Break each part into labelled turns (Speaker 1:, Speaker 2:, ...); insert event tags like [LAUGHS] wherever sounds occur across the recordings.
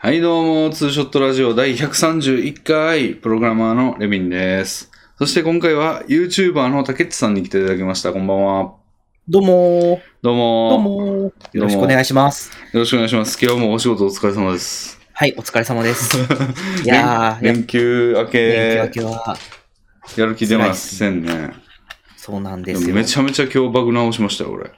Speaker 1: はい、どうも、ツーショットラジオ第131回、プログラマーのレビンです。そして今回は YouTuber の竹内さんに来ていただきました。こんばんは。
Speaker 2: どうもー
Speaker 1: どうも。
Speaker 2: どうもーよろしくお願
Speaker 1: い
Speaker 2: いします。
Speaker 1: よろしくお願いします。今日もお仕事お疲れ様です。
Speaker 2: はい、お疲れ
Speaker 1: [LAUGHS]
Speaker 2: 様です。いやー、
Speaker 1: 連連休明
Speaker 2: 連
Speaker 1: け、
Speaker 2: 休明けは、
Speaker 1: やる気出ませんね。
Speaker 2: そうなんで
Speaker 1: ですも
Speaker 2: よ。
Speaker 1: めちゃめちゃ今日バグ直しましたよ、俺。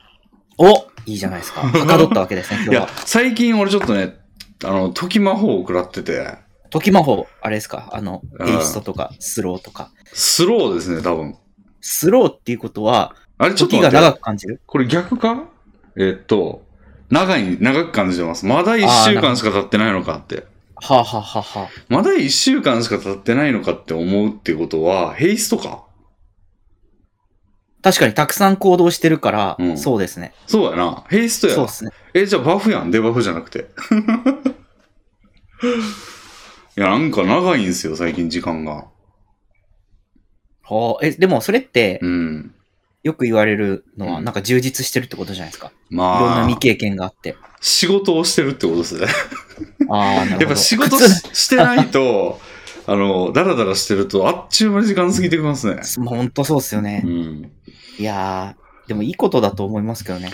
Speaker 2: おいいじゃないですか。はかどったわけです
Speaker 1: [LAUGHS] い
Speaker 2: ね、今日
Speaker 1: や
Speaker 2: は。、
Speaker 1: 最近俺ちょっとね、あの、時魔法を食らってて、
Speaker 2: 時魔法、あれですかあの、
Speaker 1: あ
Speaker 2: エ
Speaker 1: ー
Speaker 2: イストとか、スローとか。
Speaker 1: スローですね、多分。
Speaker 2: スローっていうことは、
Speaker 1: あれちょっと
Speaker 2: 時
Speaker 1: 待
Speaker 2: が
Speaker 1: って。
Speaker 2: 長く感じる
Speaker 1: これ逆かえっと、長い、長く感じてます。まだ1
Speaker 2: あー
Speaker 1: 週
Speaker 2: なるほ
Speaker 1: 間
Speaker 2: ど
Speaker 1: しか経ってないのかって。
Speaker 2: はあ、はあはあはあ、
Speaker 1: まだ1週間しか経ってないのかって思うってことは、ヘイストか
Speaker 2: 確かにたくさん行動してるから、
Speaker 1: うん
Speaker 2: そうですね。
Speaker 1: そうやな。ヘイスト
Speaker 2: そう
Speaker 1: や
Speaker 2: で。すね。
Speaker 1: え、じゃあバフやん。デバフじゃなくて。 [LAUGHS] いや、なんか長いんすよ、最近時間が。
Speaker 2: はあ、え、でもそれって
Speaker 1: う、ん。
Speaker 2: よく言われるのは、
Speaker 1: うん
Speaker 2: なんか充実してるってことじゃないですか。いろん
Speaker 1: ま
Speaker 2: な
Speaker 1: あ
Speaker 2: 未、経験があって。
Speaker 1: 仕事をしてるってことですね。
Speaker 2: ああ、なるほど。
Speaker 1: やっぱ仕事
Speaker 2: 苦痛
Speaker 1: ししてないと、あの、ダラダラしてると、あっちゅう間に時間過ぎてきます
Speaker 2: [LAUGHS]
Speaker 1: ね
Speaker 2: な。そう本当そうですよね。
Speaker 1: うん。
Speaker 2: いやー、でもいいことだと思いますけどね。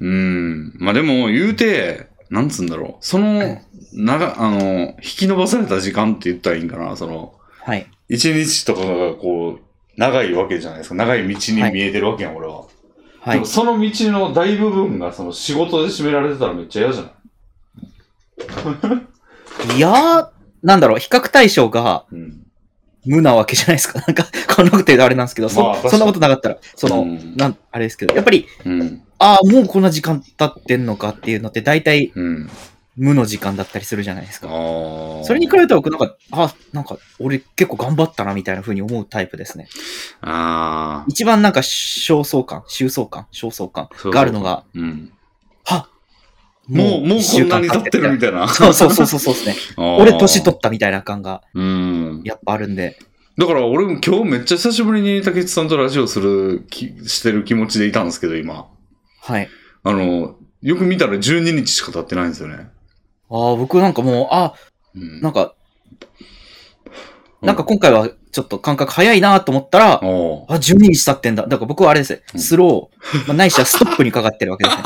Speaker 1: うん。まあでも、言うて、なんつうんだろう。その、長、あの、引き延ばされた時間って言ったらいいんかな。その、
Speaker 2: はい。
Speaker 1: 一日とかがこう、長いわけじゃないですか。長い道に見えてるわけやん、俺は。
Speaker 2: は
Speaker 1: で
Speaker 2: い
Speaker 1: も。その道の大部分が、その仕事で占められてたらめっちゃ嫌じゃない
Speaker 2: いやー、なんだろう、比較対象が
Speaker 1: うん。
Speaker 2: 無なわけじゃないですか。なんか、 [LAUGHS] こんなこと言うとあれなんですけど、そ,、
Speaker 1: まあ確かに
Speaker 2: そんなことなかったら、その、
Speaker 1: うん
Speaker 2: なん、あれですけど、やっぱり、
Speaker 1: うん。
Speaker 2: ああ、もうこんな時間経ってんのかっていうのって、大体
Speaker 1: うん。
Speaker 2: 無の時間だったりするじゃないです
Speaker 1: あ
Speaker 2: か。
Speaker 1: ー
Speaker 2: それに比べたら僕なんか、あ、なんか、俺結構頑張ったなみたいな風に思うタイプですね。
Speaker 1: ああ。
Speaker 2: 一番なんか、焦燥感、収燥感、焦燥感があるのが、
Speaker 1: うん。も
Speaker 2: も
Speaker 1: う、
Speaker 2: う、
Speaker 1: もう
Speaker 2: 一
Speaker 1: こ
Speaker 2: 週
Speaker 1: んな
Speaker 2: 間
Speaker 1: に経ってるみたいな。
Speaker 2: そうそうそうそうそうですね。俺年取ったみたいな感が、
Speaker 1: た。うん。
Speaker 2: やっぱあるんで、
Speaker 1: だから俺も今日めっちゃ久しぶりに竹内さんとラジオするき、してる気持ちでいたんですけど、今。
Speaker 2: はい。
Speaker 1: あの、よく見たら12日しか経ってないんですよね。
Speaker 2: ああ、僕なんかもう、あ
Speaker 1: うん
Speaker 2: なんか、
Speaker 1: うん
Speaker 2: なんか今回はちょっと感覚早いなと思ったら、
Speaker 1: おう
Speaker 2: あ、12日経ってんだ。だから僕はあれですよ
Speaker 1: うん
Speaker 2: スロー、まあ、ないしはストップにかかってるわけ
Speaker 1: [LAUGHS]
Speaker 2: ですね。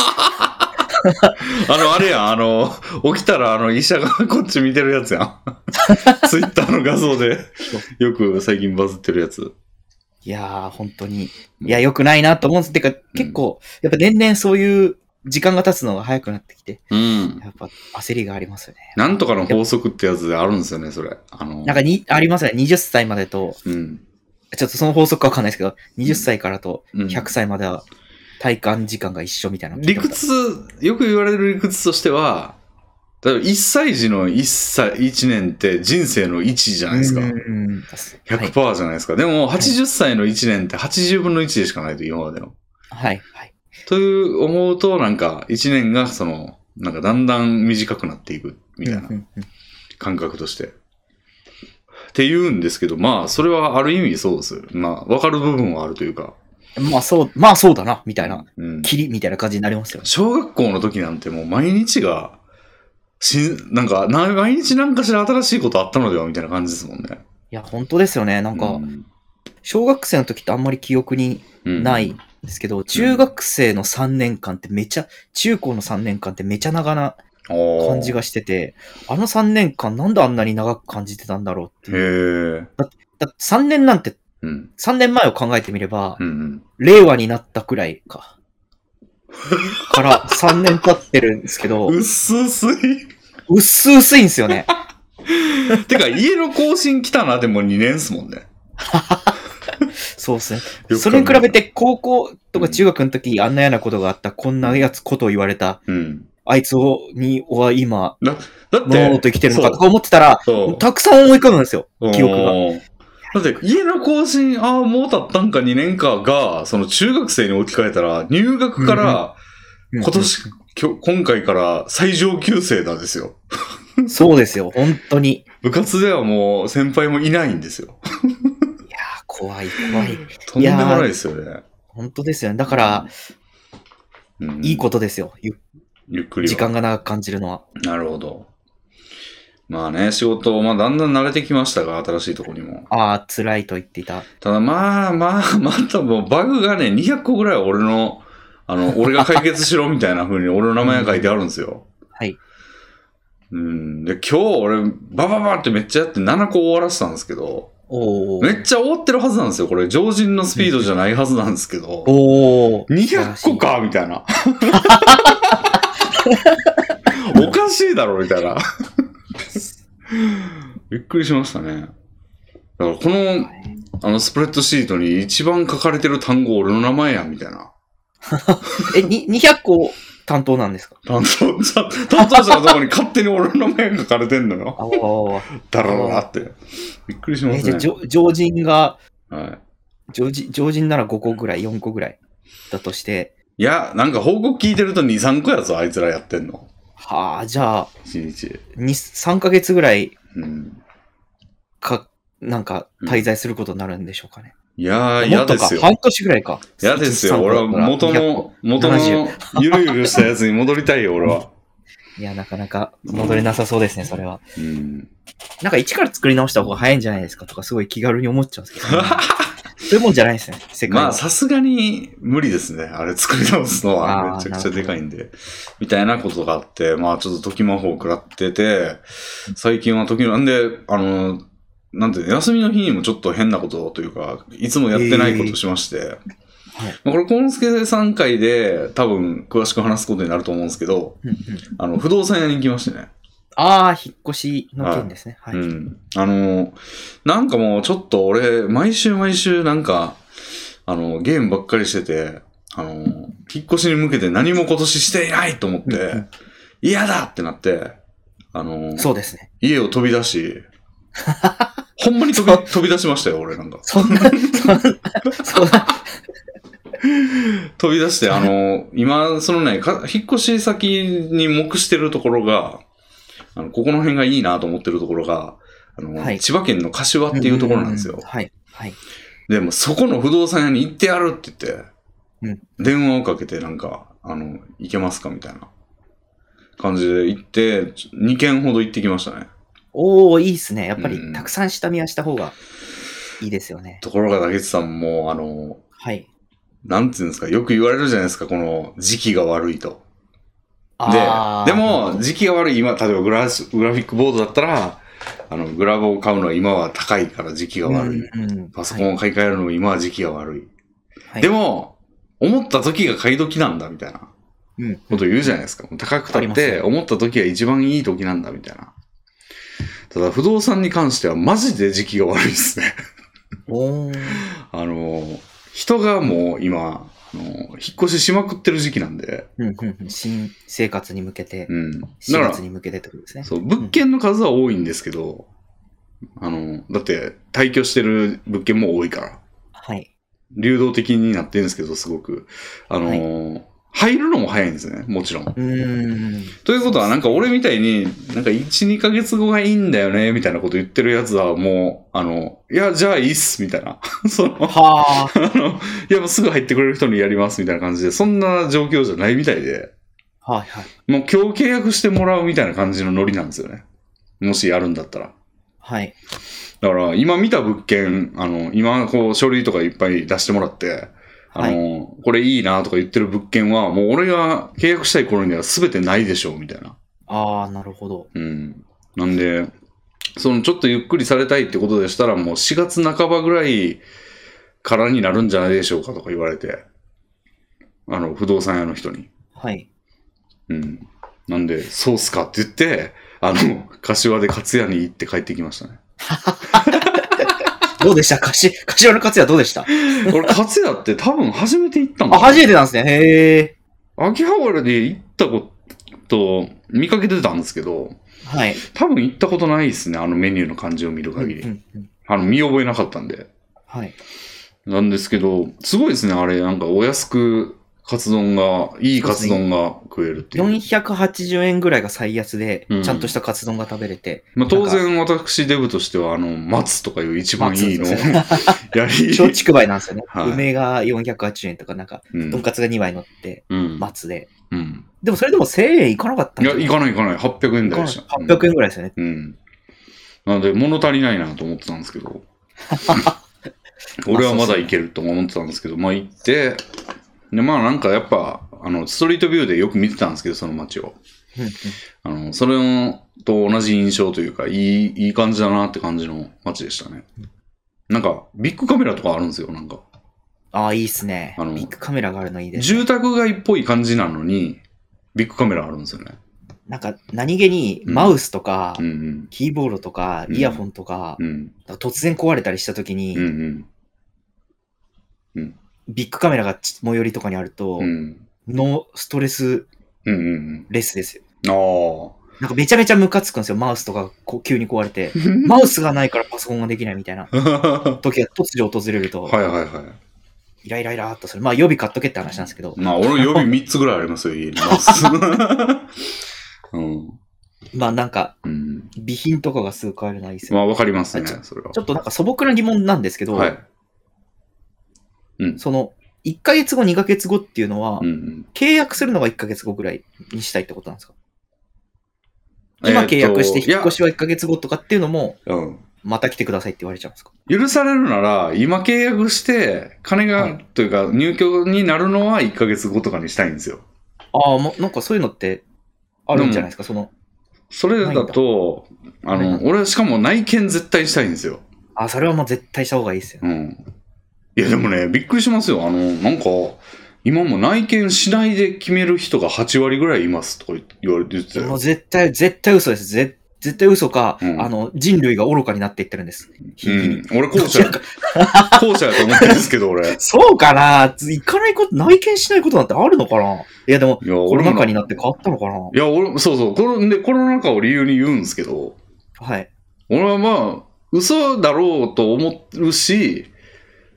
Speaker 1: あの、あれやん、あの、 [LAUGHS] 起きたらあの医者が [LAUGHS] こっち見てるやつや
Speaker 2: [LAUGHS]
Speaker 1: ん。ツイッターの画像で、よく最近バズってるやつ。
Speaker 2: いやー、本当に。い
Speaker 1: うん
Speaker 2: や、良くないなと思うんです。てか、結構、やっぱ年々そういう時間が経つのが早くなってきて、
Speaker 1: うん。
Speaker 2: やっぱ焦りがありますよね。
Speaker 1: なんとかの法則ってやつであるんですよね、それ。あの、
Speaker 2: なんかに、ありますね。20歳までと、
Speaker 1: うん。
Speaker 2: ちょっとその法則わかんないですけど、20歳からと
Speaker 1: うん
Speaker 2: 100歳までは体感時間が一緒みたいなの聞
Speaker 1: 理
Speaker 2: いたことある。
Speaker 1: 屈、よく言われる理屈としては、例えば1歳児の 1, 歳1年って人生の1じゃないですか。
Speaker 2: うんうんうん。はい。
Speaker 1: 100%じゃないですか。でも、80歳の1年って80分の1でしかないと、今までの。
Speaker 2: はい。はい。
Speaker 1: という思うと、なんか、1年が、その、なんか、だんだん短くなっていく、みたいな
Speaker 2: うんうんうん
Speaker 1: 感覚として。って言うんですけど、まあ、それはある意味そうです。まあ、わかる部分はあるというか。
Speaker 2: まあそう、まあそうだな、みたいな、
Speaker 1: うん。
Speaker 2: キリみたいな感じになりますよ。
Speaker 1: 小学校の時なんてもう毎日が、しん、なんか、な毎日なんかしら新しいことあったのではみたいな感じですもんね。
Speaker 2: いや、本当ですよね。なん
Speaker 1: う
Speaker 2: か、
Speaker 1: ん
Speaker 2: 小学生の時ってあんまり記憶に
Speaker 1: うん
Speaker 2: ないですけど、中学生の3年間ってめちゃ、中高の3年間ってめちゃ長な感じ。がしてて、あの3年間なんであんなに長く感じてたんだろうって
Speaker 1: お
Speaker 2: いう。
Speaker 1: ーへえ。
Speaker 2: だって3年なんて、
Speaker 1: うん。
Speaker 2: 3年前を考えてみれば
Speaker 1: う、んうん。
Speaker 2: 令和になったくらいか。から3年
Speaker 1: [LAUGHS]
Speaker 2: 経ってるんですけど、
Speaker 1: うっすすい。
Speaker 2: うっすうすいんですよね。
Speaker 1: [LAUGHS] てか、家の更新来たな、でも2年っすもんね。
Speaker 2: そうですね。
Speaker 1: よく考
Speaker 2: そ
Speaker 1: え
Speaker 2: れに比べて高校と
Speaker 1: う
Speaker 2: か
Speaker 1: ん
Speaker 2: 中学の時、あんな嫌なことがあった、こんなやつことを言われた、
Speaker 1: うん。
Speaker 2: あいつを、に、は今、
Speaker 1: だって、
Speaker 2: 物事生きてるのかとか思ってたら、
Speaker 1: そう
Speaker 2: たくさん思い浮かぶんですよ。
Speaker 1: そう
Speaker 2: 記憶が
Speaker 1: うんだって、家の更新、ああ、もう経ったんか2年かが、その中学生に置き換えたら、入学から、
Speaker 2: うん
Speaker 1: 今年、きょ今回から最上級生なんですよ。
Speaker 2: そうですよ、本当に。い
Speaker 1: 部活ではもう先輩もいないんですよ。
Speaker 2: やー、怖い、怖い。
Speaker 1: とんでもないですよね。
Speaker 2: 本当ですよね。だから、
Speaker 1: うん
Speaker 2: いいことですよ。ゆ
Speaker 1: ゆっくりは
Speaker 2: 時間が長く感じるのは。
Speaker 1: なるほど。まあね、仕事、まあだんだん慣れてきましたが、新しいとこにも。
Speaker 2: ああ、辛いと言っていた。
Speaker 1: ただまあまあ、またもうバグがね、200個ぐらい俺の、あ
Speaker 2: [LAUGHS]
Speaker 1: の、俺が解決しろみたいな風に俺の名前が書いてあるんですよ。
Speaker 2: はい。
Speaker 1: うん。で、今日俺、バババってめっちゃやって7個終わらせたんですけど、
Speaker 2: おお。
Speaker 1: めっちゃ終わってるはずなんですよ。これ、常人のスピードじゃないはずなんですけど、
Speaker 2: おお。
Speaker 1: 200個かみたいな。おかしいだろみたいな。びっくりしましたね。だからこのあの、スプレッドシートに一番書かれてる単語俺の名前や、みたいな。
Speaker 2: え、に200個担当なんですか
Speaker 1: 担当者、担当者のとこに勝手に俺の名前が書かれてんのよ。
Speaker 2: ああ。
Speaker 1: だらだらって。びっくりしま
Speaker 2: え、
Speaker 1: す
Speaker 2: じゃ
Speaker 1: ね
Speaker 2: あ、。じょ常人が、
Speaker 1: はい、
Speaker 2: 常人、常人なら5個ぐらい、4個ぐらいだとして、
Speaker 1: いや、なんか報告聞いてると2、3個やぞ、あいつらやってんの。
Speaker 2: はあ、じゃあ、
Speaker 1: 1日。
Speaker 2: に3ヶ月ぐらい
Speaker 1: うん。
Speaker 2: か、なんか滞在することになるんでしょうかね。
Speaker 1: いやー、
Speaker 2: もっ
Speaker 1: 嫌
Speaker 2: と
Speaker 1: で
Speaker 2: か
Speaker 1: すよ。
Speaker 2: 半年ぐらいか。
Speaker 1: 嫌です
Speaker 2: 1
Speaker 1: よ。
Speaker 2: 日
Speaker 1: 俺は
Speaker 2: 3個だ
Speaker 1: 元
Speaker 2: ったら200個
Speaker 1: の、元の、ゆるゆるしたやつに戻りたいよ、俺は。
Speaker 2: いや、なかなか戻れなさそうですね、それは。
Speaker 1: うん。
Speaker 2: なんか一から作り直した方が早いんじゃないですかとか、すごい気軽に思っちゃうんですけ
Speaker 1: [LAUGHS]
Speaker 2: ど、そういうもんじゃないですね、世界は。
Speaker 1: まあ、さすがに無理ですね。あれ作り直すのは
Speaker 2: あー
Speaker 1: めちゃくちゃでかいんで。みたいなことがあって、まあ、ちょっと時魔法を食らってて、最近は時の、なんで、あの、なんていうの、休みの日にもちょっと変なことというか、いつもやってないことをしまして、まあ、これ、コンスケさん回で多分詳しく話すことになると思うんですけど、
Speaker 2: うんうん
Speaker 1: あの、不動産屋に行きましてね。
Speaker 2: ああ、引っ越しの件ですね。はい。
Speaker 1: うん。あの、なんかもうちょっと俺、毎週毎週なんか、あの、ゲームばっかりしてて、あの、引っ越しに向けて何も今年していないと思っ
Speaker 2: うんう
Speaker 1: て
Speaker 2: ん、
Speaker 1: 嫌だってなって、あの、
Speaker 2: そうですね。
Speaker 1: 家を飛び出
Speaker 2: [LAUGHS]
Speaker 1: し、ほんまに飛び飛び出しましたよ、俺なんか。
Speaker 2: そんな、そんな、そんな、
Speaker 1: 飛び出して、あの、今、そのね、か引っ越し先に目してるところが、あの、ここの辺がいいなと思ってるところが、あの、
Speaker 2: はい
Speaker 1: 千葉県の柏っていうところなんですよ。
Speaker 2: うううはい。はい。
Speaker 1: でも、そこの不動産屋に行ってやるって言って、
Speaker 2: うん
Speaker 1: 電話をかけて、なんか、あの、行けますかみたいな感じで行って、2軒ほど行ってきましたね。
Speaker 2: おおいいっすね。やっぱ
Speaker 1: うん
Speaker 2: り、たくさん下見はした方がいいですよね。
Speaker 1: ところが、竹内さんも、あの、
Speaker 2: はい。
Speaker 1: なんていうんですか、よく言われるじゃないですか、この、時期が悪いと。で
Speaker 2: あ、ー
Speaker 1: でも、、時期が悪い、今、例えばグラスグラフィックボードだったら、あの、グラボを買うのは今は高いから時期が悪い。
Speaker 2: うんうん
Speaker 1: パソコンを買い替えるのも今は時期が悪い。
Speaker 2: はい
Speaker 1: でも、思った時が買い時なんだ、みたいな。
Speaker 2: うん
Speaker 1: こと言うじゃないですか。高くた
Speaker 2: あり
Speaker 1: っ
Speaker 2: ま
Speaker 1: て、
Speaker 2: す
Speaker 1: 思った時が一番いい時なんだ、みたいな。ただ、不動産に関しては、マジで時期が悪いですね。 [LAUGHS]
Speaker 2: おー
Speaker 1: あの、人がもう今、あの引っ越ししまくってる時期なんで、
Speaker 2: うんうんうん新生活に向けて
Speaker 1: う、ん。だか
Speaker 2: 4
Speaker 1: ら
Speaker 2: 月、に向けてってことですね。
Speaker 1: そう、物件の数は多いんですけど、あの、だって、退去してる物件も多いから。
Speaker 2: はい。
Speaker 1: 流動的になってるんですけど、すごく。あのー入るのも早いんですね、もちろん。
Speaker 2: うーん。
Speaker 1: ということは、なんか俺みたいに、なんか1、2ヶ月後がいいんだよね、みたいなこと言ってるやつはもう、あの、いや、じゃあいいっす、みたいな。 [LAUGHS] その、あ
Speaker 2: は
Speaker 1: の、いや、もうすぐ入ってくれる人にやります、みたいな感じで、そんな状況じゃないみたいで、
Speaker 2: あ。はいはい。
Speaker 1: もう今日契約してもらうみたいな感じのノリなんですよね。もしやるんだったら。
Speaker 2: はい。
Speaker 1: だから、今見た物件、あの、今、こう、書類とかいっぱい出してもらって、あの、これいいなとか言ってる物件は、もう俺が契約したい頃には全てないでしょう、みたいな。
Speaker 2: ああ、なるほど。
Speaker 1: うん。なんで、その、ちょっとゆっくりされたいってことでしたら、もう4月半ばぐらいからになるんじゃないでしょうかとか言われて、あの、不動産屋の人に。
Speaker 2: はい。
Speaker 1: うん。なんで、そうっすかって言って、あの、柏で勝屋に行って帰ってきましたね。
Speaker 2: どうでしたかし、柏の勝也どうでした
Speaker 1: 俺、勝屋って多分初めて行ったんだ
Speaker 2: あ、
Speaker 1: よ
Speaker 2: 初めてなんですね。へえ。
Speaker 1: 秋葉原で行ったこと、見かけてたんですけど、
Speaker 2: はい。
Speaker 1: 多分行ったことないですね、あのメニューの感じを見る
Speaker 2: うん
Speaker 1: 限り。
Speaker 2: うんうん
Speaker 1: あの、見覚えなかったんで。
Speaker 2: はい。
Speaker 1: なんですけど、すごいですね、あれ、なんかお安くカツ丼が、いいカツ丼が食えるっていう。
Speaker 2: 480円ぐらいが最安で、
Speaker 1: うん
Speaker 2: ちゃんとしたカツ丼が食べれて、
Speaker 1: まあ、当然私デブとしては、あの、松とかいう一番いいのを
Speaker 2: 松で
Speaker 1: [LAUGHS]
Speaker 2: す
Speaker 1: やり、
Speaker 2: 小竹梅なんですよね。
Speaker 1: [LAUGHS] はい
Speaker 2: 梅が480円とか、なんか、
Speaker 1: うん
Speaker 2: とんかつが2枚乗って、
Speaker 1: うん。
Speaker 2: 松で。
Speaker 1: うん。
Speaker 2: でもそれでも1000円いかなかった
Speaker 1: い
Speaker 2: ん
Speaker 1: や、行
Speaker 2: か
Speaker 1: かない行かない。800円台でした。
Speaker 2: な800円ぐらいですよね。
Speaker 1: うん。うん。なので、物足りないなと思ってたんですけ
Speaker 2: [LAUGHS]
Speaker 1: ど。俺はまだいけると思ってたんですけど、まあ行って、で、まあなんかやっぱ、あの、ストリートビューでよく見てたんですけど、その街を。
Speaker 2: うんうん
Speaker 1: あの、それと同じ印象というか、いい、いい感じだなって感じの街でしたね。なんか、ビッグカメラとかあるんですよ、なんか。
Speaker 2: ああ、いいっすね。
Speaker 1: あの
Speaker 2: ビッグカメラがあるのいいです。
Speaker 1: 住宅街っぽい感じなのに、ビッグカメラあるんですよね。
Speaker 2: なんか、何気に
Speaker 1: うん
Speaker 2: マウスとか、
Speaker 1: うんうん。
Speaker 2: キーボードとか、
Speaker 1: うん
Speaker 2: イヤホンとか、
Speaker 1: うん。
Speaker 2: なんか突然壊れたりした時に、
Speaker 1: うんうん。
Speaker 2: ビッグカメラがち最寄りとかにあると、
Speaker 1: うん。
Speaker 2: ノーストレス
Speaker 1: うんうん
Speaker 2: レスですよ。
Speaker 1: うん。
Speaker 2: [LAUGHS]
Speaker 1: ああ。
Speaker 2: なんかめちゃめちゃムカつくんですよ。マウスとかこう急に壊れて。
Speaker 1: [LAUGHS]
Speaker 2: マウスがないからパソコンができないみたいな
Speaker 1: は
Speaker 2: 時が突如訪れると、
Speaker 1: いはいは
Speaker 2: イライライラーっとする。まあ予備買っとけって話なんですけど
Speaker 1: い。、まあ、俺予備3つぐらいあります [LAUGHS] よ、家に。マウスうん。
Speaker 2: まあなんか
Speaker 1: うん。
Speaker 2: 備品とかがすぐ買えるのはいいですよ。
Speaker 1: まあ、わかりますね
Speaker 2: あ、
Speaker 1: それは
Speaker 2: ち。ょっとなんか素朴な疑問なんですけど、
Speaker 1: はい。
Speaker 2: その1ヶ月後、2ヶ月後っていうのは、
Speaker 1: うんうん。
Speaker 2: 契約するのが1ヶ月後ぐらいにしたいってことなんですか今契約して
Speaker 1: えーと
Speaker 2: 引っ越しは1ヶ月後とかっていうのも、
Speaker 1: いやうん。
Speaker 2: また来てくださいって言われちゃうんですか
Speaker 1: 許されるなら、今契約して、金が、
Speaker 2: はい
Speaker 1: というか、入居になるのは1ヶ月後とかにしたいんですよ。
Speaker 2: ああ、もうなんかそういうのってあるんじゃないですか、その、
Speaker 1: それだと、あ
Speaker 2: ないん
Speaker 1: の、
Speaker 2: だ
Speaker 1: 俺、しかも内見絶対したいんですよ。
Speaker 2: あそれはもう絶対した方がいいですよ
Speaker 1: う
Speaker 2: ね。
Speaker 1: ん。いや、でもね、びっくりしますよ。あの、なんか、今も内見しないで決める人が8割ぐらいいますとか言われて言ってた
Speaker 2: もう
Speaker 1: よ。
Speaker 2: 絶対、絶対嘘です。絶絶対嘘か、
Speaker 1: うん
Speaker 2: あの、人類が愚かになっていってるんです。
Speaker 1: う
Speaker 2: 日々に
Speaker 1: ん。俺、後者、
Speaker 2: [LAUGHS]
Speaker 1: 後者やと思ってるんですけど、俺。い
Speaker 2: そうかなつ行かないこと、内見しないことなんてあるのかないや、でも、
Speaker 1: や、
Speaker 2: コロ
Speaker 1: 俺
Speaker 2: ナ禍
Speaker 1: も、い
Speaker 2: になって変わったのかな
Speaker 1: や、俺、そうそう、コロでコロナ禍を理由に言うんですけど、
Speaker 2: はい。
Speaker 1: 俺はまあ、嘘だろうと思うし、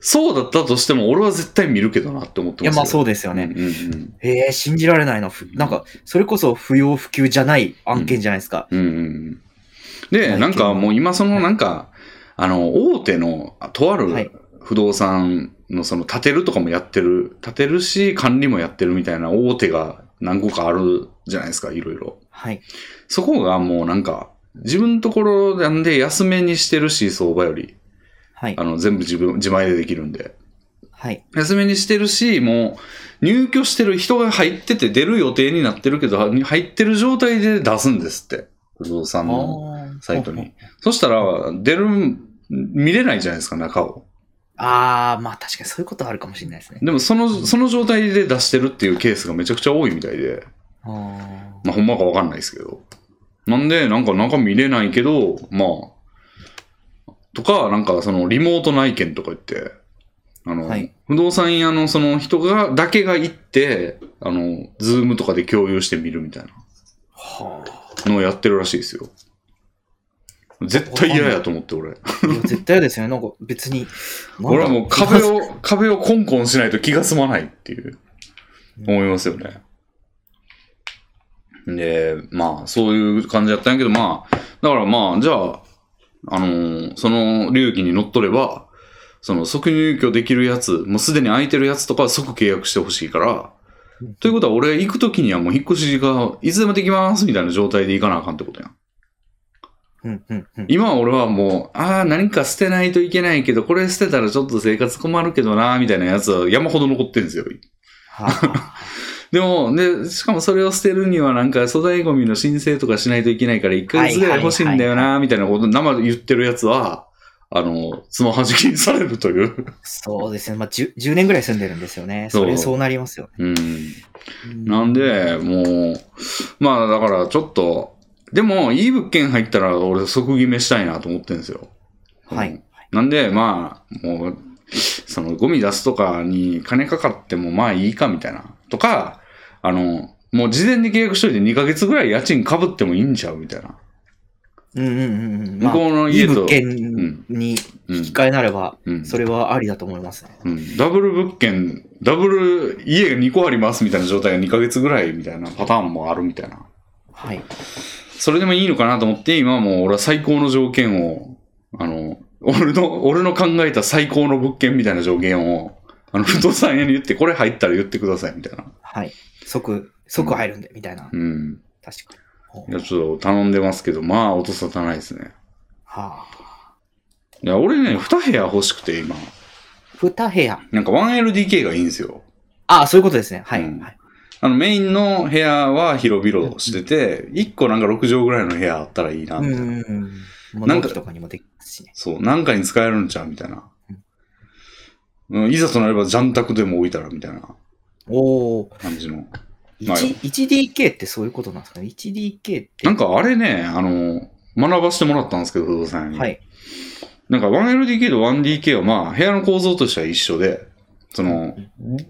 Speaker 1: そうだったとしても、俺は絶対見るけどなって思っ
Speaker 2: い
Speaker 1: て
Speaker 2: や、
Speaker 1: ますよ。
Speaker 2: まあ
Speaker 1: う
Speaker 2: そうですよね。
Speaker 1: んうん
Speaker 2: えー、信じられないな。ふなんか、それこそ不要不急じゃない案件じゃないですか。
Speaker 1: うん。うんうんで、なんかもう今そのなんか、あの、大手の、とあ
Speaker 2: は
Speaker 1: る
Speaker 2: い
Speaker 1: 不動産のその建てるとかもやってる、建てるし、管理もやってるみたいな大手が何個かあるじゃないですか、いろいろ。
Speaker 2: はい。
Speaker 1: そこがもうなんか、自分のところなんで安めにしてるし、相場より。
Speaker 2: はい
Speaker 1: あ。の、全部自分、自前でできるんで。
Speaker 2: はい。
Speaker 1: 安めにしてるし、もう入居してる人が入ってて出る予定になってるけど、は入ってる状態で出すんですって。不動産の
Speaker 2: あー
Speaker 1: サイトに。。そしたら、出る、見れないじゃないですか、中を。
Speaker 2: ああ、まあ確かにそういうことはあるかもしれないですね。
Speaker 1: でも、その、その状態で出してるっていうケースがめちゃくちゃ多いみたいで、
Speaker 2: あー
Speaker 1: まあ、ほんまかわかんないですけど。なんで、なんか中見れないけど、まあ、とか、なんかその、リモート内見とか言って、あの、
Speaker 2: はい
Speaker 1: 不動産屋のその人が、だけが行って、あの、ズームとかで共有して見るみたい
Speaker 2: は
Speaker 1: [LAUGHS]
Speaker 2: あ。
Speaker 1: なのをやってるらしいですよ。絶対嫌やと思って、俺。
Speaker 2: いや、絶対嫌ですよね。なんか別に。なんだ
Speaker 1: 俺はもう壁を、 [LAUGHS] 壁をコンコンしないと気が済まないっていう、
Speaker 2: うん
Speaker 1: 思いますよね。で、まあ、そういう感じだったんやけど、まあ、だからまあ、じゃあ、あのーその流儀に乗っ取れば、その即入居できるやつ、もうすでに空いてるやつとかは即契約してほしいから、
Speaker 2: うん
Speaker 1: ということは俺行くときにはもう引っ越しがいつでもできますみたいな状態で行かなあかんってことやん。
Speaker 2: うんうんうん。
Speaker 1: 今は俺はもう、ああ、何か捨てないといけないけど、これ捨てたらちょっと生活困るけどな、みたいなやつは山ほど残ってるんですよ。
Speaker 2: はあ、
Speaker 1: でも、で、しかもそれを捨てるにはなんか粗大ゴミの申請とかしないといけないから、1ヶ月ぐらい欲しいんだよ
Speaker 2: はいはい
Speaker 1: な、みたいなこと生で言ってるやつは、あの、つまはじきにされるという。
Speaker 2: そうですね。まあ10、10年ぐらい住んでるんですよね。それ
Speaker 1: そう
Speaker 2: そうなりますよね。
Speaker 1: うん。
Speaker 2: うん
Speaker 1: なんで、もう、まあだからちょっと、でも、いい物件入ったら俺即決めしたいなと思ってるんですよ。
Speaker 2: はい。
Speaker 1: なんで、まあ、もう、そのゴミ出すとかに金かかってもまあいいかみたいな。とか、あの、もう事前に契約しといて2ヶ月ぐらい家賃かぶってもいいんちゃうみたいな。
Speaker 2: うんうんうんうん。まあ
Speaker 1: 向こうの家と
Speaker 2: いい物件に
Speaker 1: うん
Speaker 2: 引き換えなれば、
Speaker 1: うん
Speaker 2: それはありだと思いますね。
Speaker 1: うん、ダブル物件、ダブル家が2個ありますみたいな状態が2ヶ月ぐらいみたいなパターンもあるみたいな。
Speaker 2: はい。
Speaker 1: それでもいいのかなと思って、今はもう俺は最高の条件を、あの、俺の、俺の考えた最高の物件みたいな条件を、あの、不動産屋に言って、これ入ったら言ってくださいみたいな。
Speaker 2: はい。即、即入るんで、みたいな。
Speaker 1: うん。
Speaker 2: 確か
Speaker 1: い
Speaker 2: に。
Speaker 1: や、ちょっと頼んでますけど、まあ、音沙汰ないですね。
Speaker 2: はあ。
Speaker 1: いや、俺ね、2部屋欲しくて、今。
Speaker 2: 二部屋。
Speaker 1: なんか 1LDK がいいんですよ。
Speaker 2: ああ、そういうことですね。はい。
Speaker 1: うん
Speaker 2: はい、
Speaker 1: あの、メインの部屋は広々してて、1個なんか6畳ぐらいの部屋あったらいいな、
Speaker 2: う
Speaker 1: みたいな。
Speaker 2: んうんうん。
Speaker 1: なんか
Speaker 2: 物置とかにもできますしね。
Speaker 1: そう、なんかに使えるんちゃうみたいな。うん、いざとなれば、ジャン宅でも置いたら、みたいな
Speaker 2: おお。
Speaker 1: 感じの。
Speaker 2: 一
Speaker 1: まあ
Speaker 2: 1DK ってそういうことなんですかね ?1DK って。
Speaker 1: なんかあれね、あの、学ばしてもらったんですけど、不動産屋に。
Speaker 2: はい。
Speaker 1: なんか 1LDK と 1DK はまあ、部屋の構造としては一緒で、その、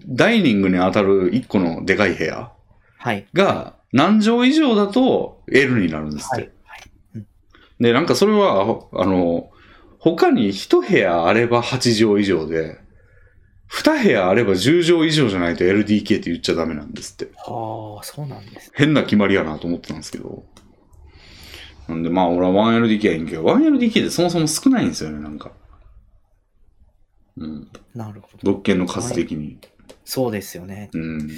Speaker 1: ダイニングに当たる1個のでかい部屋
Speaker 2: はい。
Speaker 1: が、何畳以上だと L になるんですっ
Speaker 2: は
Speaker 1: て。
Speaker 2: い。はい
Speaker 1: で、なんかそれは、ほあの、他に一部屋あれば8畳以上で、二部屋あれば10畳以上じゃないと LDK って言っちゃダメなんですって。
Speaker 2: はあ、そうなんです。
Speaker 1: 変な決まりやなと思ってたんですけど。なんでまあ俺は 1LDK はいいんけど、1LDK ってそもそも少ないんですよね、なんか。うん。
Speaker 2: なるほど。
Speaker 1: 物件の数的に。
Speaker 2: そうですよね。
Speaker 1: うん。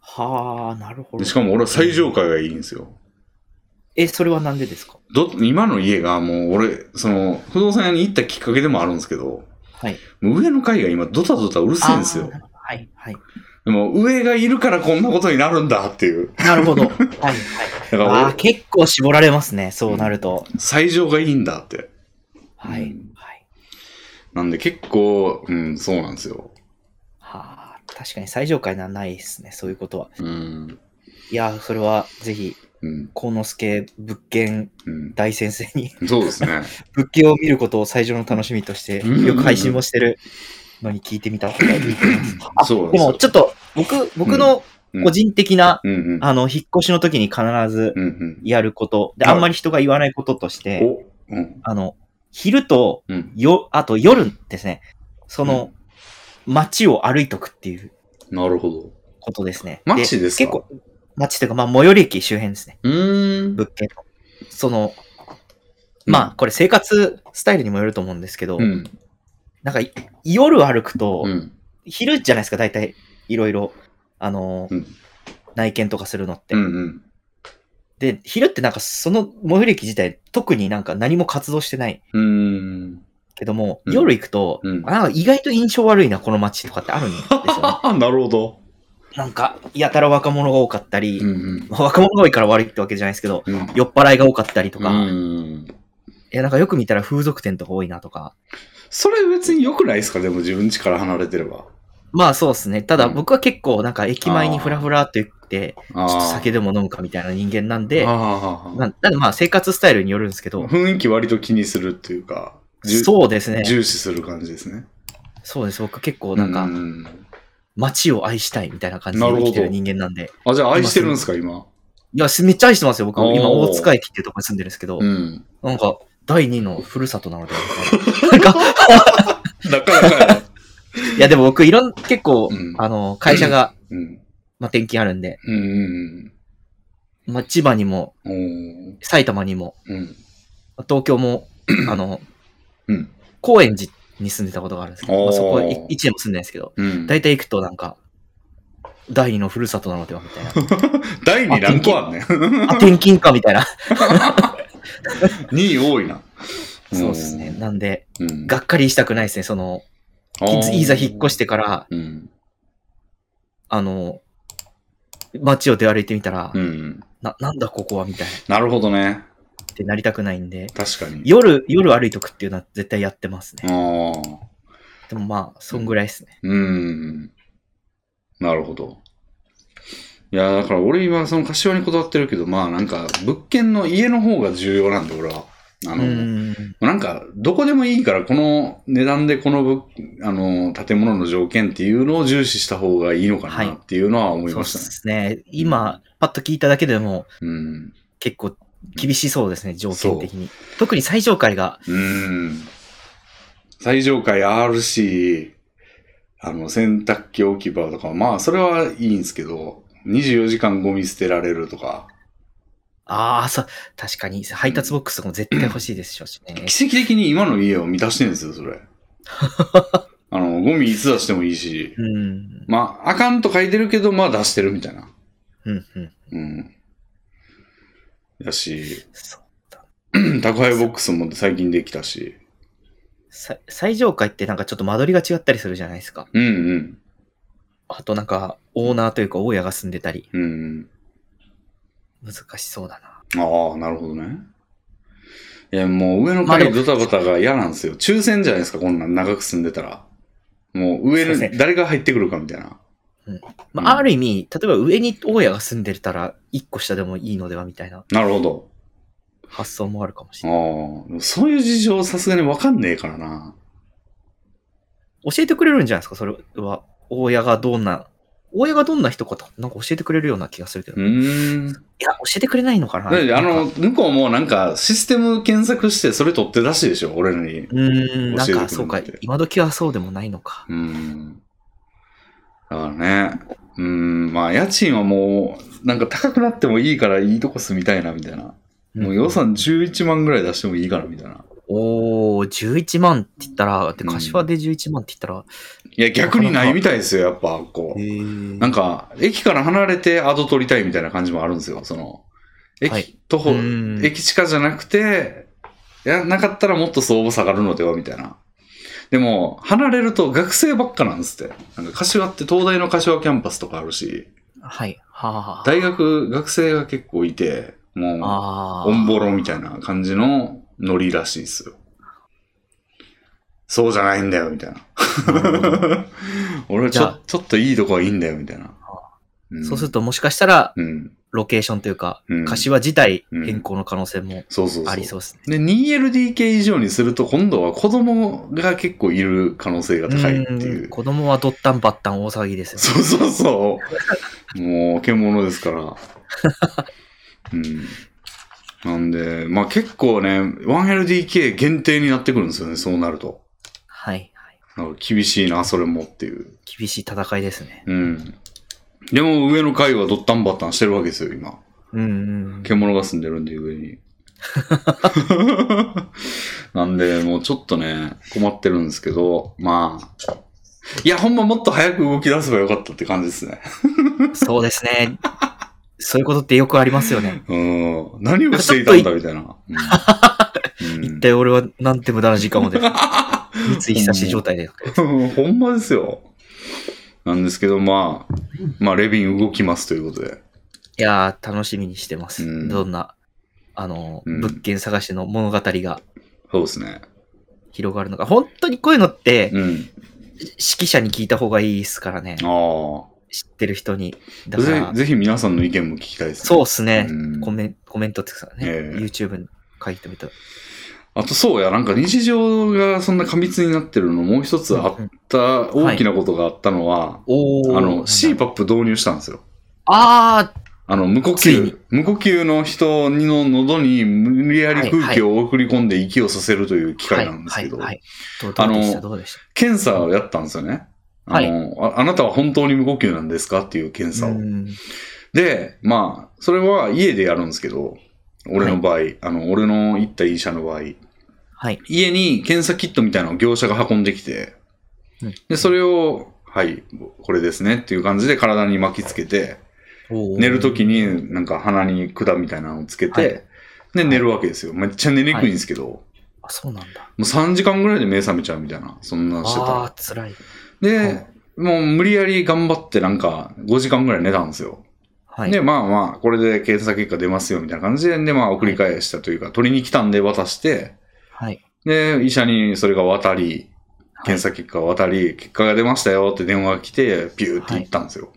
Speaker 2: はあ、なるほ
Speaker 1: で
Speaker 2: ど。
Speaker 1: しかも俺は最上階がいいんですよ。
Speaker 2: え、それはなんでですか
Speaker 1: ど、今の家がもう俺、その、不動産屋に行ったきっかけでもあるんですけど、
Speaker 2: はい。
Speaker 1: もう上の階が今ドタドタうるせえんですよ
Speaker 2: あー。なるほどはい。はい。
Speaker 1: でも、上がいるからこんなことになるんだっていう。
Speaker 2: なるほ
Speaker 1: [LAUGHS]
Speaker 2: ど。はい。はい。
Speaker 1: だか
Speaker 2: あ
Speaker 1: ら
Speaker 2: あ、、結構絞られますね。そうなると。
Speaker 1: 最上がいいんだって。
Speaker 2: は
Speaker 1: う
Speaker 2: い
Speaker 1: ん。
Speaker 2: はい。
Speaker 1: なんで結構、うん、そうなんですよ。
Speaker 2: はあ、確かに最上階なないですね。そういうことは。
Speaker 1: うん。
Speaker 2: いやー、それはぜひ、
Speaker 1: うん。
Speaker 2: 幸之助物件
Speaker 1: うん。
Speaker 2: 大先生に [LAUGHS]
Speaker 1: そうですね。
Speaker 2: 物件を見ることを最上の楽しみとして、
Speaker 1: うん
Speaker 2: よく配信もしてるのに聞いてみた方がいいと思います。あ
Speaker 1: そうなんで
Speaker 2: ですも
Speaker 1: よ。
Speaker 2: ちょっと僕、僕の
Speaker 1: うん
Speaker 2: 個人的な、
Speaker 1: うんうん。
Speaker 2: あの、引っ越しの時に必ず
Speaker 1: うんうん。
Speaker 2: やること、で、
Speaker 1: はい
Speaker 2: あんまり人が言わないこととして、
Speaker 1: おうん。
Speaker 2: あの、昼と
Speaker 1: うん。
Speaker 2: よ、あと夜ですね、その、街を歩いとくっていう
Speaker 1: なるほど。
Speaker 2: ことですね。
Speaker 1: 街ですか
Speaker 2: 結構、街というか、まあ、最寄り駅周辺ですね、
Speaker 1: うーん。
Speaker 2: 物件の。その、まあ、これ生活スタイルにもよると思うんですけど、
Speaker 1: うん。
Speaker 2: なんか、夜歩くと、
Speaker 1: うん。
Speaker 2: 昼じゃないですか、大体、いろいろ、あのー
Speaker 1: うん
Speaker 2: 内見とかするのって。
Speaker 1: うんうん。
Speaker 2: で、昼ってなんか、その最寄り駅自体、特になんか何も活動してないう
Speaker 1: ーん。
Speaker 2: けども、
Speaker 1: うん
Speaker 2: 夜行くと、
Speaker 1: うん
Speaker 2: あなんか意外と印象悪いな、この街とかってあるんですよね。
Speaker 1: あ、なるほど。
Speaker 2: なんか、やたら若者が多かったり、
Speaker 1: うんうん。
Speaker 2: まあ若者が多いから悪いってわけじゃないですけど、
Speaker 1: うん。
Speaker 2: 酔っ払いが多かったりと
Speaker 1: う
Speaker 2: か、
Speaker 1: ん。
Speaker 2: いや、なんかよく見たら風俗店とか多いなとか。
Speaker 1: それ別に良くないですかでも自分家から離れてれば。
Speaker 2: まあそうですね。ただ
Speaker 1: うん
Speaker 2: 僕は結構なんか駅前にふらふらっと言って、
Speaker 1: あ
Speaker 2: ちょ
Speaker 1: ー
Speaker 2: っと酒でも飲むかみたいな人間なんで、
Speaker 1: あー
Speaker 2: な
Speaker 1: あーあー
Speaker 2: なんでまあ生活スタイルによるんですけど、
Speaker 1: 雰囲気割と気にするっていうか、じゅ
Speaker 2: そうですね。
Speaker 1: 重視する感じですね。
Speaker 2: そうです。僕結構なん
Speaker 1: う
Speaker 2: か街を愛したいみたいな感じで
Speaker 1: なるほ
Speaker 2: 生
Speaker 1: ど
Speaker 2: きてる人間なんで。
Speaker 1: あ、じゃあ愛してるんですか、今。
Speaker 2: いや、すめっちゃ愛してますよ。僕
Speaker 1: おー
Speaker 2: 今大塚駅っていうとこに住んでるんですけど、
Speaker 1: うん。
Speaker 2: なんか第二のふるさとなので。なんか、
Speaker 1: なかなかや。
Speaker 2: いやでも僕いろん、結構、
Speaker 1: うん
Speaker 2: あの、会社が、
Speaker 1: うん。
Speaker 2: まあ転勤あるんで、
Speaker 1: うんうん
Speaker 2: まあ千葉にも、
Speaker 1: うん。おー
Speaker 2: 埼玉にも、
Speaker 1: うん。
Speaker 2: 東京も、
Speaker 1: [CLEARS THROAT]
Speaker 2: あの、
Speaker 1: うん。
Speaker 2: 高円寺に住んでたことがあるんですけど、まあ、そこ1年も住んでないですけど、
Speaker 1: うん。
Speaker 2: 大体行くとなんか、第二のふるさとなのではみたいな。
Speaker 1: 第2何個あんねん。
Speaker 2: あ、転勤かみたいな。
Speaker 1: 2位多いな。
Speaker 2: そうですね。なんで、
Speaker 1: うん。
Speaker 2: がっかりしたくないですね。その、
Speaker 1: あ
Speaker 2: い
Speaker 1: ー
Speaker 2: ざいざ引っ越してから、
Speaker 1: うん。
Speaker 2: あの、街を出歩いてみたら、
Speaker 1: うん。
Speaker 2: な、なんだここはみたいな
Speaker 1: なるほどね。
Speaker 2: ってなりたくないんで、
Speaker 1: 確かに。
Speaker 2: 夜、夜歩いとくっていうのは絶対やってます
Speaker 1: あ
Speaker 2: ね。
Speaker 1: ー
Speaker 2: でもまあ、そんぐらいですね。
Speaker 1: うん。なるほど。いや、だから俺今、その柏にこだわってるけど、まあなんか、物件の家の方が重要なんで、俺は。あ
Speaker 2: う
Speaker 1: の、
Speaker 2: ん。
Speaker 1: なんか、どこでもいいから、この値段でこの物、あの、建物の条件っていうのを重視した方がいいのか
Speaker 2: はい
Speaker 1: なっていうのは思い
Speaker 2: そう
Speaker 1: ま
Speaker 2: で
Speaker 1: したね。
Speaker 2: すね。今、パッと聞いただけでも、
Speaker 1: うん。
Speaker 2: 結構厳しそうですね、条件的に。特に最上階が。
Speaker 1: うん。最上階あるし、あの、洗濯機置き場とか、まあ、それはいいんですけど、24時間ゴミ捨てられるとか、
Speaker 2: ああ、そう、確かに、配達ボックスとかも絶対欲しいでしょうしね。
Speaker 1: 奇跡的に今の家を満たしてるんですよ、そ
Speaker 2: [LAUGHS]
Speaker 1: れ。あの、ゴミいつ出してもいいし、
Speaker 2: うん。
Speaker 1: まあ、あかんと書いてるけど、まあ出してるみたいな。
Speaker 2: うん、うん。
Speaker 1: うん。やし、 [CLEARS THROAT]
Speaker 2: そうだ
Speaker 1: 宅配ボックスも最近できたし、
Speaker 2: さ最上階ってなんかちょっと間取りが違ったりするじゃないですか。
Speaker 1: うんうん、
Speaker 2: あとなんか、オーナーというか、大家が住んでたり。
Speaker 1: うんうん。
Speaker 2: 難しそうだな。
Speaker 1: ああ、なるほどね。いや、もう上の階ドタバタが嫌なんですよ。抽選じゃないですか、こんなん長く住んでたら。もう上
Speaker 2: そうです
Speaker 1: の、
Speaker 2: ね
Speaker 1: 誰が入ってくるかみたいな。
Speaker 2: ま
Speaker 1: うん
Speaker 2: あ、ある意味、例えば上に大家が住んでたら、一個下でもいいのではみたいな
Speaker 1: なるほど。
Speaker 2: 発想もあるかもしれない。
Speaker 1: ああ、でもそういう事情さすがにわかんねえからな。
Speaker 2: 教えてくれるんじゃないですか、それは。大家がどんな、大家がどんな人かと、なんか教えてくれるような気がするけど。
Speaker 1: う
Speaker 2: い
Speaker 1: ーん。
Speaker 2: や、教えてくれないのかな。
Speaker 1: だってあ
Speaker 2: なん
Speaker 1: の、
Speaker 2: か
Speaker 1: 向こうもなんかシステム検索してそれ取って出しでしょ、俺らに。
Speaker 2: うーん、なん
Speaker 1: 教え
Speaker 2: か、
Speaker 1: て
Speaker 2: そう
Speaker 1: くれ
Speaker 2: か
Speaker 1: るって、
Speaker 2: 今時はそうでもないのか。
Speaker 1: うん。だからね。うん、まあ家賃はもう、なんか高くなってもいいからいいとこ住みたいな、みたいな。もう予算11万ぐらい出してもいいからみたいな。
Speaker 2: おー、11万って言ったら、だって柏で11万って言ったら、
Speaker 1: いや、逆にないみたいですよ、やっぱ、こう。
Speaker 2: ー
Speaker 1: なんか、駅から離れてアド取りたいみたいな感じもあるんですよ、その。駅、
Speaker 2: はい
Speaker 1: 徒歩
Speaker 2: う、ん
Speaker 1: 駅地下じゃなくて、いや、なかったらもっと相場下がるのでは、みたいな。でも、離れると学生ばっかなんですって。なんか、柏って東大の柏キャンパスとかあるし、
Speaker 2: はい、はあ。
Speaker 1: 大学、学生が結構いて、も
Speaker 2: あ
Speaker 1: う、オンボ
Speaker 2: ロ。
Speaker 1: ロみたいな感じのノリらしいですよ。そうじゃないんだよ、みたいな。 [LAUGHS]
Speaker 2: なるほど
Speaker 1: 俺はち
Speaker 2: じゃ
Speaker 1: ょ
Speaker 2: あ
Speaker 1: ちょっといいとこはいいんだよ、みたいな。ん
Speaker 2: そうすると、もしかしたら、
Speaker 1: うん。
Speaker 2: ロケーションというか、
Speaker 1: うん
Speaker 2: 柏自体変更の可能性も
Speaker 1: そうそうそう。
Speaker 2: ありそうですね。。
Speaker 1: で、2LDK 以上にすると、今度は子供が結構いる可能性が高いっていううん
Speaker 2: 子供はどったんばったん大騒ぎですよね。
Speaker 1: そうそうそう。もう、獣ですから。うん。なんで、まあ結構ね、1LDK 限定になってくるんですよね、そうなると。
Speaker 2: はい、はい。
Speaker 1: なんか厳しいな、それもっていう。
Speaker 2: 厳しい戦いですね。
Speaker 1: うん。でも上の階はドッタンバッタンしてるわけですよ、今。
Speaker 2: うんうんうん。
Speaker 1: 獣が住んでるんで、上に。 [LAUGHS] なんで、もうちょっとね、困ってるんですけど、まあ。いや、ほんまもっと早く動き出せばよかったって感じですね。
Speaker 2: [LAUGHS] そうですね。そういうことってよくありますよ [LAUGHS] ね。
Speaker 1: うん。何をしていたんだみたいな。うん
Speaker 2: [LAUGHS] 一体俺はなんて無駄な時間 [LAUGHS] をで。三井久志状態で。
Speaker 1: うん、 [LAUGHS] ほんまですよ。なんですけど、まあ、まあ、レビン動きますということで。
Speaker 2: いやー、楽しみにしてます。
Speaker 1: うん
Speaker 2: どんな、あのー、
Speaker 1: うん
Speaker 2: 物件探しの物語が
Speaker 1: そうですね。
Speaker 2: 広がるのか。本当にこういうのって、
Speaker 1: うん。
Speaker 2: 指揮者に聞いた方がいいですからね。
Speaker 1: あ
Speaker 2: 知ってる人に。だ
Speaker 1: あ。
Speaker 2: か
Speaker 1: ぜ
Speaker 2: ら、
Speaker 1: ぜひ皆さんの意見も聞きたいですね。
Speaker 2: そうっすね。
Speaker 1: うん
Speaker 2: コメンコメントってさね、
Speaker 1: ええ
Speaker 2: YouTube に書いてみた。
Speaker 1: あとそうや、なんか日常がそんな過密になってるのもう一つあっ
Speaker 2: うん
Speaker 1: た、
Speaker 2: うん
Speaker 1: 大きなことがあったのは、
Speaker 2: おー
Speaker 1: あ
Speaker 2: なん
Speaker 1: の、
Speaker 2: だ
Speaker 1: CPAP 導入したんですよ。
Speaker 2: あ
Speaker 1: あの、無呼
Speaker 2: ついに
Speaker 1: 吸。無呼吸の人の喉に無理やり空気を送り込んで息をさせるという機
Speaker 2: ーは
Speaker 1: 会
Speaker 2: い、
Speaker 1: なんですけど
Speaker 2: はい、、はい。どうどうでし
Speaker 1: あの
Speaker 2: たどうでした
Speaker 1: 検査をやったんですよね。あの、ああなたは本当に無呼吸なんですかっていう検査
Speaker 2: う
Speaker 1: を。
Speaker 2: ん
Speaker 1: で、まあ、それは家でやるんですけど、俺の場合、あの、俺の行った医者の場合、
Speaker 2: はい。
Speaker 1: 家に検査キットみたいなのを業者が運んできて
Speaker 2: うん、
Speaker 1: で、それを、はい、これですねっていう感じで体に巻きつけて、寝
Speaker 2: 寝
Speaker 1: るとき
Speaker 2: に。
Speaker 1: になんか鼻に管みたいなのをつけて、
Speaker 2: はい
Speaker 1: で、寝るわけですよ。めっちゃ寝にくいんですけど、も
Speaker 2: あ、そうなんだ。
Speaker 1: う3時間ぐらいで目覚めちゃうみたいな、そんなんしてた
Speaker 2: ああ
Speaker 1: ら。
Speaker 2: ー、辛い。
Speaker 1: で、もう無理やり頑張ってなんか5時間ぐらい寝たんですよ。
Speaker 2: はい。
Speaker 1: で、まあまあ、これで検査結果出ますよみたいな感じで、で、まあ送り返したというか、取りに来たんで渡して、
Speaker 2: はい。
Speaker 1: で、医者にそれが渡り、検査結果が渡り、結果が出ましたよって電話が来て、ピューって行ったんですよ。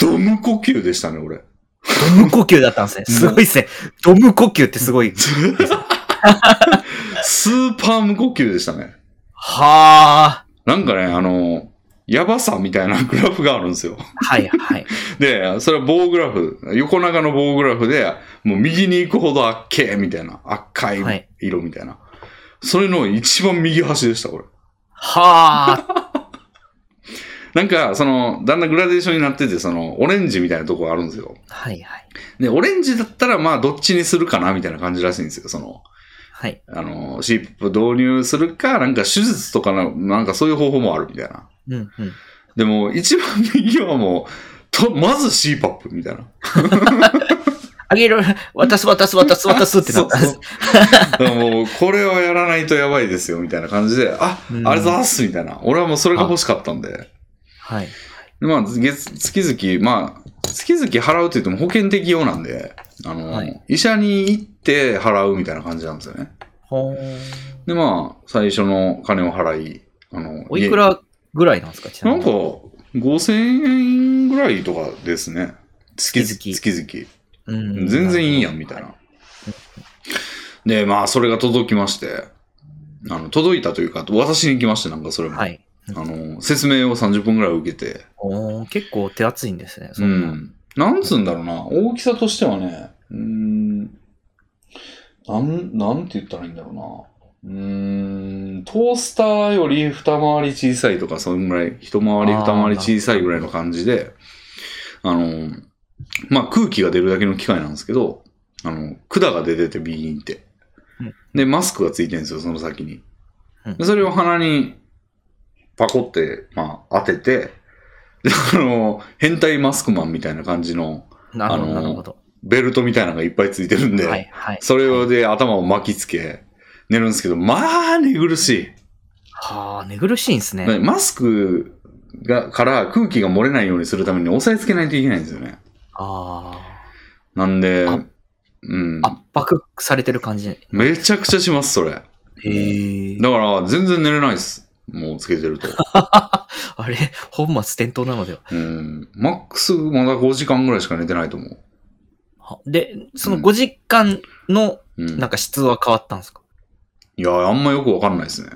Speaker 1: ドム呼吸でしたね、俺。
Speaker 2: ドム呼吸だったんですね。すごいっすね。ドム呼吸ってすごい。
Speaker 1: スーパー無呼吸でしたね。
Speaker 2: はあ。
Speaker 1: なんかね、あの、やばさみたいなグラフがあるんですよ。
Speaker 2: はいはい。
Speaker 1: で、それは棒グラフ、横長の棒グラフで、もう右に行くほどあっけーみたいな、赤
Speaker 2: はい
Speaker 1: い色みたいな。それの一番右端でした、これ。
Speaker 2: はあ。
Speaker 1: なんか、その、だんだんグラデーションになってて、その、オレンジみたいなとこがあるんですよ。
Speaker 2: はいはい。
Speaker 1: で、オレンジだったら、まあ、どっちにするかな、みたいな感じらしいんですよ。その、
Speaker 2: はい。
Speaker 1: あの、CPAP 導入するか、なんか手術とかの、なんかそういう方法もあるみたいな。
Speaker 2: うんうん。
Speaker 1: でも、一番右はもう、と、まず CPAP みたいな。
Speaker 2: あげる、渡す渡す渡す渡すってなったんです。
Speaker 1: そうそうもう、 [LAUGHS] これをやらないとやばいですよ、みたいな感じで、あ、
Speaker 2: うん
Speaker 1: あれざます、みたいな。俺はもうそれが欲しかったんで。
Speaker 2: はい。
Speaker 1: でまあ、月、月々、まあ、月々払うって言っても保険適用なんで、あの、
Speaker 2: はい
Speaker 1: 医者に行って払うみたいな感じなんですよね。
Speaker 2: ほー
Speaker 1: で、まあ、最初の金を払い、あの、
Speaker 2: おいく
Speaker 1: 家
Speaker 2: らぐらいなんですかちな
Speaker 1: な
Speaker 2: み
Speaker 1: ん
Speaker 2: に
Speaker 1: か、5000円ぐらいとかですね。月々。
Speaker 2: 月々
Speaker 1: 月
Speaker 2: うん
Speaker 1: 々。全然いいやん、みたいな。で、まあ、それが届きまして、あの、届いたというか、私に来まして、なんかそれも。
Speaker 2: はい。
Speaker 1: あの、説明を30分ぐらい受けて、
Speaker 2: おー結構手厚いんですね。
Speaker 1: う
Speaker 2: そんな。
Speaker 1: ん。なんつうんだろうな。大きさとしてはね、うーん、なん、なんて言ったらいいんだろうな。うーん、トースターより二回り小さいとか、そのぐらい、一回り
Speaker 2: あー
Speaker 1: 二回り小さいぐらいの感じで、あの、まあ、空気が出るだけの機械なんですけど、あの、管が出ててビーンって
Speaker 2: うん。
Speaker 1: で、マスクがついてるんですよ、その先に。
Speaker 2: うん
Speaker 1: でそれを鼻にパコって、まあ、当てて、で、あの、変態マスクマンみたいな感じの
Speaker 2: なるほど、
Speaker 1: あ
Speaker 2: な
Speaker 1: のー
Speaker 2: るほど。
Speaker 1: ベルトみたいなのがいっぱいついてるんで、
Speaker 2: はいはい。
Speaker 1: それ
Speaker 2: は
Speaker 1: を
Speaker 2: い。
Speaker 1: で頭を巻きつけ、寝るんですけど、まあ、寝苦し
Speaker 2: はあ、寝苦しいんです
Speaker 1: い。
Speaker 2: ね。
Speaker 1: マスクが、から空気が漏れないようにするために押さえつけないといけないんですよね。
Speaker 2: あ
Speaker 1: なんで
Speaker 2: あ、
Speaker 1: うん
Speaker 2: あ。。圧迫されてる感じ。へ
Speaker 1: めちゃくちゃします、それ。だか
Speaker 2: え。
Speaker 1: ら、全然寝れないです。もうつけて
Speaker 2: [LAUGHS]
Speaker 1: ると。
Speaker 2: あれ、 [LAUGHS] 本末転倒なのでは。
Speaker 1: うん。マックス、まだ5時間ぐらいしか寝てないと思う。
Speaker 2: はで、そうの
Speaker 1: ん
Speaker 2: 5時間の
Speaker 1: うん
Speaker 2: なん。か質は変わったんですか、
Speaker 1: いや、あんまよくわかんないですね。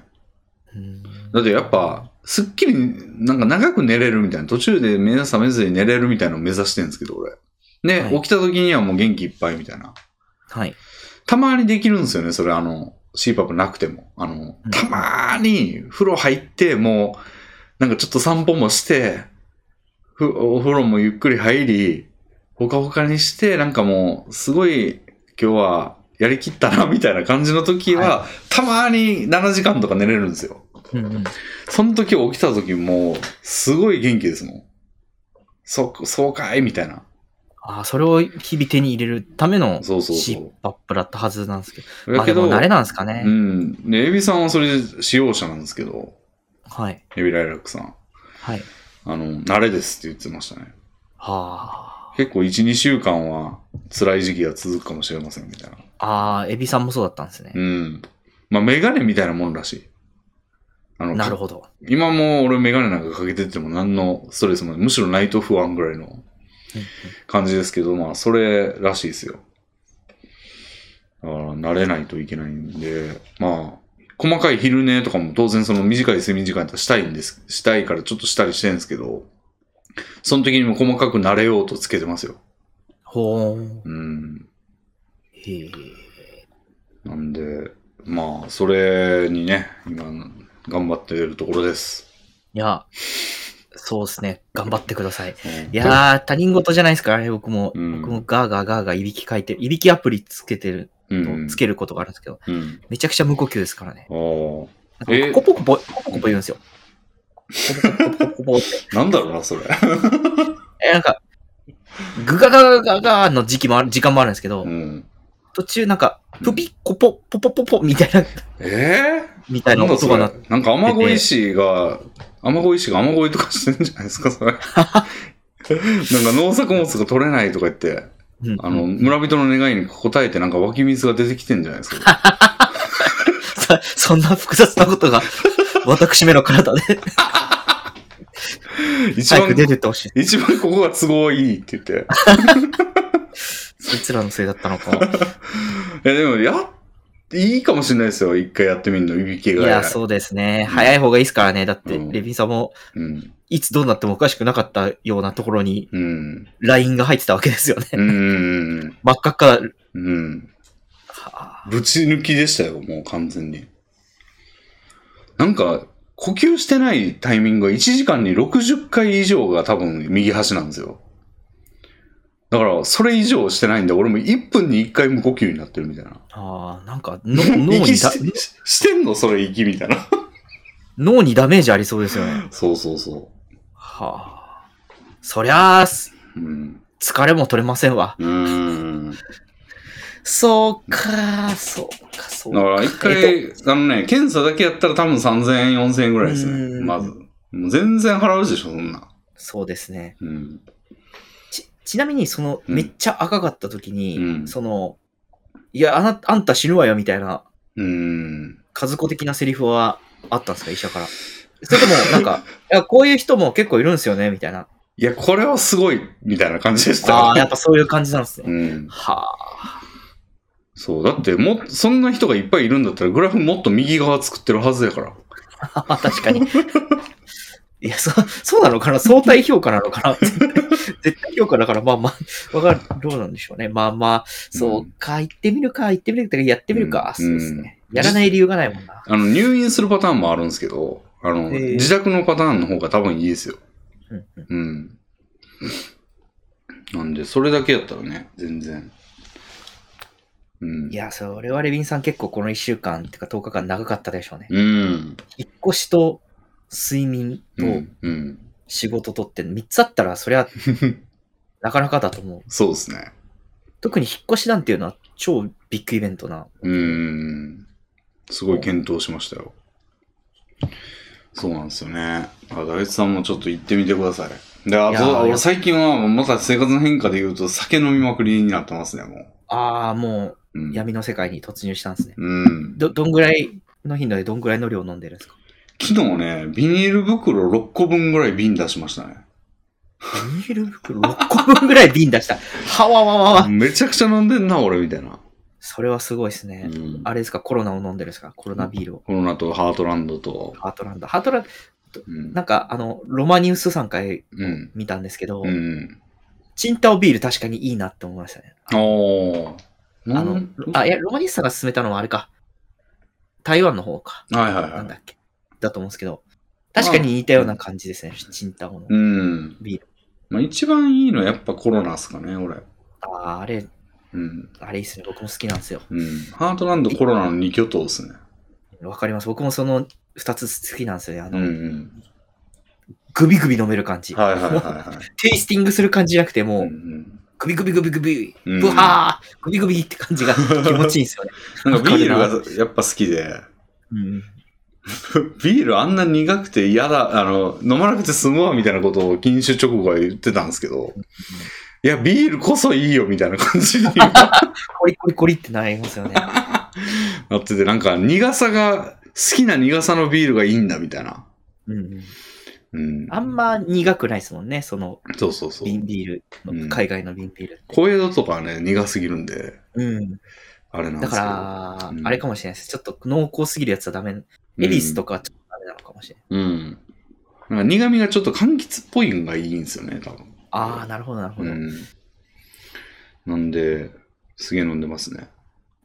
Speaker 2: うん
Speaker 1: だってやっぱ、すっきり、なんか長く寝れるみたいな、途中で目覚めずに寝れるみたいなのを目指してるんですけど、俺。ね、
Speaker 2: はい
Speaker 1: 起きた時にはもう元気いっぱいみたいな。
Speaker 2: はい。
Speaker 1: たまにできるんですよね、それ、あの、CPAP なくても。あの
Speaker 2: うん、
Speaker 1: たまに風呂入って、もう、なんかちょっと散歩もして、ふお風呂もゆっくり入り、ほかほかにして、なんかもう、すごい、今日は、やりきったな、みたいな感じの時は、たまに7時間とか寝れるんですよ。
Speaker 2: うんうん、
Speaker 1: その時起きた時も、すごい元気ですもん。そう、そうかいみたいな。
Speaker 2: ああ、それを日々手に入れるための
Speaker 1: そうそう
Speaker 2: シッ
Speaker 1: そ
Speaker 2: パップだったはずなんですけど。
Speaker 1: う。
Speaker 2: ま
Speaker 1: だ
Speaker 2: あ
Speaker 1: け
Speaker 2: で
Speaker 1: ど、
Speaker 2: も慣れなんですかね。
Speaker 1: うん。で、エビさんはそれ使用者なんですけど、
Speaker 2: はい。
Speaker 1: エビライラックさん。
Speaker 2: はい。
Speaker 1: あの、慣れですって言ってましたね。
Speaker 2: は
Speaker 1: 結構1、2週間は辛い時期が続くかもしれませんみたいな。
Speaker 2: あ。ああ、エビさんもそうだったんですね。
Speaker 1: うん。まあ、メガネみたいなもんらしい。あの、
Speaker 2: なるほど。
Speaker 1: 今も俺メガネなんかかけてても何のストレスもないむしろナイト不安ぐらいの感じですけど、まあ、それらしいですよ。だから、慣れないといけないんで、まあ、細かい昼寝とかも当然その短い睡眠時間としたいんです、したいからちょっとしたりしてるんですけど、その時にも細かく慣れようとつけてますよ。
Speaker 2: ほーん。
Speaker 1: うん。
Speaker 2: へえ。
Speaker 1: なんで、まあ、それにね、今、頑張ってるところです。
Speaker 2: いや、そうですね。頑張ってください。
Speaker 1: うん
Speaker 2: いやー、他人事じゃないですから、あれ僕も、
Speaker 1: うん
Speaker 2: 僕もガーガーガーガーいびき書いてる、いびきアプリつけてる、
Speaker 1: うん。
Speaker 2: つけることがあるんですけど、
Speaker 1: うん。
Speaker 2: めちゃくちゃ無呼吸ですからね。
Speaker 1: ああ。
Speaker 2: なん
Speaker 1: え
Speaker 2: かポコポコポコポコポコ言うんですよ。ポコポコポコポコポコって。
Speaker 1: なんだろうな、それ。
Speaker 2: え、なんか、グガガガガガーの時期もある、時間もあるんですけど
Speaker 1: う、ん。
Speaker 2: 途中なんか、プピッコポ、ポポポポみたいな、
Speaker 1: え
Speaker 2: み
Speaker 1: え
Speaker 2: たい
Speaker 1: な
Speaker 2: な
Speaker 1: んだ
Speaker 2: 音
Speaker 1: そ
Speaker 2: が
Speaker 1: れ
Speaker 2: なって。
Speaker 1: なんか雨乞い師が、雨乞い師が雨乞いとかしてんじゃないですか、そ [LAUGHS] れ。なんか農作物が取れないとか言って、
Speaker 2: うん
Speaker 1: あの、村人の願いに応えてなんか湧き水が出てきてんじゃないです
Speaker 2: [LAUGHS]
Speaker 1: か。
Speaker 2: そそんな複雑なことが、私めの体で
Speaker 1: 一
Speaker 2: 早
Speaker 1: 番
Speaker 2: く、出てってほしい。
Speaker 1: 一番ここが都合いいって言って。 [LAUGHS]
Speaker 2: そいつらのせいだったのか。
Speaker 1: いや、でも、やっいいかもしれないですよ。一回やってみるの、いびき
Speaker 2: い
Speaker 1: が。
Speaker 2: や、そうですね。
Speaker 1: うん
Speaker 2: 早い方がいいですからね。だって、
Speaker 1: うん
Speaker 2: レビンさんも、
Speaker 1: うん。
Speaker 2: いつどうなってもおかしくなかったようなところに、 [LAUGHS]
Speaker 1: うん。
Speaker 2: LINE が入ってたわけですよね。 [LAUGHS]
Speaker 1: うんうん。
Speaker 2: 真っ赤っかだ。
Speaker 1: うん。
Speaker 2: はあ
Speaker 1: ぶち抜きでしたよ、もう完全に。なんか、呼吸してないタイミングが1時間に60回以上が多分右端なんですよ。だから、それ以上してないんで、俺も1分に1回無呼吸になってるみたいな。
Speaker 2: ああ、なんか
Speaker 1: [LAUGHS]
Speaker 2: の、脳
Speaker 1: 息
Speaker 2: に
Speaker 1: し
Speaker 2: だ
Speaker 1: てししてんのそれ息みたいな。
Speaker 2: 脳にダメージあり [LAUGHS] そうですよね。
Speaker 1: そうそうそ
Speaker 2: はあ。そりゃあ、す
Speaker 1: う。うん。
Speaker 2: 疲れも取れませんわ。
Speaker 1: うーん。
Speaker 2: そうか、そうか、そう
Speaker 1: だから一
Speaker 2: え
Speaker 1: 回、あのね、検査だけやったら多分3000円、4000円ぐらいです
Speaker 2: う
Speaker 1: ね。
Speaker 2: ん
Speaker 1: まず。もう全然払うでしょ、そんな。
Speaker 2: そうですね。
Speaker 1: うん。
Speaker 2: ち、ちなみに、その、
Speaker 1: うん
Speaker 2: めっちゃ赤かった時に、
Speaker 1: うん
Speaker 2: その、いや、あな、あんた死ぬわよ、みたいな、
Speaker 1: うん。
Speaker 2: 和子的なセリフはあったんですか、医者から。それとも、な
Speaker 1: [LAUGHS]
Speaker 2: んか、いや、こういう人も結構いるんですよね、みたいな。
Speaker 1: いや、これはすごい、みたいな感じでした。
Speaker 2: ああ、やっぱそういう感じなんです
Speaker 1: う
Speaker 2: ね。
Speaker 1: ん。
Speaker 2: はあ。
Speaker 1: そう。だって、も、そんな人がいっぱいいるんだったら、グラフもっと右側作ってるはずやから。
Speaker 2: [LAUGHS] 確かに。いや、そ、そうなのかな相対評価なのか
Speaker 1: [LAUGHS]
Speaker 2: な絶対絶対評価だから、まあまあ、わかる、どうなんでしょうね。まあまあ、そうか、行ってみるか、行ってみるか、やってみるか、
Speaker 1: うん
Speaker 2: そうですね。
Speaker 1: うん
Speaker 2: やらない理由がないもんな。
Speaker 1: あの、入院するパターンもあるんですけど、あの、
Speaker 2: えー
Speaker 1: 自宅のパターンの方が多分いいですよ。
Speaker 2: うんうん
Speaker 1: うん。なんで、それだけやったらね、全然。うん。
Speaker 2: い。や、それはレビンさん結構この1週間、てか10日間長かったでしょうね。
Speaker 1: うん。
Speaker 2: 引っ越しと睡眠
Speaker 1: う
Speaker 2: と
Speaker 1: ん。うん。
Speaker 2: 仕事とって3つあったら、そり [LAUGHS] ゃ、なかなかだと思う。
Speaker 1: そうですね。
Speaker 2: 特に引っ越しなんていうのは超ビッグイベントな。
Speaker 1: うん。すごい検討しましたよ。そうなんですよね。だから大地さんもちょっと行ってみてください。で、あ
Speaker 2: いやー
Speaker 1: と、俺最近はまた生活の変化で言うと、酒飲みまくりになってますね、も
Speaker 2: ああ、も
Speaker 1: う。う。
Speaker 2: うん闇の世界に突入したんですね。
Speaker 1: うん。
Speaker 2: ど、どんぐらいの頻度でどんぐらいの量飲んでるんですか
Speaker 1: 昨日ね、ビニール袋6個分ぐらい瓶出しましたね。
Speaker 2: ビニール袋6個分ぐらい瓶出した。はわわわわ。
Speaker 1: めちゃくちゃ飲んでんな、俺、みたいな。
Speaker 2: それはすごいですね。
Speaker 1: うん
Speaker 2: あれですか、コロナを飲んでるんですかコロナビールを。
Speaker 1: コロナとハートランドと。
Speaker 2: ハートランド。ハートランド、
Speaker 1: うん
Speaker 2: なんかあの、ロマニウスさん回
Speaker 1: うん。
Speaker 2: 見たんですけど、
Speaker 1: うん。
Speaker 2: チンタオビール確かにいいなって思いましたね。
Speaker 1: おー。
Speaker 2: あ
Speaker 1: う
Speaker 2: の
Speaker 1: ん、
Speaker 2: あ、いや、ロマニウスさんが勧めたのはあれか。台湾の方か。
Speaker 1: はいはい
Speaker 2: なん
Speaker 1: は
Speaker 2: だ
Speaker 1: い。
Speaker 2: っけ。だと思うんですけど、確かに似たような感じですね。チンタオの
Speaker 1: うん。
Speaker 2: ビール。
Speaker 1: まあ、一番いいのはやっぱコロナっすかね、俺。
Speaker 2: あーあれ、
Speaker 1: うん。
Speaker 2: あれいいですね。僕も好きなんですよ。
Speaker 1: うん。ハートランド、コロナの二巨頭っすね。
Speaker 2: わかります。僕もその2つ好きなんですよね。あ
Speaker 1: う
Speaker 2: の、
Speaker 1: んうん。
Speaker 2: グビグビ飲める感じ。
Speaker 1: はいはいはい
Speaker 2: もう [LAUGHS]
Speaker 1: はい。
Speaker 2: テイスティングする感じじゃなくて、も
Speaker 1: う
Speaker 2: う、
Speaker 1: んうん
Speaker 2: グビグビグビグビ、
Speaker 1: うん
Speaker 2: ブハー、グビグビって感じが気持ちいいんで
Speaker 1: [LAUGHS]
Speaker 2: すよね。
Speaker 1: なんかビールがやっぱ好きで、
Speaker 2: うん、
Speaker 1: ビールあんな苦くて嫌だ、あの、飲まなくて済むわみたいなことを禁酒直後は言ってたんですけど、いや、ビールこそいいよみたいな感じにな
Speaker 2: コリコリコリってなりますよね。
Speaker 1: ってて、なんか苦さが、好きな苦さのビールがいいんだみたいな。
Speaker 2: うんうん、
Speaker 1: うん。
Speaker 2: あんま苦くないですもんね、その
Speaker 1: そうそうそう。
Speaker 2: 瓶ビールの、
Speaker 1: うん
Speaker 2: 海外の瓶ビールって。
Speaker 1: 小江戸とかはね、苦すぎるんで、
Speaker 2: うん、
Speaker 1: あれなんで
Speaker 2: だ
Speaker 1: すけ
Speaker 2: か
Speaker 1: ど。
Speaker 2: ら、
Speaker 1: うん
Speaker 2: あれかもしれないです。ちょっと濃厚すぎるやつはダメ。
Speaker 1: うん
Speaker 2: エリスとかはちょっとダメなのかもしれない。
Speaker 1: うん。なんか苦味がちょっと柑橘っぽいのがいいんですよね、多分。
Speaker 2: ああ、なるほど、なるほ
Speaker 1: う
Speaker 2: ど。い
Speaker 1: ん。なんで、すげえ飲んでますね。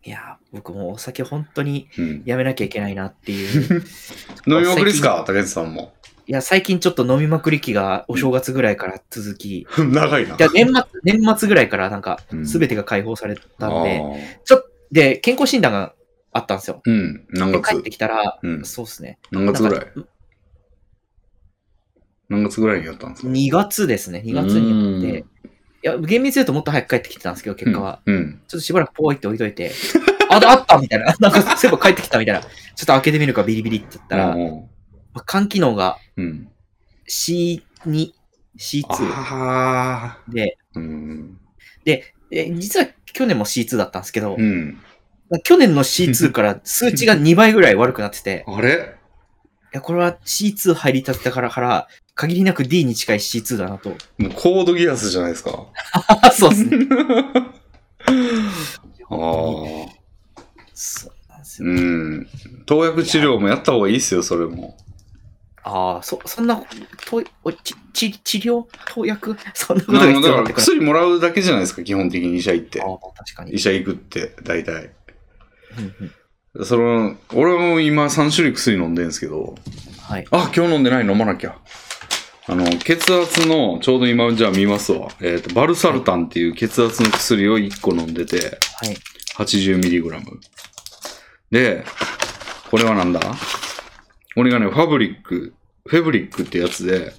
Speaker 2: やー、僕もお酒本当に
Speaker 1: うん。
Speaker 2: やめなきゃいけないなっ
Speaker 1: [LAUGHS]
Speaker 2: ていう。
Speaker 1: 飲みまくりですか竹内さんも。 [LAUGHS]
Speaker 2: いや、最近ちょっと飲みまくり期がお正月ぐらいから続き、
Speaker 1: 長いな。
Speaker 2: いや、
Speaker 1: [LAUGHS]
Speaker 2: 年末、年末ぐらいからなんか
Speaker 1: う、ん
Speaker 2: すべてが解放されたんで、
Speaker 1: で。
Speaker 2: で、健康診断があったんですよ。
Speaker 1: うん。何
Speaker 2: で
Speaker 1: 月
Speaker 2: 帰ってきたら、
Speaker 1: うん。
Speaker 2: そうですね。
Speaker 1: 何月ぐらい
Speaker 2: なんか
Speaker 1: 何月ぐらいにやったんですか
Speaker 2: 2月ですね、2月にやって、
Speaker 1: う
Speaker 2: いや、厳密に言うともっと早く帰ってきてたんですけど、結果は。
Speaker 1: うん。うん
Speaker 2: ちょっとしばらくポイって置いといて、あ、であったみたいな。なんか、そういえば帰ってきたみたいな。ちょっと開けてみるか、ビリビリって言ったら、ま
Speaker 1: うん
Speaker 2: あ肝機能が
Speaker 1: うん。
Speaker 2: C2、C2
Speaker 1: ああ。
Speaker 2: で、
Speaker 1: うん。
Speaker 2: え実は去年も C2 だったんですけど
Speaker 1: う、ん。
Speaker 2: 去年の C2 から数値が2倍ぐらい悪くなってて、
Speaker 1: あれ
Speaker 2: いや、これは C2 入りたてたからから、限りなく D に近い C2 だなと。
Speaker 1: もうコードギアスじゃないですか。
Speaker 2: あそうですね。
Speaker 1: ああ。
Speaker 2: そうなんでですよ。
Speaker 1: うん。投薬治療もやった方がいいっすよ、それも。
Speaker 2: ああ、そ、そんな、とおちち治療、投薬、 [LAUGHS] そんなこ
Speaker 1: ま
Speaker 2: と
Speaker 1: あだ
Speaker 2: が必要に
Speaker 1: か
Speaker 2: なっ
Speaker 1: ら
Speaker 2: てくる。
Speaker 1: 薬もらうだけじゃないですか、基本的に医者行って
Speaker 2: あ。あ、確かに
Speaker 1: 医。者行くって、大体。
Speaker 2: うんうん
Speaker 1: その、俺も今3種類薬飲んでんすけど、
Speaker 2: はい。
Speaker 1: あ、今日飲んでない、飲まなきゃ。あの、血圧の、ちょうど今、じゃあ見ますわ。えっ、と、バルサルタンっていう血圧の薬を1個飲んでて、
Speaker 2: はい。
Speaker 1: 80mg。で、これはなんだ俺がね、ファブリック、フェブリックってやつで、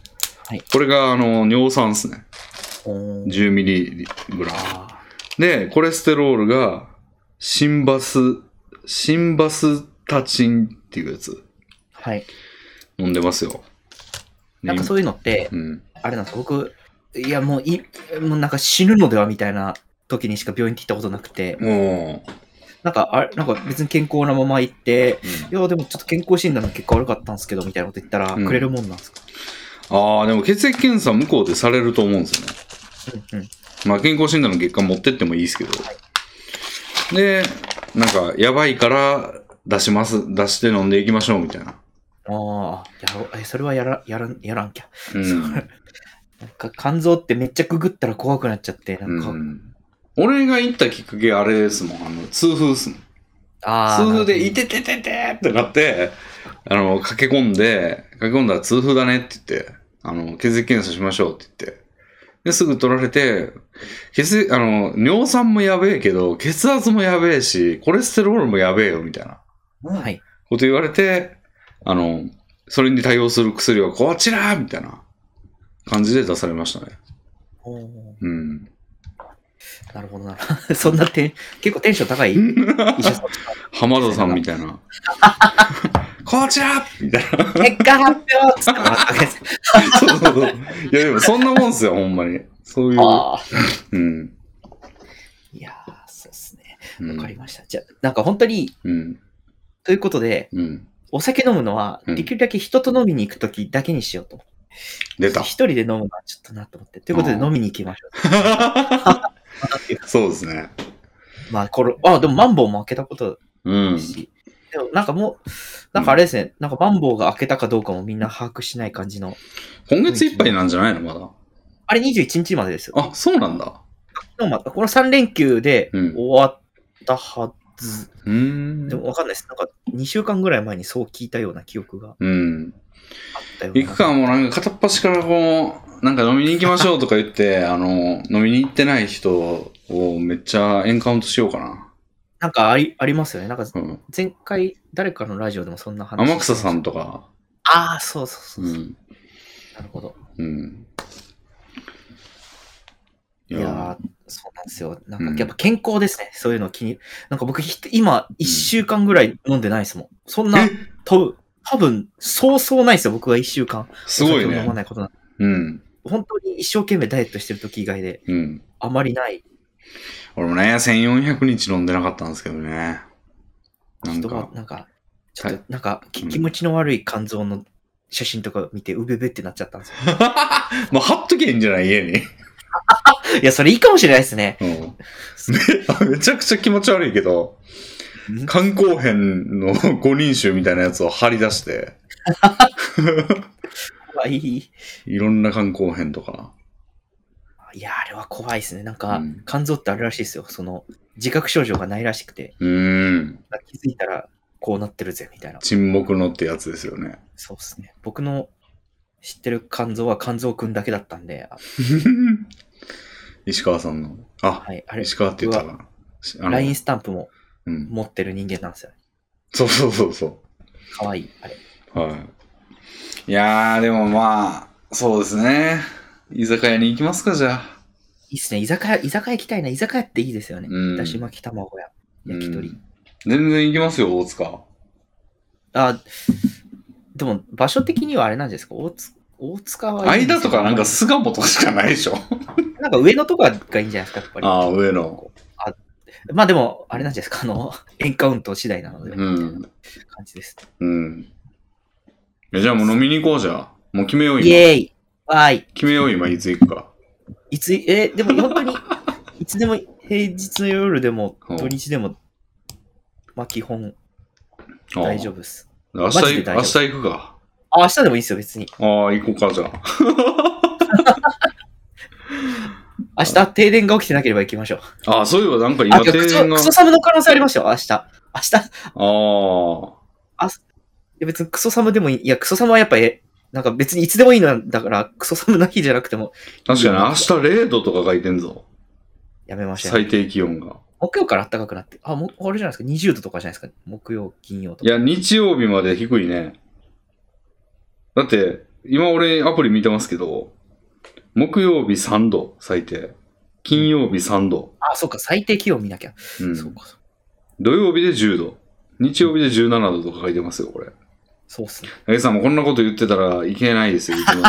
Speaker 2: はい
Speaker 1: これが、あの、尿酸ですね。
Speaker 2: おー
Speaker 1: 10mg。
Speaker 2: あ
Speaker 1: で、コレステロールが、シンバス、シンバスタチンっていうやつ
Speaker 2: あ、はい。
Speaker 1: 飲んでますよ。
Speaker 2: なんかそういうのって、
Speaker 1: うん。
Speaker 2: あれなんです僕、いやもうい、もうなんか死ぬのではみたいな時にしか病院って行ったことなくて、
Speaker 1: も
Speaker 2: なんか、あれ、なんか別に健康なまま行って、
Speaker 1: う、
Speaker 2: いや、でもちょっと健康診断の結果悪かったんですけど、みたいなこと言ったら、
Speaker 1: うん
Speaker 2: くれるもんなんですか、
Speaker 1: ああ、でも血液検査向こうでされると思うんですよね。
Speaker 2: うん、うん。
Speaker 1: まあ健康診断の結果持ってってもいいですけど。で、なんか、やばいから出します、出して飲んでいきましょうみたいな。
Speaker 2: ああ、やろうえ、それはやら、やらん、やらんきゃ。
Speaker 1: うん。
Speaker 2: なんか肝臓ってめっちゃくぐったら怖くなっちゃって、な
Speaker 1: うん
Speaker 2: か、
Speaker 1: ん、俺が行ったきっかけあれですもん。あの、痛風っすもん。
Speaker 2: ああ。
Speaker 1: 痛風で、
Speaker 2: い
Speaker 1: いててててってなって、あの、駆け込んで、駆け込んだら痛風だねって言って、あの、血液検査しましょうって言って。で、すぐ取られて、血液、あの、尿酸もやべえけど、血圧もやべえし、コレステロールもやべえよ、みたいな
Speaker 2: はい。
Speaker 1: こと言われて、あの、それに対応する薬はこちらみたいな感じで出されましたね。
Speaker 2: おー
Speaker 1: うん。
Speaker 2: なるほどな。 [LAUGHS] そんなて、結構テンション高い医
Speaker 1: [LAUGHS]
Speaker 2: 者さん。
Speaker 1: 浜田さんみたいな。こちらみたいな。
Speaker 2: 結果発表つってもらったわけです
Speaker 1: そうそうそう。 [LAUGHS] いや、でもそんなもんっすよ、ほんまに。そういう。
Speaker 2: あー
Speaker 1: うん。
Speaker 2: いやー、そうっすね。
Speaker 1: う
Speaker 2: わ
Speaker 1: ん
Speaker 2: かりました。じゃあ、なんか本当に、
Speaker 1: うん。
Speaker 2: ということで、
Speaker 1: うん。
Speaker 2: お酒飲むのは、
Speaker 1: うん
Speaker 2: できるだけ人と飲みに行くときだけにしようと。
Speaker 1: 出た
Speaker 2: 一。人で飲むのはちょっとなと思って。ということで
Speaker 1: うん
Speaker 2: 飲みに行きましょ
Speaker 1: そうですね。
Speaker 2: う。まあ、これ、あ、でもマンボウも開けたこと
Speaker 1: うん
Speaker 2: だ。し。でもなんかもう、なんかあれですね、なんかマンボウが開けたかどうかもみんな把握しない感じの。
Speaker 1: 今月いっぱいなんじゃないのまだ。
Speaker 2: あれ21日までですよ。
Speaker 1: あ、そうなんだ。
Speaker 2: でもまたこの3連休で
Speaker 1: うん
Speaker 2: 終わったはず。
Speaker 1: うーん
Speaker 2: で。もわかんないです。なんか2週間ぐらい前にそう聞いたような記憶があ
Speaker 1: うん。
Speaker 2: ったような。
Speaker 1: いくかもなんか片っ端からこう、なんか飲みに行きましょうとか言って、 [LAUGHS] あの、飲みに行ってない人をめっちゃエンカウントしようかな。
Speaker 2: なんかありありますよね。なんか
Speaker 1: うん。
Speaker 2: 前回、誰かのラジオでもそんな話。
Speaker 1: 天草さんとか。
Speaker 2: ああ、そうそうそう
Speaker 1: う
Speaker 2: そう、
Speaker 1: ん。
Speaker 2: なるほど。
Speaker 1: うん。
Speaker 2: いやーそうなんですよ。なん
Speaker 1: う
Speaker 2: か
Speaker 1: ん
Speaker 2: やっぱ健康ですね。そういうの気に。なんか僕ひ、今、1週間ぐらい飲んでないですもん。そんな
Speaker 1: え、
Speaker 2: 多分、多分、そうそうないですよ。僕は1週間。
Speaker 1: すごい
Speaker 2: お酒を飲ま
Speaker 1: ね。
Speaker 2: ないことなんて
Speaker 1: うん。
Speaker 2: 本当に一生懸命ダイエットしてる時以外で、
Speaker 1: うん。
Speaker 2: あまりない。
Speaker 1: 俺もね、1400日飲んでなかったんですけどね。なん
Speaker 2: 人が
Speaker 1: か、、
Speaker 2: なんか、ちょっ
Speaker 1: は
Speaker 2: と、なんか、き
Speaker 1: うん
Speaker 2: 気持ちの悪い肝臓の写真とか見て、うべべってなっちゃったんですよ。
Speaker 1: まあ、貼っとけんじゃない家
Speaker 2: [LAUGHS]
Speaker 1: に。
Speaker 2: いや、それいいかもしれないですね。
Speaker 1: うんめ [LAUGHS] めちゃくちゃ気持ち悪いけど、観光編の五人衆みたいなやつを貼り出して、
Speaker 2: 怖い。
Speaker 1: いろんな観光編とか。
Speaker 2: いや、あれは怖いですね。なんか、
Speaker 1: うん
Speaker 2: 肝臓ってあるらしいですよ。その、自覚症状がないらしくて、
Speaker 1: うーん。
Speaker 2: 気づいたら、こうなってるぜ、みたいな。
Speaker 1: 沈黙のってやつですよね。 [LAUGHS]
Speaker 2: そうですね。僕の知ってる肝臓は肝臓くんだけだったんで、あ
Speaker 1: 石川さんの。あ、
Speaker 2: はい、あれ、
Speaker 1: 石川って言ったら。しあの
Speaker 2: LINE スタンプも
Speaker 1: うん。
Speaker 2: 持ってる人間なんですよ。
Speaker 1: そうそうそうそ
Speaker 2: 可愛いあれ。
Speaker 1: う。はい。いやー、でもまあ、そうですね。居酒屋に行きますか、じゃあ。
Speaker 2: いいっすね。居酒屋、居酒屋行きたいな。居酒屋っていいですよね。
Speaker 1: うん
Speaker 2: だし巻き卵や焼き鳥。
Speaker 1: うん全然行きますよ、大塚。
Speaker 2: あ、でも場所的にはあれなんじゃないですか。大津大塚はいいん
Speaker 1: 間
Speaker 2: ですよ
Speaker 1: とかなんか巣鴨とかしかないでしょ。
Speaker 2: なんか上野とかがいいんじゃないですか、やっぱり。
Speaker 1: ああ、上の。
Speaker 2: まあでも、あれなんじゃないですか。あの、エンカウント次第なので、
Speaker 1: う。
Speaker 2: みたいなん感じです。
Speaker 1: うん。えじゃあもう飲みに行こうじゃあ。もう決めよう
Speaker 2: イ
Speaker 1: 今。
Speaker 2: エーイわーい
Speaker 1: 決めよう今、いつ行くか。
Speaker 2: いつ、えーでも本当に、 [LAUGHS] いつでも平日の夜でも
Speaker 1: うん、
Speaker 2: 土日でも、まあ基本、大丈夫です。
Speaker 1: 夫。明
Speaker 2: マジ
Speaker 1: 日
Speaker 2: で
Speaker 1: い、
Speaker 2: 大丈夫
Speaker 1: 明日行くか。
Speaker 2: あ、明日でもいいですよ、別に。
Speaker 1: ああ、行こうか、じゃあ。
Speaker 2: 明日、停電が起きてなければ行きましょう。
Speaker 1: ああ、そういえばなんか
Speaker 2: あ、
Speaker 1: 今
Speaker 2: クソ
Speaker 1: 停電が。
Speaker 2: ク
Speaker 1: あ
Speaker 2: ソ寒の可能性ありますよ、明日。明日、い
Speaker 1: あ。
Speaker 2: や別にクソ寒でもいい。いや、クソ寒はやっぱ、え、なんか別にいつでもいいのだから、クソ寒な日じゃなくても、
Speaker 1: 確かに明日0度とか書いてんぞ。
Speaker 2: やめましょう。
Speaker 1: 最低気温が。
Speaker 2: 木曜から暖かくなって、あ、もうあれじゃないですか、20度とかじゃないですか、木曜、金曜と
Speaker 1: い
Speaker 2: か。
Speaker 1: や、日曜日まで低いね。だって、今俺アプリ見てますけど、木曜日3度、最低。金曜日3度。
Speaker 2: あ、そうか、最低気温見なきゃ。
Speaker 1: うん
Speaker 2: そうか、そう
Speaker 1: 土曜日で10度。日曜日で17度とか書いてますよ、これ。
Speaker 2: そうっすね。
Speaker 1: えさんもこんなこと言ってたらいけないですよ、いつ
Speaker 2: [LAUGHS]
Speaker 1: も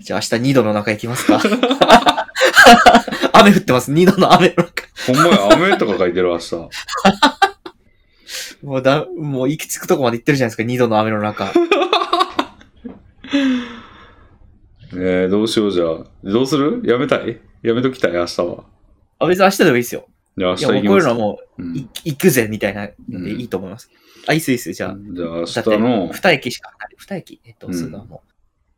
Speaker 2: じゃあ明日2度の中行きますか。 [LAUGHS] 雨降ってます、2度の雨の中。
Speaker 1: ほんまや、雨とか書いてる、明日。
Speaker 2: もうだ、もう行き着くとこまで行ってるじゃないですか、2度の雨の中。
Speaker 1: えー、どうしよう、じゃあ。どうするやめたいやめときたい、明日は。
Speaker 2: あ、別に明日でもいいですよ。
Speaker 1: じゃあ明
Speaker 2: い
Speaker 1: 日
Speaker 2: や、も
Speaker 1: 行
Speaker 2: う
Speaker 1: き
Speaker 2: こ
Speaker 1: ま
Speaker 2: ういう
Speaker 1: す
Speaker 2: のはも
Speaker 1: う
Speaker 2: う、
Speaker 1: ん
Speaker 2: い行くぜ、みたいなので
Speaker 1: うん
Speaker 2: いいと思います。あ、いいっす、いいっす、じゃあ。
Speaker 1: じゃあ明日
Speaker 2: だっ
Speaker 1: の
Speaker 2: て、。二駅しか離れ、二駅。えっと、
Speaker 1: うん
Speaker 2: すぐはも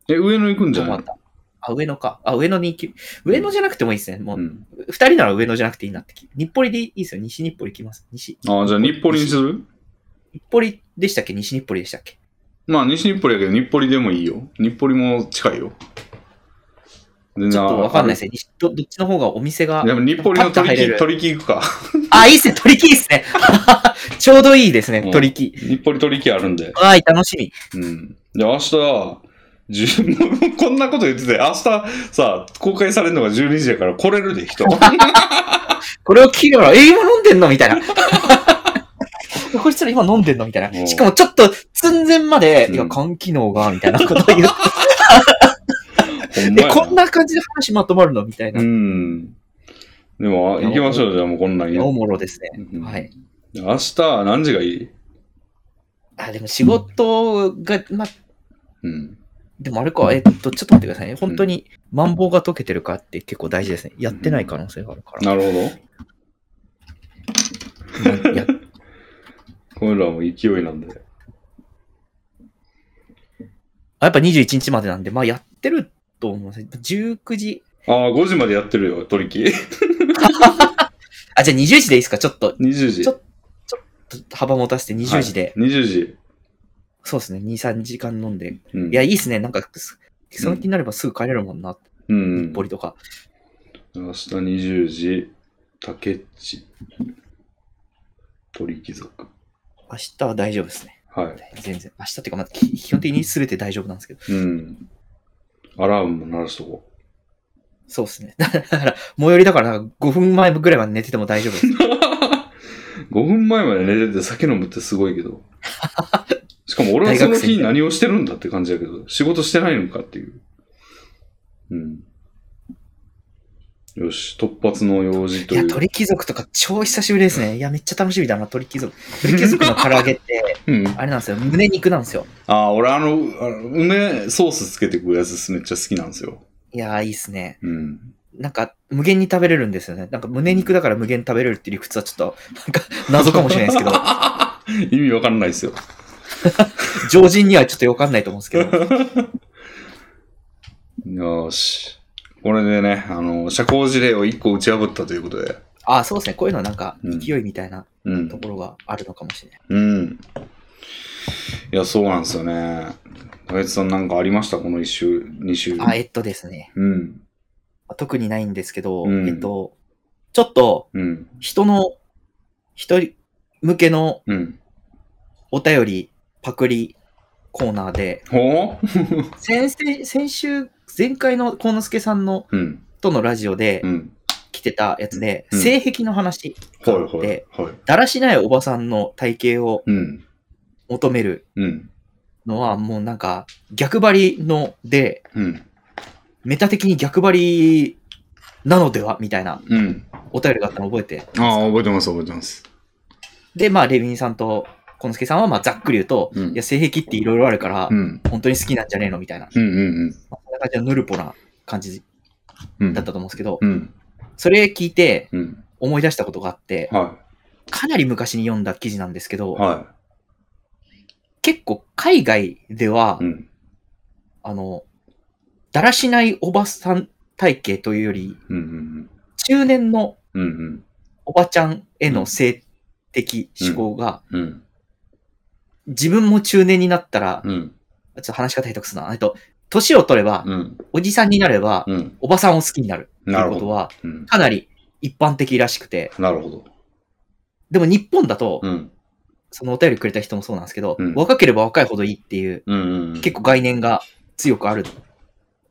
Speaker 1: え、上野行くん
Speaker 2: う、
Speaker 1: じ
Speaker 2: 止
Speaker 1: ゃな
Speaker 2: ま
Speaker 1: い
Speaker 2: った。あ、上野か。あ、上野に行き、上野じゃなくてもいいですね。も
Speaker 1: う
Speaker 2: う、
Speaker 1: ん。
Speaker 2: 二人なら上野じゃなくていいなってき。日暮里でいいですよ。西日暮里行きます。西。
Speaker 1: ああ、じゃあ日暮里にする
Speaker 2: 日暮里でしたっけ西日暮里でしたっけ
Speaker 1: まあ、西日暮里やけど、日暮里でもいいよ。日暮里も近いよ。全。
Speaker 2: ちょっとわかんないですすね。西どどっちの方がお店が。
Speaker 1: でも日暮里の
Speaker 2: パッと
Speaker 1: 取り
Speaker 2: 入れ
Speaker 1: 木、
Speaker 2: る
Speaker 1: 取り木行くか。
Speaker 2: あ、いいっすね、鳥木いいっすね。 [LAUGHS] ちょうどいいですね
Speaker 1: うん、
Speaker 2: 鳥木。
Speaker 1: 日暮里取り木あるんで。
Speaker 2: わーい、楽しみ。
Speaker 1: うん。で、明日、じゅも [LAUGHS] うこんなこと言ってて、明日さ、公開されるのが12時やから来れるで、人。
Speaker 2: [LAUGHS] これを聞いたら、え、今飲んでんのみたいな。 [LAUGHS] こいつら今飲んでんのみたい
Speaker 1: うん
Speaker 2: な。しかもちょっと寸前まで、
Speaker 1: うん
Speaker 2: いや、肝機能が、みたいなことを言う。
Speaker 1: ほんま
Speaker 2: え、
Speaker 1: や
Speaker 2: こんな感じで話まとまるのみたいな
Speaker 1: う。ん。でも、あ行きましょう、じゃあもうこんなん
Speaker 2: お
Speaker 1: う
Speaker 2: もろですね。
Speaker 1: ん
Speaker 2: はい。
Speaker 1: 明日、何時がいい
Speaker 2: あ、でも仕事が、まあ、
Speaker 1: うん。
Speaker 2: でもあれか、えっと、ちょっと待ってくださいね。本当に、マンボウが解けてるかって結構大事ですね。やってない可能性があるから。
Speaker 1: なるほど。
Speaker 2: いや
Speaker 1: こういうのはもう勢いなんで。
Speaker 2: あやっぱ21日までなんで、まあやってると思います。19時。
Speaker 1: ああ、5時までやってるよ、取り
Speaker 2: [LAUGHS]
Speaker 1: 木。
Speaker 2: あ、じゃあ20時でいいですかちょっと、
Speaker 1: 20時。
Speaker 2: ちょっ幅持たせて20時で。
Speaker 1: はい、20時。
Speaker 2: そうですね。2、3時間飲んで。
Speaker 1: うん。
Speaker 2: いや、いいっすね。なんか、すその気になればすぐ帰れるもんな。
Speaker 1: う
Speaker 2: 日
Speaker 1: ん。
Speaker 2: 暮里とか。
Speaker 1: 明日20時、竹内、鳥貴族。
Speaker 2: 明日は大丈夫ですね。
Speaker 1: はい。
Speaker 2: 全然。明日っていうか、まあ、き基本的に全て大丈夫なんですけど。
Speaker 1: うん。アラームも鳴らしとこ
Speaker 2: そうですね。 [LAUGHS] だから、最寄りだから、なんか5分前ぐらいまで寝てても大丈夫
Speaker 1: [LAUGHS]
Speaker 2: です。
Speaker 1: う。5分前まで寝てて酒飲むってすごいけ
Speaker 2: [LAUGHS]
Speaker 1: ど。しかも俺はその
Speaker 2: 大学生み
Speaker 1: 日
Speaker 2: たい
Speaker 1: 何をしてるんだって感じだけど、仕事してないのかっていう。うん。よし、突発の用事と
Speaker 2: い
Speaker 1: いう。
Speaker 2: や、鳥貴族とか超久しぶりですね。いや、めっちゃ楽しみだな、鳥貴族。鳥貴族の唐揚げって、
Speaker 1: うん。
Speaker 2: あれなんですよ。胸肉なんですよ。
Speaker 1: ああ、俺あの、あの梅ソースつけてくやつめっちゃ好きなんですよ。
Speaker 2: いやー、いいっすね。
Speaker 1: うん。
Speaker 2: なんか、無限に食べれるんですよね。なんか、胸肉だから無限に食べれるっていう理屈はちょっと、なんか、謎かもしれないですけど、
Speaker 1: [LAUGHS] 意味わかんないですよ。
Speaker 2: 常人にはちょっとわかんないと思うんですけ
Speaker 1: [LAUGHS]
Speaker 2: ど。
Speaker 1: よーし。これでね、あの、社交辞令を1個打ち破ったということで。
Speaker 2: ああ、そうですね。こういうのはなんか、
Speaker 1: うん
Speaker 2: 勢いみたいな
Speaker 1: うん
Speaker 2: と。ころがあるのかもしれない。
Speaker 1: うん。いや、そうなんですよね。高市さんなんかありましたこの1週、2週。
Speaker 2: あ、えっとですね。
Speaker 1: うん。
Speaker 2: 特にないんですけど、
Speaker 1: うん
Speaker 2: えっと、ちょっと、
Speaker 1: うん。
Speaker 2: 人の、一人向けの
Speaker 1: うん。
Speaker 2: お便り、パクリコーナーで、
Speaker 1: ほう
Speaker 2: 先々先週、前回の幸之助さんの
Speaker 1: うん。
Speaker 2: とのラジオで
Speaker 1: うん。
Speaker 2: 来てたやつで、
Speaker 1: うん
Speaker 2: 性癖の話
Speaker 1: は
Speaker 2: が
Speaker 1: い
Speaker 2: あっ
Speaker 1: は
Speaker 2: て、
Speaker 1: い。はい。
Speaker 2: だらしないおばさんの体型を
Speaker 1: うん。
Speaker 2: 求める
Speaker 1: うん。
Speaker 2: のは、もうなんか、逆張りので、
Speaker 1: うん。
Speaker 2: メタ的に逆張りなのではみたいな
Speaker 1: うん。
Speaker 2: お便りがあったの覚えて。
Speaker 1: ああ、覚えてます、覚えてます。
Speaker 2: で、まあ、レビンさんと、このすけさんは、まあ、ざっくり言うと、
Speaker 1: うん
Speaker 2: いや、性癖っていろいろあるから、
Speaker 1: うん。
Speaker 2: 本当に好きなんじゃねえのみたいな、
Speaker 1: うんうん
Speaker 2: まあ、そんな感じのぬるぽな感じ
Speaker 1: うん。うん
Speaker 2: だったと思うんですけど、
Speaker 1: うん。
Speaker 2: それ聞いて
Speaker 1: うん。
Speaker 2: 思い出したことがあって、
Speaker 1: は
Speaker 2: かなり昔に読んだ記事なんですけど、
Speaker 1: は
Speaker 2: 結構海外では、
Speaker 1: い。うん。
Speaker 2: あの、だらしないおばさん体型というより、
Speaker 1: うんうん
Speaker 2: 中年の
Speaker 1: うん。うん
Speaker 2: おばちゃんへの性的思考が、
Speaker 1: うん。うん。
Speaker 2: 自分も中年になったら、
Speaker 1: うん。
Speaker 2: ちょっと話し方下手くそだな。えっと、年を取れば、
Speaker 1: うん。
Speaker 2: おじさんになれば、
Speaker 1: うん。
Speaker 2: おばさんを好きになるって
Speaker 1: ないる
Speaker 2: うこ
Speaker 1: ほ
Speaker 2: と
Speaker 1: ど。
Speaker 2: は、
Speaker 1: うん。
Speaker 2: かなり一般的らしくて、
Speaker 1: なるほど。
Speaker 2: でも日本だと、
Speaker 1: うん。
Speaker 2: そのお便りくれた人もそうなんですけど、
Speaker 1: うん
Speaker 2: 若ければ若いほどいいっていう、
Speaker 1: うんうんうん。
Speaker 2: 結構概念が強くある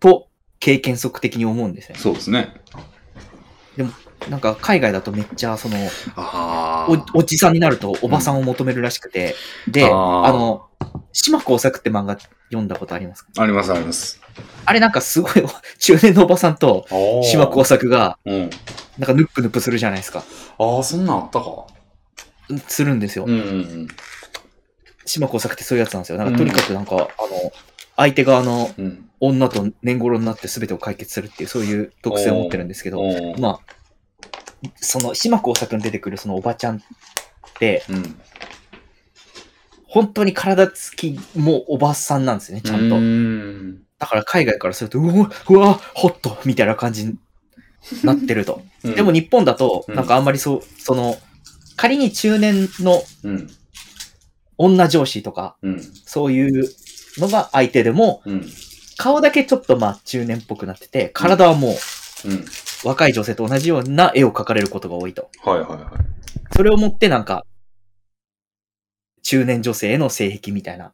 Speaker 2: と、経験則的に思うんですね。
Speaker 1: そうですね。
Speaker 2: なんか海外だとめっちゃ、その、
Speaker 1: ああ。
Speaker 2: おおじさんになるとおばさんを求めるらしくて、で、
Speaker 1: あー
Speaker 2: あの、島耕作って漫画読んだことありますか
Speaker 1: ありますあります。
Speaker 2: あれなんかすごい [LAUGHS] 中年のおばさんと島耕作が
Speaker 1: うん。
Speaker 2: なんかヌップヌップするじゃないですか。
Speaker 1: ああ、そんなんあったか。
Speaker 2: するんですよ
Speaker 1: う。んうん
Speaker 2: 島耕作ってそういうやつなんですよ。なんかとにかくなんか、あの、相手側の
Speaker 1: うん。うん。
Speaker 2: 女と年頃になって全てを解決するっていうそういう特性を持ってるんですけど、
Speaker 1: おー
Speaker 2: まあ、その島耕作に出てくるそのおばちゃんって、
Speaker 1: うん。
Speaker 2: 本当に体つきもおばさんなんですよね、ちゃんと
Speaker 1: う。ん。
Speaker 2: だから海外からすると、うわ、うわ、ホットみたいな感じになってると。でも、日本だと、
Speaker 1: うん
Speaker 2: なんかあんまりそう、その、仮に中年の
Speaker 1: うん。
Speaker 2: 女上司とか、
Speaker 1: うん。
Speaker 2: そういうのが相手でも、
Speaker 1: うん。
Speaker 2: 顔だけちょっとまあ中年っぽくなってて、体はもう
Speaker 1: うん。
Speaker 2: 若い女性と同じような絵を描かれることが多いと。
Speaker 1: はいはいは。
Speaker 2: それをもってなんか、中年女性への性癖みたいない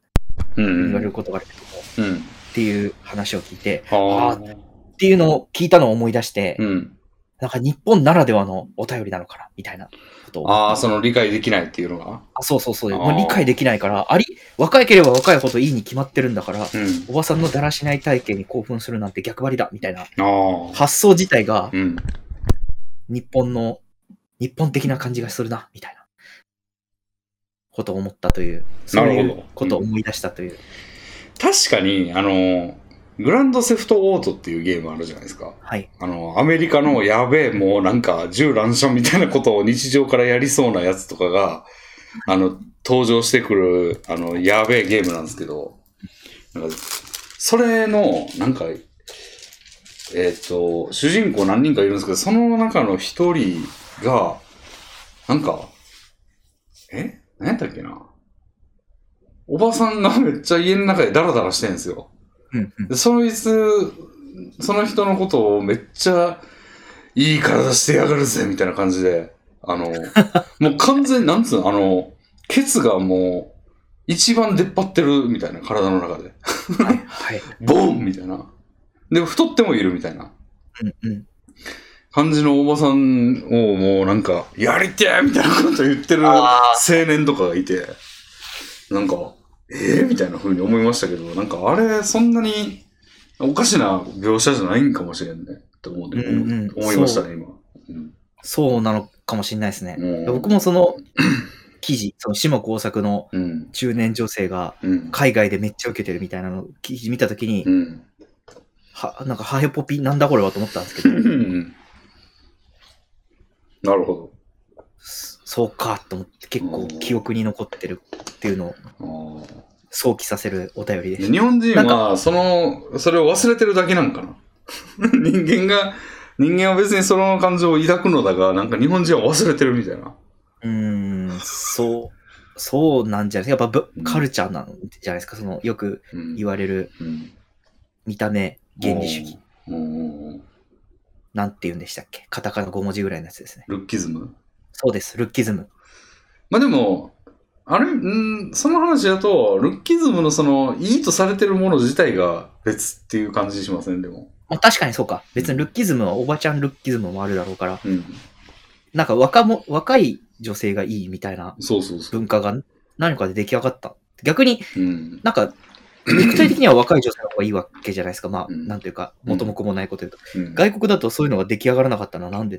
Speaker 1: うん。
Speaker 2: 言われることがあるけども、
Speaker 1: うん。
Speaker 2: っていう話を聞いて、
Speaker 1: はあ。
Speaker 2: っていうのを聞いたのを思い出して、
Speaker 1: うん。
Speaker 2: なんか日本ならではのお便りなのかなみたいなことを。
Speaker 1: ああ、その理解できないっていうのが。
Speaker 2: あそうそうそう。
Speaker 1: あー
Speaker 2: もう理解できないから、あり、若いければ若いほどいいに決まってるんだから、
Speaker 1: うん。
Speaker 2: おばさんのだらしない体型に興奮するなんて逆張りだみたいな
Speaker 1: ああ。
Speaker 2: 発想自体が
Speaker 1: うん。
Speaker 2: 日本の、日本的な感じがするな、みたいなことを思ったという、そうい
Speaker 1: なるほ
Speaker 2: う
Speaker 1: ど
Speaker 2: ことを思い出したという。
Speaker 1: 確かに、あの、グランドセフトオートっていうゲームあるじゃないですか。
Speaker 2: はい。
Speaker 1: あの、アメリカのやべえ、もうなんか銃乱射みたいなことを日常からやりそうなやつとかが、あの、登場してくる、あの、やべえゲームなんですけど、なんか、それの、なんか、えっ、と、主人公何人かいるんですけど、その中の一人が、なんか、え何やったっけなおばさんがめっちゃ家の中でダラダラしてるんですよ。
Speaker 2: うんうん
Speaker 1: で、そいつ、その人のことをめっちゃ、いい体してやがるぜ、みたいな感じで、あの、 [LAUGHS] もう完全に、なんつうの、あの、ケツがもう、一番出っ張ってるみたいな、体の中で。
Speaker 2: はい。はい。
Speaker 1: ボーンみたいな。で、太ってもいるみたいな
Speaker 2: うん
Speaker 1: [LAUGHS]
Speaker 2: うん。
Speaker 1: 感じのおばさんをもうなんか、やりてえみたいなこと言ってる青
Speaker 2: あ
Speaker 1: 年とかがいて、なんか、えー、みたいな風に思いましたけど、なんかあれ、そんなにおかしな描写じゃないんかもしれんね。って思って、
Speaker 2: うんうん
Speaker 1: 思いましたね、今。うん
Speaker 2: そうなのかもしれないですね。
Speaker 1: うん
Speaker 2: 僕も
Speaker 1: [LAUGHS]
Speaker 2: その記事、その島耕作の
Speaker 1: うん。
Speaker 2: 中年女性が
Speaker 1: うん。
Speaker 2: 海外でめっちゃ受けてるみたいなのを記事見たときに、
Speaker 1: うん。
Speaker 2: は、なんかハヘポピなんだこれはと思ったんですけど、
Speaker 1: なるほ
Speaker 2: そそうかと思って結構記憶に残ってるっていうのを
Speaker 1: ど。あ
Speaker 2: 想起させるお便り
Speaker 1: ー
Speaker 2: でし
Speaker 1: 日本人は、その、それを忘れてるだけなのかな [LAUGHS] 人間が、人間は別にその感情を抱くのだが、なんか日本人は忘れてるみたいな。
Speaker 2: た。うーん、そう、そうなんじゃないですか。やっぱぶカルチャーなんじゃないですか。そのよく
Speaker 1: うん
Speaker 2: 言われる
Speaker 1: うん
Speaker 2: 見た目原理主義。。
Speaker 1: うんうんうん
Speaker 2: なんて言うんでしたっけカタカナ5文字ぐらいのやつですね。
Speaker 1: ルッキズム
Speaker 2: そうです。ルッキズム。
Speaker 1: まあでも、あれ、うんその話だと、ルッキズムのその、いいとされてるもの自体が別っていう感じしません、でも。
Speaker 2: まあ確かにそうか。別にルッキズムはおばちゃんルッキズムもあるだろうから、
Speaker 1: うん。
Speaker 2: なんか若も、若い女性がいいみたいな
Speaker 1: そうそうそう。
Speaker 2: 文化が何かで出来上がった。逆に
Speaker 1: うん。
Speaker 2: なんか、肉体的には若い女性の方がいいわけじゃないですか。まあ、
Speaker 1: うん
Speaker 2: なんというか、
Speaker 1: うん
Speaker 2: 元も子もないこと言うと。
Speaker 1: うん
Speaker 2: 外国だとそういうのが出来上がらなかったのはなんで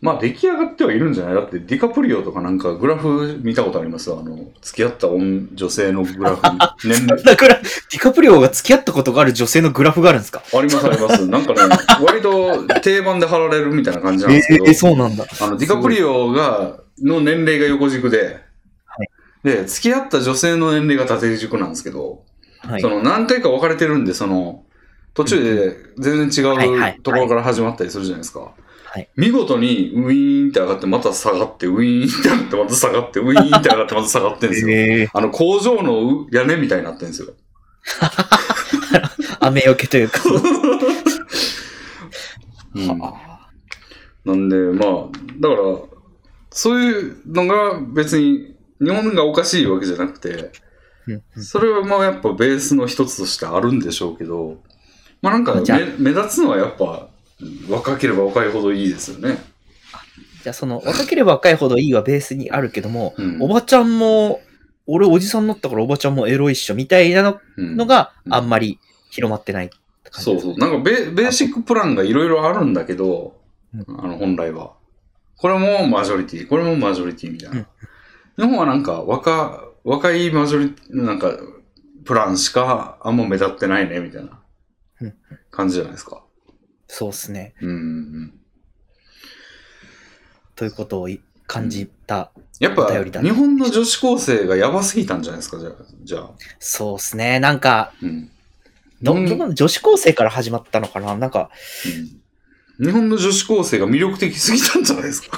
Speaker 1: まあ出来上がってはいるんじゃないだってディカプリオとかなんかグラフ見たことありますあの、付き合った女女性のグラフ。
Speaker 2: [LAUGHS]
Speaker 1: 年齢
Speaker 2: だから、ディカプリオが付き合ったことがある女性のグラフがあるんですか
Speaker 1: ありますあります。なんかね、割と定番で貼られるみたいな感じなん
Speaker 2: え
Speaker 1: ですけど、
Speaker 2: えそうなんだ。
Speaker 1: あのディカプリオがの年齢が横軸で、
Speaker 2: はい
Speaker 1: で、付き合った女性の年齢が縦軸なんですけど、
Speaker 2: はい
Speaker 1: そ。の何回か別れてるんで、その、途中で全然
Speaker 2: はいはいは
Speaker 1: 違
Speaker 2: いう
Speaker 1: ところから始まったりするじゃないですか。
Speaker 2: はい
Speaker 1: 見事にウィーンって上がって、また下がって、ウィーンって上がって、また下がって、ウィーンって上がって、また下がってんですよ。
Speaker 2: [LAUGHS] え
Speaker 1: あの、工場の屋根みたいになってんですよ。
Speaker 2: ー、雨よけという
Speaker 1: [LAUGHS]
Speaker 2: か。
Speaker 1: うん
Speaker 2: は
Speaker 1: なんで、まあ、だから、そういうのが別に日本がおかしいわけじゃなくて、
Speaker 2: うん
Speaker 1: それはまあやっぱベースの一つとしてあるんでしょうけど、まあなんか
Speaker 2: じゃあ
Speaker 1: 目目立つのはやっぱうん若ければ若いほどいいですよね。
Speaker 2: じゃあその、若ければ若いほどいいはベースにあるけども、
Speaker 1: うん
Speaker 2: おばちゃんも、俺おじさんになったからおばちゃんもエロいっしょみたいなの
Speaker 1: うん
Speaker 2: のが
Speaker 1: うん
Speaker 2: あんまり広まってないって感じ
Speaker 1: そ
Speaker 2: で
Speaker 1: う
Speaker 2: す
Speaker 1: そう。なんかベベーシックプランがいろいろあるんだけど、
Speaker 2: うん
Speaker 1: あの本来は。これもマジョリティ、これもマジョリティみたいな。日本はなんか若、若いマジョリティ、なんか、プランしかあんま目立ってないね、みたいな
Speaker 2: うん
Speaker 1: 感じじゃないですか。
Speaker 2: そうですね。
Speaker 1: うんうんうん。
Speaker 2: ということをい感じた。
Speaker 1: やっぱ、
Speaker 2: お便りだね
Speaker 1: 日本の女子高生がやばすぎたんじゃないですか、じゃあ。じゃあ
Speaker 2: そうですね。なんか、
Speaker 1: うん。
Speaker 2: ど、
Speaker 1: うん
Speaker 2: どの女子高生から始まったのかななんか、
Speaker 1: うん日本の女子高生が魅力的すぎたんじゃないです
Speaker 2: [LAUGHS]
Speaker 1: か。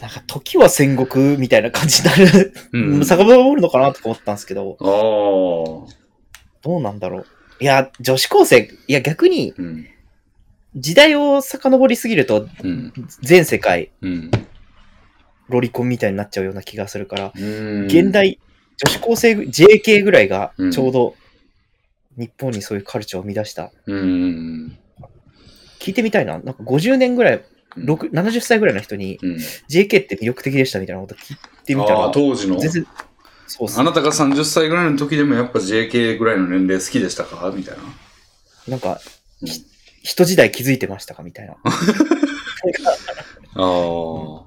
Speaker 2: なんか時は戦国みたいな感じになる。
Speaker 1: うん。あ
Speaker 2: [LAUGHS] 遡るのかなとか思ったんですけど、
Speaker 1: あー。
Speaker 2: どうなんだろう。いや、女子高生、いや逆に
Speaker 1: うん。
Speaker 2: 時代を遡りすぎると
Speaker 1: うん。
Speaker 2: 全世界
Speaker 1: うん。
Speaker 2: ロリコンみたいになっちゃうような気がするから、現
Speaker 1: 現
Speaker 2: 代女子高生ぐ JK ぐらいがちょうど日本にそういうカルチャーを生み出した。
Speaker 1: うん
Speaker 2: 聞いてみたいな。なんか50年ぐらい、6 70歳ぐらいの人に
Speaker 1: うん
Speaker 2: JK って魅力的でしたみたいなこと聞いてみた
Speaker 1: あー
Speaker 2: ら、
Speaker 1: 当時の
Speaker 2: 全然、そうっす
Speaker 1: あなたが30歳ぐらいの時でもやっぱ JK ぐらいの年齢好きでしたかみたいな
Speaker 2: なんか
Speaker 1: うん、
Speaker 2: ひ人時代気づいてましたかみた
Speaker 1: [LAUGHS]
Speaker 2: いな。
Speaker 1: ああ、そ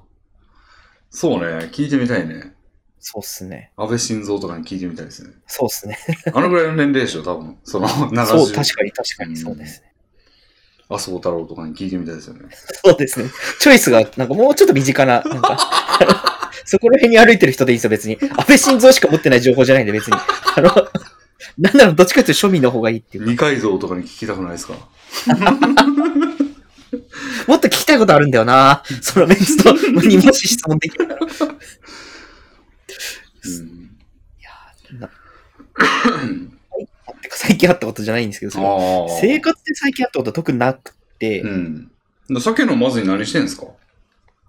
Speaker 1: うね聞いてみたいね
Speaker 2: そうっすね。
Speaker 1: 安倍晋三とかに聞いてみたいですね
Speaker 2: そうっすね。
Speaker 1: あのぐらいの年齢でしょ多分その70
Speaker 2: そう、確かに確かにそうですね。
Speaker 1: 麻生太郎とかに聞いてみたいですよね
Speaker 2: そうですね。チョイスが、なんかもうちょっと身近な、なんか、 [LAUGHS] そこら辺に歩いてる人でいいんですよ、別に。安倍晋三しか持ってない情報じゃないんで、別に。あの、なんならどっちかというと庶民の方がいいっていうか。
Speaker 1: 二階堂とかに聞きたくないですか
Speaker 2: もっと聞きたいことあるんだよな。そのメンツと、にもし質問できるなら。
Speaker 1: うん
Speaker 2: なてか最近あったことじゃないんですけど、その
Speaker 1: ああ
Speaker 2: 生活で最近あったことは特になくて、
Speaker 1: うん酒飲まずに何してんですか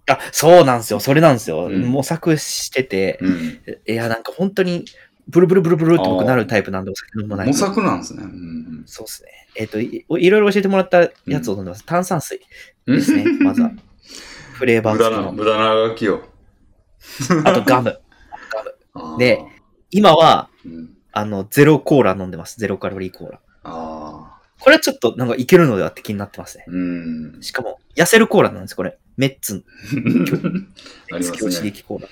Speaker 2: あ、そうなんですよ、それなんですよ。
Speaker 1: うん
Speaker 2: 模索してて、
Speaker 1: うん
Speaker 2: いや、なんか本当に、ブルブルブルブルって僕なるタイプなんで、お酒飲まない
Speaker 1: 模
Speaker 2: と。
Speaker 1: 索なんですねうん
Speaker 2: そうですね。えっ、とい、いろいろ教えてもらったやつを飲んでます。炭酸水
Speaker 1: うん
Speaker 2: です
Speaker 1: [LAUGHS]
Speaker 2: ね、まずは。フレーバー
Speaker 1: 無駄な、
Speaker 2: 付
Speaker 1: 無駄なあがきよ。
Speaker 2: きの。あとガム。
Speaker 1: あー
Speaker 2: で、今は、
Speaker 1: うん、
Speaker 2: あの、ゼロコーラ飲んでます。ゼロカロリーコーラ。
Speaker 1: ああ、
Speaker 2: これはちょっとなんかいけるのではって気になってますね。 [LAUGHS]
Speaker 1: うん。
Speaker 2: しかも、痩せるコーラなんです、これ。メッツ、
Speaker 1: あ
Speaker 2: メッ
Speaker 1: り
Speaker 2: ツ
Speaker 1: ま
Speaker 2: 強
Speaker 1: す
Speaker 2: 刺
Speaker 1: ね。
Speaker 2: 激コーラ。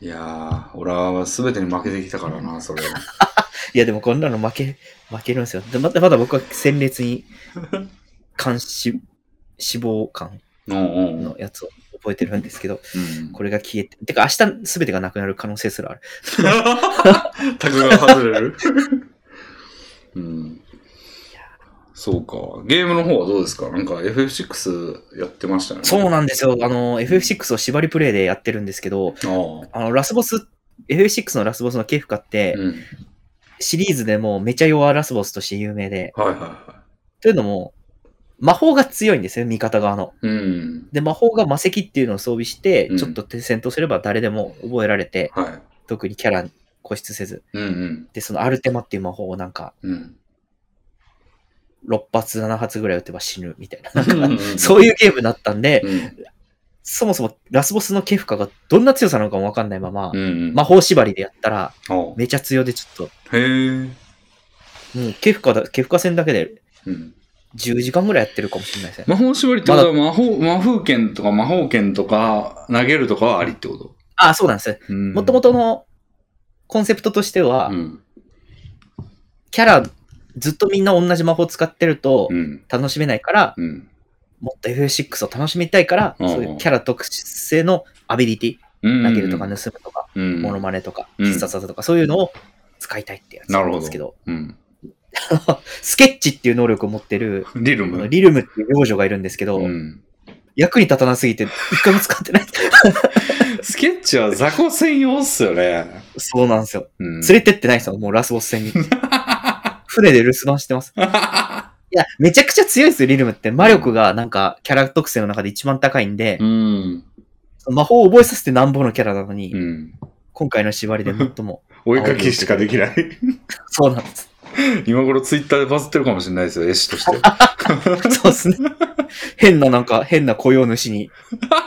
Speaker 1: いやー、俺は全てに負けてきたからな、そ
Speaker 2: [LAUGHS]
Speaker 1: れ。
Speaker 2: いや、でもこんなの負け、負けるんですよ。でまだまだ僕は鮮
Speaker 1: [LAUGHS]
Speaker 2: 烈に、肝脂、脂肪肝
Speaker 1: うんう
Speaker 2: [LAUGHS]
Speaker 1: んうん
Speaker 2: のやつを覚えてるんですけど、
Speaker 1: うん。
Speaker 2: これが消えて、てか明日全てがなくなる可能性すらある。
Speaker 1: [LAUGHS] タグが外れる。うん。そうか。ゲームの方はどうですかなんか FF6 やってましたよね。
Speaker 2: そう
Speaker 1: あ
Speaker 2: なんですよ。あの、FF6 を縛りプレイでやってるんですけど、
Speaker 1: あ。
Speaker 2: あの、ラスボス、FF6 のラスボスのケフカって、
Speaker 1: うん。
Speaker 2: シリーズでもうめちゃ弱ラスボスとして有名で、
Speaker 1: はいはいは
Speaker 2: というのも、魔法が強いんですよ、味方側の。
Speaker 1: い。うん。
Speaker 2: で、魔法が魔石っていうのを装備して
Speaker 1: う、ん
Speaker 2: ちょっと戦闘すれば誰でも覚えられて、
Speaker 1: はい。
Speaker 2: 特にキャラに固執せず。
Speaker 1: うんうん。
Speaker 2: で、そのアルテマっていう魔法をなんか、
Speaker 1: うん。
Speaker 2: 6発、7発ぐらい撃てば死ぬみたいな。 [LAUGHS]
Speaker 1: うん
Speaker 2: なんか
Speaker 1: うん
Speaker 2: そういうゲームだったんで、
Speaker 1: うん。
Speaker 2: そもそもラスボスのケフカがどんな強さなのかもわかんないまま
Speaker 1: う、ん。
Speaker 2: 魔法縛りでやったら、
Speaker 1: ああ
Speaker 2: めちゃ強でちょっ
Speaker 1: へえ。
Speaker 2: と、もうケフカだ、ケフカ戦だけで
Speaker 1: うん。
Speaker 2: 10時間ぐらいやってるかもしれないですね。
Speaker 1: 魔法縛りってことは魔法、魔風剣とか魔法剣とか投げるとかはありってこと
Speaker 2: ああ、そうなんです。もとも
Speaker 1: と、
Speaker 2: とのコンセプトとしては
Speaker 1: う、ん。
Speaker 2: キャラずっとみんな同じ魔法使ってると
Speaker 1: うん。
Speaker 2: 楽しめないから、
Speaker 1: うん。
Speaker 2: もっと FF6 を楽しみたいから、
Speaker 1: うん
Speaker 2: そういうキャラ特性のアビリティ、
Speaker 1: うん
Speaker 2: 投げるとか盗むとか、
Speaker 1: うん
Speaker 2: モノマネとか、
Speaker 1: うん
Speaker 2: 必殺技とか、そういうのを使いたいってやつなんですけど、
Speaker 1: うん。
Speaker 2: スケッチっていう能力を持ってる、
Speaker 1: リル
Speaker 2: この
Speaker 1: ム。
Speaker 2: リルムっていう幼女がいるんですけど、
Speaker 1: うん
Speaker 2: 役に立たなすぎて、一回も使ってない。
Speaker 1: スケッチは雑魚専用っすよね。
Speaker 2: [LAUGHS] そうなんですよ。
Speaker 1: うん
Speaker 2: 連れてってない人はもうラスボス戦 [LAUGHS] に。船で留守番してます。いや、めちゃくちゃ強いですよ、リルムって。魔力がなんか、キャラ特性の中で一番高いんで
Speaker 1: う、ん。
Speaker 2: 魔法を覚えさせてなんぼのキャラなのに、
Speaker 1: うん。
Speaker 2: 今回の縛りで最も。 [LAUGHS]
Speaker 1: お絵かきしかできない。
Speaker 2: そうなんです。
Speaker 1: [LAUGHS] 今頃ツイッターでバズってるかもしれないですよ、絵師として。
Speaker 2: そう [LAUGHS] ですね。変ななんか、変な雇用主に
Speaker 1: [LAUGHS]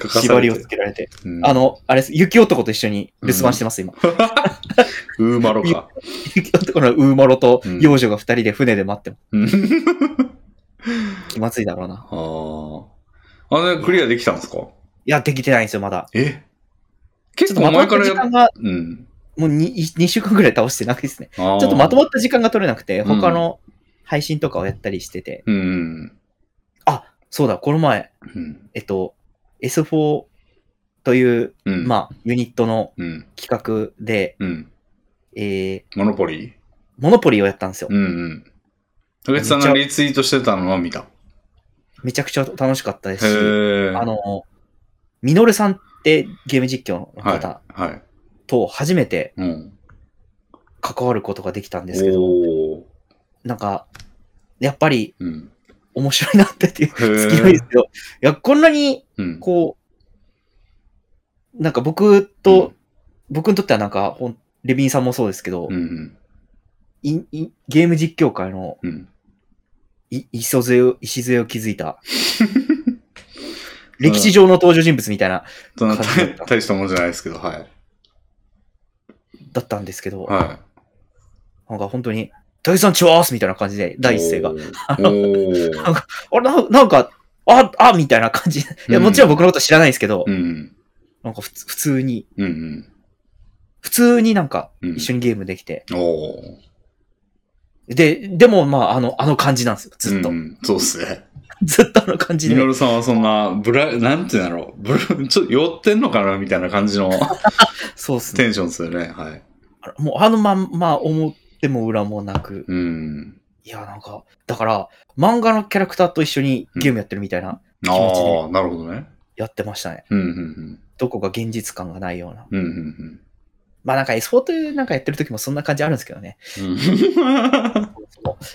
Speaker 1: 書かさ
Speaker 2: 縛
Speaker 1: れ
Speaker 2: り
Speaker 1: て
Speaker 2: をつけられて。
Speaker 1: うん
Speaker 2: あの、あれです、雪男と一緒に留守番してます、今。 [LAUGHS]
Speaker 1: ウーマロか。
Speaker 2: 雪男のウーマロと
Speaker 1: うん
Speaker 2: 幼女が二人で船で待っても
Speaker 1: うん
Speaker 2: 気まずいだろう
Speaker 1: [LAUGHS]
Speaker 2: な。
Speaker 1: あーあれ、クリアできたんですか
Speaker 2: いや、できてないんですよ、まだ。
Speaker 1: え
Speaker 2: ちょ
Speaker 1: 結
Speaker 2: っと
Speaker 1: 構
Speaker 2: まとま
Speaker 1: 前
Speaker 2: っ
Speaker 1: から
Speaker 2: た時
Speaker 1: やっ
Speaker 2: 間が、
Speaker 1: うん。
Speaker 2: もう 2, 2週間ぐらい倒してなくてですね。
Speaker 1: ち
Speaker 2: ちょ
Speaker 1: ょ
Speaker 2: っとまとま
Speaker 1: っ
Speaker 2: った時間が取れなくて、
Speaker 1: うん
Speaker 2: 他の配信とかをやったりしてて。
Speaker 1: うん。
Speaker 2: あ、そうだ、この前、
Speaker 1: うん。
Speaker 2: えっと、S4 という、
Speaker 1: うん。あ。
Speaker 2: まあ、ユニットの
Speaker 1: うん。
Speaker 2: 企画で、
Speaker 1: うん。
Speaker 2: えー、
Speaker 1: モノポリー
Speaker 2: モノポリをやったんですよ。
Speaker 1: うんうん。竹内さんがリツイートしてたのは見た。
Speaker 2: めちゃくちゃ楽しかったで
Speaker 1: へ
Speaker 2: すし、
Speaker 1: ー
Speaker 2: あ、の、ミノルさんってゲーム実況の方
Speaker 1: はい。はい。
Speaker 2: と初めて
Speaker 1: うん。
Speaker 2: 関わることができたんですけど、
Speaker 1: おー
Speaker 2: なんか、やっぱり [LAUGHS]
Speaker 1: うん。
Speaker 2: 面白いなってっていう、
Speaker 1: へー
Speaker 2: 好きなんですけど、いや、こんなに
Speaker 1: うん。
Speaker 2: こう、なんか僕と、
Speaker 1: うん
Speaker 2: 僕にとってはなんか、ほんレビンさんもそうですけど、
Speaker 1: うんうん。
Speaker 2: いいゲーム実況界の
Speaker 1: うん。
Speaker 2: い礎を、礎を築い
Speaker 1: [LAUGHS]
Speaker 2: た、歴史上の登場人物みたいな、
Speaker 1: そんな
Speaker 2: 感じ
Speaker 1: 大
Speaker 2: だった
Speaker 1: 大したもんじゃないですけど、はい。
Speaker 2: だったんですけど、
Speaker 1: は
Speaker 2: なんか本当に、大吉さんちわーすみたいな感じで、
Speaker 1: い。
Speaker 2: 第一声が
Speaker 1: お。ー。おー
Speaker 2: あれな、なんか、あ、あ、みたいな感じ。いや、
Speaker 1: うん
Speaker 2: もちろん僕のこと知らないですけど、
Speaker 1: うん。
Speaker 2: なんかふつ普通に、
Speaker 1: うんうん。
Speaker 2: 普通になんか
Speaker 1: うん
Speaker 2: 一緒にゲームできて、
Speaker 1: おー。
Speaker 2: で、でもまあ、あの、あの感じなんですよ、ずっと。
Speaker 1: うんそうっすね。
Speaker 2: [LAUGHS] ずっとあの感じ
Speaker 1: ミ
Speaker 2: で。
Speaker 1: ノルさんはそんな、ブラ、なんていうんだろう。ブラ、ちょっと酔ってんのかなみたいな感
Speaker 2: [LAUGHS]
Speaker 1: じの
Speaker 2: そうっすね。
Speaker 1: テンションっすよね。はい。
Speaker 2: あのもうあのまんま表も裏もなく。
Speaker 1: うん。
Speaker 2: いや、なんか、だから、漫画のキャラクターと一緒にゲームやってるみたいな、
Speaker 1: あ
Speaker 2: 持ちで
Speaker 1: あ、なるほどね。
Speaker 2: やってましたね。
Speaker 1: うん、うん、
Speaker 2: どこか現実感がないような。
Speaker 1: うん。うん、うん、
Speaker 2: まあなんか S4 というなんかやってる時もそんな感じあるんですけどね。
Speaker 1: うん。 [LAUGHS] うん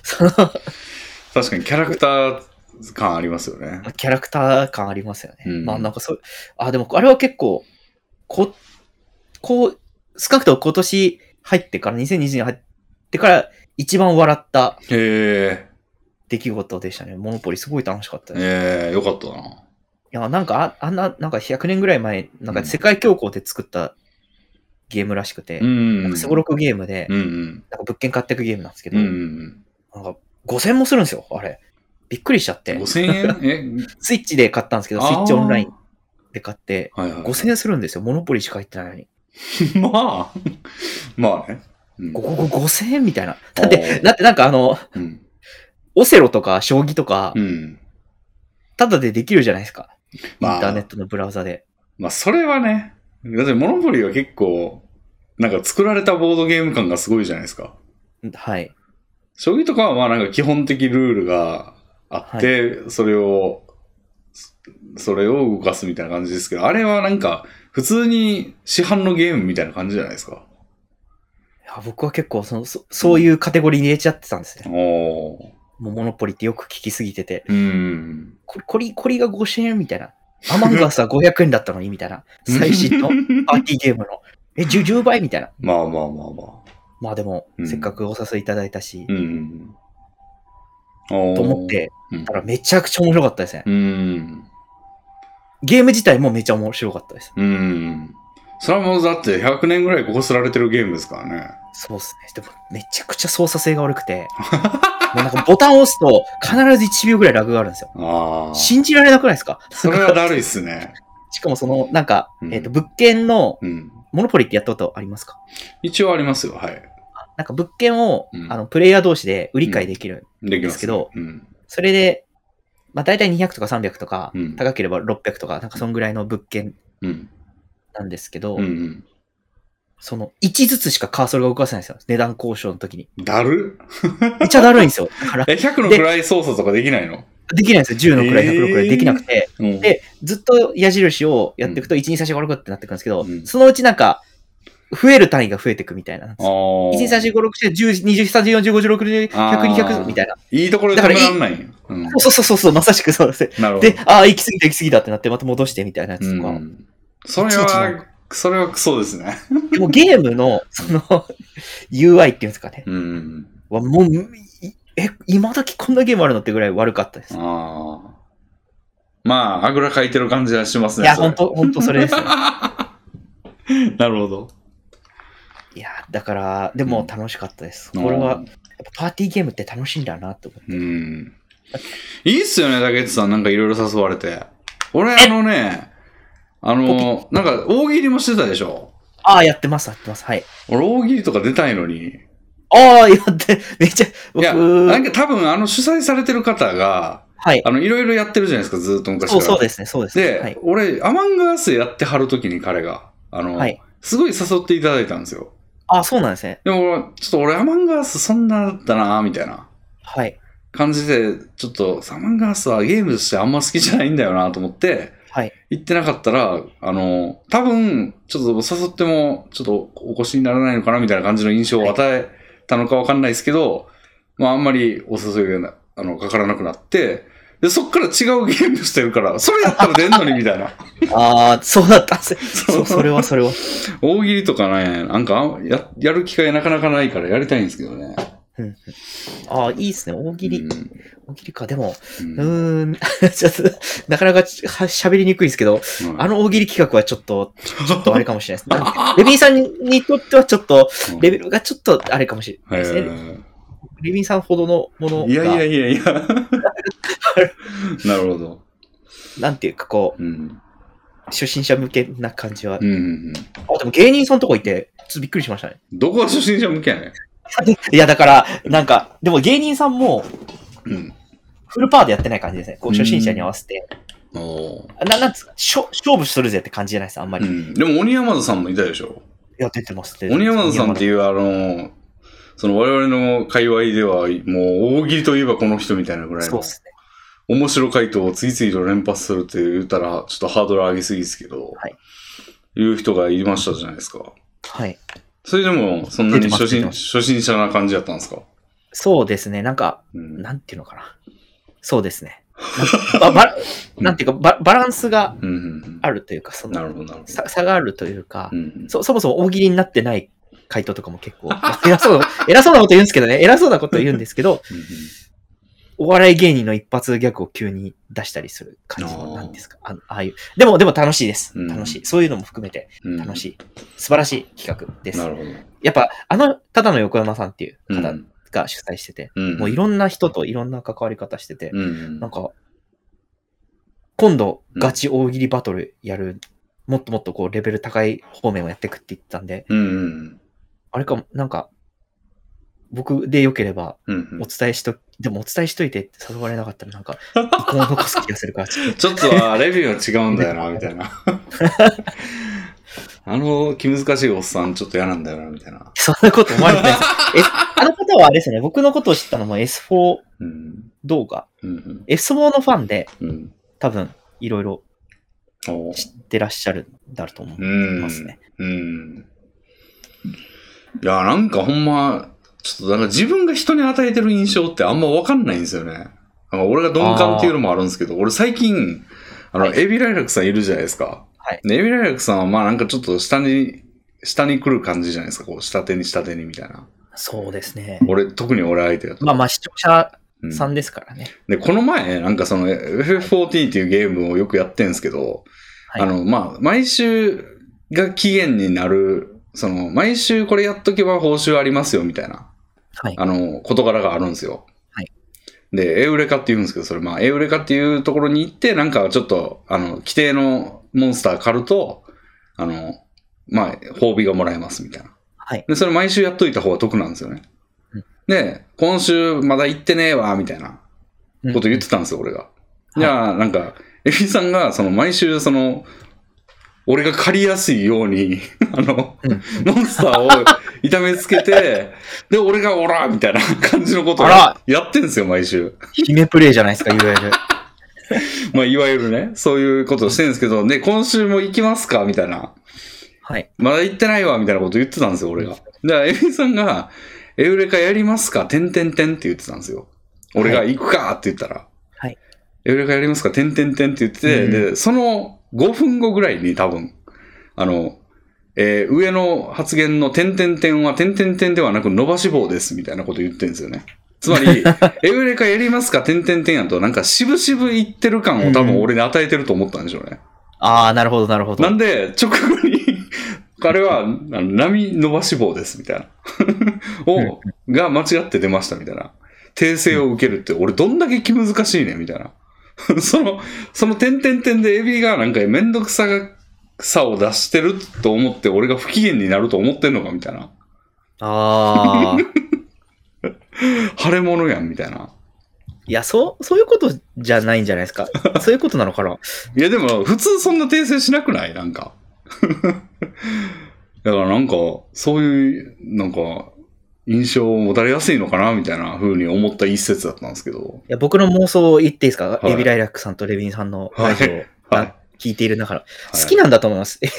Speaker 2: その
Speaker 1: 確かにキャラクター感ありますよね。
Speaker 2: キャラクター感ありますよね。
Speaker 1: うん
Speaker 2: まあなんかそう、あ、でもあれは結構、こ、こう、少なくとも今年入ってから、2020年入ってから一番笑った
Speaker 1: へ
Speaker 2: 出来事でしたね。モノポリすごい楽しかった
Speaker 1: え、
Speaker 2: です。い
Speaker 1: ええ、よかったな。
Speaker 2: や、なんかああんな、なんか100年ぐらい前、なんか世界恐慌で作ったゲームらしくて、
Speaker 1: うん。
Speaker 2: なんかすごろくゲームで、
Speaker 1: うん、うん。
Speaker 2: なんか物件買っていくゲームなんですけ
Speaker 1: う
Speaker 2: ど、
Speaker 1: んうん
Speaker 2: なんか5000もするんですよ、あれ。びっくりしちゃっ
Speaker 1: うん。
Speaker 2: て。
Speaker 1: 5000円え
Speaker 2: スイッチで買ったんですけど、スイッチオンライン。で買って、
Speaker 1: あーはいはい。
Speaker 2: 5000円するんですよ、モノポリしか入ってないのに。
Speaker 1: 円 [LAUGHS] まあ、まあね。うん
Speaker 2: こここ5000円みたいな。だって、
Speaker 1: あー
Speaker 2: だってなんかあの、
Speaker 1: うん。
Speaker 2: オセロとか将棋とか
Speaker 1: う、ん。
Speaker 2: ただでできるじゃないですか。イン
Speaker 1: まあ
Speaker 2: ターネットのブラウザで。
Speaker 1: まあ、それはね、だってモノポリーは結構、なんか作られたボードゲーム感がすごいじゃないですか。
Speaker 2: はい。
Speaker 1: 将棋とかはまあなんか基本的ルールがあって、それを、そそれを動かすみたいな感じですけど、あれはなんか普通に市販のゲームみたいな感じじゃないですか。
Speaker 2: いや僕は結構そのそ、そういうカテゴリーに入れちゃってたんですね。
Speaker 1: おー。
Speaker 2: もうモノポリってよく聞きすぎてて、
Speaker 1: うん。
Speaker 2: これ、これ、これが5000円みたいな。アマンガスは500円だったのにみたいな。最新のパーティーゲームの。え、10, 10倍みたいな。
Speaker 1: まあまあまあまあ。
Speaker 2: まあでも、
Speaker 1: うん
Speaker 2: せっかくお誘いいただいたし、
Speaker 1: うん。おー
Speaker 2: と思っ。て
Speaker 1: うん
Speaker 2: たらめちゃくちゃ面白かったですね。
Speaker 1: うん。
Speaker 2: ゲーム自体もめちゃ面白かったです。
Speaker 1: うん。それはもうだって100年ぐらいここすられてるゲームですからね。
Speaker 2: そうですね。でも、めちゃくちゃ操作性が悪くて、もうなんかボタンを押すと必ず1秒ぐらいラグがあるんですよ。
Speaker 1: ああ。
Speaker 2: 信じられなくないですか
Speaker 1: それはだるいっすね。
Speaker 2: [LAUGHS] しかもその、なんか、
Speaker 1: うん
Speaker 2: えっ、と、物件の、
Speaker 1: うん。
Speaker 2: モノポリってやったことありますか
Speaker 1: 一応ありますよ、はい。
Speaker 2: なんか物件を、
Speaker 1: うん
Speaker 2: あの、プレイヤー同士で売り買いできる。
Speaker 1: できます。
Speaker 2: ですけど
Speaker 1: うん。
Speaker 2: それで、まあ大体200とか300とか、
Speaker 1: うん
Speaker 2: 高ければ600とか、なんかそんぐらいの物件
Speaker 1: うん。
Speaker 2: なんですけど、
Speaker 1: うんうん。
Speaker 2: その1ずつしかカーソルが動かせないんですよ。値段交渉の時に。
Speaker 1: だる
Speaker 2: めっちゃだるいんですよ。だから、
Speaker 1: え、100の
Speaker 2: で
Speaker 1: 位操作とかできないの
Speaker 2: できないんですよ。10の位、106位できなくて、
Speaker 1: うん
Speaker 2: でずっと矢印をやっていくと、1、2、3、4、5、6ってなっていくんですけど、
Speaker 1: うん
Speaker 2: そのうちなんか、増える単位が増えていくみたいな。
Speaker 1: あー
Speaker 2: 1、2、3、4、5、6、10、20、30、40、50、60、100、200みたいな。
Speaker 1: いいところで止めらんないんや。うん
Speaker 2: そうそうそうそう、まさしくそうです。
Speaker 1: なるほど。
Speaker 2: で、ああ、行き過ぎた行き過ぎたってなって、また戻してみたいなや
Speaker 1: う
Speaker 2: つとか。
Speaker 1: ん。それ
Speaker 2: いちいちなん
Speaker 1: は、それはクソですね。
Speaker 2: でもゲームの、その、UI っていうんですかね。
Speaker 1: うん。
Speaker 2: はもう、いえ、今時こんなゲームあるのってぐらい悪かったです。
Speaker 1: ああ。まあ、あぐらかいてる感じはします
Speaker 2: い
Speaker 1: ね。
Speaker 2: や、
Speaker 1: それ
Speaker 2: 本当本当それです
Speaker 1: [LAUGHS]
Speaker 2: ね。
Speaker 1: なるほど。
Speaker 2: いや、だから、でも楽しかったです。これは、やっ。ぱパーティーゲームって楽しいんだなと思って。
Speaker 1: うん。いいっすよね、竹内さん。なんかいろいろ誘われて。俺、あのね、あの、なんか大喜利もしてたでしょ。
Speaker 2: ああ、やってます、やってます。はい。
Speaker 1: 俺、大喜利とか出たいのに。
Speaker 2: ああ、やって、 [LAUGHS] めっちゃ、
Speaker 1: い
Speaker 2: 僕、
Speaker 1: や、なんか多分、あの、主催されてる方が、
Speaker 2: はい。
Speaker 1: あの、いろいろやってるじゃないですか、ずーっと昔か
Speaker 2: そ
Speaker 1: ら。
Speaker 2: うそうですね、そうですね。
Speaker 1: で、
Speaker 2: はい。
Speaker 1: 俺、アマンガースやってはるときに彼が、あの、
Speaker 2: はい
Speaker 1: すごい誘っていただいたんですよ。
Speaker 2: ああ、そうなんですね。
Speaker 1: でも、ちょっと俺、アマンガースそんなだったな、みたいな
Speaker 2: はい。
Speaker 1: 感じで、ちょっと、アマンガースはゲームとしてあんま好きじゃないんだよな、と思って、
Speaker 2: はい。
Speaker 1: 行ってなかったら、あの、多分、ちょっと誘っても、ちょっとお越しにならないのかな、みたいな感じの印象を与えたのかわかんないですけど、まあ、あんまりお誘いがなあのかからなくなって、で、そっから違うゲームしてるから、それやったら出んのに、みたいな。
Speaker 2: [LAUGHS] ああ、そうだった
Speaker 1: [LAUGHS]
Speaker 2: んですね。そう、それは、それは。
Speaker 1: 大喜利とかね、なんかややる機会なかなかないからやりたいんですけどね。
Speaker 2: ああ、いいですね。大喜利、
Speaker 1: うん
Speaker 2: 大喜利か。でも、う
Speaker 1: うん
Speaker 2: ーん、 [LAUGHS] ちょっと、なかなかちは喋りにくいですけど、あの大喜利企画はちょっと、ちょっとあれかもしれない
Speaker 1: [LAUGHS]
Speaker 2: ですなんか。レビンさんにとってはちょっと、レベルがちょっとあれかもしれないですね。
Speaker 1: へ
Speaker 2: レビンさんほどのもの
Speaker 1: え
Speaker 2: が、
Speaker 1: いやいやいやいや。 [LAUGHS] なるほど。
Speaker 2: なんていうかこ
Speaker 1: うん。
Speaker 2: う、初心者向けな感じは。
Speaker 1: うんうんうん。
Speaker 2: あ、でも芸人さんとこいて、ちょっとびっくりしましたね。
Speaker 1: どこが初心者向けやねん。
Speaker 2: いや、だから、なんか、でも芸人さんも、
Speaker 1: うん。
Speaker 2: フルパワーでやってない感じですね。こ
Speaker 1: う
Speaker 2: う、
Speaker 1: ん
Speaker 2: 初心者に合わせて。
Speaker 1: おー
Speaker 2: ななんつうか、しょ勝負するぜって感じじゃないです、あんま
Speaker 1: う
Speaker 2: り。い
Speaker 1: ん、でも、鬼山田さんもいたでしょ。
Speaker 2: や、出てます。出てます
Speaker 1: 鬼山田さんっていう、あの、その我々の界隈では、もう大喜利といえばこの人みたいなぐらい
Speaker 2: そう
Speaker 1: の
Speaker 2: っ、すね。
Speaker 1: 面白回答を次々と連発するって言ったら、ちょっとハードル上げすぎですけど、
Speaker 2: はい
Speaker 1: いう人がいましたじゃないですか。
Speaker 2: はい。
Speaker 1: それでも、そんなに初
Speaker 2: 出
Speaker 1: 心
Speaker 2: てます
Speaker 1: 初心者な感じやったんですか、
Speaker 2: そうですね。なんか、
Speaker 1: うん、
Speaker 2: なんていうのかな。そうで
Speaker 1: [LAUGHS]
Speaker 2: すね。なんかばばなんていうかバ、バランスが
Speaker 1: うんうん
Speaker 2: あるというか、そ
Speaker 1: うん。な
Speaker 2: の
Speaker 1: るほど、なるほど。
Speaker 2: さ差があるというか
Speaker 1: う、ん、
Speaker 2: そそもそも大喜利になってない回答とかも結構、 [LAUGHS] 偉そうな、偉そうなこと言うんですけどね、偉そうなこと言うんですけど、
Speaker 1: うんうん
Speaker 2: お笑い芸人の一発ギャグを急に出したりする感じの、なんですか、あのああいう。でも、でも楽しいです。
Speaker 1: うん
Speaker 2: 楽しい。そういうのも含めて
Speaker 1: うん
Speaker 2: 楽しい。素晴らしい企画です
Speaker 1: な。るほど。
Speaker 2: やっぱ、あの、ただの横山さんっていう
Speaker 1: う
Speaker 2: 方
Speaker 1: ん
Speaker 2: が主催してて、
Speaker 1: うん、
Speaker 2: もういろんな人といろんな関わり方してて、
Speaker 1: うんうん
Speaker 2: なんか、今度、ガチ大喜利バトルやる、もっともっとこう、レベル高い方面をやっていくって言ってたんで、
Speaker 1: うんうん
Speaker 2: あれかも、なんか、僕で良ければ、
Speaker 1: うんう
Speaker 2: お
Speaker 1: ん
Speaker 2: 伝えしと、でもお伝えしといてって誘われなかったら、なんか、遺恨を残す気がするから、ち [LAUGHS] ょっ
Speaker 1: ちょっとあレビューは違うんだよな、みたいな。 [LAUGHS] あの気難しいおっさん、ちょっと嫌なんだよな、みたいな。
Speaker 2: とそんなこと思われてないです。えあの方はあれですね、僕のことを知ったのも S4
Speaker 1: うん。
Speaker 2: 動画、
Speaker 1: うん。
Speaker 2: S4 のファンで、
Speaker 1: うんうん。
Speaker 2: 多分、いろいろ
Speaker 1: お
Speaker 2: 知ってらっしゃるんだろうと思う。
Speaker 1: うん
Speaker 2: ますね
Speaker 1: うん。いや、なんかほんま、ちょっとなんか自分が人に与えてる印象ってあんまわかんないんですよね。なんか俺が鈍感っていうのもあるんですけど、俺最近、あの、
Speaker 2: はい
Speaker 1: エビライラクさんいるじゃないですか。
Speaker 2: はい
Speaker 1: でエビライラクさんはまあなんかちょっと下に、下に来る感じじゃないですか。こう、下手に下手にみたいな。
Speaker 2: そうですね。
Speaker 1: 俺、特に俺相手だと。
Speaker 2: まあまあ、視聴者
Speaker 1: うん
Speaker 2: さんですからね。
Speaker 1: で、この前、なんかその FF14 っていうゲームをよくやってんですけど、
Speaker 2: はい
Speaker 1: あの、まあ、毎週が期限になる、その、毎週これやっとけば報酬ありますよ、みたいな、
Speaker 2: はい。
Speaker 1: あの、事柄があるんですよ。
Speaker 2: はい
Speaker 1: で、エウレカって言うんですけど、それ、まあ、エウレカっていうところに行って、なんかちょっと、あの、規定のモンスター狩ると、あの、まあ、褒美がもらえます、みたいな。
Speaker 2: はい。
Speaker 1: で、それ毎週やっといた方が得なんですよね
Speaker 2: うん。
Speaker 1: で、今週まだ行ってねえわ、みたいなこと言ってたんですよ、俺が。じゃあ、なんか、エビさんが、その、毎週、その、俺が借りやすいように、 [LAUGHS] あの、
Speaker 2: うん
Speaker 1: モンスターを痛めつけ
Speaker 2: [LAUGHS]
Speaker 1: て、で、俺がオラみたいな感じのことを
Speaker 2: あら
Speaker 1: やってんですよ、毎週。
Speaker 2: 姫プレイじゃないですか、いわゆる。
Speaker 1: まあ、いわゆるね、そういうことをしてるんですけど、で、今週も行きますかみたいな。
Speaker 2: はい。
Speaker 1: まだ行ってないわ、みたいなこと言ってたんですよ、俺が。だから、エビさんが、エウレカやりますかてんてんてんって言ってたんですよ。俺が行くかって言ったら。
Speaker 2: はい。
Speaker 1: エウレカやりますかてんてんてんって言ってて、
Speaker 2: うん
Speaker 1: で、その5分後ぐらいに多分、あの、えー上の発言の点点点は点点点ではなく伸ばし棒ですみたいなこと言ってるんですよね。つま
Speaker 2: [LAUGHS]
Speaker 1: り、エウレカやりますか点点点やと、なんか渋々言ってる感を多分俺に与えてると思ったんでしょうね。
Speaker 2: ああ、なるほど、なるほど。
Speaker 1: なんで、直後に、彼は、あの波伸ばし棒です、みたいな。 [LAUGHS] を、が間違って出ました、みたいな。訂正を受けるって、俺どんだけ気難しいねん、みたいな。 [LAUGHS] その、その点々点でエビがなんかめんどくさが、さを出してると思って、俺が不機嫌になると思ってんのか、みたいな。
Speaker 2: ああ。
Speaker 1: 腫れ物やん、みたいな。
Speaker 2: いや、そう、そういうことじゃないんじゃないで
Speaker 1: [LAUGHS]
Speaker 2: すか。そういうことなのかな。
Speaker 1: いや、でも、普通そんな訂正しなくないなんか。 [LAUGHS] だからなんか、そういう、なんか、印象を持たれやすいのかなみたいな風に思った一節だったんですけど。
Speaker 2: いや、僕の妄想を言っていいですか、
Speaker 1: はい
Speaker 2: エビライラックさんとレビンさんのラジオを
Speaker 1: はい
Speaker 2: な聞いている中の、
Speaker 1: はい
Speaker 2: 好きなんだと思
Speaker 1: [LAUGHS]
Speaker 2: います。レ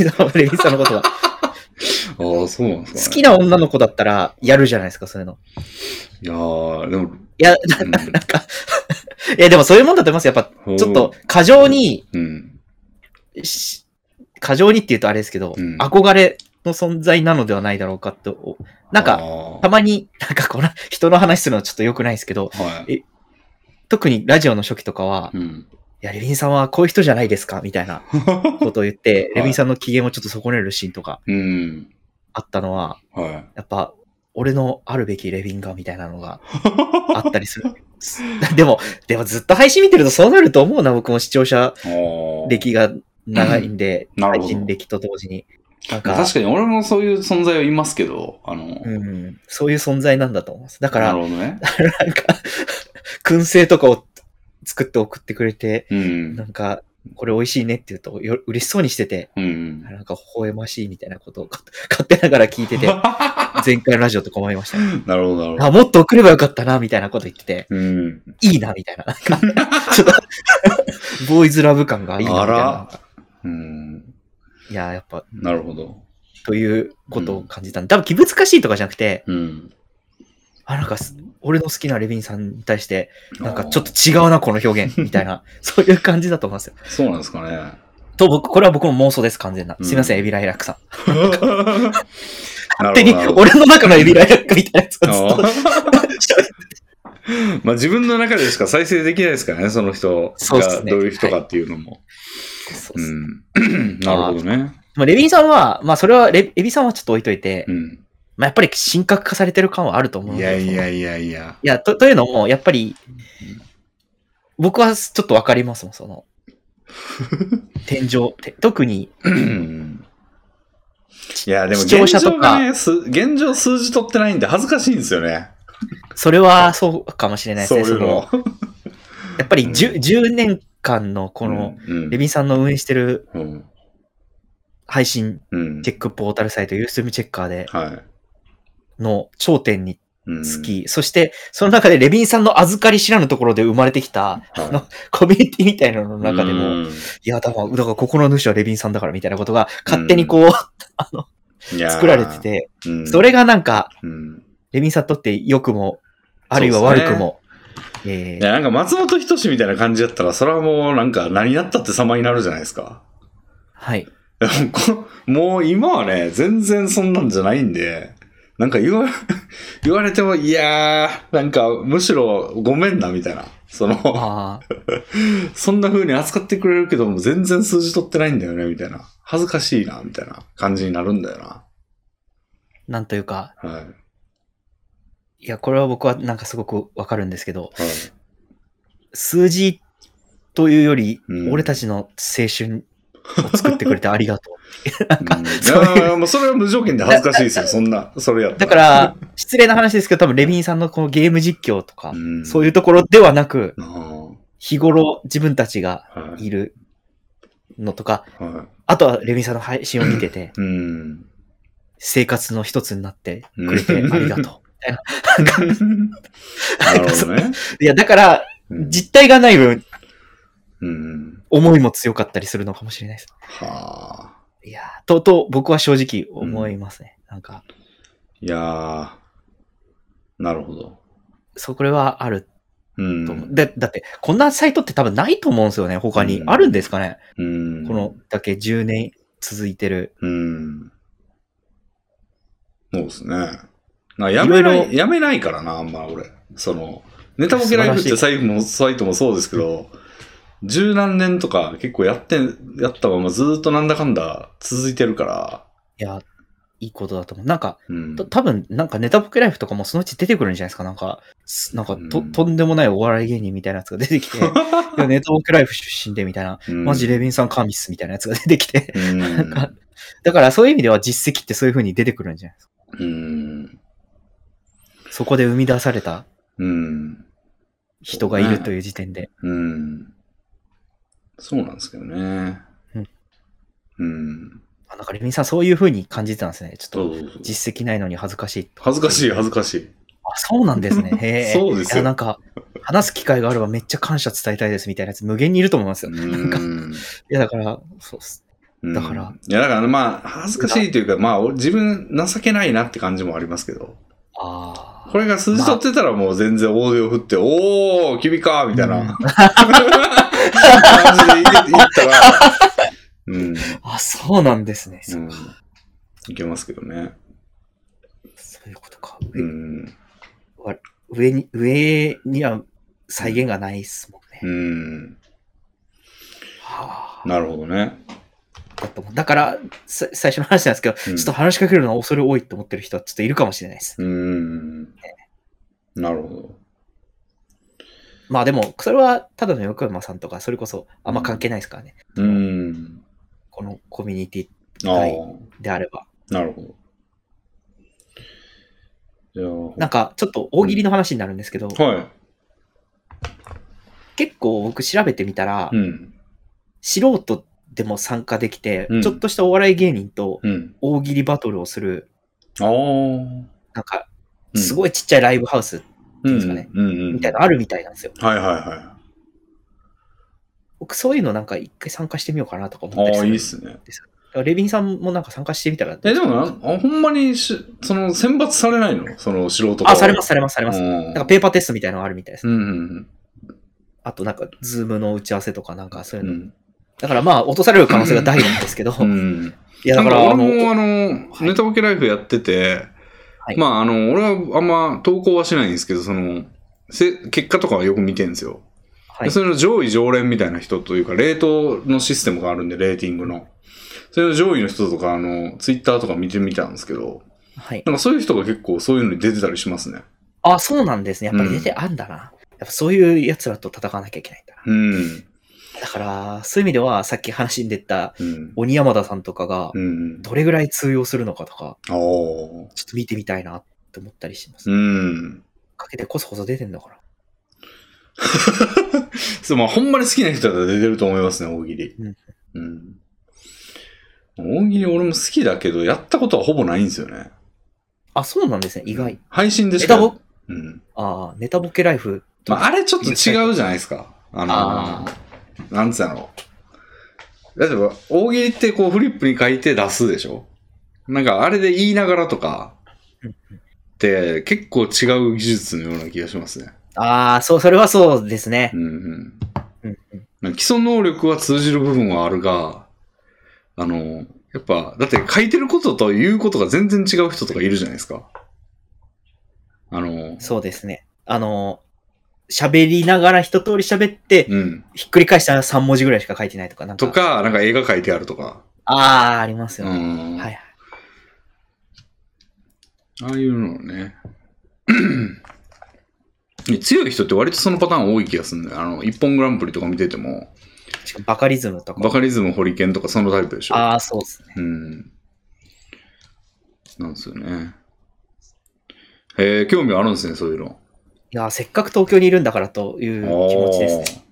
Speaker 2: ビンさんのことが。
Speaker 1: ああ、そうなんですか、ね。
Speaker 2: 好きな女の子だったらやるじゃないですか、そういうの。
Speaker 1: いやー、でも、
Speaker 2: いや、
Speaker 1: うん
Speaker 2: なんか、いや、でもそういうもんだと思います。やっぱ、
Speaker 1: ほう
Speaker 2: [LAUGHS] ちょっと、過剰に、
Speaker 1: うん。
Speaker 2: し過剰にって言うとあれですけど、
Speaker 1: うん
Speaker 2: 憧れの存在なのではないだろうかと。なん
Speaker 1: あ
Speaker 2: か、た
Speaker 1: ー
Speaker 2: まに、なんかこの人の話するのはちょっと良くないですけど、
Speaker 1: はい。
Speaker 2: 特にラジオの初期とかは、
Speaker 1: うん。
Speaker 2: いや、レビンさんはこういう人じゃないですかみたいなことを言って、
Speaker 1: [LAUGHS]
Speaker 2: レビンさんの機嫌をちょっと損ねるシーンとか
Speaker 1: うん。
Speaker 2: あったのは、
Speaker 1: はい。
Speaker 2: やっぱ、俺のあるべきレビンがみたいな
Speaker 1: [LAUGHS]
Speaker 2: のがあったりする。 [LAUGHS] でも、でもずっと配信見てるとそうなると思うな、僕も視聴
Speaker 1: あ
Speaker 2: 者
Speaker 1: ー
Speaker 2: 歴が長いんで、
Speaker 1: うんなるほ
Speaker 2: 配
Speaker 1: ど
Speaker 2: 信歴と同時に。なんか、
Speaker 1: 確かに俺もそういう存在はいますけど、あの、
Speaker 2: うん、そういう存在なんだと思います。だから、
Speaker 1: な
Speaker 2: なん
Speaker 1: るほどね。
Speaker 2: か、 [LAUGHS] 燻製とかを作って送ってくれて、
Speaker 1: うん
Speaker 2: な。んか、これ美味しいねって言うと、よ嬉しそうにしてて、 [LAUGHS]
Speaker 1: うん。
Speaker 2: なんか微笑ましいみたいなことをか勝手ながら聞いてて、前回のラジオとか思いましたね、
Speaker 1: [LAUGHS] なるほど、なるほど。
Speaker 2: あ、もっと送ればよかったな、みたいなこと言ってて、
Speaker 1: うん。
Speaker 2: いいな、みたいな。なんか [LAUGHS] ちょっと、ボーイズラブ感がいいな、みたい
Speaker 1: あ
Speaker 2: な。
Speaker 1: うん。
Speaker 2: いや、やっぱ、
Speaker 1: なるほど。
Speaker 2: ということを感じたんで、多分気難しいとかじゃなくて、
Speaker 1: うん。
Speaker 2: あ、なんかす、俺の好きなレビンさんに対して、なんかちょっと違うな、この表
Speaker 1: [LAUGHS]
Speaker 2: 現、みたいな、そういう感じだと思いますよ。
Speaker 1: そうなん
Speaker 2: [LAUGHS]
Speaker 1: ですかね。
Speaker 2: と、僕、これは僕の妄想です、完全な。
Speaker 1: うん
Speaker 2: すいません、エビライラックさん。
Speaker 1: 勝
Speaker 2: 勝手に、俺の中のエビライラックみたいなやつがずっと
Speaker 1: [LAUGHS] まあ自分の中でしか再生できないですからね、その人
Speaker 2: そうっ
Speaker 1: が
Speaker 2: すね
Speaker 1: どういう人かっていうのも。
Speaker 2: そ
Speaker 1: う
Speaker 2: うっす
Speaker 1: ん。 [CLEARS THROAT] なるほどね。
Speaker 2: まあレビンさんは、まあ、それはレ、エビさんはちょっと置いといて、
Speaker 1: うん。
Speaker 2: まあ、やっぱり神格化されてる感はあると思うん
Speaker 1: い
Speaker 2: ですよ
Speaker 1: やいやいやいや。
Speaker 2: いや、とというのも、やっぱり、僕はちょっとわかりますもん、
Speaker 1: [LAUGHS]
Speaker 2: その、天井て、特に、
Speaker 1: うんいや、でも
Speaker 2: 視聴
Speaker 1: 現
Speaker 2: 者
Speaker 1: 状
Speaker 2: と
Speaker 1: が
Speaker 2: か
Speaker 1: ね、す現状数字取ってないんで恥ずかしいんですよね。
Speaker 2: それはそうかもしれないです
Speaker 1: そう
Speaker 2: ね。
Speaker 1: いうの
Speaker 2: そ。のやっぱり 10, 10年間のこの、
Speaker 1: うん、
Speaker 2: レビンさんの運営してる
Speaker 1: うん。
Speaker 2: 配信、
Speaker 1: うん。
Speaker 2: チェックポータルサイト、ユーストリームチェッカーで
Speaker 1: はい。
Speaker 2: の頂点に
Speaker 1: うん
Speaker 2: つき、そして、その中でレビンさんの預かり知らぬところで生まれてきた、
Speaker 1: はい
Speaker 2: のコミュニティみたいなのの中でも、
Speaker 1: うん
Speaker 2: いや、だから、だから心の主はレビンさんだからみたいなことが勝手にこう、
Speaker 1: いやー
Speaker 2: 作られてて、
Speaker 1: うん
Speaker 2: それがなんか、
Speaker 1: うん
Speaker 2: レビンさんにとって良くも、あるいは悪くも、
Speaker 1: い
Speaker 2: えー
Speaker 1: や、なんか松本人志みたいな感じだったら、それはもうなんか何やったって様になるじゃないですか。 [LAUGHS]
Speaker 2: はい。
Speaker 1: でもこもう今はね、全然そんなんじゃないんで、なんか言わ [LAUGHS] 言われても、いやー、なんかむしろごめんな、みたいな。その、
Speaker 2: ああ、
Speaker 1: そんな風に扱ってくれるけども、全然数字取ってないんだよね、みたいな。恥ずかしいな、みたいな感じになるんだよな。
Speaker 2: なんというか、
Speaker 1: はい。
Speaker 2: [LAUGHS]
Speaker 1: はい
Speaker 2: いや、これは僕はなんかすごくわかるんですけど、数字というより
Speaker 1: う、ん
Speaker 2: 俺たちの青春を作ってくれてありがとう。なんか
Speaker 1: うん、
Speaker 2: そう
Speaker 1: いやい
Speaker 2: いう。
Speaker 1: やもうそれは無条件で恥ずかしいですよ、そんな、それやった
Speaker 2: だから、失礼な話ですけど、多分レビンさんのこのゲーム実況とか、
Speaker 1: うん
Speaker 2: そういうところではなく、
Speaker 1: あー
Speaker 2: 日頃自分たちが
Speaker 1: はい。
Speaker 2: いるのとか、
Speaker 1: は
Speaker 2: あとはレミさんの配信を見てて、
Speaker 1: い。
Speaker 2: [LAUGHS]
Speaker 1: うん。
Speaker 2: 生活の一つになってくれてありがと
Speaker 1: なる
Speaker 2: [LAUGHS]
Speaker 1: ほどね。
Speaker 2: う。いや、だから、
Speaker 1: うん
Speaker 2: 実体がない分、
Speaker 1: うん。
Speaker 2: 思いも強かったりするのかもしれないです。
Speaker 1: はあ。
Speaker 2: いやーとうとう僕は正直思いますね。なんか、
Speaker 1: いやー。なるほど。
Speaker 2: そう、これはある
Speaker 1: うん。
Speaker 2: と思う。だだって、こんなサイトって多分ないと思うんですよね、他に。
Speaker 1: うん
Speaker 2: あるんですかね
Speaker 1: うん。
Speaker 2: このだけ10年続いてる。
Speaker 1: うん。そうですね。なやめない
Speaker 2: いろいろ
Speaker 1: やめないからな、あんま俺。その、ネタボケライフっ
Speaker 2: 素晴
Speaker 1: て
Speaker 2: らしい
Speaker 1: サイトもサイトもそうですけど、十何年とか結構やって、やったままずーっとなんだかんだ続いてるから、
Speaker 2: いや、いいことだと思う。なんか、
Speaker 1: うん
Speaker 2: と。多分なんかネタボケライフとかもそのうち出てくるんじゃないですか。なんか、すなんかと、
Speaker 1: うん
Speaker 2: とんでもないお笑い芸人みたいなやつが出て
Speaker 1: [LAUGHS]
Speaker 2: きて、いやネタボケライフ出身でみたいな、マジ
Speaker 1: で。
Speaker 2: レビンさん神っすみたいなやつが出てきて。
Speaker 1: うん
Speaker 2: [LAUGHS] かだからそういう意味では実績ってそういう風に出てくるんじゃないですか。
Speaker 1: うん。
Speaker 2: そこで生み出された
Speaker 1: うん。
Speaker 2: 人がいるという時点で。
Speaker 1: うん。そうなんですけどね。
Speaker 2: うん。
Speaker 1: うん。
Speaker 2: あなんかレビンさんそういう風に感じてたんですね。ちょっ
Speaker 1: そ
Speaker 2: と
Speaker 1: うそうそう
Speaker 2: 実績ないのに恥ずかしい。
Speaker 1: 恥ずかしい、恥ずかしい。
Speaker 2: あ、そうなんですね。へ
Speaker 1: [LAUGHS]
Speaker 2: え。
Speaker 1: そうですよ
Speaker 2: いやなんか、話す機会があればめっちゃ感謝伝えたいですみたいなやつ無限にいると思いますよ。
Speaker 1: [LAUGHS] うん。
Speaker 2: いやだから、そうっす。だから
Speaker 1: うんいや、だからまあ、恥ずかしいというか、まあ、俺自分情けないなって感じもありますけど、
Speaker 2: ああ。
Speaker 1: これが数字取ってたらもう全然大手を振って、おー、君かみたいな、
Speaker 2: うん
Speaker 1: 感じでいった [LAUGHS] ら、うん、
Speaker 2: あ、そうなんですね。
Speaker 1: うん、いけますけどね。
Speaker 2: そういうことか。
Speaker 1: うん、
Speaker 2: 上に、上には再現がないっすもんね。
Speaker 1: うん、
Speaker 2: はあ
Speaker 1: なるほどね。
Speaker 2: だと思うだから、さ最初の話なんですけど、
Speaker 1: うん
Speaker 2: ちょっと話しかけるのは恐れ多いと思ってる人はちょっといるかもしれないです。
Speaker 1: うん、なるほ
Speaker 2: まあでも、それはただの横山さんとか、それこそあんま関係ないですからね。
Speaker 1: ど。うん、
Speaker 2: このコミュニテ
Speaker 1: あ
Speaker 2: ィ
Speaker 1: あ、
Speaker 2: はいであれば。
Speaker 1: なるほど。じゃあほ
Speaker 2: なんか、ちょっと大喜利の話になるんですけど、
Speaker 1: は
Speaker 2: 結構僕調べてみたら、
Speaker 1: い。うん。
Speaker 2: 素人でも参加できて、
Speaker 1: うん
Speaker 2: ちょっとしたお笑い芸人と
Speaker 1: うん。
Speaker 2: 大喜利バトルをする、
Speaker 1: ああ。
Speaker 2: なんか、すごいちっちゃいライブハウス
Speaker 1: い
Speaker 2: んですかね。
Speaker 1: うんうんうん。
Speaker 2: みたいなのあるみたいなんですよ。
Speaker 1: はいはいは
Speaker 2: 僕、そういうのなんか一回参加してみようかなとか思っ
Speaker 1: い。
Speaker 2: たり
Speaker 1: ああ、
Speaker 2: す
Speaker 1: い
Speaker 2: る。
Speaker 1: いっすね。
Speaker 2: レビンさんもなんか参加してみたら。
Speaker 1: え、でもな、あほんまにし、その、選抜されないのその、素人
Speaker 2: あ、されます、
Speaker 1: す、
Speaker 2: されます、されます。
Speaker 1: うん。
Speaker 2: なんかペーパーテストみたいなのがあるみたいです。
Speaker 1: うんうん
Speaker 2: あとなんか、ズームの打ち合わせとかなんかそういう
Speaker 1: う
Speaker 2: の。
Speaker 1: ん。
Speaker 2: だからまあ、落とされる可能性が大なんですけど、
Speaker 1: う
Speaker 2: い
Speaker 1: ん。
Speaker 2: やだ
Speaker 1: だ
Speaker 2: か、
Speaker 1: からら、
Speaker 2: あの、
Speaker 1: 俺も、あの、
Speaker 2: い
Speaker 1: ネタボケライフやってて、
Speaker 2: はい
Speaker 1: まあ、あの、俺はあんま投稿はしないんですけど、その、せ結果とかはよく見てるんですよ。
Speaker 2: はい
Speaker 1: で、それの上位常連みたいな人というか、レートのシステムがあるんで、レーティングの。それの上位の人とか、あの、ツイッターとか見てみたんですけど、
Speaker 2: はい。
Speaker 1: なんかそういう人が結構そういうのに出てたりしますね。
Speaker 2: あ、そうなんですね。やっぱり出てあんだな。やっぱそういう奴らと戦わなきゃいけないんだな。
Speaker 1: うん。
Speaker 2: だから、そういう意味では、さっき話に出た
Speaker 1: うん。
Speaker 2: 鬼山田さんとかが
Speaker 1: う、ん。
Speaker 2: どれぐらい通用するのかとか、
Speaker 1: ああ。
Speaker 2: ちょっと見てみたいなって思ったりします。
Speaker 1: うん。
Speaker 2: かけてこそこそ出てんだから。
Speaker 1: そう、まあ、ほんまに好きな人だったら出てると思いますね、大喜利。うん。大喜利俺も好きだけど、やったことはほぼないんですよね。
Speaker 2: あ、そうなんですね。意外。
Speaker 1: 配信でし
Speaker 2: ネ
Speaker 1: か
Speaker 2: タ。ボ、
Speaker 1: うん。
Speaker 2: ああ、ネタボケライフ。
Speaker 1: まあ、あれちょっと違うじゃないですか。あの
Speaker 2: あ
Speaker 1: なんつうの。例えば、大喜利ってこうフリップに書いて出すでしょなんか、あれで言いながらとか、って結構違う技術のような気がしますね。
Speaker 2: ああ、そう、それはそうですね
Speaker 1: う。んうん。
Speaker 2: うん
Speaker 1: 基礎能力は通じる部分はあるが、あの、やっぱ、だって書いてることと言うことが全然違う人とかいるじゃないですか。あの、
Speaker 2: そうですね。あの、喋りながら一通り喋って、
Speaker 1: うん。
Speaker 2: ひっくり返したら3文字ぐらいしか書いてないとか、なんか。
Speaker 1: とか、なんか絵が書いてあるとか。
Speaker 2: ああ、あります
Speaker 1: う
Speaker 2: よね。
Speaker 1: ん。
Speaker 2: はいはい。
Speaker 1: ああいうのね。 [CLEARS THROAT] 強い人って割とそのパターン多い気がするんだよ。あの、一本グランプリとか見てても、
Speaker 2: しかもバカリズムと
Speaker 1: バ
Speaker 2: か。
Speaker 1: カリズム、ホリケンとかそのタイプでしょ。
Speaker 2: ああ、そうですね。
Speaker 1: うん。なんですよね。へえ、興味あるんですね、そういうの。
Speaker 2: いやー、せっかく東京にいるんだからという気持ちですね。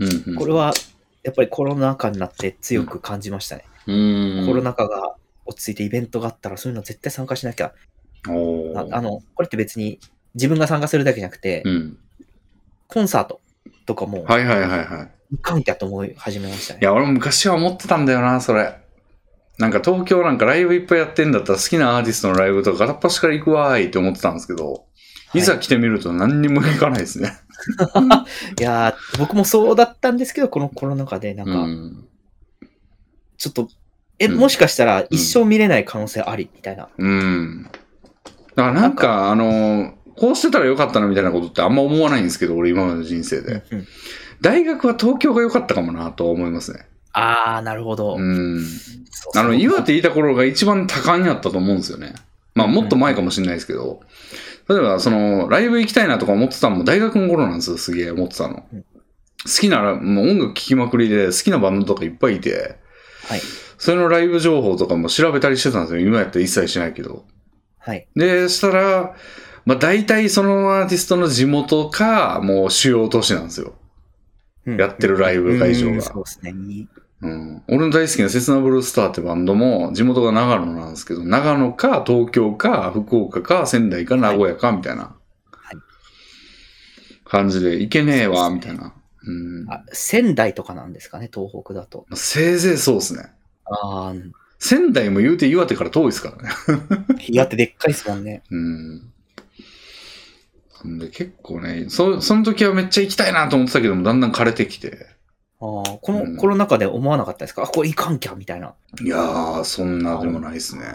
Speaker 1: あーうんうん
Speaker 2: これはやっぱりコロナ禍になって強く感じましたね。
Speaker 1: うん
Speaker 2: コロナ禍が落ち着いてイベントがあったらそういうの絶対参加しなきゃ。
Speaker 1: お
Speaker 2: あ
Speaker 1: ー
Speaker 2: あの、これって別に自分が参加するだけじゃなくて、
Speaker 1: うん。
Speaker 2: コンサートとかも
Speaker 1: はいはいはいはい。
Speaker 2: 無観客と思い始めました
Speaker 1: い
Speaker 2: ね。
Speaker 1: や、俺も昔は思ってたんだよな、それ。なんか東京なんかライブいっぱいやってんだったら好きなアーティストのライブとか片っ端から行くわーいって思ってたんですけど、い、ざ来てみると何にも行かないですね。
Speaker 2: いやー僕もそうだったんですけど、このコロナ禍でなん
Speaker 1: う
Speaker 2: か、
Speaker 1: ん。
Speaker 2: ちょっと、え、
Speaker 1: うん
Speaker 2: もしかしたら一生見れない可能性ありみたいな。
Speaker 1: うん。だからなんか、あのーこうしてたらよかったなみたいなことってあんま思わないんですけど、俺今までの人生で。
Speaker 2: うん
Speaker 1: 大学は東京が良かったかもなとは思いますね。
Speaker 2: あー、なるほど。
Speaker 1: うん。
Speaker 2: そうそう
Speaker 1: あの、岩手いた頃が一番多感やったと思うんですよね。まあ、もっと前かもしれないですけど、例えば、その、ライブ行きたいなとか思ってたのも大学の頃なんですよ、すげえ思ってたの。
Speaker 2: う
Speaker 1: 好
Speaker 2: ん
Speaker 1: きなら、もう音楽聴きまくりで、好きなバンドとかいっぱいいて、
Speaker 2: はい。
Speaker 1: それのライブ情報とかも調べたりしてたんですよ。今やったら一切しないけど。
Speaker 2: はい。
Speaker 1: で、したら、まあ、大体そのアーティストの地元か、もう主要都市なんですよ。
Speaker 2: うん
Speaker 1: やってるライブ会場が
Speaker 2: うんそうですね。いい
Speaker 1: うん、俺の大好きなセスナブルースターってバンドも地元が長野なんですけど、長野か東京か福岡か仙台か名古屋かみたいな感じで、行けねえわ、
Speaker 2: そう
Speaker 1: み
Speaker 2: で
Speaker 1: たい
Speaker 2: す
Speaker 1: な。うん、ま
Speaker 2: あ仙台とかなんですかね、東北だと。
Speaker 1: あせいぜいそうですね。
Speaker 2: ああ、
Speaker 1: 仙台も言うて岩手から遠いですからね。
Speaker 2: 岩手でっかいですもんね。
Speaker 1: うん。なんで結構ねそ、その時はめっちゃ行きたいなと思ってたけども、だんだん枯れてきて。
Speaker 2: あーこ
Speaker 1: うん
Speaker 2: のコロナ禍で思わなかったですか、あ、これいかんきゃみたいな。
Speaker 1: いやー、そんなでもないですね。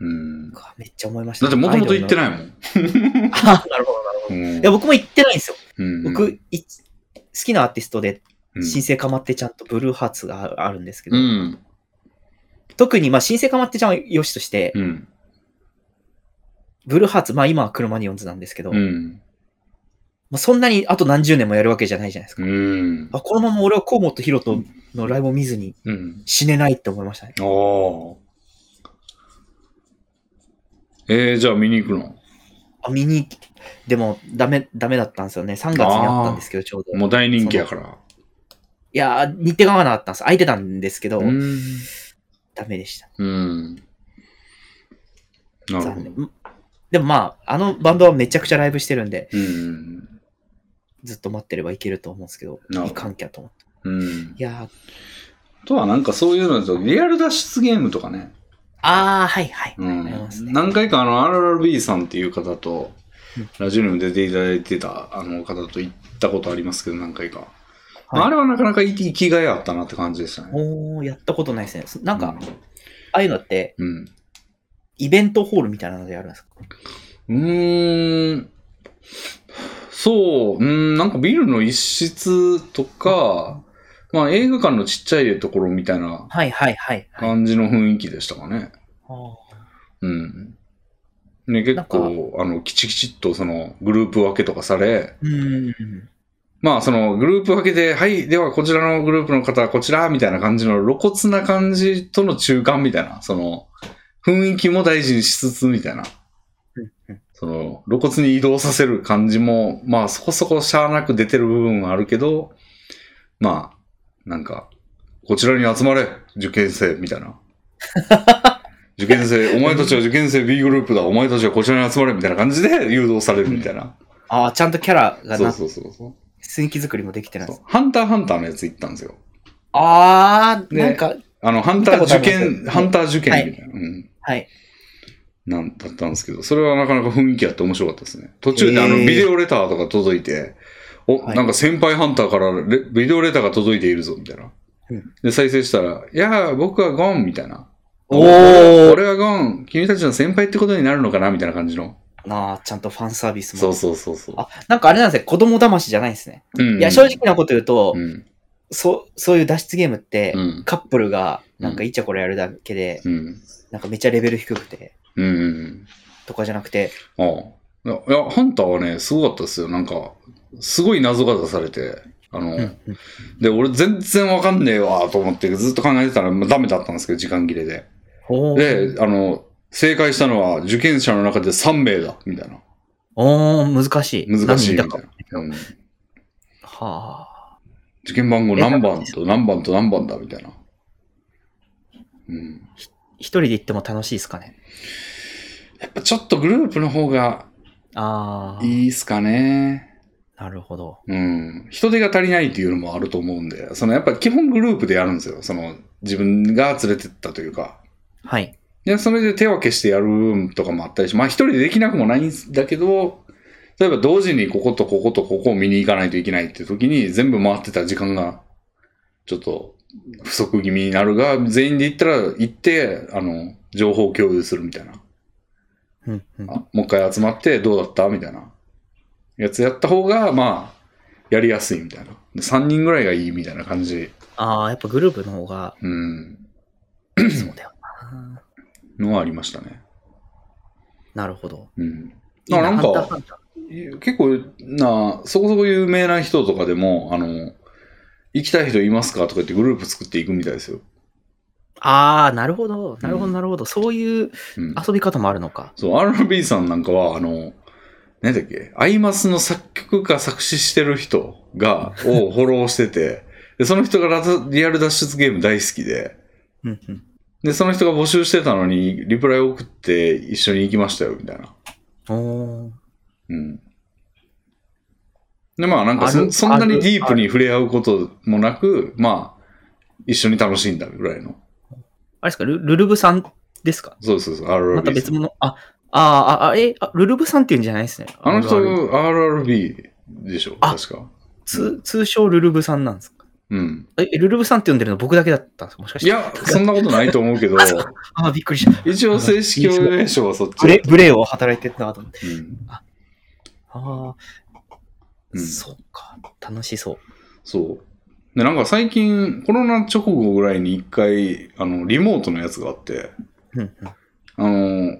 Speaker 1: うん。だ
Speaker 2: めっちゃ思いました、
Speaker 1: ってもともと行って
Speaker 2: い。
Speaker 1: ないもん。
Speaker 2: [LAUGHS] あーなるほど、なるほ
Speaker 1: う
Speaker 2: ど。
Speaker 1: ん
Speaker 2: いや、僕も行ってないんですよ。
Speaker 1: うん
Speaker 2: 僕、い好きなアーティストで、
Speaker 1: うん
Speaker 2: 新生かまってちゃんとブルーハーツがああるんですけど、
Speaker 1: うん。
Speaker 2: 特に、まあ、新生かまってちゃんは良しとして、
Speaker 1: うん。
Speaker 2: ブルーハーツ、まあ今は車にオンズなんですけど、
Speaker 1: う
Speaker 2: ま
Speaker 1: ん。
Speaker 2: あ、そんなにあと何十年もやるわけじゃないじゃないですか。
Speaker 1: うん。
Speaker 2: あこのまま俺は河本ロとのライブを見ずに
Speaker 1: うん。
Speaker 2: 死ねないって思いましたね。
Speaker 1: ああ。えー、じゃあ見に行くの
Speaker 2: あ見に、でもダメ、ダメだったんですよね。3月にあったんですけど、ちょうど。
Speaker 1: もう大人気やから。
Speaker 2: いやー、日程が合わなかったんです。空いてたんですけど、
Speaker 1: うん。
Speaker 2: ダメでした。
Speaker 1: うん。なるほ
Speaker 2: 残
Speaker 1: ど
Speaker 2: 念。。んでもまあ、あのバンドはめちゃくちゃライブしてるんで、
Speaker 1: うん。
Speaker 2: ずっと待ってればいけると思うんですけど、
Speaker 1: なるほど
Speaker 2: いかんきゃと思って。
Speaker 1: うん
Speaker 2: い。やー、
Speaker 1: あとはなんかそういうのだと、リアル脱出ゲームとかね。
Speaker 2: あー、はいはい。
Speaker 1: う
Speaker 2: あり
Speaker 1: ん
Speaker 2: ます。ね。
Speaker 1: 何回かあの、RRB さんっていう方と
Speaker 2: うん、
Speaker 1: ラジオにも出ていただいてたあの方と行ったことありますけど、何回か。
Speaker 2: はい
Speaker 1: あれはなかなか生き生きがいあったなって感じでしたね。
Speaker 2: おー、やったことないですね。そなんか、
Speaker 1: う
Speaker 2: ああいうのって、
Speaker 1: うん。
Speaker 2: イベントホールみたいなのでやるんですか
Speaker 1: うーん。そう、うーん、なんかビルの一室とか、まあ映画館のちっちゃいところみたいな
Speaker 2: はいはいはい、はい。
Speaker 1: 感じの雰囲気でしたかね。
Speaker 2: あー
Speaker 1: うん。ね、結構、あの、きちきちっとそのグループ分けとかされ、
Speaker 2: うーん。
Speaker 1: まあそのグループ分けで、はい、ではこちらのグループの方はこちら、みたいな感じの露骨な感じとの中間みたいな、その、雰囲気も大事にしつつみたいな。
Speaker 2: うんうん
Speaker 1: その露骨に移動させる感じも、まあそこそこしゃあなく出てる部分はあるけど、まあ、なんか、こちらに集まれ、受験生、みたい
Speaker 2: [LAUGHS]
Speaker 1: な。受験生、お前たちは受験生 B グループだ、お前たちはこちらに集まれ、みたいな感じで誘導されるみたいな。
Speaker 2: あー、ちゃんとキャラが
Speaker 1: そう
Speaker 2: な、
Speaker 1: そうそうそう
Speaker 2: 雰囲気作りもできてない
Speaker 1: そ
Speaker 2: で
Speaker 1: う
Speaker 2: す。。
Speaker 1: ハンターハンターのやつ行ったんですよ。
Speaker 2: あー、
Speaker 1: ね
Speaker 2: なんか、
Speaker 1: あの、ハンター受験、
Speaker 2: 見たことあります
Speaker 1: ハンター受験みたいな。うん
Speaker 2: はい。
Speaker 1: なんだったんですけど、それはなかなか雰囲気あって面白かったですね。途中であの
Speaker 2: へー
Speaker 1: ビデオレターとか届いて、お、
Speaker 2: はい
Speaker 1: なんか先輩ハンターからレビデオレターが届いているぞ、みたいな
Speaker 2: うん。
Speaker 1: で、再生したら、いやー、僕はゴンみたいな。
Speaker 2: お
Speaker 1: 俺
Speaker 2: ー
Speaker 1: 俺はゴン君たちの先輩ってことになるのかなみたいな感じの。
Speaker 2: なあ、ちゃんとファンサービスも。
Speaker 1: そうそうそうそう。
Speaker 2: あ、なんかあれなんですね、子供騙しじゃないんですね。
Speaker 1: うん
Speaker 2: いや、正直なこと言うと、
Speaker 1: うん。
Speaker 2: そう、そういう脱出ゲームって、
Speaker 1: うん。
Speaker 2: カップルが、
Speaker 1: うん
Speaker 2: なんかイチャコラやるだけで、
Speaker 1: うん。
Speaker 2: なんかめちゃレベル低くて、
Speaker 1: うん。うん。
Speaker 2: とかじゃなくて、
Speaker 1: ああ。いやいや、ハンターはね、すごかったですよ。なんか、すごい謎が出されて、あの、
Speaker 2: うん、うん
Speaker 1: で、俺全然わかんねえわと思ってずっと考えてたら、まあ、ダメだったんですけど、時間切れで。
Speaker 2: おー
Speaker 1: で、あの、正解したのは受験者の中で3名だ、みたいな。
Speaker 2: おー難しい。
Speaker 1: 難しいみ
Speaker 2: 何
Speaker 1: たい
Speaker 2: 人
Speaker 1: な
Speaker 2: だか。
Speaker 1: うん
Speaker 2: はあ。
Speaker 1: 受験番号何番と何番と何番だみたいな。うん。
Speaker 2: 一人で行っても楽しいですかね。
Speaker 1: やっぱちょっとグループの方が
Speaker 2: ああ、
Speaker 1: いいっすかね。
Speaker 2: なるほど。
Speaker 1: うん。人手が足りないっていうのもあると思うんで、そのやっぱ基本グループでやるんですよ。その自分が連れてったというか。
Speaker 2: はい。
Speaker 1: で、それで手分けしてやるとかもあったりし、まあ一人でできなくもないんだけど、例えば同時にこことこことここを見に行かないといけないっていう時に全部回ってた時間がちょっと不足気味になるが、全員で行ったら行って、あの、情報共有するみたいな。
Speaker 2: うんうん、
Speaker 1: あもう一回集まってどうだったみたいなやつやった方が、まあ、やりやすいみたいな。で3人ぐらいがいいみたいな感じ。
Speaker 2: ああ、やっぱグループの方 [CLEARS THROAT] が、
Speaker 1: うん。
Speaker 2: そうだよな。
Speaker 1: のはありましたね。
Speaker 2: なるほど。
Speaker 1: うん。
Speaker 2: いい
Speaker 1: あなんか
Speaker 2: ハンターハンター
Speaker 1: 結構な、そこそこ有名な人とかでも、あの、行きたい人いますかとか言ってグループ作っていくみたいですよ。
Speaker 2: ああ、なるほど。なるほ
Speaker 1: う
Speaker 2: ど、
Speaker 1: ん
Speaker 2: なるほど。そういう
Speaker 1: うん。
Speaker 2: 遊び方もあるのか。
Speaker 1: そう、RB さんなんかは、あの、何だっけ、アイマスの作曲か作詞してる人が、をフォローしてて、で、その人がラザリアル脱出ゲーム大好きで、
Speaker 2: うんうん。
Speaker 1: で、その人が募集してたのに、リプライ送って一緒に行きましたよ、みたいな。
Speaker 2: おー
Speaker 1: うん。で、まあなんか
Speaker 2: あ
Speaker 1: そ
Speaker 2: る
Speaker 1: そんなにディー
Speaker 2: ある
Speaker 1: プに触れ合うこともなく、まあ、一緒に楽しんだぐらいの。
Speaker 2: あれですか、ルルルブさんですか
Speaker 1: そうそうそう、RRB。
Speaker 2: また別物。あ、あーあ、あ、え、あルルブさんっていうんじゃないですね。
Speaker 1: あの人、
Speaker 2: るる
Speaker 1: RRB でしょ、
Speaker 2: あ
Speaker 1: 確か。
Speaker 2: つ通称ルルブさんなんですか
Speaker 1: うん。
Speaker 2: え、えルルブさんって呼んでるの僕だけだったんですかもしかし
Speaker 1: い
Speaker 2: て。
Speaker 1: や、そんなことないと思うけど、
Speaker 2: [LAUGHS] あそうあーびっくりした。
Speaker 1: 一応正式表名称はそっち
Speaker 2: ブレ、ブレを働いてるなと思って。
Speaker 1: うん
Speaker 2: ああ、
Speaker 1: うん
Speaker 2: そうか。楽しそう。
Speaker 1: そう。で、なんか最近、コロナ直後ぐらいに一回、あの、リモートのやつがあって、
Speaker 2: うんうん。
Speaker 1: あの、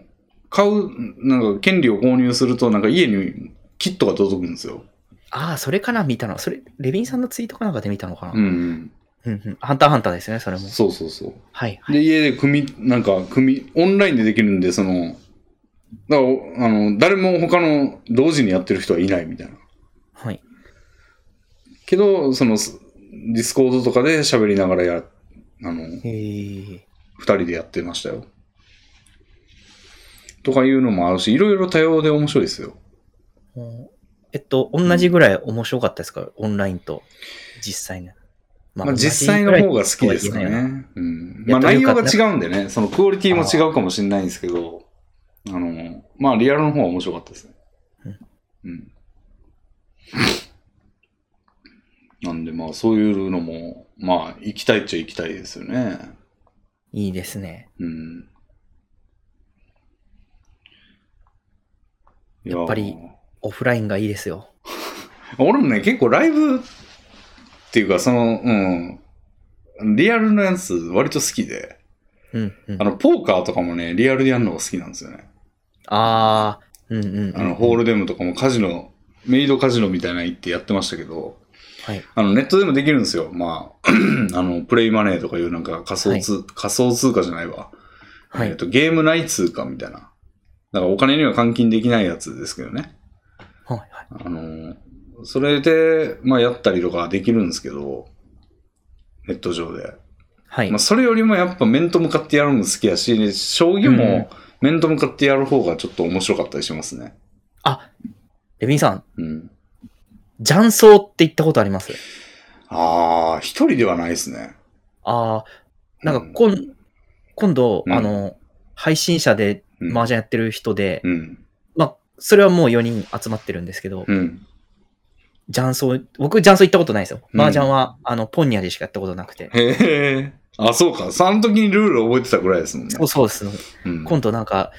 Speaker 1: 買う、なんか権利を購入すると、なんか家にキットが届くんですよ。
Speaker 2: ああ、それかな見たの。それ、レビンさんのツイートかなんかで見たのかな、
Speaker 1: うん、うん。
Speaker 2: うんうんハンターハンターですね、それも。
Speaker 1: そうそうそ
Speaker 2: はい、は
Speaker 1: う。で、
Speaker 2: い。
Speaker 1: 家で組み、なんか組み、オンラインでできるんで、その、だからおあの、誰も他の同時にやってる人はいないみたいな。
Speaker 2: はい。
Speaker 1: けど、その、すディスコードとかで喋りながらや、あの、
Speaker 2: へえ。
Speaker 1: 二人でやってましたよ。とかいうのもあるし、いろいろ多様で面白いですよ。
Speaker 2: おえっと、同じぐらい面白かったですか、オンラインと実際の。ま
Speaker 1: まあ、実際の方が好きですか。
Speaker 2: 同じぐらいとは言えないな
Speaker 1: ね。うん。
Speaker 2: い
Speaker 1: ま
Speaker 2: や
Speaker 1: あ、
Speaker 2: とい
Speaker 1: 内
Speaker 2: うか
Speaker 1: 容が違うんでね、そのクオリティも違うかもしれないんですけど、あの、まあ、リアルの方は面白かったですね。うん。 [LAUGHS] なんで、まあ、そういうのも、まあ、行きたいっちゃ行きたいですよね。
Speaker 2: いいですね。
Speaker 1: うん。
Speaker 2: やっぱり
Speaker 1: いー
Speaker 2: オフラインがいいですよ。
Speaker 1: 俺もね、結構ライブっていうか、その、うん、リアルのやつ割と好きで、
Speaker 2: うんうん。
Speaker 1: あの、ポーカーとかもね、リアルでやるのが好きなんですよね。
Speaker 2: ああ、うんうんうん。
Speaker 1: あの、ホールデムとかもカジノ、メイドカジノみたいなの行ってやってましたけど、
Speaker 2: はい。
Speaker 1: あの、ネットでもできるんですよ。まあ、あ [CLEARS THROAT] の、プレイマネーとかいうなんか仮想通、仮想通貨じゃないわ。
Speaker 2: は
Speaker 1: えっ
Speaker 2: い。
Speaker 1: と、ゲーム内通貨みたいな。だからお金には換金できないやつですけどね。
Speaker 2: はいはい。
Speaker 1: あのーそれで、まあ、やったりとかできるんですけど、ネット上で。
Speaker 2: はい
Speaker 1: まあ、それよりもやっぱ面と向かってやるの好きやし、将棋も面と向かってやる方がちょっと面白かったりしますね。
Speaker 2: あ、レビンさん、
Speaker 1: うん。
Speaker 2: 雀荘って行ったことあります
Speaker 1: ああ、一人ではないですね。
Speaker 2: ああ、なんかこん、今度、
Speaker 1: うん
Speaker 2: あの、配信者で
Speaker 1: うん
Speaker 2: 麻雀やってる人で、
Speaker 1: うん。
Speaker 2: まあ、それはもう4人集まってるんですけど、
Speaker 1: うん。
Speaker 2: 雀荘、僕、雀荘行ったことないんですよ。
Speaker 1: うん
Speaker 2: 麻雀は、あの、ポニャでしかやったことなくて。
Speaker 1: へえ。あ、そうか。その時にルール覚えてたぐらいですもんね。
Speaker 2: そうそうです。
Speaker 1: うん
Speaker 2: 今度なんか、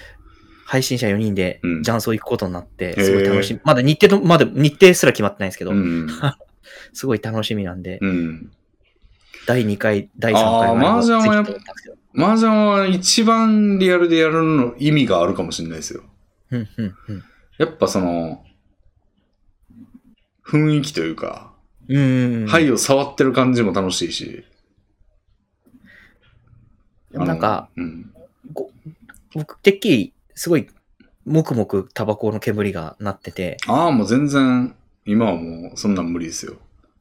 Speaker 2: 配信者4人で
Speaker 1: うん
Speaker 2: 雀荘行くことになって、
Speaker 1: ー
Speaker 2: すごい楽しみ。まだ日程と、まだ日程すら決まってないんですけど、
Speaker 1: うん。
Speaker 2: すごい楽しみなんで、
Speaker 1: うん。
Speaker 2: 第2回、第3回
Speaker 1: あー
Speaker 2: ぐらい
Speaker 1: 麻雀はやっぱ
Speaker 2: ぜひと思ったんですけど
Speaker 1: 麻雀は一番リアルでやるの意味があるかもしれないですよ。
Speaker 2: うんうんうん。
Speaker 1: やっぱその、雰囲気というか、
Speaker 2: うんうんうん。
Speaker 1: 牌を触ってる感じも楽しいし。
Speaker 2: でもなんか
Speaker 1: あの、うん。
Speaker 2: ご僕、てっきり、すごい、もくもくタバコの煙がなってて、
Speaker 1: ああ、もう全然、今はもうそんなん無理ですよ。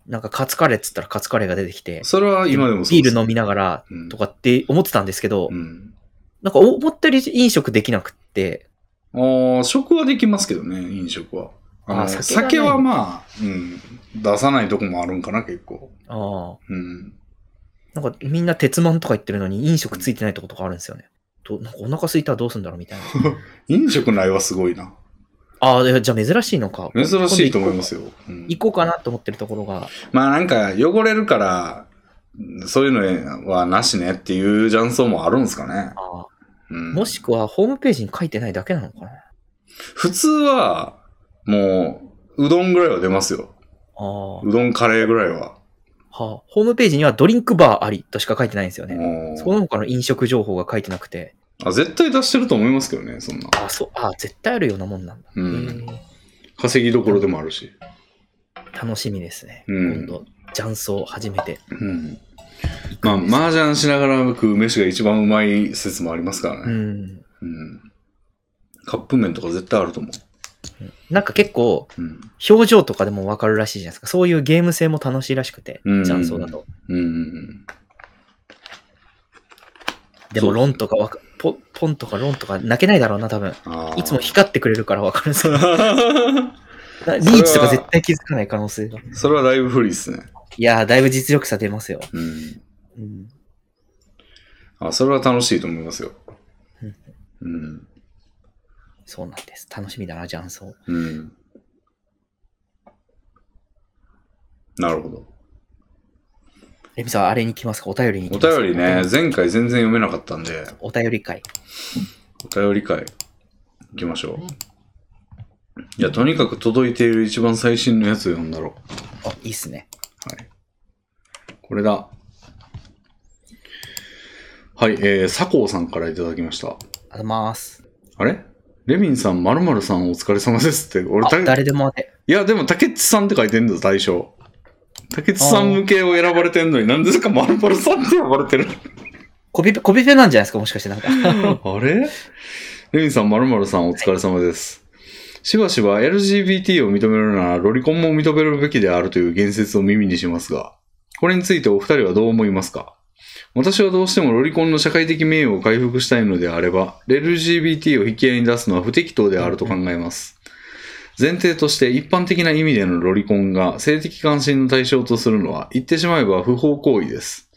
Speaker 2: なんかカツカレーっつったらカツカレーが出てきて、
Speaker 1: それは今でもそう
Speaker 2: ビ
Speaker 1: です
Speaker 2: ール飲みながら
Speaker 1: うん
Speaker 2: とかって思ってたんですけど、
Speaker 1: うん。
Speaker 2: なんか思ったより飲食できなくって、
Speaker 1: ああ、食はできますけどね、飲食は。あの
Speaker 2: あ
Speaker 1: 酒
Speaker 2: 酒がね
Speaker 1: はまあ、うん、出さないとこもあるんかな、結構。
Speaker 2: あ
Speaker 1: うん。
Speaker 2: あ、なんかみんな鉄マンとか言ってるのに飲食ついてないとことかあるんですよね。となんかお腹空いたらどうすんだろうみたい
Speaker 1: [LAUGHS]
Speaker 2: な。
Speaker 1: 飲食の愛はすごいな。
Speaker 2: ああ、いやじゃあ珍しいのか。
Speaker 1: 珍しいと思いますよ。うん
Speaker 2: 行こうかなと思ってるところが、
Speaker 1: まあなんか汚れるから、そういうのはなしねっていう雀荘もあるんですかね。
Speaker 2: ああ
Speaker 1: うん、
Speaker 2: もしくはホームページに書いてないだけなのかな。
Speaker 1: 普通は、もう、うどんぐらいは出ますよ。
Speaker 2: ああ、は
Speaker 1: うどんカレーぐらいは。
Speaker 2: あ、ホームページにはドリンクバーありとしか書いてないんですよね。
Speaker 1: もう
Speaker 2: その他の飲食情報が書いてなくて、
Speaker 1: あ絶対出してると思いますけどね、そんな。
Speaker 2: ああ、そう、ああ、絶対あるようなもんなんだ。
Speaker 1: うん。
Speaker 2: へえ
Speaker 1: 稼ぎどころでもあるし。
Speaker 2: 楽しみですね。
Speaker 1: うん
Speaker 2: 今度、雀荘初めて
Speaker 1: うん。
Speaker 2: 行
Speaker 1: まあ、
Speaker 2: くんです。
Speaker 1: 麻雀しながら食う飯が一番うまい説もありますから
Speaker 2: う
Speaker 1: ね。
Speaker 2: ん。
Speaker 1: うん。カップ麺とか絶対あると思
Speaker 2: なんか結構、
Speaker 1: う。うん。
Speaker 2: 表情とかでもわかるらしいじゃないですか。そういうゲーム性も楽しいらしくて、
Speaker 1: うん
Speaker 2: 雀荘だと。
Speaker 1: うんうんうん。
Speaker 2: でも、
Speaker 1: そう
Speaker 2: ロンとかわかポ、ポンとかロンとか泣けないだろうな、多分。
Speaker 1: あー
Speaker 2: いつも
Speaker 1: [LAUGHS]
Speaker 2: 光ってくれるからわかるんですよ。リー
Speaker 1: それは
Speaker 2: チとか絶対気づかない可能性が。
Speaker 1: それはだいぶ不利ですね。
Speaker 2: いやー、だいぶ実力差出ますよ。
Speaker 1: うん。
Speaker 2: うん
Speaker 1: あ、それは楽しいと思いますよ
Speaker 2: うん。
Speaker 1: うん。
Speaker 2: そうなんです。楽しみだな、ジャンソン。
Speaker 1: うん。なるほど。
Speaker 2: レミさん、あれに来ますかお便りに
Speaker 1: お
Speaker 2: 来ますか
Speaker 1: 便りね、。前回全然読めなかったんで、
Speaker 2: お便り会。
Speaker 1: お便り会行きましょう。いや、とにかく届いている一番最新のやつを読んだろ
Speaker 2: あ、いいっすね。
Speaker 1: う。はい。これだ。はい、えー、佐藤さんからいただきました。
Speaker 2: あざます。
Speaker 1: あれレミンさん、まるさんお疲れ様ですって、俺、
Speaker 2: あ
Speaker 1: た
Speaker 2: 誰でもあれ。
Speaker 1: いや、でも、竹内さんって書いてんだよ、大将。竹内さん向けを選ばれてんのに、なんでですか、まるまるさんって呼ばれてる。
Speaker 2: コピペ、コピペなんじゃないですかもしかしてなんか。 [LAUGHS]
Speaker 1: あれレミさん、まるまるさん、お疲れ様です。しばしば LGBT を認めるならロリコンも認めるべきであるという言説を耳にしますが、これについてお二人はどう思いますか私はどうしてもロリコンの社会的名誉を回復したいのであれば、LGBT を引き合いに出すのは不適当であると考えます。前提として一般的な意味でのロリコンが性的関心の対象とするのは、言ってしまえば不法行為です。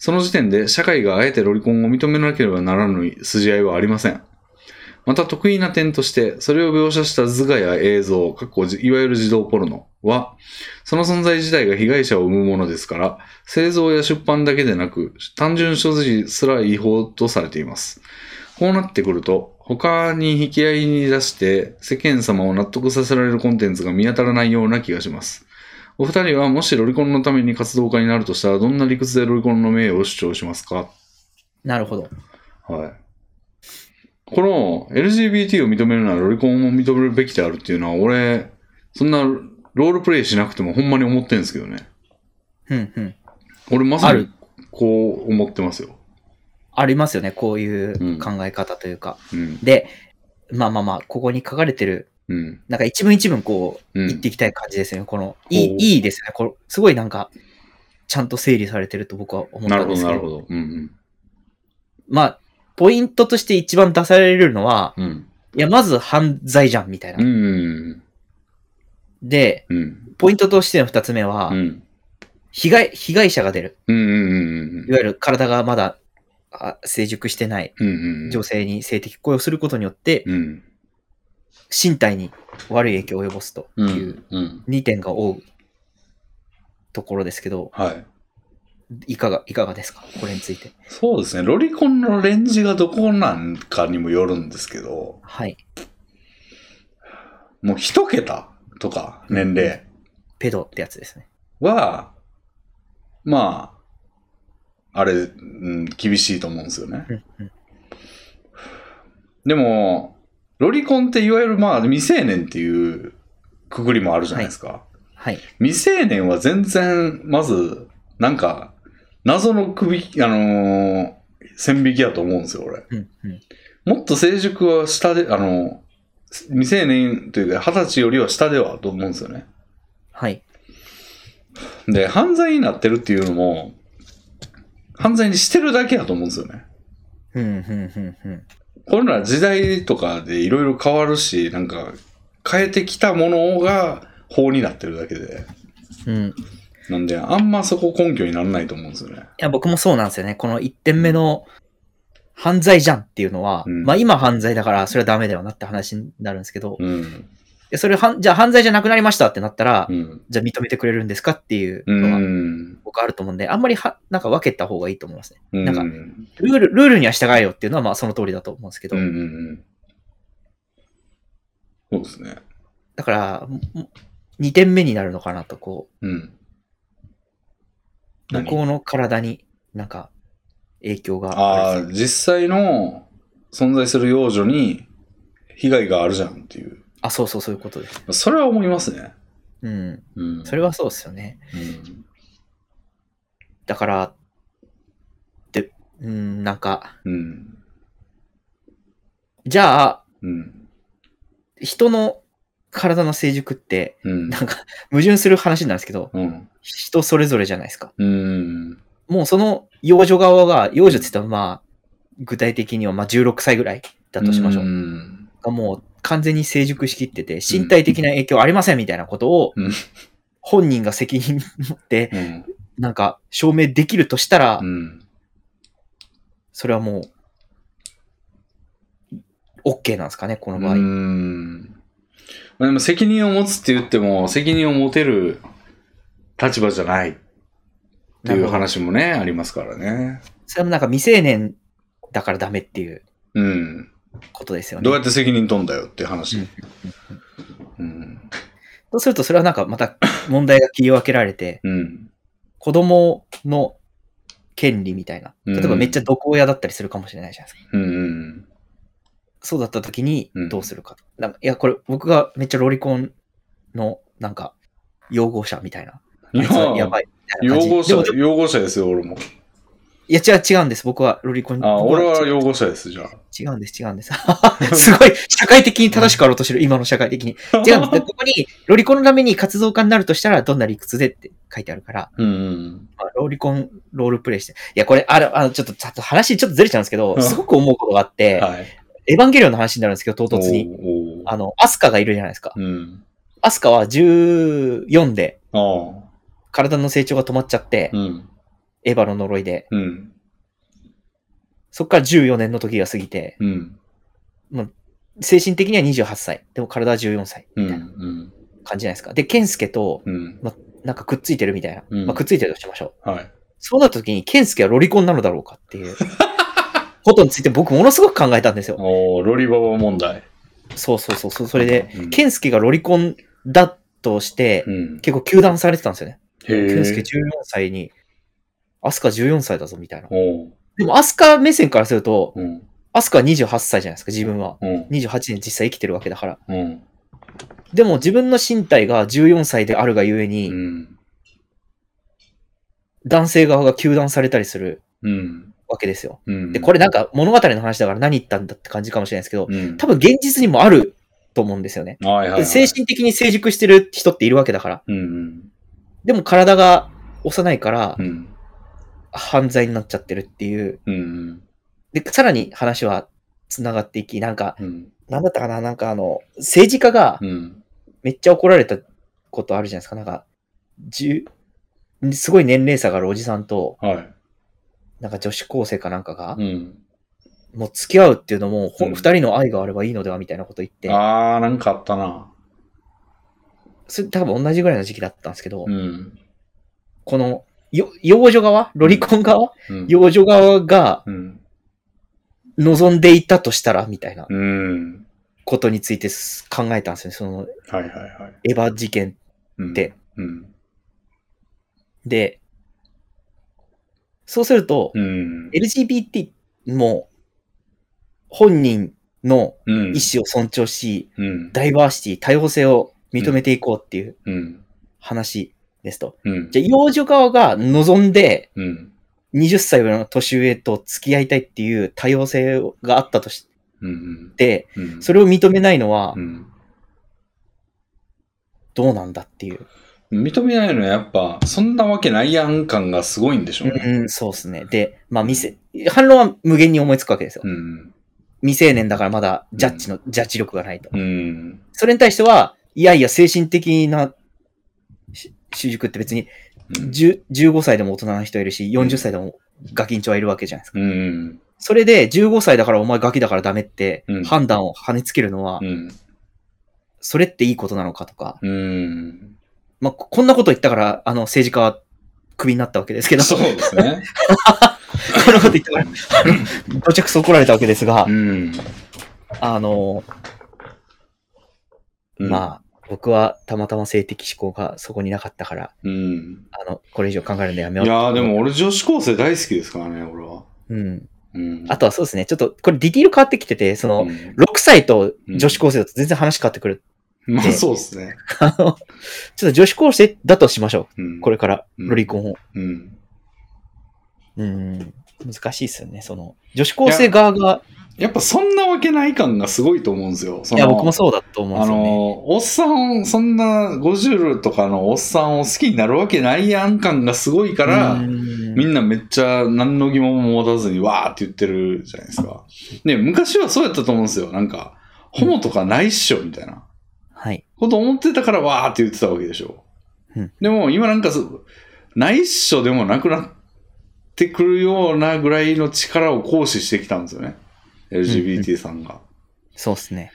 Speaker 1: その時点で社会があえてロリコンを認めなければならぬ筋合いはありません。また得意な点として、それを描写した図画や映像、かっこじいわゆる児童ポルノは、その存在自体が被害者を生むものですから、製造や出版だけでなく、単純所持すら違法とされています。こうなってくると、他に引き合いに出して世間様を納得させられるコンテンツが見当たらないような気がします。お二人はもしロリコンのために活動家になるとしたら、どんな理屈でロリコンの名誉を主張しますか
Speaker 2: なるほど。
Speaker 1: はい。この LGBT を認めるならロリコンも認めるべきであるっていうのは、俺、そんなロールプレイしなくてもほんまに思ってるんですけどね。
Speaker 2: うんうん。
Speaker 1: 俺まさ
Speaker 2: あ
Speaker 1: に
Speaker 2: る
Speaker 1: こう思ってますよ。
Speaker 2: ありますよね。こうい
Speaker 1: うん
Speaker 2: う考え方というか。
Speaker 1: うん。
Speaker 2: で、まあまあまあ、ここに書かれてる、
Speaker 1: うん。
Speaker 2: なんか一文一文こう、
Speaker 1: うん
Speaker 2: 言っていきたい感じですよね。この、い
Speaker 1: ほう
Speaker 2: い、いいですね。これ、すごいなんか、ちゃんと整理されてると僕は思っ
Speaker 1: なる
Speaker 2: たん
Speaker 1: ほど、
Speaker 2: ですけ
Speaker 1: な
Speaker 2: ど。
Speaker 1: るほど。うん
Speaker 2: まあ、ポイントとして一番出されるのは、
Speaker 1: うん。うん。
Speaker 2: いや、まず犯罪じゃん、みたいな。
Speaker 1: うん。
Speaker 2: で、
Speaker 1: うん。
Speaker 2: ポイントとしての二つ目は、
Speaker 1: うん。
Speaker 2: 被害、被害者が出る。
Speaker 1: うん。うん。
Speaker 2: いわゆる体がまだあ成熟してない
Speaker 1: うん。
Speaker 2: 女性に性的行為をすることによって、
Speaker 1: うん。
Speaker 2: 身体に悪い影響を及ぼすと
Speaker 1: う。
Speaker 2: いうん
Speaker 1: うん。
Speaker 2: 2点が多いところですけど、
Speaker 1: はい。
Speaker 2: いかが、いかがですかこれについて。
Speaker 1: そうですね。ロリコンのレンジがどこなんかにもよるんですけど、
Speaker 2: はい。
Speaker 1: もう一桁とか年齢
Speaker 2: ペドってやつですね。
Speaker 1: は、まあ、あれ、うん、厳しいと思うんですよね。
Speaker 2: うんうん
Speaker 1: でも、ロリコンっていわゆるまあ未成年っていうくくりもあるじゃないですか。
Speaker 2: はい。
Speaker 1: 未成年は全然、まず、なんか、謎の首、あのー線引きやと思うんですよ、俺。
Speaker 2: うんうん。
Speaker 1: もっと成熟は下で、あの、未成年というか、二十歳よりは下ではと思うんですよね。
Speaker 2: はい。
Speaker 1: で、犯罪になってるっていうのも、犯罪にしてるだけだと思うんですよね。
Speaker 2: うん、うん、うん、
Speaker 1: これら時代とかでいろいろ変わるし、なんか、変えてきたものが法になってるだけで。
Speaker 2: うん。うん。い
Speaker 1: なんで、あんまそこ根拠にならないと思うんですよね。
Speaker 2: や、僕もそうなんですよね。この1点目の犯罪じゃんっていうのは、
Speaker 1: うん
Speaker 2: まあ今犯罪だからそれはダメだよなって話になるんですけど、
Speaker 1: うん。
Speaker 2: でそれはん、じゃあ犯罪じゃなくなりましたってなったら、
Speaker 1: うん。
Speaker 2: じゃあ認めてくれるんですかっていう
Speaker 1: う
Speaker 2: のが
Speaker 1: ん。
Speaker 2: 僕あると思うんで、あんまりは、なんか分けた方がいいと思いますね。
Speaker 1: うん。
Speaker 2: なんか
Speaker 1: うん。
Speaker 2: ルール、ルールには従えよっていうのはまあその通りだと思うんですけど、
Speaker 1: うんうん。そうですね。
Speaker 2: だから、2点目になるのかなと、こ
Speaker 1: うん。
Speaker 2: う、向こうの体になんか影響があ
Speaker 1: ああ、
Speaker 2: る
Speaker 1: 実際の存在する幼女に被害があるじゃんっていう。
Speaker 2: あそうそう、そういうことです。
Speaker 1: それは思いますね。
Speaker 2: うん。
Speaker 1: うん。
Speaker 2: それはそうですよね。
Speaker 1: うん。
Speaker 2: だから、で、うん、なんか、
Speaker 1: うん。
Speaker 2: じゃあ、
Speaker 1: うん。
Speaker 2: 人の体の成熟って、
Speaker 1: うん。
Speaker 2: なんか、矛盾する話なんですけど、
Speaker 1: うん。
Speaker 2: 人それぞれじゃないですか。
Speaker 1: うん。
Speaker 2: もうその幼女側が、幼女って言ったらまあ、具体的にはまあ16歳ぐらいだとしましょう。
Speaker 1: ん。
Speaker 2: がもう完全に成熟しきってて、身体的な影響ありませんみたいなことを
Speaker 1: うん、
Speaker 2: 本人が責任持って、
Speaker 1: うん。
Speaker 2: なんか証明できるとしたら
Speaker 1: う、ん。
Speaker 2: それはもう、OK なんですかね、この場合。
Speaker 1: う。
Speaker 2: うん
Speaker 1: まあでも責任を持つって言っても、責任を持てる立場じゃないっていう話もね、ありますからね。
Speaker 2: それもなんか未成年だからダメっていう
Speaker 1: うん。
Speaker 2: ことですよね。
Speaker 1: どうやって責任取んだよって話。うん。
Speaker 2: そうすると、それはなんかまた問題が切り分けられて、
Speaker 1: うん。
Speaker 2: 子供の権利みたいな。例えばめっちゃ毒親だったりするかもしれないじゃないですか。
Speaker 1: うん。
Speaker 2: そうだった時にどうするかと。なんかいや、これ僕がめっちゃロリコンのなんか擁護者みたいな。
Speaker 1: い
Speaker 2: あいつはやば
Speaker 1: い。
Speaker 2: いみた
Speaker 1: 擁
Speaker 2: いな感じ。
Speaker 1: 護
Speaker 2: で
Speaker 1: 者
Speaker 2: も、
Speaker 1: 擁護者ですよ、俺も。
Speaker 2: いや、違う、違うんです。僕はロリコン。
Speaker 1: あ、
Speaker 2: 僕
Speaker 1: 俺は擁護者です、じゃあ。
Speaker 2: 違うんです、違う
Speaker 1: [LAUGHS]
Speaker 2: んです。すごい、社会的に正しくあろうとしてる、今の社会的に。違うんです。でここに、ロリコンのために活動家になるとしたら、どんな理屈でって書いてあるから、
Speaker 1: [LAUGHS] うん。
Speaker 2: まあ、ロリコンロールプレイして。いや、これ、ある、あの、ちょっと、ちょっと話ちょっとずれちゃうんですけ
Speaker 1: う
Speaker 2: ど、
Speaker 1: ん
Speaker 2: すごく思うことがあって、
Speaker 1: はい。
Speaker 2: エヴァンゲリオンの話になるんですけど、唐突に。
Speaker 1: に
Speaker 2: あの、アスカがいるじゃないですか。
Speaker 1: うん。
Speaker 2: アスカは14で、
Speaker 1: ああ。
Speaker 2: 体の成長が止まっちゃって、
Speaker 1: うん。
Speaker 2: エヴァの呪いで、
Speaker 1: うん。
Speaker 2: そこから14年の時が過ぎて、
Speaker 1: うん。
Speaker 2: 精神的には28歳、でも体は14歳、
Speaker 1: う。
Speaker 2: みたいなん感じじゃないですか。で、ケンスケと、
Speaker 1: うん。
Speaker 2: なんかくっついてるみたいな。
Speaker 1: うん
Speaker 2: まあ、くっついてるとしましょう。
Speaker 1: はい。
Speaker 2: そうなった時に、ケンスケはロリコンなのだろうかっ
Speaker 1: [LAUGHS]
Speaker 2: ていうことについて僕ものすごく考えたんですよ。
Speaker 1: おおロリババ問題。
Speaker 2: そうそうそうそう。それで、
Speaker 1: うん
Speaker 2: ケンスケがロリコンだとして、
Speaker 1: うん。
Speaker 2: 結構糾弾されてたんですよね。
Speaker 1: へ
Speaker 2: ケンスケ
Speaker 1: え。
Speaker 2: 14歳に、アスカ14歳だぞみたいな。
Speaker 1: おう
Speaker 2: でもアスカ目線からすると、
Speaker 1: うん。
Speaker 2: アスカは28歳じゃないですか、自分は。
Speaker 1: うん。
Speaker 2: 28年実際生きてるわけだから。
Speaker 1: うん。
Speaker 2: でも自分の身体が14歳であるがゆえ
Speaker 1: う
Speaker 2: に、
Speaker 1: ん。
Speaker 2: 男性側が糾弾されたりする
Speaker 1: うん。
Speaker 2: わけですよ。
Speaker 1: うん。
Speaker 2: で、こ
Speaker 1: れ、
Speaker 2: れなんか物語の話だから何言ったんだって感じかもしれないですけど、
Speaker 1: うん。
Speaker 2: 多分現実にもあると思うんですよね。
Speaker 1: はいはいはい。
Speaker 2: 精神的に成熟してる人っているわけだから。
Speaker 1: うん。
Speaker 2: でも体が幼いから
Speaker 1: うん。
Speaker 2: 犯罪になっちゃってるっていう。
Speaker 1: うん。
Speaker 2: で、さらに話は繋がっていき、なんか、
Speaker 1: うん。
Speaker 2: なんだったかななんかあの、政治家が
Speaker 1: うん。
Speaker 2: めっちゃ怒られたことあるじゃないですか。なんか、十、すごい年齢差があるおじさんと、
Speaker 1: はい。
Speaker 2: なんか女子高生かなんかが、
Speaker 1: うん。
Speaker 2: もう付き合うっていうのも、ほ
Speaker 1: うん
Speaker 2: 二人の愛があればいいのではみたいなこと言って、
Speaker 1: あー、なんかあったな。
Speaker 2: それ多分同じぐらいの時期だったんですけど、
Speaker 1: うん。
Speaker 2: この、よ、幼女側ロリコン側
Speaker 1: うん。
Speaker 2: 幼女側が
Speaker 1: うん。
Speaker 2: 望んでいたとしたら、みたいな
Speaker 1: うん。
Speaker 2: ことについてす考えたんですよね。その、
Speaker 1: はいはいはい。
Speaker 2: エヴァ事件
Speaker 1: うん
Speaker 2: で。
Speaker 1: うん。
Speaker 2: で、そうすると、
Speaker 1: うん。
Speaker 2: LGBT も、本人の
Speaker 1: うん
Speaker 2: 意思を尊重し、
Speaker 1: うん。
Speaker 2: ダイバーシティ、多様性を認めていこうっていう
Speaker 1: うん。
Speaker 2: 話ですと。
Speaker 1: うん。
Speaker 2: じゃあ、幼女側が望んで、
Speaker 1: うん。
Speaker 2: 20歳上の年上と付き合いたいっていう多様性があったとし
Speaker 1: うん。
Speaker 2: て、
Speaker 1: うん。
Speaker 2: それを認めないのは
Speaker 1: うん。
Speaker 2: どうなんだっていう。
Speaker 1: 認めないのはやっぱ、そんなわけないやん感がすごいんでしょうね。
Speaker 2: うん、そうですね。で、まあ、未成、反論は無限に思いつくわけですよ。
Speaker 1: うん。
Speaker 2: 未成年だからまだジャッジの、ジャッジ力がないと。
Speaker 1: うん。
Speaker 2: それに対しては、いやいや、精神的なし主軸って別に
Speaker 1: うん
Speaker 2: 10 15歳でも大人な人いるし、40歳でもガキンチョはいるわけじゃないですか。
Speaker 1: うん。
Speaker 2: それで、15歳だからお前ガキだからダメって
Speaker 1: うん
Speaker 2: 判断を跳ねつけるのは
Speaker 1: う、ん。
Speaker 2: それっていいことなのかとか、
Speaker 1: うん。
Speaker 2: まあ、ここんなこと言ったから、あの、政治家はクビになったわけですけど、
Speaker 1: そうです
Speaker 2: [LAUGHS]
Speaker 1: ね。
Speaker 2: こんなこと言っ
Speaker 1: [LAUGHS]
Speaker 2: たから、ご着そ怒られたわけですが
Speaker 1: う、ん。
Speaker 2: あの、まあ、僕はたまたま性的思考がそこになかったから、
Speaker 1: うん。うん。
Speaker 2: あの、これ以上考えるのやめ
Speaker 1: い
Speaker 2: よう
Speaker 1: やーでも俺女子高生大好きですからね、俺は。
Speaker 2: うん。
Speaker 1: うん。
Speaker 2: あとはそうですね、ちょっと、これディティール変わってきてて、その、
Speaker 1: うん
Speaker 2: 6歳と女子高生だと全然話変わってくる。
Speaker 1: まあそうですね。
Speaker 2: あの、ちょっと女子高生だとしましょ
Speaker 1: うん
Speaker 2: う。 [LAUGHS] これから、
Speaker 1: うん
Speaker 2: ロリコンを。
Speaker 1: うん。
Speaker 2: うん。難しいですよね。その、女子高生側が、
Speaker 1: やっぱそんなわけない感がすごいと思うんですよ。その
Speaker 2: いや、僕もそうだと思うん
Speaker 1: あ
Speaker 2: ですよね。
Speaker 1: の、おっさん、そんな50とかのおっさんを好きになるわけないやん感がすごいから、
Speaker 2: うん
Speaker 1: みんなめっちゃ何の疑問も持たずにわーって言ってるじゃないですか。ね、昔はそうやったと思うんですよ。なんか、ホモとかないっしょみたいな
Speaker 2: はい。
Speaker 1: こと思ってたからわーって言ってたわけでしょ
Speaker 2: うん。
Speaker 1: でも今なんかそう、ないっしょでもなくなってくるようなぐらいの力を行使してきたんですよね。LGBT さんが。
Speaker 2: そうですね。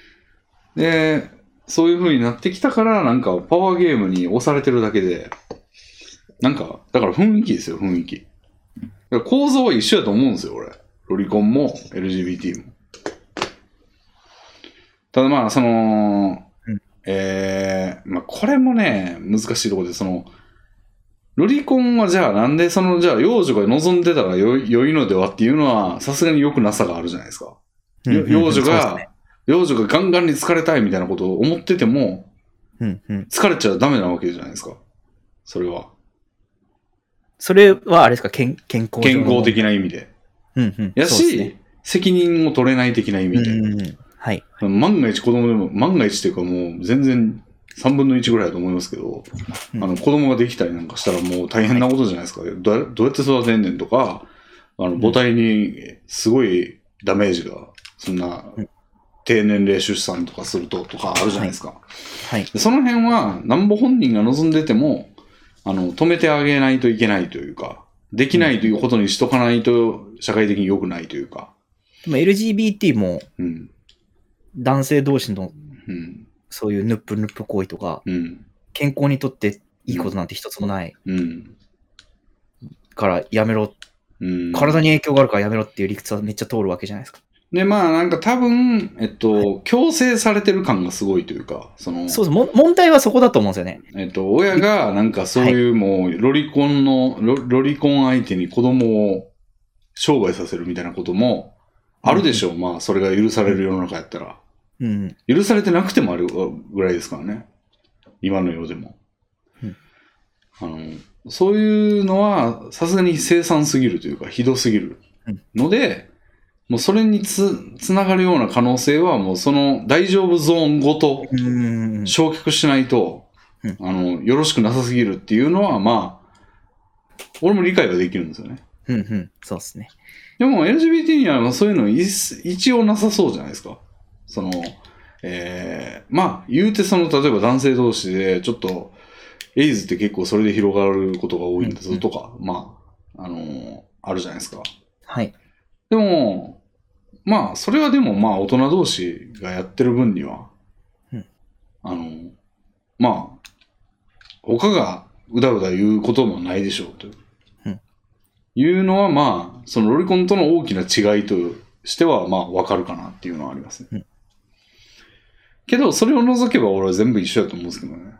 Speaker 1: で、そういう風になってきたから、なんかパワーゲームに押されてるだけで、なんか、だから雰囲気ですよ、雰囲気。だから構造は一緒やと思うんですよ、俺。ロリコンも LGBT も。ただまあ、その、
Speaker 2: うん
Speaker 1: えー、まあこれもね、難しいところで、その、ロリコンはじゃあなんでその、じゃあ幼女が望んでたらよ良いのではっていうのは、さすがに良くなさがあるじゃないですか。よ幼女
Speaker 2: そうっす
Speaker 1: が
Speaker 2: ね、
Speaker 1: 幼女がガンガンに疲れたいみたいなことを思ってても、
Speaker 2: うんうん。
Speaker 1: 疲れちゃダメなわけじゃないですか。それは。
Speaker 2: それはあれですか、健健康上
Speaker 1: 健
Speaker 2: の
Speaker 1: 康。的な意味で。
Speaker 2: うんうん。
Speaker 1: や
Speaker 2: そうっ
Speaker 1: し、
Speaker 2: すね
Speaker 1: 責任を取れない的な意
Speaker 2: う
Speaker 1: 味
Speaker 2: ん
Speaker 1: で。
Speaker 2: うんうん。はい。
Speaker 1: 万が一子供でも、万が一っていうかもう全然3分の1ぐらいだと思いますけど、
Speaker 2: うん
Speaker 1: あの子供ができたりなんかしたらもう大変なことじゃないですか。どうどうやって育てんねんとか、あの母体にすごいダメージが、そんな
Speaker 2: うん
Speaker 1: 低年齢出産とかするととかあるじゃないですか。
Speaker 2: はい。
Speaker 1: でその辺は、なんぼ本人が望んでても、あの、止めてあげないといけないというか、できないということにしとかないと、社会的に良くないというか、
Speaker 2: でも LGBT も
Speaker 1: うん、
Speaker 2: 男性同士の
Speaker 1: うん、
Speaker 2: そういうヌップヌップ行為とか、
Speaker 1: うん、
Speaker 2: 健康にとっていいことなんて一つもない
Speaker 1: うん、
Speaker 2: からやめろ、
Speaker 1: うん。
Speaker 2: 体に影響があるからやめろっていう理屈はめっちゃ通るわけじゃないですか。
Speaker 1: で、まあなんか多分、えっと、強制されてる感がすごいというか、その、
Speaker 2: そうです。もん問題はそこだと思うんですよね。
Speaker 1: えっと、親がなんかそういうもう、ロリコンの、ロロリコン相手に子供を商売させるみたいなことも、あるでしょう、まあ、それが許される世の中やったら。
Speaker 2: うん。
Speaker 1: 許されてなくてもあるぐらいですからね。今の世でも。
Speaker 2: うん
Speaker 1: あのそういうのは、さすがに凄惨すぎるというか、ひどすぎる
Speaker 2: うん
Speaker 1: ので、もうそれにつつながるような可能性は、もうその大丈夫ゾーンごと
Speaker 2: うん。
Speaker 1: 焼却しないと、
Speaker 2: うん
Speaker 1: あの、よろしくなさすぎるっていうのは、まあ、俺も理解はできるんですよね。
Speaker 2: うんうん。そうですね。
Speaker 1: でも LGBT にはそういうの一切一応なさそうじゃないですか。その、えー、まあ、言うてその、例えば男性同士で、ちょっと、エイズって結構それで広がることが多いんですとか、まあ、あのーあるじゃないですか。
Speaker 2: はい。
Speaker 1: でも、まあ、それはでも、まあ、大人同士がやってる分には、
Speaker 2: うん
Speaker 1: あの、まあ、他がうだうだ言うこともないでしょうと、
Speaker 2: うん
Speaker 1: いうのは、まあ、そのロリコンとの大きな違いとしては、まあ、わかるかなっていうのはありますね。
Speaker 2: うん
Speaker 1: けど、それを除けば俺は全部一緒だと思うんですけどね。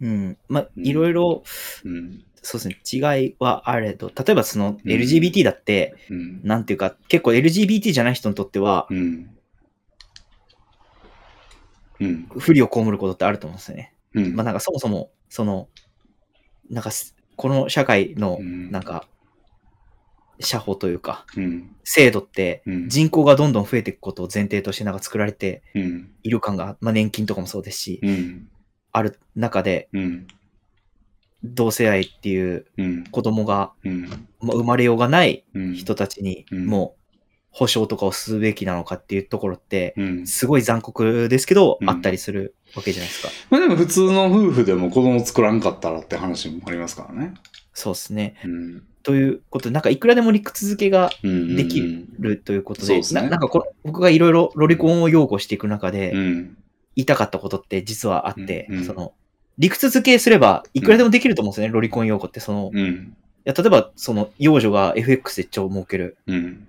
Speaker 2: うん。まあ、いろいろ、
Speaker 1: うん。
Speaker 2: そうですね。違いはあれと、例えばその
Speaker 1: ん
Speaker 2: LGBT だって、
Speaker 1: うん。
Speaker 2: なんていうか、結構 LGBT じゃない人にとっては、
Speaker 1: うん。うん。
Speaker 2: 不利を被ることってあると思うんですよね。
Speaker 1: うん。
Speaker 2: まあなんかそもそも、その、なんかすこの社会の
Speaker 1: う、ん
Speaker 2: なんか、社法というか、
Speaker 1: うん。
Speaker 2: 制度って
Speaker 1: うん。
Speaker 2: 人口がどんどん増えていくことを前提としてなんか作られて
Speaker 1: うん。
Speaker 2: いる感が、まあ年金とかもそうですし、
Speaker 1: うん。
Speaker 2: ある中で、
Speaker 1: うん。
Speaker 2: 同性愛っていう
Speaker 1: うん。
Speaker 2: 子供が、
Speaker 1: うん。
Speaker 2: まあ、生まれようがない
Speaker 1: うん。
Speaker 2: 人たちに
Speaker 1: うん
Speaker 2: もう保障とかをすべきなのかっていうところって、
Speaker 1: うん。
Speaker 2: すごい残酷ですけど
Speaker 1: う、ん
Speaker 2: あったりするわけじゃないですか。
Speaker 1: まあでも普通の夫婦でも子供作らんかったらって話もありますからね。
Speaker 2: そうですね。
Speaker 1: うん。
Speaker 2: ということで、なんかいくらでも理屈付けが
Speaker 1: うんうんうん
Speaker 2: できるということ
Speaker 1: そう
Speaker 2: で、
Speaker 1: ですね
Speaker 2: ななんかこれ僕がいろいろロリコンを擁護していく中で、
Speaker 1: うん。
Speaker 2: 言いたかったことって実はあって、
Speaker 1: うんうん
Speaker 2: その、理屈付けすればいくらでもできると思うんですよね、ロリコン用語って。その、い
Speaker 1: うん。
Speaker 2: や例えば、その、幼女が FX で超儲ける
Speaker 1: うん。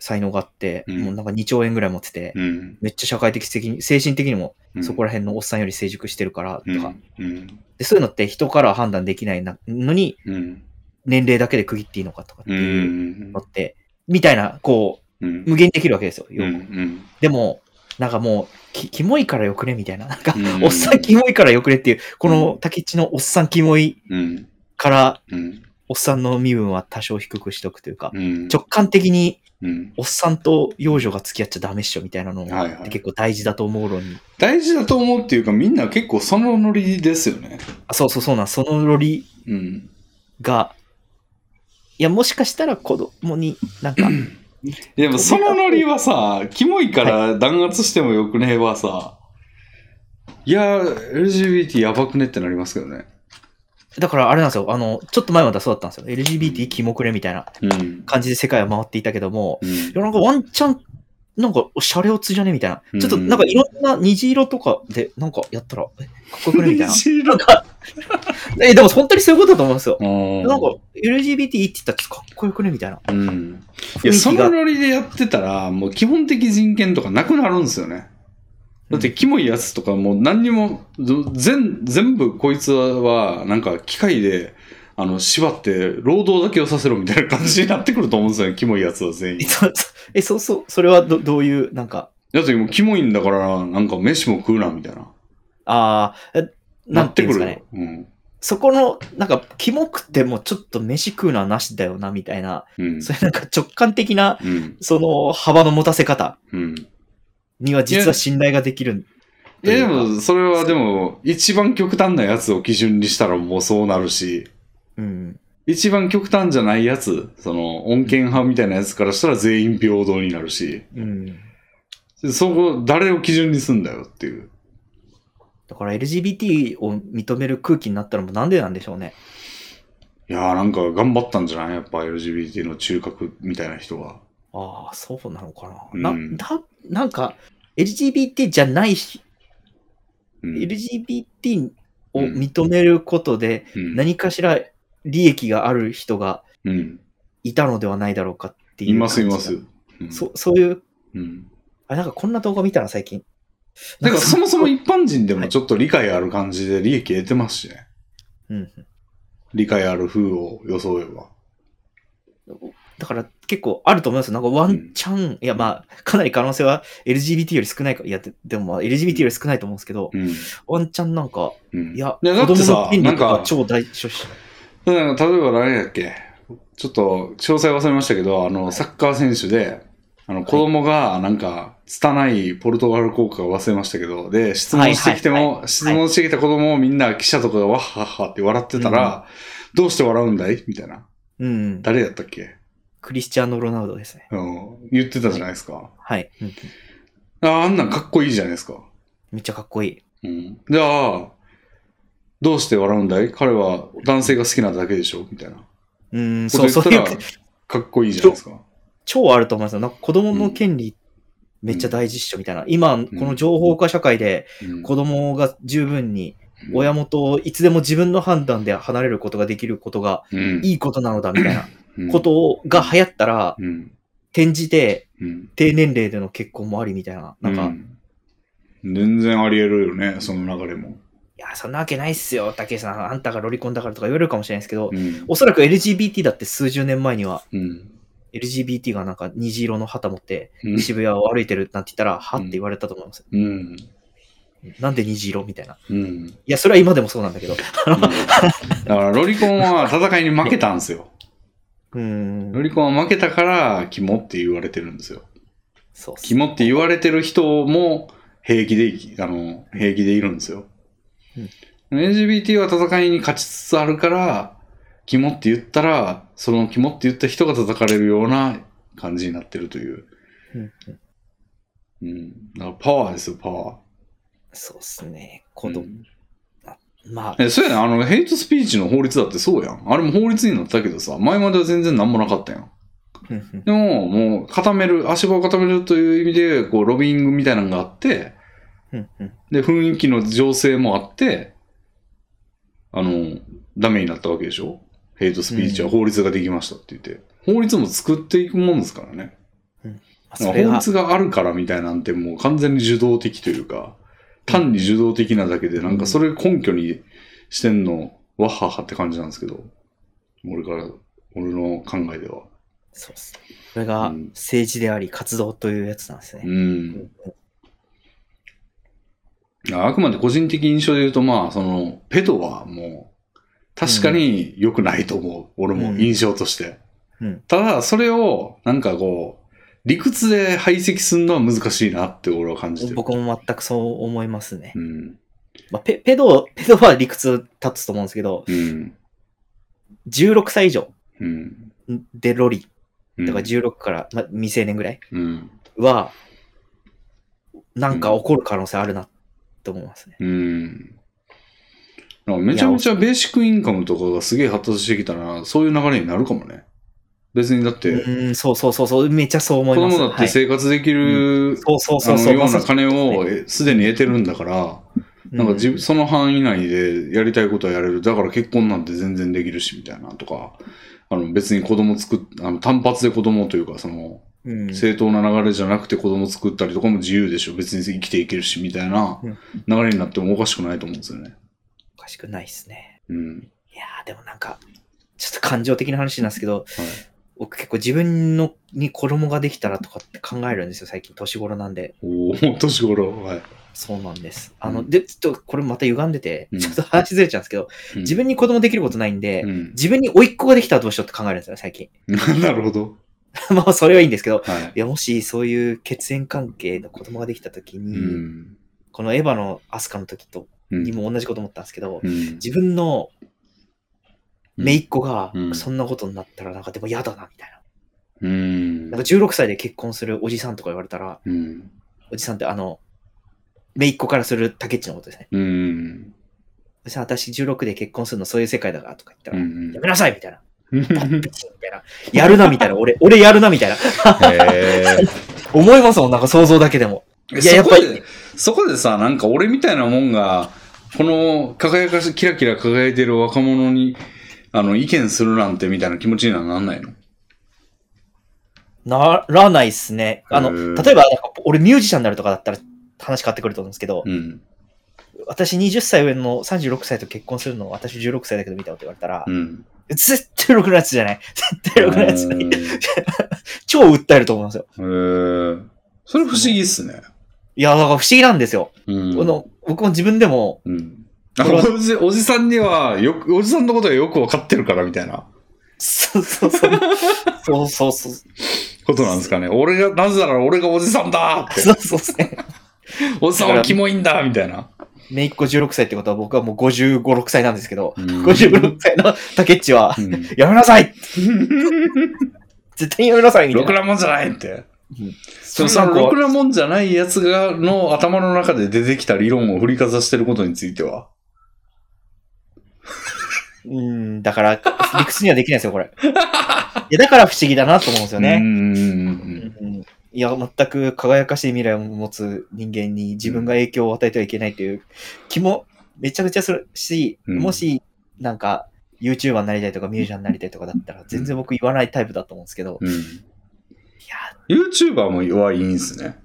Speaker 2: 才能があって、
Speaker 1: うん
Speaker 2: もうなんか2兆円ぐらい持ってて、
Speaker 1: うん。
Speaker 2: めっちゃ社会的的に、精神的にも
Speaker 1: うん
Speaker 2: そこら辺のおっさんより成熟してるからとか、
Speaker 1: うん。
Speaker 2: でそういうのって人からは判断できないなのに、
Speaker 1: うん。
Speaker 2: 年齢だけで区切っていいのかとかって
Speaker 1: うん。う
Speaker 2: いうんのって、みたいな、こ
Speaker 1: うん
Speaker 2: う、無限にできるわけですよ。
Speaker 1: う
Speaker 2: 要は
Speaker 1: ん。
Speaker 2: でも、なんかもう、きキモいからよくねみたいな。なんか
Speaker 1: う、ん
Speaker 2: おっさんキモいからよくねっていう、この竹地のおっさんキモい
Speaker 1: うん。
Speaker 2: から、
Speaker 1: うん。
Speaker 2: おっさんの身分は多少低くしとくというか、
Speaker 1: うん。
Speaker 2: 直感的に
Speaker 1: うん。
Speaker 2: おっさんと幼女が付き合っちゃダメっしょみたいなの
Speaker 1: は
Speaker 2: が
Speaker 1: いはい
Speaker 2: 結構大事だと思うのに。
Speaker 1: 大事だと思うっていうか、みんな結構そのノリですよね。
Speaker 2: あ、そうそうそうなん、そのロリ
Speaker 1: うん。
Speaker 2: が、いや、もしかしたら子供になんか、
Speaker 1: でもそのノリはさ、キモいから弾圧してもよくねえはさ、いや、LGBT やばくねってなりますけどね。
Speaker 2: だからあれなんですよ、あの、ちょっと前まではそうだったんですよ。LGBT キモくれみたいな
Speaker 1: うん。
Speaker 2: 感じで世界は回っていたけども、
Speaker 1: うん
Speaker 2: いや、なんかワンチャン、なんか、シャレオツじゃねみたいな
Speaker 1: う。ん
Speaker 2: ちょっと、なんかいろんな虹色とかで、なんかやったら、えかっこよくねみたいな。
Speaker 1: 虹色
Speaker 2: え、でも本当にそう [LAUGHS] いうことだと思うんですよ。
Speaker 1: な
Speaker 2: なんか、LGBT って言ったらかっこよくねみたいな。
Speaker 1: うん。い
Speaker 2: 雰
Speaker 1: や、
Speaker 2: 囲
Speaker 1: そ
Speaker 2: 気
Speaker 1: の
Speaker 2: が。
Speaker 1: ノリでやってたら、もう基本的人権とかなくなるんですよね。だって、キモいやつとかもう何にも、ず全、全部こいつは、なんか機械で、あの、縛って、労働だけをさせろみたいな感じになってくると思うんですよね、キモいやつは全員
Speaker 2: え、。そそえそうそう、 [LAUGHS] それはどどういう、なんか、
Speaker 1: だってもうキモいんだから、なんか飯も食うな、みたいな。
Speaker 2: ああ、え
Speaker 1: な
Speaker 2: な
Speaker 1: っ
Speaker 2: ん
Speaker 1: て
Speaker 2: てい
Speaker 1: く
Speaker 2: うん
Speaker 1: る
Speaker 2: ですか
Speaker 1: よ。
Speaker 2: ね。
Speaker 1: うん。
Speaker 2: そこの、なんか、キモくてもちょっと飯食うのはなしだよな、みたいな。
Speaker 1: うん。
Speaker 2: そういうなんか直感的な、
Speaker 1: うん。
Speaker 2: その、幅の持たせ方
Speaker 1: うん。
Speaker 2: には実は信頼ができる。
Speaker 1: いやでも、それはでも、一番極端なやつを基準にしたらもうそうなるし、
Speaker 2: うん。
Speaker 1: 一番極端じゃないやつ、その、穏健派みたいなやつからしたら全員平等になるし、
Speaker 2: うん。
Speaker 1: そこ、誰を基準にすんだよっていう。
Speaker 2: だから LGBT を認める空気になったのもなんでなんでしょうね。
Speaker 1: いやーなんか頑張ったんじゃないやっぱ LGBT の中核みたいな人が。
Speaker 2: ああ、そうなのか
Speaker 1: う
Speaker 2: な。
Speaker 1: ん
Speaker 2: な、だ、なんか、LGBT じゃないし、
Speaker 1: うん。
Speaker 2: LGBT を
Speaker 1: うん
Speaker 2: 認めることで
Speaker 1: うん
Speaker 2: 何かしら利益がある人が
Speaker 1: うん。
Speaker 2: いたのではないだろうかっていう。
Speaker 1: いますいます。。うん
Speaker 2: そ、そういう、
Speaker 1: うん。
Speaker 2: あ、なんかこんな動画見たな、最近。
Speaker 1: だからそもそも
Speaker 2: うん
Speaker 1: 一般人でもちょっと理解ある感じで利益得てますしね。
Speaker 2: うん。
Speaker 1: 理解ある風を装えば。
Speaker 2: だから結構あると思いますよ。なんかワンチャン、いやまあ、かなり可能性は LGBT より少ないか、いや、ででもまあ LGBT より少ないと思うんですけど、
Speaker 1: うん。
Speaker 2: ワンチャンなんか、
Speaker 1: うん。
Speaker 2: いや、
Speaker 1: いやだっ
Speaker 2: 子
Speaker 1: て
Speaker 2: 供
Speaker 1: さ
Speaker 2: の権利
Speaker 1: な
Speaker 2: と
Speaker 1: ん
Speaker 2: か
Speaker 1: か
Speaker 2: 超大初心。
Speaker 1: だから例えば誰だっけちょっと詳細忘れましたけど、あの、サッカー選手で、あの、子供が、なんか、拙いポルトガル効果を忘れましたけど、で、質問してきて
Speaker 2: はいはい
Speaker 1: も、質問してきた子供をみんな記者とかがわっはっはって笑ってたら、どうして笑うんだいみたいな。
Speaker 2: うん。
Speaker 1: 誰やったっけ
Speaker 2: クリスチャーノ・ロナウドですね。
Speaker 1: うん、言ってたじゃないですか。
Speaker 2: はい。うん
Speaker 1: ああんなんかっこいいじゃないですか。
Speaker 2: めっちゃかっこい
Speaker 1: う
Speaker 2: い。
Speaker 1: ん。じゃあ、どうして笑うんだい彼は男性が好きなだけでしょみたいな。
Speaker 2: うん、
Speaker 1: こと
Speaker 2: そう、
Speaker 1: 言っ
Speaker 2: そう
Speaker 1: た
Speaker 2: い
Speaker 1: ら
Speaker 2: う、、
Speaker 1: かっこいいじゃないですか。
Speaker 2: 超あると思いますよ。なんか子供の権利、めっちゃ大事っしょみたいな。今、この情報化社会で、
Speaker 1: うん
Speaker 2: 子供が十分に、親元をいつでも自分の判断で離れることができることが、
Speaker 1: うん
Speaker 2: いいことなのだみたいな
Speaker 1: うん
Speaker 2: ことが流行ったら、
Speaker 1: うん。
Speaker 2: 転じて、
Speaker 1: うん。
Speaker 2: 低年齢での結婚もありみたいな。なんか、
Speaker 1: う
Speaker 2: い
Speaker 1: 全然あり得るよね、その流れも。
Speaker 2: や、そんなわけないっすよ、竹井さん。あんたがロリコンだからとか言われるかもしれないですけど、
Speaker 1: うん。
Speaker 2: おそらく LGBT だって数十年前には、
Speaker 1: うん。
Speaker 2: LGBT がなんか虹色の旗持って
Speaker 1: うん
Speaker 2: 渋谷を歩いてるなんて言ったら、はって言われたと思いますよ。
Speaker 1: うん。
Speaker 2: なんで虹色みたいな。
Speaker 1: うん。
Speaker 2: いや、それは今でもそうなんだけど。
Speaker 1: だから、ロリコンは戦いに負けたんですよ。
Speaker 2: うー
Speaker 1: ロ
Speaker 2: ん。
Speaker 1: リコンは負けたから、キモって言われてるんですよ。
Speaker 2: そうっす
Speaker 1: キモって言われてる人も、平気でいき、あの、平気でいるんですよ
Speaker 2: うん。
Speaker 1: LGBT は戦いに勝ちつつあるから、肝って言ったら、その肝って言った人が叩かれるような感じになってるという。
Speaker 2: うん
Speaker 1: うん。だからパワーですよ、パワー。
Speaker 2: そうですね。子供、
Speaker 1: うん
Speaker 2: まあ、
Speaker 1: え、そうやねんあの、ヘイトスピーチの法律だってそうやん。あれも法律になったけどさ、前までは全然何もなかったやん。
Speaker 2: うんうん
Speaker 1: でも、もう固める、足場を固めるという意味で、こう、ロビングみたいなのがあって、
Speaker 2: うんうん
Speaker 1: で、雰囲気の情勢もあって、あの、ダメになったわけでしょヘイトスピーチは法律ができましたって言って。法律も作っていくもんですからね。
Speaker 2: ま
Speaker 1: 法
Speaker 2: あそれが、
Speaker 1: 律があるからみたいなんてもう完全に受動的というか、単に受動的なだけで、なんかそれ根拠にしてんの、わっはっはって感じなんですけど、俺から、俺の考えでは。
Speaker 2: そうですね。それが
Speaker 1: うん
Speaker 2: 政治であり、活動というやつなんですね。
Speaker 1: うん。あくまで個人的印象で言うと、まあ、その、ペドはもう、確かに良くないと思う。俺も
Speaker 2: うん
Speaker 1: 印象として。
Speaker 2: うん
Speaker 1: ただ、それを、なんかこう、理屈で排斥するのは難しいなって俺は感じてる。
Speaker 2: 僕も全くそう思いますね。
Speaker 1: うん。
Speaker 2: まあ、ペペド、ペドは理屈立つと思うんですけど、
Speaker 1: うん。
Speaker 2: 16歳以上
Speaker 1: うん。
Speaker 2: でロリ、
Speaker 1: うん
Speaker 2: だから16から、まあ、未成年ぐらい
Speaker 1: うん。
Speaker 2: は、なんか起こる可能性あるなと思いますね。
Speaker 1: うん。なんかめちゃめちゃベーシックインカムとかがすげえ発達してきたら、そういう流れになるかもね。別にだって、
Speaker 2: うん、そうそうそうそう、めっちゃそう思
Speaker 1: 子
Speaker 2: います。
Speaker 1: 供だって生活できる、
Speaker 2: はい、そう
Speaker 1: あ
Speaker 2: そうそう
Speaker 1: の
Speaker 2: そう。
Speaker 1: ような
Speaker 2: ま
Speaker 1: 金をえすでに得てるんだから、
Speaker 2: さ
Speaker 1: なんか自
Speaker 2: う
Speaker 1: 分その範囲内でやりたいことはやれる。だから結婚なんて全然できるし、みたいなとか、あの別に子供作っ、あの単発で子供というか、その
Speaker 2: うん
Speaker 1: 正当な流れじゃなくて子供作ったりとかも自由でしょ。別に生きていけるし、みたいな
Speaker 2: うん
Speaker 1: 流れになってもおかしくないと思うんですよね。
Speaker 2: おかしくないですね。
Speaker 1: うん。
Speaker 2: いやー、でもなんか、ちょっと感情的な話なんですけど、
Speaker 1: はい
Speaker 2: 僕結構自分のに子供ができたらとかって考えるんですよ、最近年頃なんで。
Speaker 1: おお、年頃。はい。
Speaker 2: そうなんです。あの、
Speaker 1: うん
Speaker 2: で、ちょっとこれまた歪んでて、
Speaker 1: うん
Speaker 2: ちょっと話ずれちゃうんですけど、
Speaker 1: うん
Speaker 2: 自分に子供できることないんで、
Speaker 1: うん。
Speaker 2: 自分に甥っ子ができたらどうしようって考えるんですよ、最近。 [LAUGHS]
Speaker 1: [LAUGHS] なるほど。
Speaker 2: まあ、それはいいんですけど、
Speaker 1: はい。
Speaker 2: いや、もしそういう血縁関係の子供ができたとき
Speaker 1: う
Speaker 2: に、
Speaker 1: ん。
Speaker 2: このエヴァのアスカの時と
Speaker 1: うん
Speaker 2: にも同じこと思ったんですけど、
Speaker 1: うん。
Speaker 2: 自分の姪っ子が
Speaker 1: うん
Speaker 2: そんなことになったらなんかでも嫌だなみたいな。
Speaker 1: うん
Speaker 2: なんか16歳で結婚するおじさんとか言われたら、
Speaker 1: うん。
Speaker 2: おじさんってあの、姪っ子からする竹内のことですね。
Speaker 1: うん。
Speaker 2: おじさん、私16で結婚するのそういう世界だからとか言った
Speaker 1: う
Speaker 2: ら、
Speaker 1: ん
Speaker 2: やめなさいみたいな。
Speaker 1: うん。
Speaker 2: ピチンみたいな。やるなみたいな。俺、俺やるなみたいな。
Speaker 1: へー
Speaker 2: 思いますもん、なんか想像だけでも。いややっ
Speaker 1: そこ
Speaker 2: ぱり
Speaker 1: で、そこでさ、なんか俺みたいなもんが、この輝かし、キラキラ輝いてる若者に、あの、意見するなんてみたいな気持ちにはなんないの
Speaker 2: ならないっすね。あ
Speaker 1: へ
Speaker 2: の、
Speaker 1: ー
Speaker 2: 例えば、なんか俺ミュージシャンになるとかだったら話変わってくると思うんですけど、
Speaker 1: うん。
Speaker 2: 私20歳上の36歳と結婚するのを私16歳だけど見たこと言われたら、
Speaker 1: うん。
Speaker 2: 絶対ろくなやつじゃない。 [LAUGHS] 絶対ろくなやつじゃない。超訴えると思うんですよ。
Speaker 1: へーそれ不思議っすね。
Speaker 2: いや、だから不思議なんですよ。
Speaker 1: うん。
Speaker 2: この僕も自分でも、
Speaker 1: うん。あおじおじさんにはよく、おじさんのことはよくわかってるからみたいな
Speaker 2: そうそうそう。そうそうそう。
Speaker 1: ことなんですかね。俺が、なぜなら俺がおじさんだって。
Speaker 2: そうそうですね。
Speaker 1: おじさんはキモいんだみたいな。
Speaker 2: めいっ子16歳ってことは僕はもう55、6歳なんですけど、
Speaker 1: うん
Speaker 2: 56歳の竹内は、
Speaker 1: うん
Speaker 2: やめなさ
Speaker 1: [LAUGHS]
Speaker 2: い絶対やめなさいみた
Speaker 1: ろ
Speaker 2: い
Speaker 1: く
Speaker 2: な。
Speaker 1: なもんじゃないって。
Speaker 2: そ
Speaker 1: そ
Speaker 2: の
Speaker 1: の
Speaker 2: 3
Speaker 1: ろ
Speaker 2: 個
Speaker 1: くなもんじゃないやつが、の頭の中で出てきた理論を振りかざしてることについては。
Speaker 2: うん、だから、理屈にはできないですよ、これ。いや、だから不思議だなと思うんですよ
Speaker 1: う
Speaker 2: ね。
Speaker 1: ん。
Speaker 2: うんいや、全く輝かしい未来を持つ人間に自分が影響を与えてはいけないという気もめちゃくちゃするし、
Speaker 1: うん
Speaker 2: もし、なんか、YouTuber になりたいとかミュージシャンになりたいとかだったら全然僕言わないタイプだと思うんですけど、
Speaker 1: うん。
Speaker 2: いや、
Speaker 1: YouTuber も弱いんすね。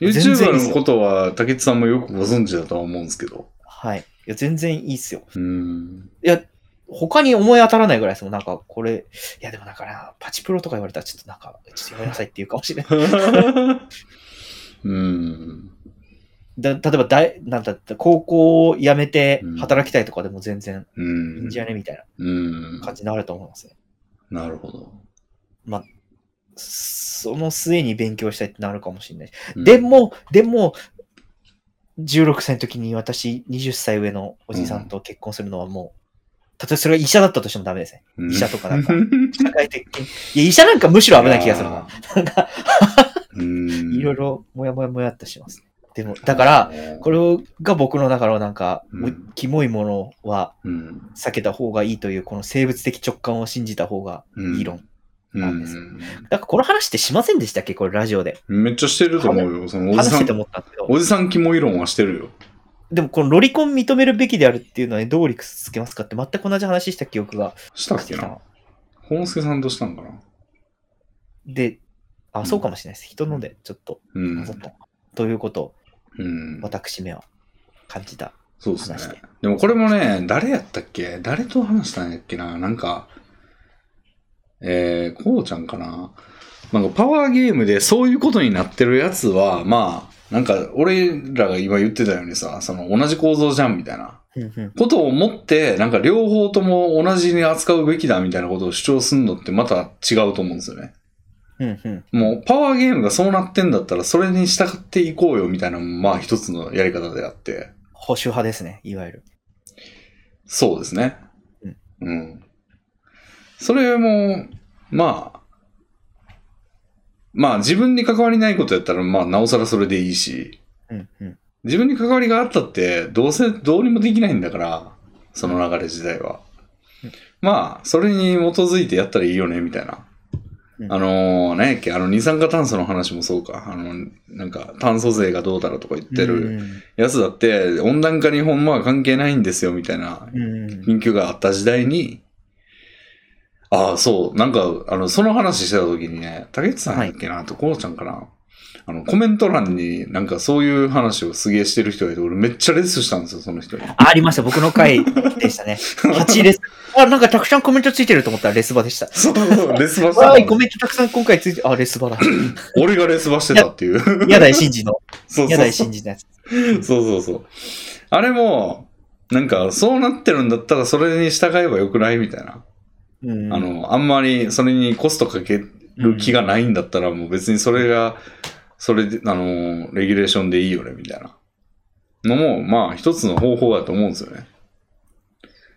Speaker 2: 全然いいっ
Speaker 1: YouTuber
Speaker 2: すよ
Speaker 1: のことは、竹内さんもよくご存知だとは思うんですけど。
Speaker 2: はい。いや、全然いいっすよ。
Speaker 1: うん。
Speaker 2: 他に思い当たらないぐらいですもん。なんか、これ、いや、でもなんかな、パチプロとか言われたらちょっとなんか、ちょっとやめなさいっていうかもしれない。
Speaker 1: うん。
Speaker 2: だ例えば大、なんだった高校を辞めて働きたいとかでも全然
Speaker 1: う
Speaker 2: いいん
Speaker 1: ん
Speaker 2: じ。ゃねみたい
Speaker 1: うん
Speaker 2: な。感じになると思いますね。
Speaker 1: なるほど。
Speaker 2: その末に勉強したいってなるかもしれない。
Speaker 1: うん
Speaker 2: で、も、でも、 16歳の時に私20歳上のおじさんと結婚するのはもう、たとえそれが医者だったとしてもダメですね。
Speaker 1: うん
Speaker 2: 医者とかなんか社会的に。いや、医者なんかむしろ危ない気がするな。なんか、
Speaker 1: うん。
Speaker 2: [LAUGHS] いろいろもやもやもやっとします。でも、だから、、これが僕の中のなんか、
Speaker 1: うん
Speaker 2: キモいものは
Speaker 1: うん、
Speaker 2: 避けた方がいいという、この生物的直感を信じた方がいい論。なんです
Speaker 1: う
Speaker 2: だからこの話ってしませんでしたっけこれラジオで。
Speaker 1: んめっちゃしてると思うよ。そのおじ
Speaker 2: 話し
Speaker 1: さ
Speaker 2: てて
Speaker 1: ん、
Speaker 2: 思ったんですけど。
Speaker 1: おじさん肝異論はしてるよ。
Speaker 2: でもこのロリコン認めるべきであるっていうのは、ね、どう理屈つけますかって全く同じ話した記憶が
Speaker 1: したっけな。本助さんとしたんかな。
Speaker 2: で、
Speaker 1: う
Speaker 2: あ、
Speaker 1: ん
Speaker 2: そうかもしれないです。人のでちょっと
Speaker 1: う
Speaker 2: 混
Speaker 1: ん
Speaker 2: ざっ。た。ということを
Speaker 1: うん、
Speaker 2: 私めは感じた。
Speaker 1: そうですね
Speaker 2: 話して。
Speaker 1: でもこれもね、誰やったっけ誰と話したんやっけななんか、えー、こうちゃんかななんかパワーゲームでそういうことになってるやつは、まあ、なんか俺らが今言ってたようにさ、その同じ構造じゃんみたいなことを思って、なんか両方とも同じに扱うべきだみたいなことを主張するのってまた違うと思うんですよね。
Speaker 2: うんうん。
Speaker 1: もうパワーゲームがそうなってんだったらそれに従っていこうよみたいなのもまあ一つのやり方であって。
Speaker 2: 保守派ですね、いわゆる。
Speaker 1: そうですね
Speaker 2: うん。
Speaker 1: うん。それも、まあ、まあ自分に関わりないことやったら、まあなおさらそれでいいし、
Speaker 2: うんうん。
Speaker 1: 自分に関わりがあったって、どうせどうにもできないんだから、その流れ自体は
Speaker 2: うん。
Speaker 1: まあ、それに基づいてやったらいいよね、みたいな。
Speaker 2: うん
Speaker 1: あのー、何やっけ、あの、二酸化炭素の話もそうか。あの、なんか、炭素税がどうだろうとか言って
Speaker 2: う
Speaker 1: る
Speaker 2: ん
Speaker 1: やつだって、温暖化にほんまは関係ないんですよ、みたいな
Speaker 2: うんうん。
Speaker 1: 緊急があった時代に、ああ、そう、なんか、あの、その話してた時にね、竹内さんやっけな、と、こうちゃんかな。あの、コメント欄になんかそういう話をすげえしてる人がいて、俺めっちゃレスしたんですよ、その人に。
Speaker 2: あありました、僕の回でしたね。8レス。
Speaker 1: [LAUGHS]
Speaker 2: あ、なんかたくさんコメントついてると思ったらレス場でした。
Speaker 1: そう、レスバして
Speaker 2: わ
Speaker 1: た
Speaker 2: ーい、コメントたくさん今回ついて、あ、レス場だ。
Speaker 1: [LAUGHS] 俺がレスバしてたっていう。
Speaker 2: やだい、信じの。
Speaker 1: そう
Speaker 2: や
Speaker 1: そ
Speaker 2: だ
Speaker 1: う
Speaker 2: い、
Speaker 1: そ
Speaker 2: 信
Speaker 1: う。
Speaker 2: じのやつ。
Speaker 1: そうそうそう。あれも、なんか、そうなってるんだったらそれに従えばよくないみたいな。
Speaker 2: うん。
Speaker 1: あの、あんまりそれにコストかける気がないんだったら、もう別にそれが、それで、あの、レギュレーションでいいよね、みたいな。のも、まあ、一つの方法だと思うんですよね。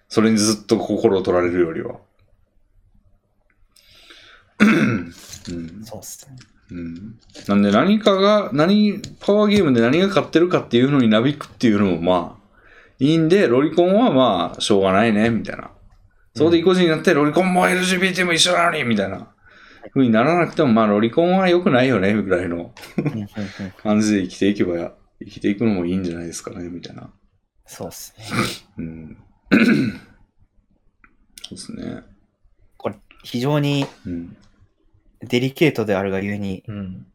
Speaker 1: それにずっと心を取られるよりは。うん
Speaker 2: そうっすね。
Speaker 1: うん、なんで何かが、何、パワーゲームで何が勝ってるかっていうのになびくっていうのもまあ、いいんで、ロリコンはまあ、しょうがないね、みたいな。そこで意固地になって、ロリコンも LGBT も一緒なのに、みたいな。ふうにならなくても、まあ、ロリコンは良くないよね、ぐらいの
Speaker 2: うんうんうん
Speaker 1: 感じで生きていけば、生きていくのもいいんじゃないですかね、みたいな。
Speaker 2: そうっすね。
Speaker 1: うん。そうですね。
Speaker 2: これ、非常に
Speaker 1: うん。
Speaker 2: デリケートであるがゆえに、
Speaker 1: うん。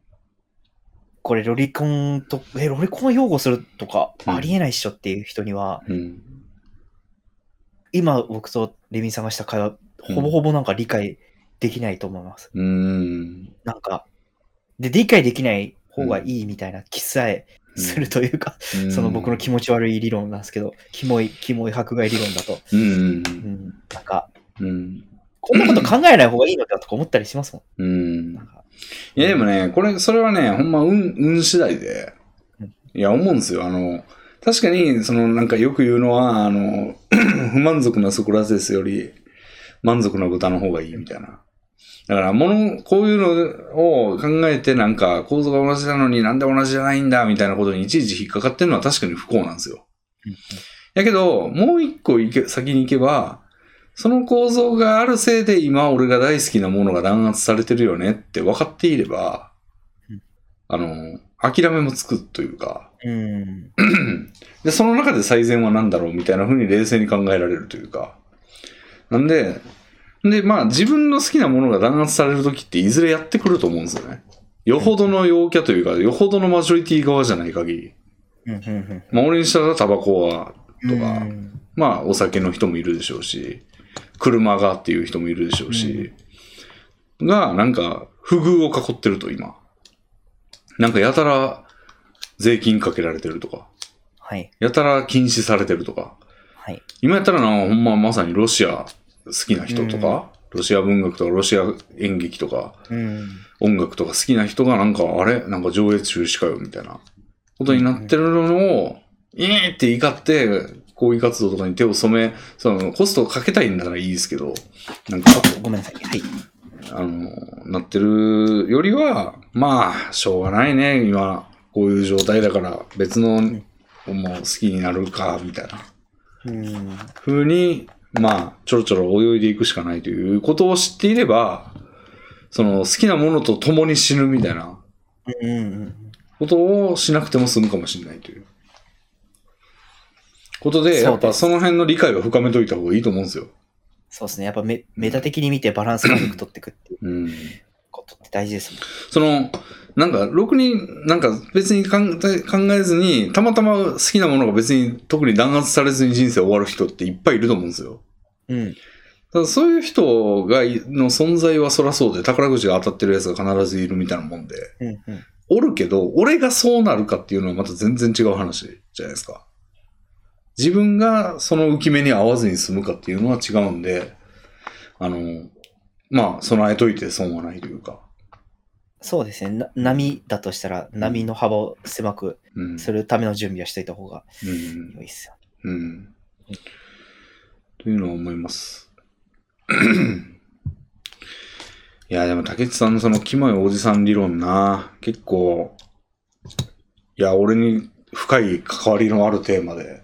Speaker 2: これロリコンと、え、ロリコンを擁護するとか、ありえないっしょっていう人には、
Speaker 1: うん。
Speaker 2: 今僕とレミンさんがした会話、ほぼほぼなんか理解できないと思います。
Speaker 1: うん。
Speaker 2: なんか、で、理解できない方がいいみたいな気さえするというか、その僕の気持ち悪い理論なんですけど、キモい、キモい迫害理論だと、
Speaker 1: うん。
Speaker 2: うん、なんか、
Speaker 1: うん。うん。
Speaker 2: こんなこと考えない方がいいのかとか思ったりしますも
Speaker 1: うん
Speaker 2: ん。なん。か
Speaker 1: いやでもね、これ、それはね、ほんま運、運次第で
Speaker 2: うん、
Speaker 1: いや、思うんですよ。あの、確かに、その、なんかよく言うのは、あの、 [CLEARS THROAT] 不満足なソクラテスより、満足な豚の方がいいみたいな。だから、もの、こういうのを考えて、なんか、構造が同じなのになんで同じじゃないんだ、みたいなことにいちいち引っかかってるのは確かに不幸なんですよ。やけど、もう一個行け先に行けば、その構造があるせいで今俺が大好きなものが弾圧されてるよねって分かっていれば
Speaker 2: うん、
Speaker 1: あの、諦めもつくというか、 [CLEARS THROAT]
Speaker 2: うん、
Speaker 1: で、その中で最善は何だろうみたいな風に冷静に考えられるというか、なんで、で、まあ自分の好きなものが弾圧される時っていずれやってくると思うんですよね。よほどの陽キャというか、よほどのマジョリティ側じゃない限り、
Speaker 2: うん、うん、うん。
Speaker 1: まあ俺にしたらタバコはとか
Speaker 2: うん
Speaker 1: まあ、お酒の人もいるでしょうし、車がっていう人もいるでしょうし、が、なんか、不遇を囲ってると、今。なんか、やたら、税金かけられてるとか、
Speaker 2: はい、
Speaker 1: やたら禁止されてるとか、
Speaker 2: はい。
Speaker 1: 今やったらな、ほんままさにロシア好きな人とか、ロシア文学とか、ロシア演劇とか、
Speaker 2: うん、
Speaker 1: 音楽とか好きな人がなんか、あれなんか上映中止かよ、みたいな。ことになってるのを、イエーって怒って、抗議活動とかに手を染め、そのコストをかけたいんならいいですけど、なんか、
Speaker 2: ごめんなさい。はい。
Speaker 1: あの、なってるよりは、まあ、しょうがないね、今、こういう状態だから、別の、もう好きになるか、みたいな
Speaker 2: うん。
Speaker 1: 風に、まあ、ちょろちょろ泳いでいくしかないということを知っていれば、その、好きなものと共に死ぬみたいな
Speaker 2: うん。
Speaker 1: ことをしなくても済むかもしれないという。ことで、
Speaker 2: そうです
Speaker 1: やっぱその辺の理解を深めといた方がいいと思うんですよ。
Speaker 2: そうですね。やっぱメメタ的に見てバランス感覚取っていくっていう
Speaker 1: うん。
Speaker 2: ことって大事ですもん。
Speaker 1: その、なんか、ろくに、なんか別に考え考えずに、たまたま好きなものが別に特に弾圧されずに人生終わる人っていっぱいいると思うんですよ。
Speaker 2: うん。
Speaker 1: ただそういう人がい、の存在はそらそうで、宝くじが当たってるやつが必ずいるみたいなもんで、
Speaker 2: うん。うん。
Speaker 1: おるけど、俺がそうなるかっていうのはまた全然違う話じゃないですか。自分がその浮き目に合わずに済むかっていうのは違うんで、あの、まあ、備えといて損はないというか。
Speaker 2: そうですね。な波だとしたら、波の幅を狭く
Speaker 1: うん。
Speaker 2: するための準備はしといた方が
Speaker 1: うん
Speaker 2: 良いですよ。
Speaker 1: うん。というのは思います。 [COUGHS] いや、でも、竹内さんのその、キモいおじさん理論な、結構、いや、俺に深い関わりのあるテーマで。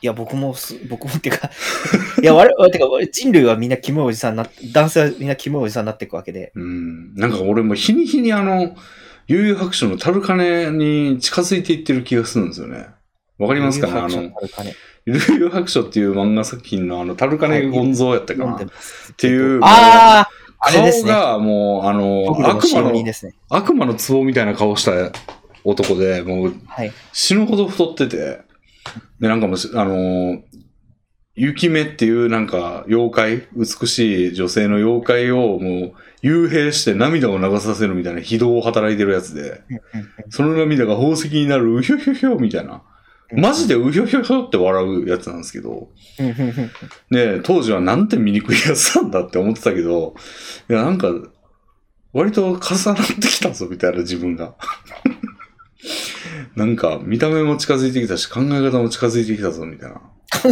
Speaker 2: いや、僕もす、僕もっていう [LAUGHS] か、いや、我々、てか、人類はみんなキモいおじさんになっ男性はみんなキモいおじさんになっていくわけで、
Speaker 1: うん。なんか俺も日に日にあの、悠々白書のタルカネに近づいていってる気がするんですよね。わかりますかねあの、
Speaker 2: ね、
Speaker 1: 悠々白書っていう漫画作品のあの、タルカネゴンゾーやったか
Speaker 2: 読
Speaker 1: な。
Speaker 2: んで
Speaker 1: っ
Speaker 2: ます。
Speaker 1: ていう、
Speaker 2: あああれです
Speaker 1: 顔
Speaker 2: ね
Speaker 1: がもう、あの
Speaker 2: 僕、らの
Speaker 1: 悪魔
Speaker 2: 使用人
Speaker 1: の、
Speaker 2: ですね。
Speaker 1: 悪魔の壺みたいな顔した男で、もう
Speaker 2: はい。
Speaker 1: 死ぬほど太ってて、で、なんかもう、あのー、雪目っていうなんか妖怪、美しい女性の妖怪をもう幽閉して涙を流させるみたいな非道を働いてるやつで、その涙が宝石になるうひょひょひょみたいな、マジでうひょひょひょって笑うやつなんですけど、
Speaker 2: うんうんうん
Speaker 1: で、当時はなんて醜いやつなんだって思ってたけど、いや、なんか、割と重なってきたぞ、みたいな自分が。 [LAUGHS] なんか、見た目も近づいてきたし、考え方も近づいてきたぞ、みたいな。
Speaker 2: 考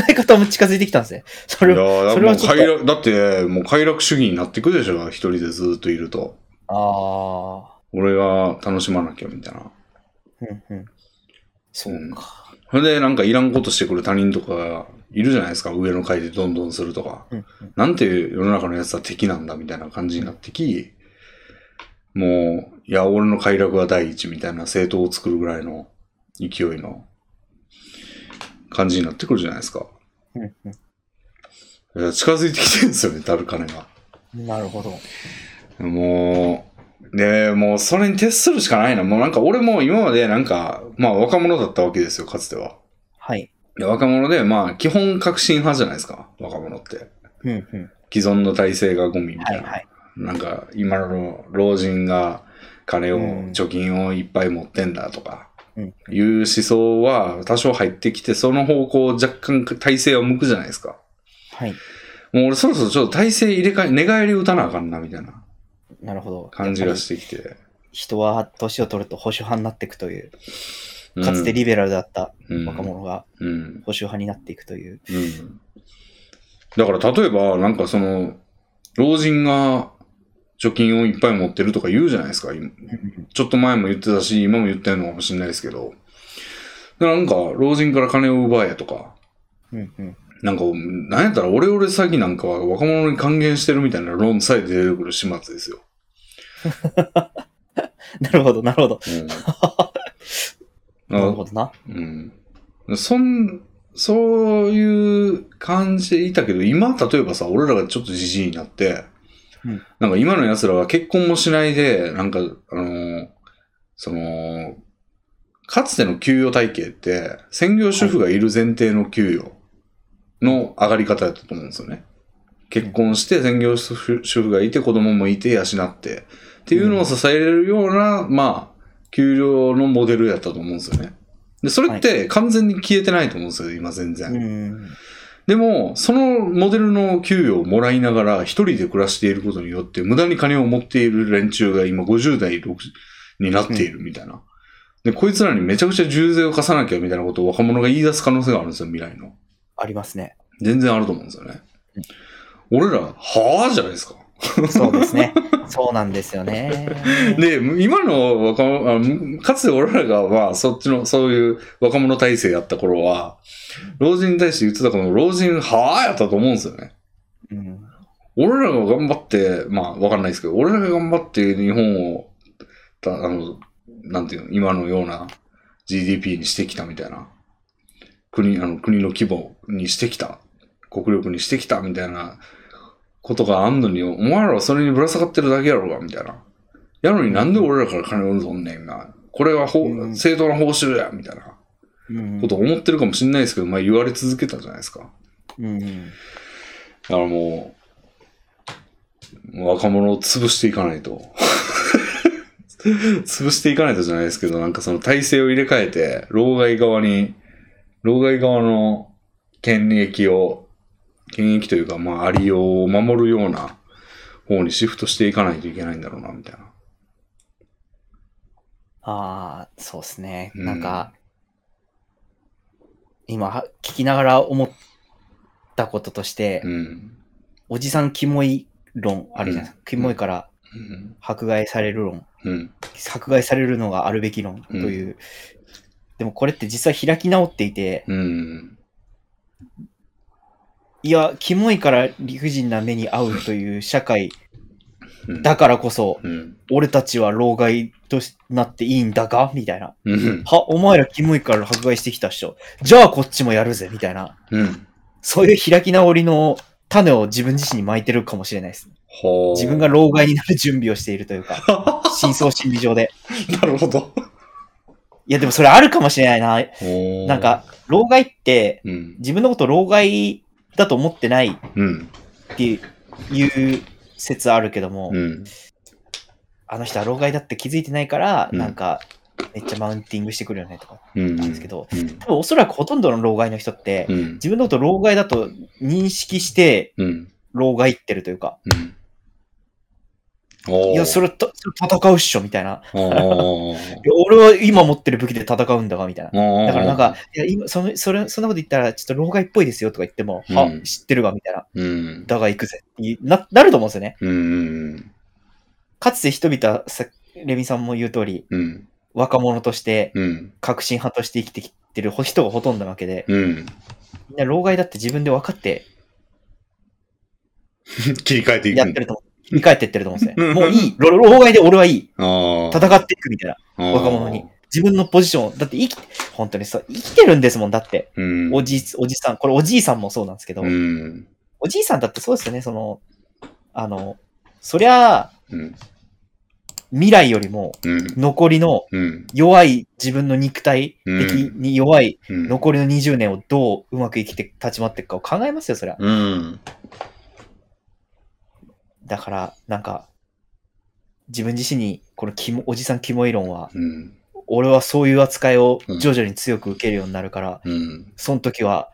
Speaker 2: え方も近づいてきたんですね。そ
Speaker 1: い
Speaker 2: れ
Speaker 1: やー
Speaker 2: それ
Speaker 1: も
Speaker 2: は
Speaker 1: う
Speaker 2: ちょっと
Speaker 1: 快楽、だって、もう快楽主義になってくでしょ、一人でずっといると。
Speaker 2: ああ。
Speaker 1: 俺が楽しまなきゃ、みたいな。
Speaker 2: うんうん。そうか。
Speaker 1: それで、なんかいらんことしてくる他人とか、いるじゃないですか、上の階でどんどんするとか。
Speaker 2: うん
Speaker 1: なんて世の中のやつは敵なんだみたいな感じになってき、もう、いや、俺の快楽は第一みたいな政党を作るぐらいの勢いの感じになってくるじゃないですか。
Speaker 2: うんうん
Speaker 1: いや近づいてきてるんですよね、ダルカネが。
Speaker 2: うんなるほど。
Speaker 1: もう、で、もうそれに徹するしかないな。もうなんか俺も今までなんか、まあ若者だったわけですよ、かつては。
Speaker 2: はい。
Speaker 1: で若者で、まあ基本革新派じゃないですか、若者って。
Speaker 2: うんうん。
Speaker 1: 既存の体制がゴミみた
Speaker 2: はいい
Speaker 1: な。
Speaker 2: はい。
Speaker 1: なんか今の老人が金を、
Speaker 2: うん
Speaker 1: 貯金をいっぱい持ってんだとか
Speaker 2: うん
Speaker 1: いう思想は多少入ってきてその方向若干体制を向くじゃないですか。
Speaker 2: はい。
Speaker 1: もう俺そろそろちょっと体制入れ替え、寝返り打たなあかんなみたいな
Speaker 2: なるほど。
Speaker 1: 感じが
Speaker 2: やっぱ
Speaker 1: してきて。
Speaker 2: り人は年を取ると保守派になっていくという、
Speaker 1: うん
Speaker 2: かつてリベラルだった若
Speaker 1: うん
Speaker 2: 者が
Speaker 1: うん
Speaker 2: 保守派になっていくという。
Speaker 1: うんだから例えばなんかその老人が貯金をいっぱい持ってるとか言うじゃないですか、今ちょっと前も言ってたし、今も言ってるのかもしれないですけど、なんか、老人から金を奪えとか、
Speaker 2: うんうん。
Speaker 1: なんか、なんやったら、オレオレ詐欺なんかは若者に還元してるみたいな論さえ出てくる始末ですよ。
Speaker 2: なるほど、なるほど。
Speaker 1: うん
Speaker 2: な [LAUGHS] るほどな。
Speaker 1: うん。そん、そういう感じでいたけど、今、例えばさ、俺らがちょっとじじいになって、
Speaker 2: うん
Speaker 1: なんか今の奴らは結婚もしないで、なんか、あのーその、かつての給与体系って、専業主婦がいる前提の給与の上がり方だったと思うんですよね。結婚して専業主婦主婦がいて、子供もいて、養って、っていうのを支えれるような、まあ、給料のモデルやったと思うんですよね。で、それって完全に消えてないと思うんですよ、今全然。
Speaker 2: うん。
Speaker 1: でも、そのモデルの給与をもらいながら、一人で暮らしていることによって、無駄に金を持っている連中が今50代6になっているみたいな。で、こいつらにめちゃくちゃ重税を課さなきゃみたいなことを若者が言い出す可能性があるんですよ、未来の。
Speaker 2: ありますね。
Speaker 1: 全然あると思うんですよね。俺ら、はぁじゃないですか。
Speaker 2: そうで
Speaker 1: [LAUGHS]
Speaker 2: すね。そうなんですよね。 [LAUGHS]
Speaker 1: で、今の若者、あかつて俺らが、まあ、そっちの、そういう若者体制やった頃は、老人に対して言ってたこの老人、はぁやったと思うんですよね。
Speaker 2: うん、
Speaker 1: 俺らが頑張って、まあ、わかんないですけど、俺らが頑張って日本を、たあの、なんていうの、今のような GDP にしてきたみたいな、国、あの、国の規模にしてきた、国力にしてきたみたいなことがあんのに、お前らはそれにぶら下がってるだけやろうが、みたいな。やのになんで俺らから金を取んねんな。これはほう
Speaker 2: うん
Speaker 1: 正当な報酬や、みたいな
Speaker 2: うん
Speaker 1: ことを思ってるかもしれないですけど、まあ言われ続けたじゃないですか。
Speaker 2: うん、
Speaker 1: だからもう、若者を潰していかないと。 [LAUGHS] 潰していかないとじゃないですけど、なんかその体制を入れ替えて、老害側に、老害側の権益を、権益というか、まあ、ありようを守るような方にシフトしていかないといけないんだろうな、みたいな。
Speaker 2: ああ、そうですね。
Speaker 1: うん
Speaker 2: なんか、今、は聞きながら思ったこととして、
Speaker 1: うん。
Speaker 2: おじさんキモい論あるじゃないですか。キモいから
Speaker 1: うん。
Speaker 2: 迫害される論、
Speaker 1: うん。
Speaker 2: 迫害されるのがあるべき論という、でもこれって実際開き直っていて、
Speaker 1: うん。
Speaker 2: いや、キモいから理不尽な目に遭うという社会
Speaker 1: うん
Speaker 2: だからこそ、
Speaker 1: うん。
Speaker 2: 俺たちは老害としなっていいんだかみたいな。
Speaker 1: うん。
Speaker 2: は、お前らキモいから迫害してきたっしょ。じゃあこっちもやるぜ、みたいな。
Speaker 1: うん。
Speaker 2: そういう開き直りの種を自分自身に巻いてるかもしれないです。
Speaker 1: ほう
Speaker 2: 自分が老害になる準備をしているというか、
Speaker 1: [LAUGHS]
Speaker 2: 真相心理上で。 [LAUGHS]
Speaker 1: なるほど。
Speaker 2: いや、でもそれあるかもしれないな。
Speaker 1: ほう
Speaker 2: なん、か、老害って、
Speaker 1: うん。
Speaker 2: 自分のこと老害だと思ってないっ
Speaker 1: うん。
Speaker 2: ていう説あるけども、
Speaker 1: うん。
Speaker 2: あの人は老害だって気づいてないから、
Speaker 1: うん
Speaker 2: なんか、めっちゃマウンティングしてくるよねとか、
Speaker 1: うん。
Speaker 2: なんですけど
Speaker 1: うん。
Speaker 2: 多分おそらくほとんどの老害の人って、
Speaker 1: うん。
Speaker 2: 自分のこと老害だと認識して、
Speaker 1: うん。
Speaker 2: 老害ってるというか、
Speaker 1: うん。おー
Speaker 2: いや、それと、それ戦うっしょ、みたいな。
Speaker 1: おー
Speaker 2: いや俺は今持ってる武器で戦うんだが、みたいな。
Speaker 1: おー
Speaker 2: だからなんか、いや、今、その、それ、そんなこと言ったら、ちょっと老害っぽいですよとか言っても、
Speaker 1: う
Speaker 2: は
Speaker 1: ん、
Speaker 2: 知ってるわ、みたいな。
Speaker 1: うん。
Speaker 2: だが行くぜ。いな、なると思うんですよね。
Speaker 1: うん。うん。
Speaker 2: かつて人々は、さレミさんも言う通り、
Speaker 1: うん。
Speaker 2: 若者として、
Speaker 1: うん。
Speaker 2: 革新派として生きてきてる人がほとんどなわけで、
Speaker 1: うん。
Speaker 2: みんな老害だって自分で分かって
Speaker 1: 切り替えていく。
Speaker 2: やってると思う。切り替えてってると思うんです
Speaker 1: う
Speaker 2: ね。
Speaker 1: ん
Speaker 2: もういい。老老害で俺はいい。
Speaker 1: ああ。
Speaker 2: 戦っていくみたいな。若
Speaker 1: 若
Speaker 2: 者に。。自分のポジションを、だって生き、本当にさ、生きてるんですもん。だって、
Speaker 1: うん。
Speaker 2: おじ、おじさん、これおじいさんもそうなんですけど、
Speaker 1: うん。
Speaker 2: おじいさんだってそうですよね。その、あの、そりゃあ、
Speaker 1: うん。
Speaker 2: 未来よりも
Speaker 1: うん。
Speaker 2: 残りの
Speaker 1: うん。
Speaker 2: 弱い自分の肉体的
Speaker 1: うん
Speaker 2: に弱い
Speaker 1: うん。
Speaker 2: 残りの20年をどううまく生きて立ち回っていくかを考えますよ、そりゃ。
Speaker 1: うん。
Speaker 2: だから、なんか、自分自身に、このキモおじさんキモい論は、
Speaker 1: うん。
Speaker 2: 俺はそういう扱いを
Speaker 1: うん
Speaker 2: 徐々に強く受けるようになるから、
Speaker 1: うん。
Speaker 2: その時は、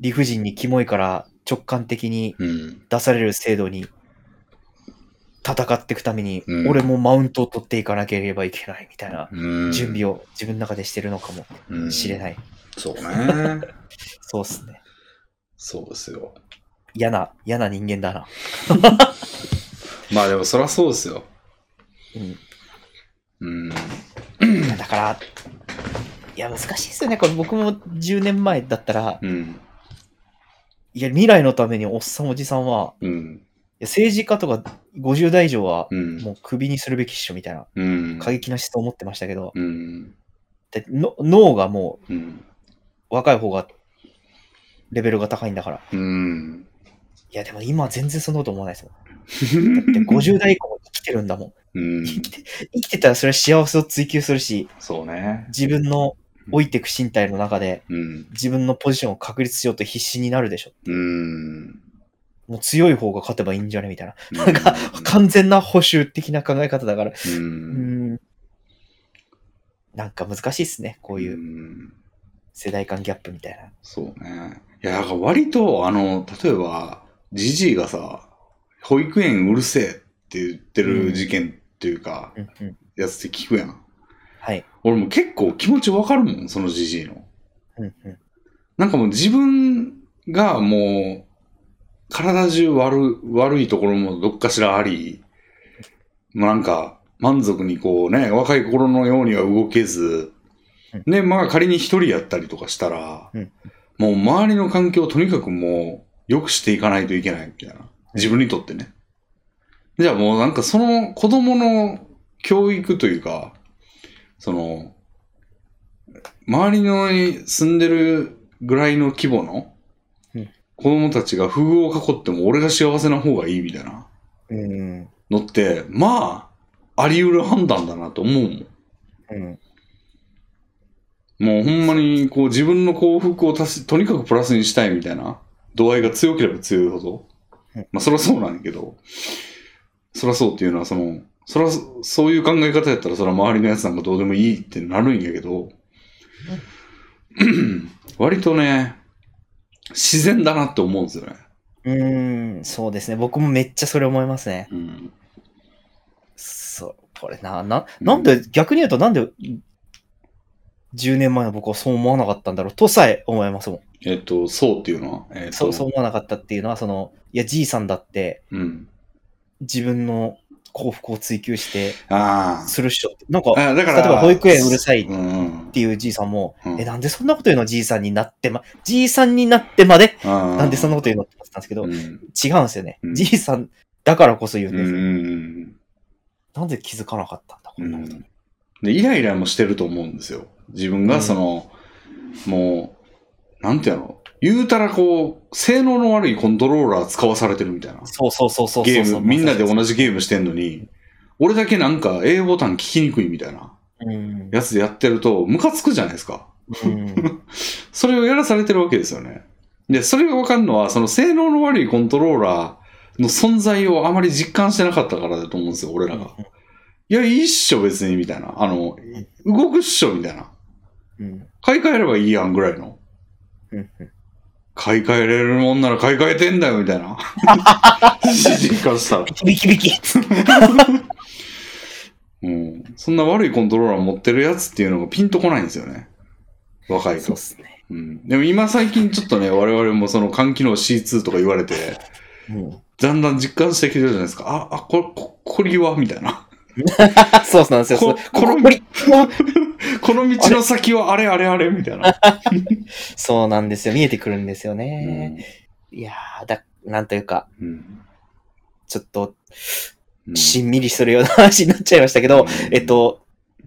Speaker 2: 理不尽にキモいから直感的に
Speaker 1: うん。
Speaker 2: 出される制度に戦っていくために、
Speaker 1: うん
Speaker 2: 俺もマウントを取っていかなければいけないみたいな
Speaker 1: うん。
Speaker 2: 準備を自分の中でしてるのかも
Speaker 1: を。
Speaker 2: しれないい。
Speaker 1: そうね。
Speaker 2: そうっすね。
Speaker 1: そうですよ。
Speaker 2: 嫌な、嫌な人間だな。
Speaker 1: まあでもそりゃそうですよ。
Speaker 2: うん
Speaker 1: うん。
Speaker 2: いやだから、いや、難しいですよね。これ僕も10年前だったら、
Speaker 1: うん。
Speaker 2: いや、未来のためにおっさんおじさんは、
Speaker 1: うん。
Speaker 2: いや政治家とか50代以上は、
Speaker 1: うん。
Speaker 2: もうクビにするべきっしょみたいな、
Speaker 1: うん。
Speaker 2: 過激な思想を持ってましたけど、
Speaker 1: うん。
Speaker 2: だっての脳がも
Speaker 1: うん。
Speaker 2: う若い方がレベルが高いんだから。
Speaker 1: うん。
Speaker 2: いや、でも今は全然そんなこと思わないですもん。だって50代以降も生きてるんだもん。
Speaker 1: うん。
Speaker 2: 生きてたらそれは幸せを追求するし、
Speaker 1: そうね。
Speaker 2: 自分の老いてく身体の中で
Speaker 1: うん。
Speaker 2: 自分のポジションを確立しようと必死になるでしょ。
Speaker 1: うん。
Speaker 2: もう強い方が勝てばいいんじゃねみたいな。
Speaker 1: なん
Speaker 2: か、完全な保守的な考え方だから。
Speaker 1: う。
Speaker 2: うんん。なんか難しいっすね。こ
Speaker 1: こ
Speaker 2: ういう
Speaker 1: う。
Speaker 2: 世代間ギャップみたいな。
Speaker 1: そうね。いや、だから割と、あの、例えば、じじいがさ、保育園うるせえって言ってる事件っていうか、
Speaker 2: うんうん。
Speaker 1: やつって聞くやん。
Speaker 2: はい。
Speaker 1: 俺も結構気持ちわかるもん、そのじじいの。
Speaker 2: うんうん
Speaker 1: なんかもう自分がもう、体中悪悪いところもどっかしらあり、もうなんか満足にこうね、若い頃のようには動けず、ね、まあ仮に一人やったりとかしたら、
Speaker 2: うん
Speaker 1: もう周りの環境をとにかくもう良くしていかないといけないみたいな。自分にとってね。じゃあもうなんかその子供の教育というか、その、周りのに住んでるぐらいの規模の
Speaker 2: うん
Speaker 1: 子供たちが不遇を囲っても俺が幸せな方がいいみたいな
Speaker 2: うん
Speaker 1: のって、まあ、あり得る判断だなと思うもん。
Speaker 2: うん
Speaker 1: もうほんまにこう自分の幸福を足し、とにかくプラスにしたいみたいな度合いが強ければ強いほど
Speaker 2: うん、
Speaker 1: まあそりゃそうなんやけど、そりゃそうっていうのはその、そらそそういう考え方やったらそら周りのやつなんかどうでもいいってなるんやけど、 [CLEARS THROAT] 割とね、自然だなって思うんですよね。
Speaker 2: うんそうですね。僕もめっちゃそれ思いますね。
Speaker 1: うん。
Speaker 2: そう。これな、な、なんで、逆に言うとなんで、10年前の僕はそう思わなかったんだろうとさえ思いますもん。
Speaker 1: えっと、そうっていうのは、えっと、
Speaker 2: そう、そう思わなかったっていうのは、その、いや、じいさんだって、
Speaker 1: うん。
Speaker 2: 自分の幸福を追求して、
Speaker 1: ああ。
Speaker 2: する人って、なんか、
Speaker 1: あだから、
Speaker 2: 例えば保育園うるさいっ
Speaker 1: うん。
Speaker 2: ていうじいさんも、
Speaker 1: うん
Speaker 2: え、なんでそんなこと言うのじいさんになってま、じいさんになってまで、
Speaker 1: な
Speaker 2: なんでそんなこと言うのって思ってたんですけど、
Speaker 1: う
Speaker 2: 違
Speaker 1: ん
Speaker 2: うんですよね
Speaker 1: う。ん
Speaker 2: じいさんだからこそ言うん
Speaker 1: う
Speaker 2: ですよ。
Speaker 1: ん。
Speaker 2: なんで気づかなかったんだ、こ
Speaker 1: うん
Speaker 2: なこ
Speaker 1: ん
Speaker 2: とに。
Speaker 1: で、イライラもしてると思うんですよ。自分
Speaker 2: う
Speaker 1: が
Speaker 2: ん
Speaker 1: その、もう、なんていうの言うたらこう、性能の悪いコントローラー使わされてるみたいな。
Speaker 2: そうそうそうそうそう
Speaker 1: ゲーム、みんなで
Speaker 2: じ。
Speaker 1: 同じゲームしてんのに、俺だけなんか A ボタン聞きにくいみたいな
Speaker 2: うん。
Speaker 1: やつでやってると、ムカつくじゃないですか。
Speaker 2: うん
Speaker 1: それをやらされてるわけですよね。で、それがわかるのは、その性能の悪いコントローラーの存在をあまり実感してなかったからだと思うんですよ、俺らが。いや、いいっしょ、別に、みたいな。あの、動くっしょ、みたいな。
Speaker 2: うん
Speaker 1: 買い替えればいいやんぐらいの。
Speaker 2: うん
Speaker 1: 買い替えれるもんなら買い替えてんだよ、みたいな。主人からしたら。
Speaker 2: ビキビキつって
Speaker 1: [LAUGHS] うん。そんな悪いコントローラー持ってるやつっていうのがピンとこないんですよね。若い
Speaker 2: そ
Speaker 1: と
Speaker 2: うっ。すね。
Speaker 1: うん。でも今最近ちょっとね、我々もその肝機能 C2 とか言われて、
Speaker 2: うん
Speaker 1: だんだん実感してきてるじゃないですか。あ、あ、これ、こ、こりはみたいな。 [LAUGHS]
Speaker 2: そうなんですよ。
Speaker 1: こ
Speaker 2: そう
Speaker 1: この
Speaker 2: これ
Speaker 1: この道の先はあれあれあれみたいな。
Speaker 2: そうなんですよ。見えてくるんですよ
Speaker 1: う
Speaker 2: ね
Speaker 1: ん。。
Speaker 2: いやー、だ、なんというか、
Speaker 1: うん
Speaker 2: ちょっと、
Speaker 1: うん
Speaker 2: しんみりするような話になっちゃいましたけど、えっ、と、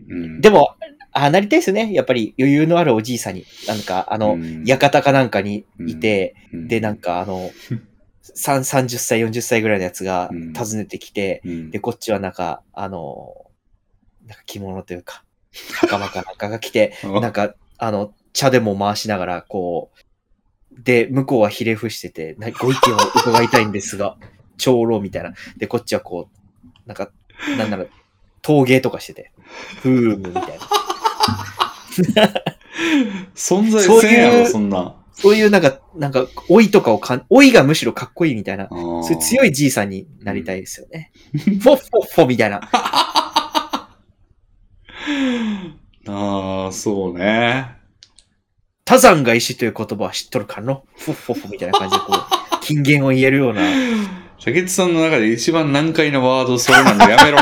Speaker 1: うん、
Speaker 2: でも、ああなりたいですよね。やっぱり余裕のあるおじいさんに、なんか、あの、
Speaker 1: うん
Speaker 2: 館かなんかにいて、
Speaker 1: うん
Speaker 2: で、なんか、あの、さん30歳、40歳ぐらいのやつが
Speaker 1: うん
Speaker 2: 訪ねてきて、
Speaker 1: うん
Speaker 2: で、こっちはなんか、あの、なんか着物というか、袴かなんかが来て、
Speaker 1: [LAUGHS]
Speaker 2: なんか、あの、茶でも回しながら、こう、で、向こうはひれ伏してて、なご意見を伺いたいんですが、 [LAUGHS] 長老みたいな。で、こっちはこう、なんか、なんなら、陶芸とかしてて、ブームみたいな。
Speaker 1: 存在
Speaker 2: そういう
Speaker 1: せんやろ、そんな。
Speaker 2: そういうなんか、なんか、老いとかをかん、老いがむしろかっこいいみたいな、そういう
Speaker 1: い。
Speaker 2: 強いじいさんになりたいですよね。フォッフォッフォみたいな。
Speaker 1: ああ、そうね。
Speaker 2: 多山が石という言葉は知っとるからの、フォッフォッフォみたいな感じで、こ [LAUGHS] う、金言を言えるような。
Speaker 1: ジャケットさんの中で一番難解なワードそれなのやめろ。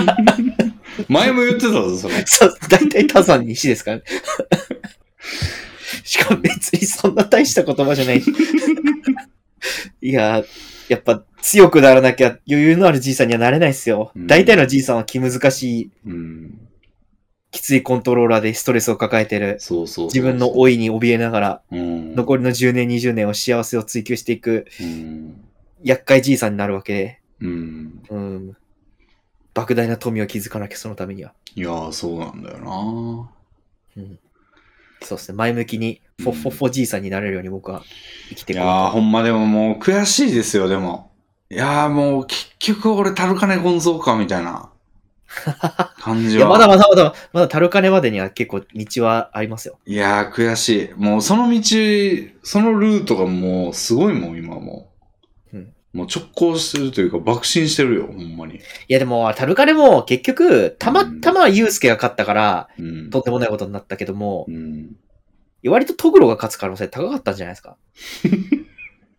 Speaker 2: [LAUGHS]
Speaker 1: 前も言ってたぞ、それ。
Speaker 2: そう、大体多山に石ですからね。 [LAUGHS] しかも別にそんな大した言葉じゃ [LAUGHS] ないし。いやー、やっぱ強くならなきゃ余裕のあるじいさんにはなれないですよ。
Speaker 1: うん
Speaker 2: 大体のじいさんは気難しい、
Speaker 1: うん。
Speaker 2: きついコントローラーでストレスを抱えてる。
Speaker 1: そうそうそう
Speaker 2: 自分の老いに怯えながら、
Speaker 1: うん、
Speaker 2: 残りの10年、20年を幸せを追求していく
Speaker 1: うん。
Speaker 2: 厄介じいさんになるわけで、
Speaker 1: うん。
Speaker 2: うん。莫大な富を築かなきゃ、そのためには。
Speaker 1: いやー、そうなんだよな。
Speaker 2: そうですね。前向きに、フォッフォッフォじいさんになれるように僕は生きて
Speaker 1: い
Speaker 2: いこう
Speaker 1: やー、ほんまでももう悔しいですよ、でも。いやー、もう結局俺、タルカネゴンゾーか、みたい
Speaker 2: [LAUGHS]
Speaker 1: な感じ
Speaker 2: い
Speaker 1: は。
Speaker 2: や、まだまだまだ、まだタルカネまでには結構道はありますよ。
Speaker 1: いやー、悔しい。もうその道、そのルートがもうすごいもん、今もう。
Speaker 2: うん
Speaker 1: もう直行してるというか、爆心してるよ、ほんまに。
Speaker 2: いやでも、タルカでも結局、たまたまユウスケが勝ったから、
Speaker 1: うん。
Speaker 2: とんでもないことになったけども
Speaker 1: う、ん。
Speaker 2: 割とトグロが勝つ可能性高かったんじゃないですか。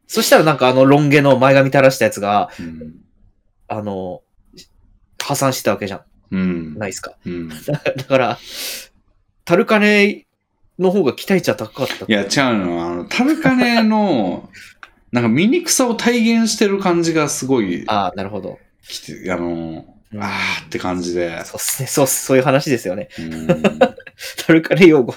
Speaker 2: そしたらなんかあのロン毛の前髪垂らしたやつが、
Speaker 1: うん。
Speaker 2: あの、破産してたわけじゃ
Speaker 1: うん。
Speaker 2: ん。ないですか。
Speaker 1: うん。
Speaker 2: だから、タルカネの方が期待値は高かっ
Speaker 1: い
Speaker 2: た。
Speaker 1: や、違うの。あの、タルカネの、 [LAUGHS] なんか醜さを体現してる感じがすごい、
Speaker 2: ああ、なるほど。
Speaker 1: きて、あの、
Speaker 2: うん
Speaker 1: あーって感じで。
Speaker 2: そうっすね。そうっすそういう話ですよね。
Speaker 1: うん
Speaker 2: タルカネ用語、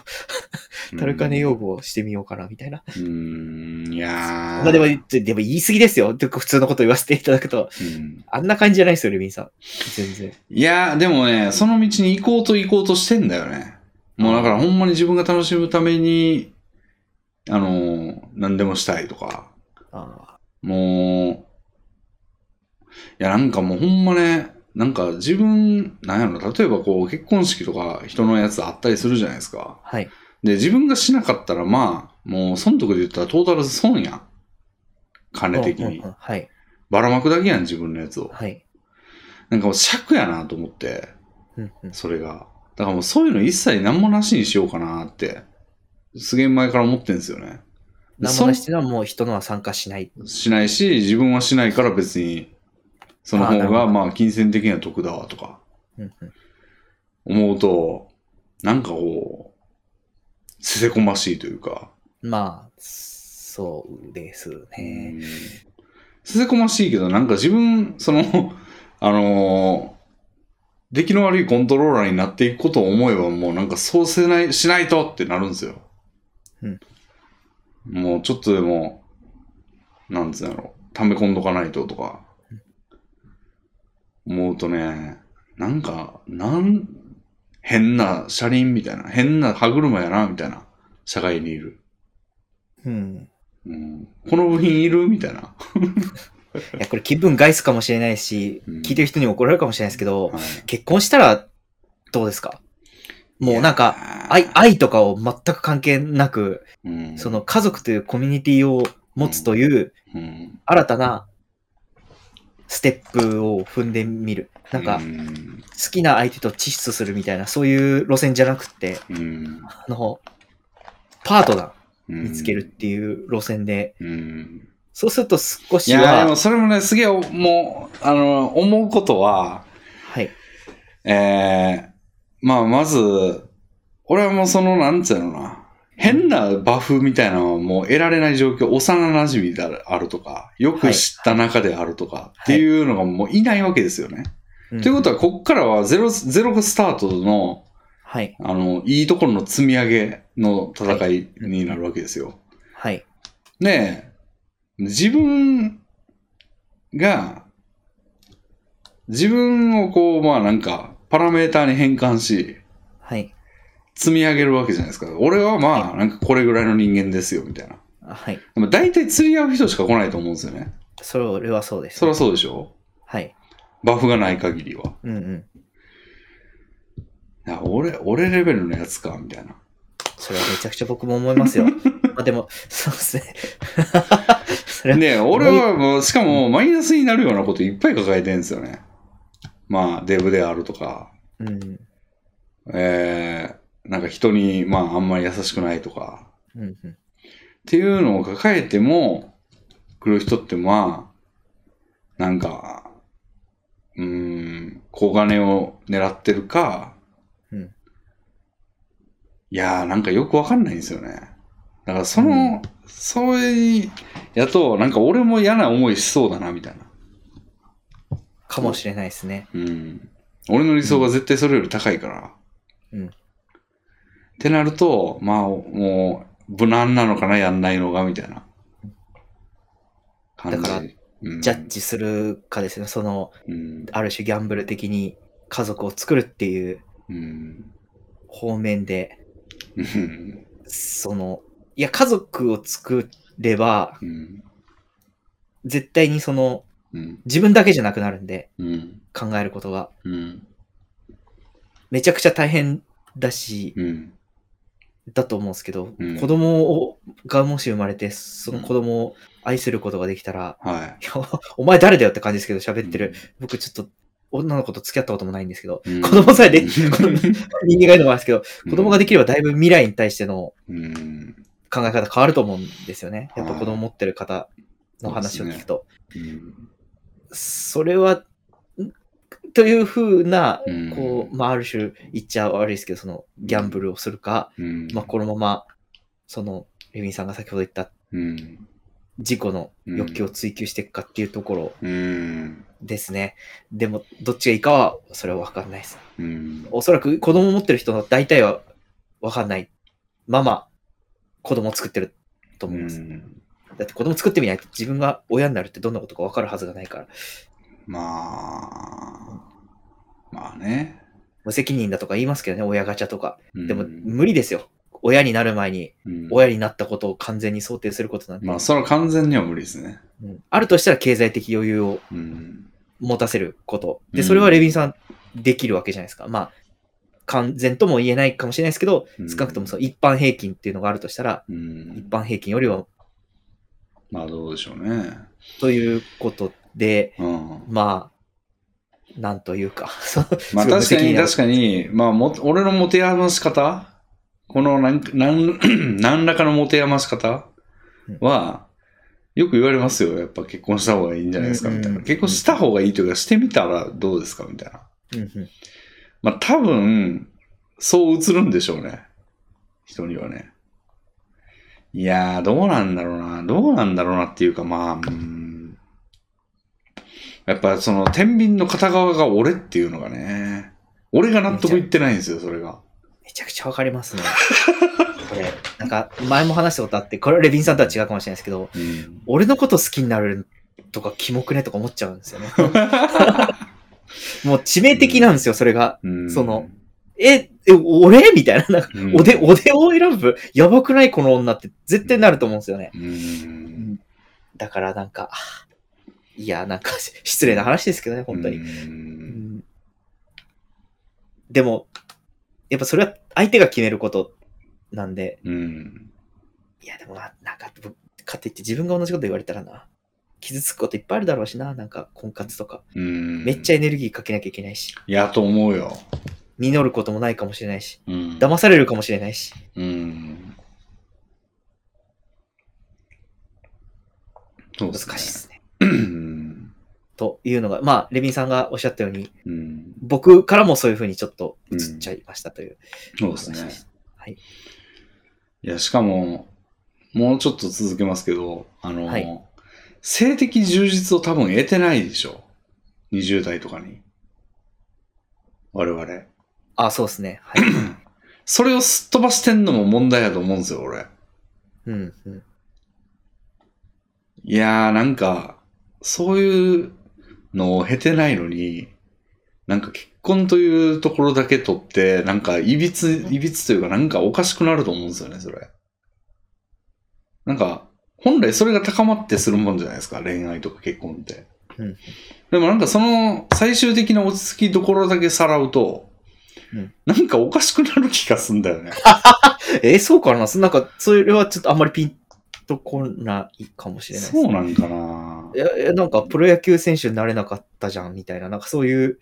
Speaker 1: うん
Speaker 2: タルカネ用語をしてみようかな、みたいな。
Speaker 1: うん、いやー
Speaker 2: まあでも、ででも言い過ぎですよ。で普通のこと言わせていただくと。
Speaker 1: うん
Speaker 2: あんな感じじゃないですよ、レミンさん。全然。
Speaker 1: いやーでもね、その道に行こうと行こうとしてんだよね。もうだからほんまに自分が楽しむために、あのー何でもしたいとか。
Speaker 2: あ
Speaker 1: もう、いや、なんかもうほんまね、なんか自分、なんやろ、例えばこう結婚式とか人のやつあったりするじゃないですか
Speaker 2: あ。はい。
Speaker 1: で、自分がしなかったらまあ、もう損得で言ったらトータル損やん。金的
Speaker 2: うんう
Speaker 1: に
Speaker 2: んうん。はい。
Speaker 1: ばらまくだけやん、自分のやつを。
Speaker 2: はい。
Speaker 1: なんかもう尺やなと思って、
Speaker 2: うんうん
Speaker 1: それが。だからもうそういうの一切何もなしにしようかなって、すげえ前から思ってんですよね。で
Speaker 2: 何もなしっていうのはもう人のは参加しない。
Speaker 1: しないし、自分はしないから別に、その
Speaker 2: あー
Speaker 1: 方
Speaker 2: なるほ
Speaker 1: が、
Speaker 2: ど
Speaker 1: まあ、金銭的には得だわとか、
Speaker 2: うんうん
Speaker 1: 思うと、なんかこう、せせこましいというか、
Speaker 2: まあ、そうですね。
Speaker 1: うんせせこましいけど、なんか自分、その、 [LAUGHS] あのー出来の悪いコントローラーになっていくことを思えば、もうなんかそうせない、しないとってなるんですよ。
Speaker 2: うん
Speaker 1: もうちょっとでも、なんつうんだろう、溜め込んどかないととか、思うとね、なんか、なん、変な車輪みたいな、変な歯車やな、みたいな、社会にいる。
Speaker 2: うん。
Speaker 1: うん、この部品いるみたいな。
Speaker 2: いや、これ気分害すかもしれないし、
Speaker 1: うん
Speaker 2: 聞いてる人に怒られるかもしれないですけど、
Speaker 1: はい
Speaker 2: 結婚したらどうですかもうなんか、愛、、愛とかを全く関係なく、
Speaker 1: うん
Speaker 2: その、家族というコミュニティを持つという
Speaker 1: うん、
Speaker 2: 新たなステップを踏んでみる。なんか
Speaker 1: う、
Speaker 2: 好きな相手とチ出するみたいな、そういう路線じゃなくって、
Speaker 1: うん、
Speaker 2: あの、パートナー
Speaker 1: うん
Speaker 2: 見つけるっ。ていう路線で、
Speaker 1: うん、
Speaker 2: そうすると少
Speaker 1: い
Speaker 2: し
Speaker 1: や、で
Speaker 2: は
Speaker 1: も、それもね、すげえ、もう、あの、思うことは、
Speaker 2: はい。
Speaker 1: ええまあ、まず、俺はもうその、なんつうのな、変なバフみたいなのはもう得られない状況、幼馴染みであるとか、よく知った中であるとか、っていうのがもういないわけですよね。ということ
Speaker 2: は、
Speaker 1: は、こっからはゼロ、ゼロスタートの、
Speaker 2: はい、
Speaker 1: あの、いいところの積み上げの戦いになるわけですよ。
Speaker 2: はい、
Speaker 1: ねえ、自分が、自分をこう、まあなんか、パラメーターに変換し、
Speaker 2: はい、
Speaker 1: 積み上げるわけじゃないですか。俺はま
Speaker 2: は
Speaker 1: あ、なんかこれぐらいの人間ですよ、みたいな。
Speaker 2: はい。
Speaker 1: でも大体釣り合う人しか来ないと思うんですよね。
Speaker 2: それはそうです。
Speaker 1: そりゃそうでしょ
Speaker 2: はい。
Speaker 1: バフがない限りは。
Speaker 2: うんうん。
Speaker 1: いや俺、俺レベルのやつか、みたいな。
Speaker 2: それはめちゃくちゃ僕も思いま
Speaker 1: [LAUGHS]
Speaker 2: すよ。まあでも、そうですね。それは、 [LAUGHS]
Speaker 1: ね俺はもう、しかもマイナスになるようなこといっぱい抱えてるんですよね。まあ、デブであるとか、
Speaker 2: うん、
Speaker 1: えー、なんか人に、まあ、あんまり優しくないとか、
Speaker 2: うん、う
Speaker 1: っ
Speaker 2: ん。
Speaker 1: ていうのを抱えても、来る人ってまあ、なんか、うーん、小金を狙ってるか、
Speaker 2: うん
Speaker 1: いやー、なんかよくわかんないんですよね。だからその、
Speaker 2: うん
Speaker 1: そういう、やと、なんか俺も嫌な思いしそうだな、みたいな。
Speaker 2: かもしれないですね。
Speaker 1: うん。俺の理想が絶対それより高いから。
Speaker 2: うん
Speaker 1: ってなると、まあ、もう、無難なのかな、やんないのが、みたいな感じ。
Speaker 2: だから
Speaker 1: うん、
Speaker 2: ジャッジするかですね。その、
Speaker 1: うん。
Speaker 2: ある種ギャンブル的に家族を作るっていう
Speaker 1: うん。
Speaker 2: 方面で、
Speaker 1: うん。
Speaker 2: その、いや、家族を作れば、
Speaker 1: うん。
Speaker 2: 絶対にその、
Speaker 1: うん。
Speaker 2: 自分だけじゃなくなるんで、
Speaker 1: うん。
Speaker 2: 考えることが。
Speaker 1: うん。
Speaker 2: めちゃくちゃ大変だし、
Speaker 1: うん。
Speaker 2: だと思うんですけど、
Speaker 1: うん
Speaker 2: 子供をがもし生まれて、その子供を愛することができたら、
Speaker 1: はい
Speaker 2: や、 [LAUGHS] お前誰だよって感じですけど、喋ってる。。僕ちょっと、女の子と付き合ったこともないんですけど、
Speaker 1: うん
Speaker 2: 子供さえで、人間がいるのもあるんですけど、子供ができればだいぶ未来に対しての
Speaker 1: うん。
Speaker 2: 考え方変わると思うんですよね。やっぱ子供持ってる方の話を聞くと。
Speaker 1: うん
Speaker 2: それは、んというふうな
Speaker 1: うん、
Speaker 2: こう、まあ、ある種言っちゃ悪いですけど、その、ギャンブルをするか、
Speaker 1: うん。
Speaker 2: まあ、このまま、その、レミンさんが先ほど言った
Speaker 1: うん。
Speaker 2: 自己の欲求を追求していくかっていうところ
Speaker 1: うん。
Speaker 2: ですね。でも、どっちがいいかは、それはわかんないです。
Speaker 1: うん。
Speaker 2: おそらく子供持ってる人の大体はわかんない。まま、子供作ってると思います。
Speaker 1: うん
Speaker 2: だって子供作ってみないと自分が親になるってどんなことかわかるはずがないから、
Speaker 1: まあ、まあね。
Speaker 2: 無責任だとか言いますけどね、親ガチャとか。でも
Speaker 1: うん
Speaker 2: 無理ですよ。親になる前に、
Speaker 1: うん
Speaker 2: 親になったことを完全に想定することなんて。
Speaker 1: まあ、それは完全には無理ですね。
Speaker 2: うんあるとしたら経済的余裕を
Speaker 1: うん。
Speaker 2: 持たせること。
Speaker 1: う
Speaker 2: で、
Speaker 1: ん
Speaker 2: それはレビンさんできるわけじゃないですか。まあ、完全とも言えないかもしれないですけど、
Speaker 1: うん
Speaker 2: 少なくともその一般平均っていうのがあるとしたら、
Speaker 1: う
Speaker 2: 一
Speaker 1: ん。
Speaker 2: 般平均よりは
Speaker 1: まあ、どうでしょうね。
Speaker 2: ということで、
Speaker 1: うん。
Speaker 2: まあ、なんというか、 [LAUGHS] その
Speaker 1: まあ
Speaker 2: すごい無
Speaker 1: 確か
Speaker 2: 責任
Speaker 1: に
Speaker 2: な
Speaker 1: 確かに、まあも、俺の持て余し方この何か、何、 [COUGHS] 何らかの持て余し方は、よく言われますよ。やっぱ結婚した方がいいんじゃないですか、みたい
Speaker 2: うんうん
Speaker 1: な。
Speaker 2: うん
Speaker 1: 結婚した方がいいというか、してみたらどうですか、みたいな。
Speaker 2: うんうん
Speaker 1: まあ多分、そう映るんでしょうね。人にはね。いやー、どうなんだろうな。どうなんだろうなっていうか、まあ、うーん。やっぱその、天秤の片側が俺っていうのがね、俺が納得いってないんですよ、それが。
Speaker 2: めちゃくちゃわかりますね。これ、なんか前も話したことあって、これはレビンさんとは違うかもしれないですけど、
Speaker 1: うん。
Speaker 2: 俺のこと好きになるとか、キモくねとか思っちゃうん
Speaker 1: [LAUGHS]
Speaker 2: ですよね。もう致命的なんですよ、それが。
Speaker 1: うん
Speaker 2: その、え、え、俺 [LAUGHS] みたいな。なんか
Speaker 1: うん
Speaker 2: おで、、おでを選ぶやばくないこの女って絶対なると思うんですよね。
Speaker 1: うん。
Speaker 2: だからなんか、いや、なんかし失礼な話ですけどね、本当に。う
Speaker 1: に。
Speaker 2: んでも、やっぱそれは相手が決めることなんで、
Speaker 1: うん。
Speaker 2: いや、でもな、なんか、ぶかといって自分が同じこと言われたらな、傷つくこといっぱいあるだろうしな、なんか、婚活とか。
Speaker 1: うん。
Speaker 2: めっちゃ
Speaker 1: ゃ。
Speaker 2: エネルギーかけなきゃいけないし、
Speaker 1: いや、と思うよ。
Speaker 2: 実ることもないかもしれないし、
Speaker 1: うん。
Speaker 2: 騙されるかもしれないし。
Speaker 1: うん。そう
Speaker 2: 難
Speaker 1: ですね
Speaker 2: しいですね。
Speaker 1: うん。
Speaker 2: というのが、まあ、レビンさんがおっしゃったように、
Speaker 1: うん。
Speaker 2: 僕からもそういうふうにちょっと映っちゃいましたという
Speaker 1: そうで
Speaker 2: 話
Speaker 1: す
Speaker 2: で
Speaker 1: ね。
Speaker 2: す。はい。
Speaker 1: いや、しかも、もうちょっと続けますけど、あの、
Speaker 2: はい
Speaker 1: 性的充実を多分得てないでしょ。20代とかに。我々。
Speaker 2: あ、そうですね。はい。
Speaker 1: それをすっ飛ばしてんのも問題やと思うんですよ、俺。
Speaker 2: うん、うん。
Speaker 1: いやー、なんか、そういうのを経てないのに、なんか結婚というところだけ取って、なんかいびつ、いびつというかなんかおかしくなると思うんですよね、それ。なんか、本来それが高まってするもんじゃないですか、恋愛とか結婚って。
Speaker 2: うん
Speaker 1: でもなんかその最終的な落ち着きどころだけさらうと、
Speaker 2: うん
Speaker 1: なんかおかしくなる気がすんだよ
Speaker 2: [LAUGHS]
Speaker 1: ね。
Speaker 2: えーそうかなそなんか、それはちょっとあんまりピンとこないかもしれないです
Speaker 1: そうなんかない
Speaker 2: や、いやなんかプロ野球選手になれなかったじゃんみたいな、なんかそういう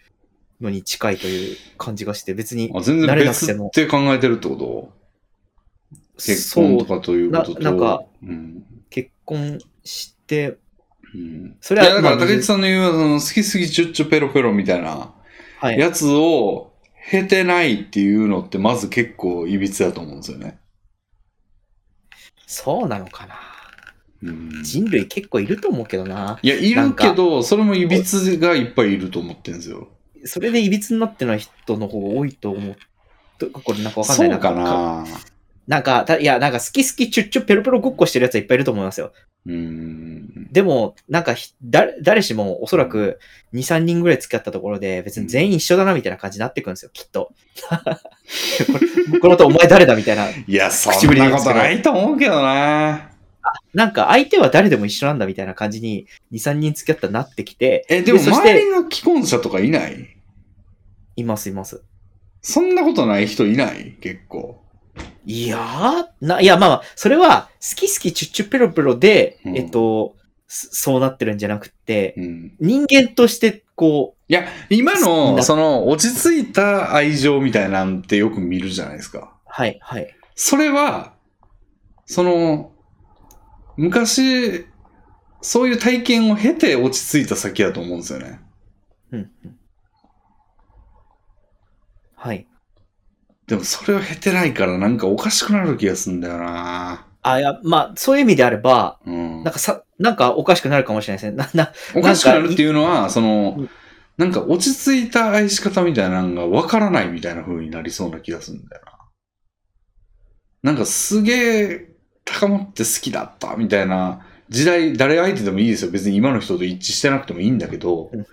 Speaker 2: のに近いという感じがして、別に
Speaker 1: あ全然
Speaker 2: 慣れなく
Speaker 1: 別
Speaker 2: て
Speaker 1: っ
Speaker 2: も
Speaker 1: て考えてるってこと結
Speaker 2: そ
Speaker 1: 婚と
Speaker 2: う
Speaker 1: かということと。
Speaker 2: ななんか
Speaker 1: うん。
Speaker 2: 結婚して、
Speaker 1: うん。
Speaker 2: それはい
Speaker 1: や、だから、
Speaker 2: まあ
Speaker 1: 竹内さんの言う、その、好きすぎちゅっちゅペロペロみたいな
Speaker 2: はい、
Speaker 1: やつを経てないっていうのって、まず結構いびつだと思うんですよね。
Speaker 2: そうなのかな。
Speaker 1: うん。
Speaker 2: 人類結構いると思うけどな。
Speaker 1: いや、いるけど、それもいびつがいっぱいいると思ってるんですよ。
Speaker 2: それでいびつになってない人の方が多いと思う。というかこれなんかわかん
Speaker 1: そ
Speaker 2: ないな。
Speaker 1: うか
Speaker 2: ん
Speaker 1: な
Speaker 2: なんか、たいや、なんか好き好きチュッチュペロペロごっこしてるやつはいっぱいいると思いますよ。
Speaker 1: うん。
Speaker 2: でも、なんかひ、誰誰しもおそらく2、3人ぐらい付き合ったところで、別に全員一緒だなみたいな感じになってくるんですよ、きっと。これ、この後お前誰だみたいな。
Speaker 1: いや、そ
Speaker 2: 口ぶ
Speaker 1: ん
Speaker 2: りなん
Speaker 1: な
Speaker 2: で
Speaker 1: こ
Speaker 2: すけ
Speaker 1: と
Speaker 2: ど
Speaker 1: ないと思うけどな
Speaker 2: なんか相手は誰でも一緒なんだみたいな感じに、2、3人付き合ったらなってきて、
Speaker 1: え、でも、
Speaker 2: そして
Speaker 1: 周りの既婚者とかいない
Speaker 2: いますいます。
Speaker 1: そんなことない人いない結構。
Speaker 2: いやー、な、いや、まあまあ、それは、好き好きチュッチュペロペロで、
Speaker 1: うん
Speaker 2: えっと、そそうなってるんじゃなくて、
Speaker 1: うん。
Speaker 2: 人間として、こ
Speaker 1: いや、今
Speaker 2: 好き
Speaker 1: の、
Speaker 2: だ
Speaker 1: その、落ち着いた愛情みたいなんてよく見るじゃないですか
Speaker 2: う。、はい、はい。
Speaker 1: それは、その、昔、そういう体験を経て落ち着いた先やと思うんですよね。
Speaker 2: うん、うん。はい。
Speaker 1: でもそれを経てないからなんかおかしくなる気がすんだよな
Speaker 2: あ、いや、まあ、そういう意味であれば、
Speaker 1: うん
Speaker 2: なん。かさ、なんかおかしくなるかもしれないですね。な、な、
Speaker 1: おかしくなるっていうのは、その
Speaker 2: うん、
Speaker 1: なんか落ち着いた愛し方みたいなのがわからないみたいな風になりそうな気がするんだよな。なんかすげえ高まって好きだったみたいな時代、誰相手でもいいですよ。別に今の人と一致してなくてもいいんだけど、
Speaker 2: うんうん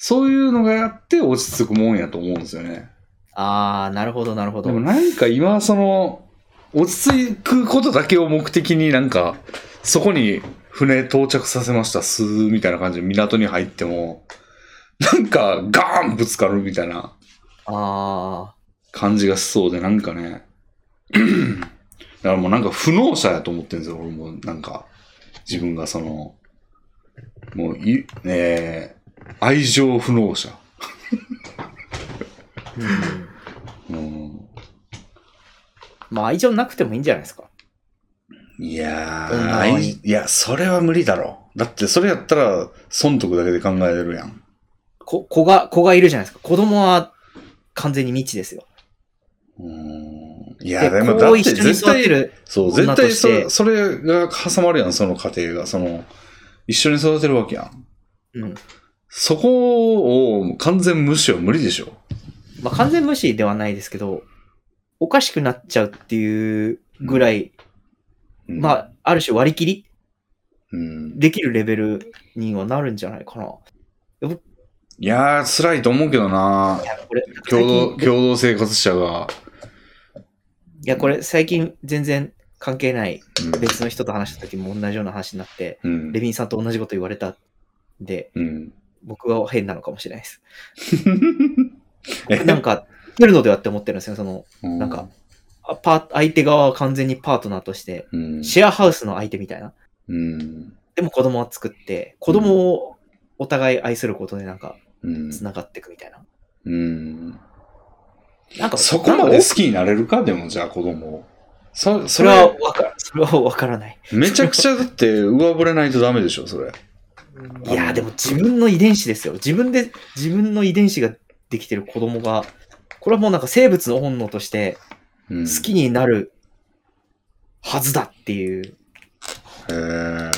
Speaker 1: そういうのがやって落ち着くもんやと思うんですよね。
Speaker 2: ああ、なるほど、なるほど。
Speaker 1: でもなんか今その、落ち着くことだけを目的になんか、そこに船到着させました、すーみたいな感じで港に入っても、なんかガーンぶつかるみたいな
Speaker 2: あ
Speaker 1: 感じがしそうで、なんかね、だからもうなんか不能者やと思ってるんですよ、俺もなんか、自分がその、もうい、えー、愛情不能者。
Speaker 2: あ、うん。
Speaker 1: うん
Speaker 2: まあ、愛情なくてもいいんじゃないですか。
Speaker 1: いや
Speaker 2: うん
Speaker 1: ー、愛いや、それは無理だろ。だって、それやったら、損得だけで考えれるやん。
Speaker 2: こ、子が、子がいるじゃないですか。子供は完全に未知ですよ。
Speaker 1: うーん。い
Speaker 2: い
Speaker 1: や、でも、だ
Speaker 2: こ
Speaker 1: っ
Speaker 2: う
Speaker 1: て
Speaker 2: 一緒に
Speaker 1: 絶
Speaker 2: 育て
Speaker 1: 対、
Speaker 2: る。
Speaker 1: そう、
Speaker 2: 女
Speaker 1: 絶
Speaker 2: と
Speaker 1: 対
Speaker 2: して
Speaker 1: そ、それが挟まるやん、その家庭が。その、一緒に育てるわけやん。
Speaker 2: うん。
Speaker 1: そこを完全無視は無理でしょ。
Speaker 2: まあ、完全無視ではないですけど、おかしくなっちゃうっていうぐらい、
Speaker 1: うん、
Speaker 2: まあ、ある種割り切り
Speaker 1: うん。
Speaker 2: できるレベルにはなるんじゃないかな。
Speaker 1: いやー、辛いと思うけどない
Speaker 2: や、これ、
Speaker 1: 共同、
Speaker 2: 最近
Speaker 1: 共同生活者が。
Speaker 2: いや、これ最近全然関係ない
Speaker 1: うん
Speaker 2: 別の人と話した時も同じような話になって、
Speaker 1: うん
Speaker 2: レ。ビンさんと同じこと言われたんで、
Speaker 1: うん。
Speaker 2: 僕は変なのかもしれないです。
Speaker 1: [LAUGHS] え
Speaker 2: なんか、来るのではって思ってるんですよ。その、なんか、あパー相手側は完全にパートナーとして、
Speaker 1: うん。
Speaker 2: シェアハウスの相手みたいな。
Speaker 1: うん。
Speaker 2: でも子供は作って、子供をお互い愛することでなんか、
Speaker 1: うん。
Speaker 2: 繋がっていくみたいな。
Speaker 1: うん。
Speaker 2: なんか、
Speaker 1: そこ
Speaker 2: なん
Speaker 1: ま
Speaker 2: か
Speaker 1: で好きになれるかでもじゃあ子供をそそ
Speaker 2: それ
Speaker 1: れ
Speaker 2: は
Speaker 1: は
Speaker 2: わから、それはわからない。
Speaker 1: めちゃく
Speaker 2: [LAUGHS]
Speaker 1: ちゃだって上振れないとダメでしょそれ
Speaker 2: いやーでも自分の遺伝子ですよ。自分で、自分の遺伝子ができてる子供が、これはもうなんか生物の本能として
Speaker 1: うん
Speaker 2: 好きになるはずだっていう。
Speaker 1: へえ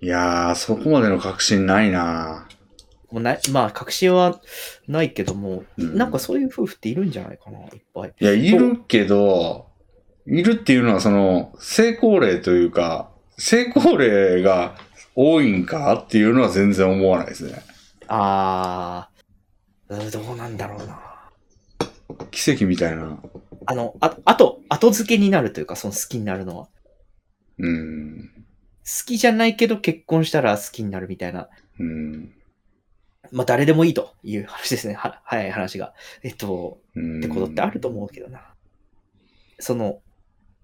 Speaker 1: いやーそこまでの確信ないな
Speaker 2: もうないまあ、確信はないけども、
Speaker 1: うん
Speaker 2: なんかそういう夫婦っているんじゃないかな、いっぱい。
Speaker 1: いやいるけどいるっていうのはその成功例というか成功例が多いんかっていうのは全然思わないですね
Speaker 2: あー、うんどうなんだろうな。
Speaker 1: 奇跡みたいな
Speaker 2: あの、ああと、後付けになるというか、その好きになるのは。
Speaker 1: うん
Speaker 2: 好きじゃないけど結婚したら好きになるみたいな。
Speaker 1: うん
Speaker 2: まあ、誰でもいいという話ですね。は早い話が。えっと、
Speaker 1: うん
Speaker 2: ってことってあると思うけどな。その、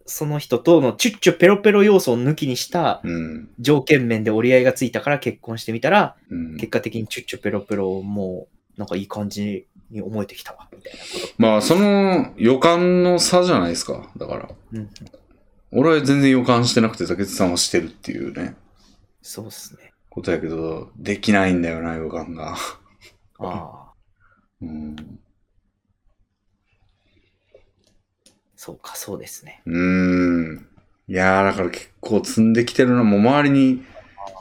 Speaker 2: その人とのチュッチュペロペロ要素を抜きにした
Speaker 1: うん、
Speaker 2: 条件面で折り合いがついたから結婚してみたら、
Speaker 1: うん、
Speaker 2: 結果的にチュッチュペロペロもう、なんかいい感じに思えてきたわ、みたいなこと。
Speaker 1: まあ、その予感の差じゃないですか。だから。
Speaker 2: うん
Speaker 1: 俺は全然予感してなくて、竹内さんはしてるっていうね、
Speaker 2: そうっすね。
Speaker 1: ことやけど、できないんだよな、予感が。
Speaker 2: ああ、
Speaker 1: うん。
Speaker 2: そうか、そうですね。
Speaker 1: うん。いやー、だから結構積んできてるな。もう周りに、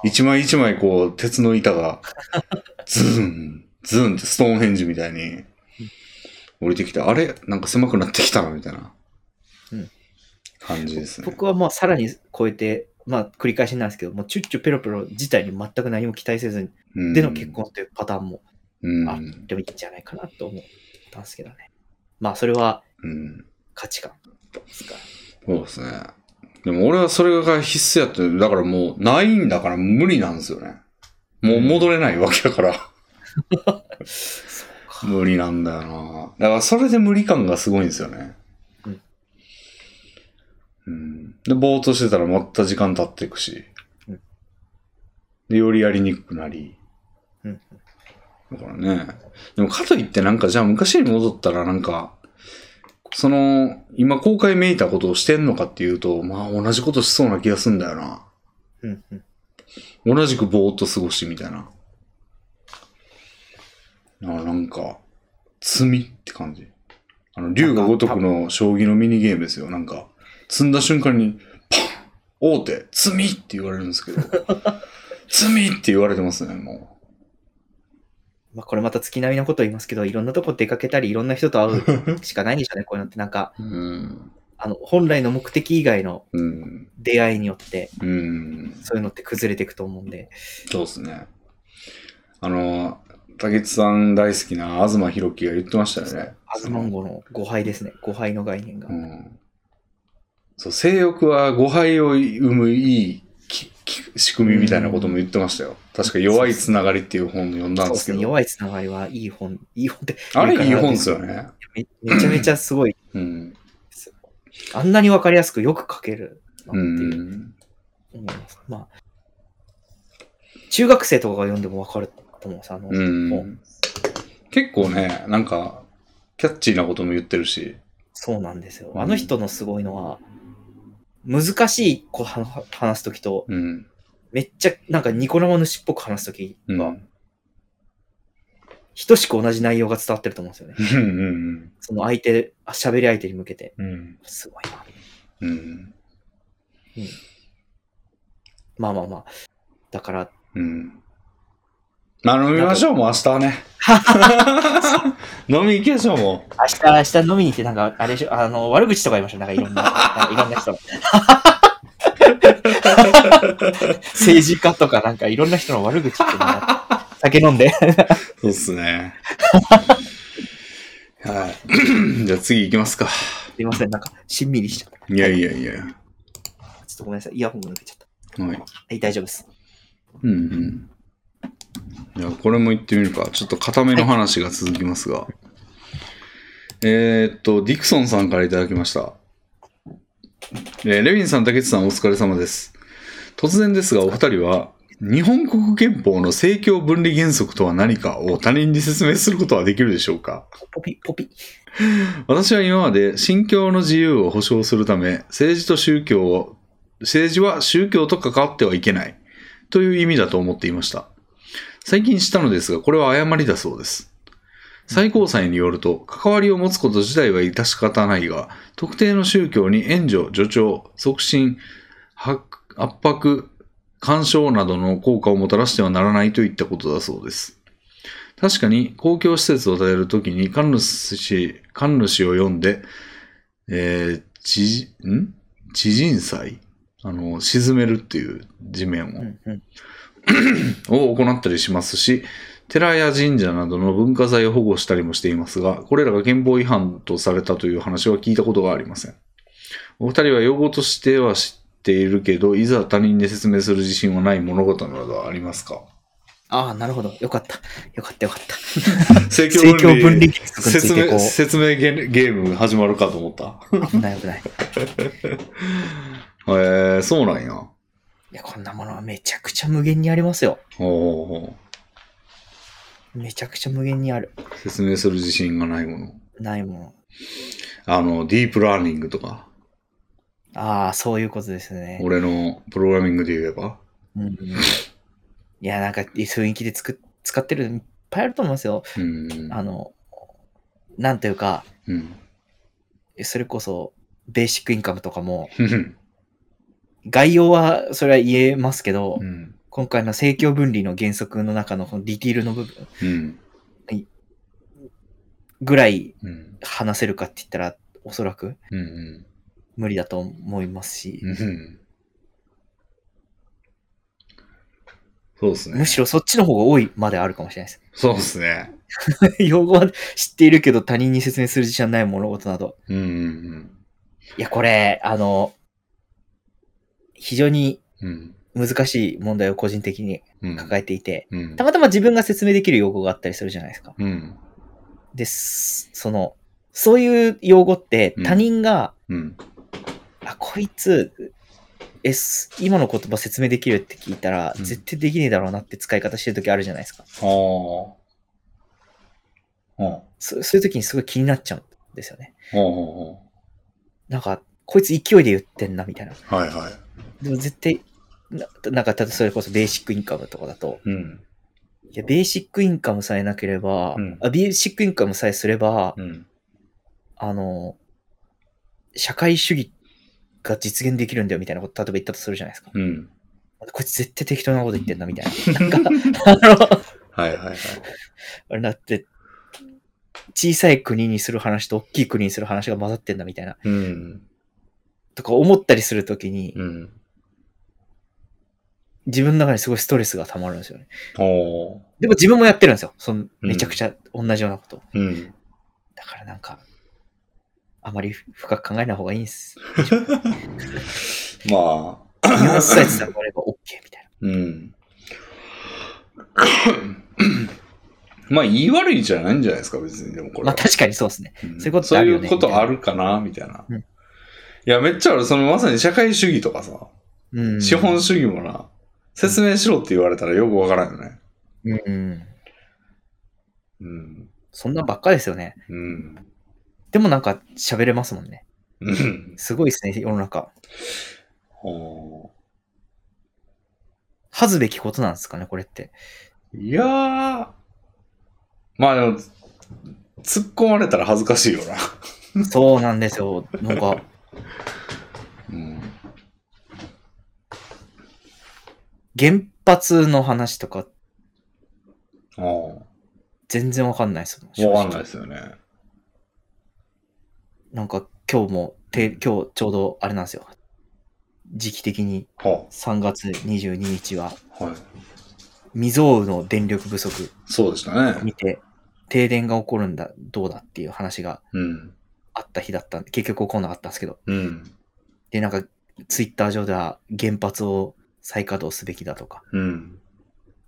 Speaker 1: 一枚一枚こう、鉄の板が、ズン、ズンってストーンヘンジみたいに、降りてきて、あれなんか狭くなってきたな、みたいな
Speaker 2: うん。
Speaker 1: 感じですね。
Speaker 2: 僕はまあ、さらに超えて、まあ、繰り返しになるんですけど、もうチュッチュペロペロ自体に全く何も期待せずに、
Speaker 1: うん
Speaker 2: での結婚というパターンも
Speaker 1: うん。
Speaker 2: あってもいいんじゃないかなと思ったんですけどね。まあ、それは
Speaker 1: うん。
Speaker 2: 価値観ですから。
Speaker 1: そうですね。でも俺はそれが必須やって、だからもうないんだから
Speaker 2: [LAUGHS]
Speaker 1: 無理なんですよね。もう戻れないわけだから。
Speaker 2: そうか。
Speaker 1: 無理なんだよな。だからそれで無理感がすごいんですよね。
Speaker 2: うん
Speaker 1: うん。で、ぼーっとしてたらまた時間経っていくし。
Speaker 2: うん
Speaker 1: で、よりやりにくくなり。
Speaker 2: うん
Speaker 1: だからね。でもかといってなんかじゃあ昔に戻ったらなんか、その、今公開めいたことをしてんのかっていうと、まあ同じことしそうな気がすんだよな。
Speaker 2: うんうん
Speaker 1: 同じくぼーっと過ごしみたいな。ななんか、罪って感じ。あの、竜が如くの将棋のミニゲームですよ。なんか、積んだ瞬間に、パン王手罪って言われるん [LAUGHS] ですけど、罪って言われてますね、も
Speaker 2: まあ、これまた月並みのこと言いますけど、いろんなとこ出かけたり、いろんな人と会うしかないんでしょうね、こういうのって。なんか、
Speaker 1: う。うん。
Speaker 2: あの、本来の目的以外の
Speaker 1: うん。
Speaker 2: 出会いによって、
Speaker 1: うん。
Speaker 2: そういうのって崩れていくと思うんで。
Speaker 1: そうですね。あの、竹内さん大好きな東博樹が言ってましたよね。
Speaker 2: アズマンゴの誤配ですね。誤配の概念が
Speaker 1: う。んそう性欲は誤配を生むいいきき仕組みみたいなことも言ってましたよ。確か弱いつながりっていう本を読んだん
Speaker 2: そ
Speaker 1: で
Speaker 2: うですす
Speaker 1: け
Speaker 2: ね。
Speaker 1: ど。
Speaker 2: 弱いつながりはいい本、いい本って
Speaker 1: あれいい本ですよね。
Speaker 2: めめ [LAUGHS] ちゃめちゃすごい。
Speaker 1: うん。
Speaker 2: あんなにわかりやすくよく書けるなって
Speaker 1: う
Speaker 2: いう、
Speaker 1: ん。
Speaker 2: 思います。まあ、中学生とかが読んでもわかると思うんです、あの、
Speaker 1: う
Speaker 2: 本
Speaker 1: ん。結構ね、なんか、キャッチーなことも言ってるし。
Speaker 2: そうなんですよ。
Speaker 1: うん
Speaker 2: あの人のすごいのは、難しいこは話すときと、
Speaker 1: うん。
Speaker 2: めっちゃなんかニコ生主っぽく話すとき
Speaker 1: うん。う
Speaker 2: が、
Speaker 1: ん
Speaker 2: 等しく同じ内容が伝わってると思うんですよね。
Speaker 1: うん
Speaker 2: その相手、あ喋り相手に向けて。
Speaker 1: うん。うん
Speaker 2: すごいな。
Speaker 1: うん。
Speaker 2: まあまあまあ。だから、
Speaker 1: うん。まあ飲みましょう、もう明日はね。 [LAUGHS] 飲み行きましょう、もう。
Speaker 2: 明日、明日飲みに行って、なんか、あれでしょ、あの、悪口とか言いましたなんかい [LAUGHS] ろんな、なんかいろんな人の。政治家とか、なんかいろんな人の悪口っていうの [LAUGHS] が、酒飲んで。
Speaker 1: そうっすね。はい。じ [CLEARS THROAT] ゃあ次行きますか。
Speaker 2: すいません、なんか、しんみりしちゃった。
Speaker 1: いやいやいや。
Speaker 2: ちょっとごめんなさい、イヤホンが抜けちゃった。
Speaker 1: はい。
Speaker 2: はい、大丈夫です。
Speaker 1: うんうん。じゃあこれも行ってみるか。ちょっと固めの話が続きますが。えーっと、ディクソンさんからいただきました。えーレビンさん、竹内さん、お疲れ様です。突然ですが、お二人は、日本国憲法の政教分離原則とは何かを他人に説明することはできるでしょうか
Speaker 2: ポピ、ポピ。
Speaker 1: 私は今まで信教の自由を保障するため政治と宗教を政治は宗教と関わってはいけないという意味だと思っていました最近知ったのですがこれは誤りだそうです最高裁によると関わりを持つこと自体は致し方ないが特定の宗教に援助助長促進は圧迫干渉などの効果をもたらしてはならないといったことだそうです確かに公共施設を建てるときに神主、神主を読んで、えー、地、ん地人祭あの、沈めるっていう地面を、
Speaker 2: うんうん。
Speaker 1: を行ったりしますし、寺や神社などの文化財を保護したりもしていますが、これらが憲法違反とされたという話は聞いたことがありません。お二人は用語としては知っているけど、いざ他人に説明する自信はない物事などはありますか
Speaker 2: ああ、なるほど。よかった。よかったよかった。
Speaker 1: 政
Speaker 2: 政教分離原則につ
Speaker 1: 説
Speaker 2: いてこ
Speaker 1: 明
Speaker 2: う。
Speaker 1: 説明ゲゲーム始まるかと思った。
Speaker 2: 危ない危ない。
Speaker 1: えー、そうなんや。
Speaker 2: いや、こんなものはめちゃくちゃ無限にありますよ。
Speaker 1: おー
Speaker 2: めちゃくちゃ無限にある。
Speaker 1: 説明する自信がないもの。
Speaker 2: ないも
Speaker 1: あの、ディープラーニングとか、
Speaker 2: の。ああ、そういうことですね。
Speaker 1: 俺のプログラミングで言えば。
Speaker 2: うんうん、いや、なんか、雰囲気でつく使ってるのいっぱいあると思うんですよ。
Speaker 1: うん。
Speaker 2: あの、なんというか、
Speaker 1: うん。
Speaker 2: それこそ、ベーシックインカムとかも、
Speaker 1: うん
Speaker 2: 概要はそれは言えますけど、
Speaker 1: うん。
Speaker 2: 今回の政教分離の原則の中のこのディティールの部分
Speaker 1: うん。
Speaker 2: ぐらい
Speaker 1: うん。
Speaker 2: 話せるかって言ったら、おそらく
Speaker 1: うん。うん
Speaker 2: 無理だと思いますし、
Speaker 1: うん。そうですね
Speaker 2: む。しろそっちの方が多いまであるかもしれないです。 [LAUGHS]
Speaker 1: そうですね。
Speaker 2: 用語は知っているけど他人に説明する自信はない物事など。
Speaker 1: うんうん
Speaker 2: いや、これ、あの、非常に
Speaker 1: うん。うん。
Speaker 2: 難しい問題を個人的に
Speaker 1: うん。
Speaker 2: 抱えていて、
Speaker 1: うん
Speaker 2: た。またま自分が説明できる用語があったりするじゃないですか。
Speaker 1: うん。
Speaker 2: です。その、そういう用語って
Speaker 1: うん
Speaker 2: 他人が、
Speaker 1: うん。
Speaker 2: あ、こいつ、え、す今の言葉説明できるって聞いたら、
Speaker 1: うん
Speaker 2: 絶対できねえだろうなって使い方してる時あるじゃないですか。
Speaker 1: ああ。ああ。
Speaker 2: そそういう時にすごい気になっちゃうんですよね。
Speaker 1: ほうほ
Speaker 2: なんか、こいつ勢いで言ってんな、みたいな。
Speaker 1: うほう。はいはい。
Speaker 2: でも絶対、ななんか、ただそれこそベーシックインカムとかだと、
Speaker 1: うん。
Speaker 2: いや、ベーシックインカムさえなければ、
Speaker 1: うん
Speaker 2: あベーシックインカムさえすれば、
Speaker 1: うん。
Speaker 2: あの、社会主義が実現できるんだよみたいなこと、例えば言ったとするじゃないですか。
Speaker 1: うん。
Speaker 2: こいつ絶対適当なこと言ってんなみたいな。なんか、あの、
Speaker 1: はいはいはい。
Speaker 2: あれだって、小さい国にする話と大きい国にする話が混ざってんだみたいな、
Speaker 1: うん。
Speaker 2: とか思ったりするときに、
Speaker 1: うん。
Speaker 2: 自分の中にすごいストレスが溜まるんですよね。
Speaker 1: ほ
Speaker 2: でも自分もやってるんですよ。そのめちゃくちゃ同じようなこと。
Speaker 1: う。うん。
Speaker 2: だからなんか、あまり深く考えない方がいいんです。
Speaker 1: まあ。
Speaker 2: ニュアンスさえ伝われば OK みたいな。
Speaker 1: うん。まあ、言い悪いじゃないんじゃないですか、別に。でもこれ
Speaker 2: ま
Speaker 1: は。
Speaker 2: あ確かにそうですね。
Speaker 1: うん
Speaker 2: そういうことってあるよね
Speaker 1: そういうことあるかな、みたいな。
Speaker 2: うん
Speaker 1: いや、めっちゃ俺、そのまさに社会主義とかさ、
Speaker 2: うん。
Speaker 1: 資本主義もな、説明しろって言われたらよくわからんよね。
Speaker 2: うん。
Speaker 1: うん。
Speaker 2: そんなばっかですよね。
Speaker 1: うん。
Speaker 2: でもなんか喋れますもんね。
Speaker 1: うん。
Speaker 2: すごいですね、世の中。
Speaker 1: ほ
Speaker 2: 恥ずべきことなんですかね、これって。
Speaker 1: ういやー、まあでも、突っ込まれたら恥ずかしいよな。
Speaker 2: そうなんですよ。なんか、
Speaker 1: うん。
Speaker 2: 原発の話とか
Speaker 1: ああ、
Speaker 2: 全然わかんないですも。
Speaker 1: わかんないですすよね。
Speaker 2: なんか今日も、て今日ちょうどあれなんですよ。時期的に
Speaker 1: は
Speaker 2: 3月22日は、
Speaker 1: あ、はい。
Speaker 2: 未曾有の電力不足
Speaker 1: そうでしたね。
Speaker 2: 見て、停電が起こるんだ、どうだっていう話が
Speaker 1: うん。
Speaker 2: あった日だったんで、結局起こんなかったんですけど。
Speaker 1: うん。
Speaker 2: で、なんか、ツイッター上では原発を再稼働すべきだとか、
Speaker 1: うん。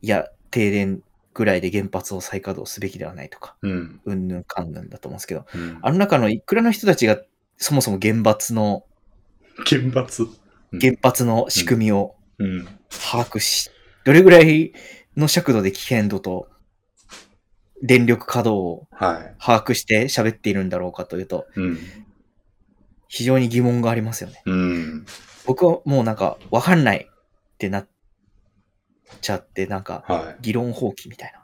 Speaker 2: いや、停電ぐらいで原発を再稼働すべきではないとか、
Speaker 1: うん。
Speaker 2: うんぬんかんぬんだと思うんですけど、
Speaker 1: うん
Speaker 2: あの中のいくらの人たちがそもそも原発の、
Speaker 1: 原発。
Speaker 2: 原発の仕組みを
Speaker 1: うん。
Speaker 2: 把握し、どれぐらいの尺度で危険度と電力稼働を
Speaker 1: はい。
Speaker 2: 把握して喋っているんだろうかというと、
Speaker 1: うん。
Speaker 2: 非常に疑問がありますよね。
Speaker 1: うん。
Speaker 2: 僕はもうなんか、わかんないってなっちゃって、なんか、
Speaker 1: はい。
Speaker 2: 議論放棄みたいな。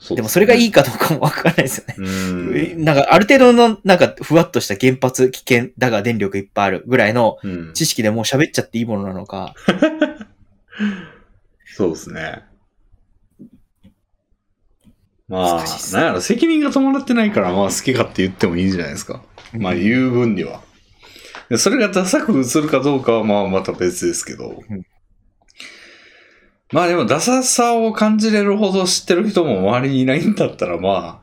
Speaker 1: そう
Speaker 2: でもそれがい
Speaker 1: い。
Speaker 2: いかどうかもわからないですよね。
Speaker 1: う
Speaker 2: え
Speaker 1: ん。
Speaker 2: なんか、ある程度の、なんか、ふわっとした原発危険だが電力いっぱいあるぐらいの
Speaker 1: うん、
Speaker 2: 知識でもう喋っちゃっていいものなのか、
Speaker 1: そうですね。まあ
Speaker 2: 難しいっ、す
Speaker 1: なんやろ、責任が伴ってないから、まあ、好き勝手言ってもいいじゃないですか。まあ、
Speaker 2: うん
Speaker 1: 言う分には。でそれがダサく映るかどうかは、まあ、また別ですけど
Speaker 2: うん。
Speaker 1: まあ、でも、ダサさを感じれるほど知ってる人も周りにいないんだったら、まあ、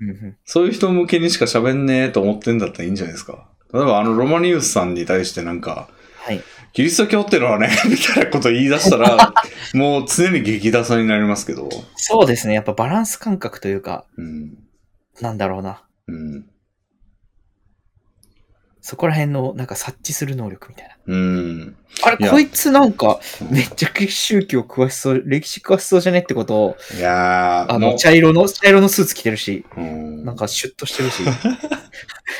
Speaker 2: うんうん
Speaker 1: そういう人向けにしか喋んねえと思ってんだったらいいんじゃないですか。例えば、あの、ロマニウスさんに対してなんか、
Speaker 2: はい。
Speaker 1: キリスト教ってのはね、 [LAUGHS] みたいなこと言い出した
Speaker 2: [LAUGHS]
Speaker 1: ら、もう常に激ダサになりますけど。
Speaker 2: そうですね。やっぱバランス感覚というか、
Speaker 1: うん。
Speaker 2: なんだろうな。
Speaker 1: うん。
Speaker 2: そこら辺の、なんか察知する能力みたいな。
Speaker 1: うん。
Speaker 2: あ
Speaker 1: い
Speaker 2: れ、
Speaker 1: や
Speaker 2: こいつなんか
Speaker 1: うん、
Speaker 2: めっちゃ宗教詳しそう、歴史詳しそうじゃねってことを、
Speaker 1: いやー、も
Speaker 2: あの、
Speaker 1: う
Speaker 2: 茶色の、茶色のスーツ着てるし、
Speaker 1: うん
Speaker 2: なんかシュッとし
Speaker 1: [LAUGHS]
Speaker 2: てるし、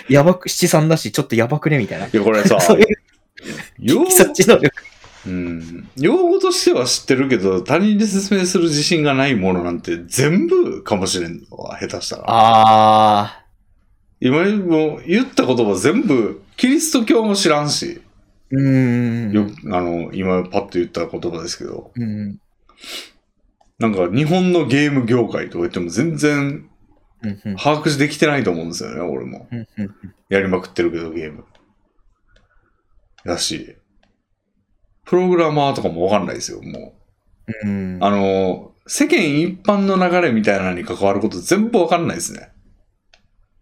Speaker 2: やばく、七三だし、ちょっとやばくねみたいな。
Speaker 1: いや、これさ、
Speaker 2: [LAUGHS] そういう
Speaker 1: 用語
Speaker 2: [LAUGHS] 察知能力。
Speaker 1: うん、用語としては知ってるけど、他人で説明する自信がないものなんて全部かもしれんわ、下手したら。
Speaker 2: あー。
Speaker 1: 今もう言った言葉全部、キリスト教も知らんし、
Speaker 2: うーん。
Speaker 1: よあの、今パッと言った言葉ですけど、
Speaker 2: うん。
Speaker 1: なんか日本のゲーム業界とか言っても全然
Speaker 2: うん。うん。
Speaker 1: 把握できてないと思うんですよね、俺も。
Speaker 2: うんうん
Speaker 1: やりまくってるけど、ゲーム。だし、プログラマーとかもわかんないですよ、も
Speaker 2: う
Speaker 1: う。
Speaker 2: ん
Speaker 1: あの、世間一般の流れみたいなのに関わること全部わかんないですね。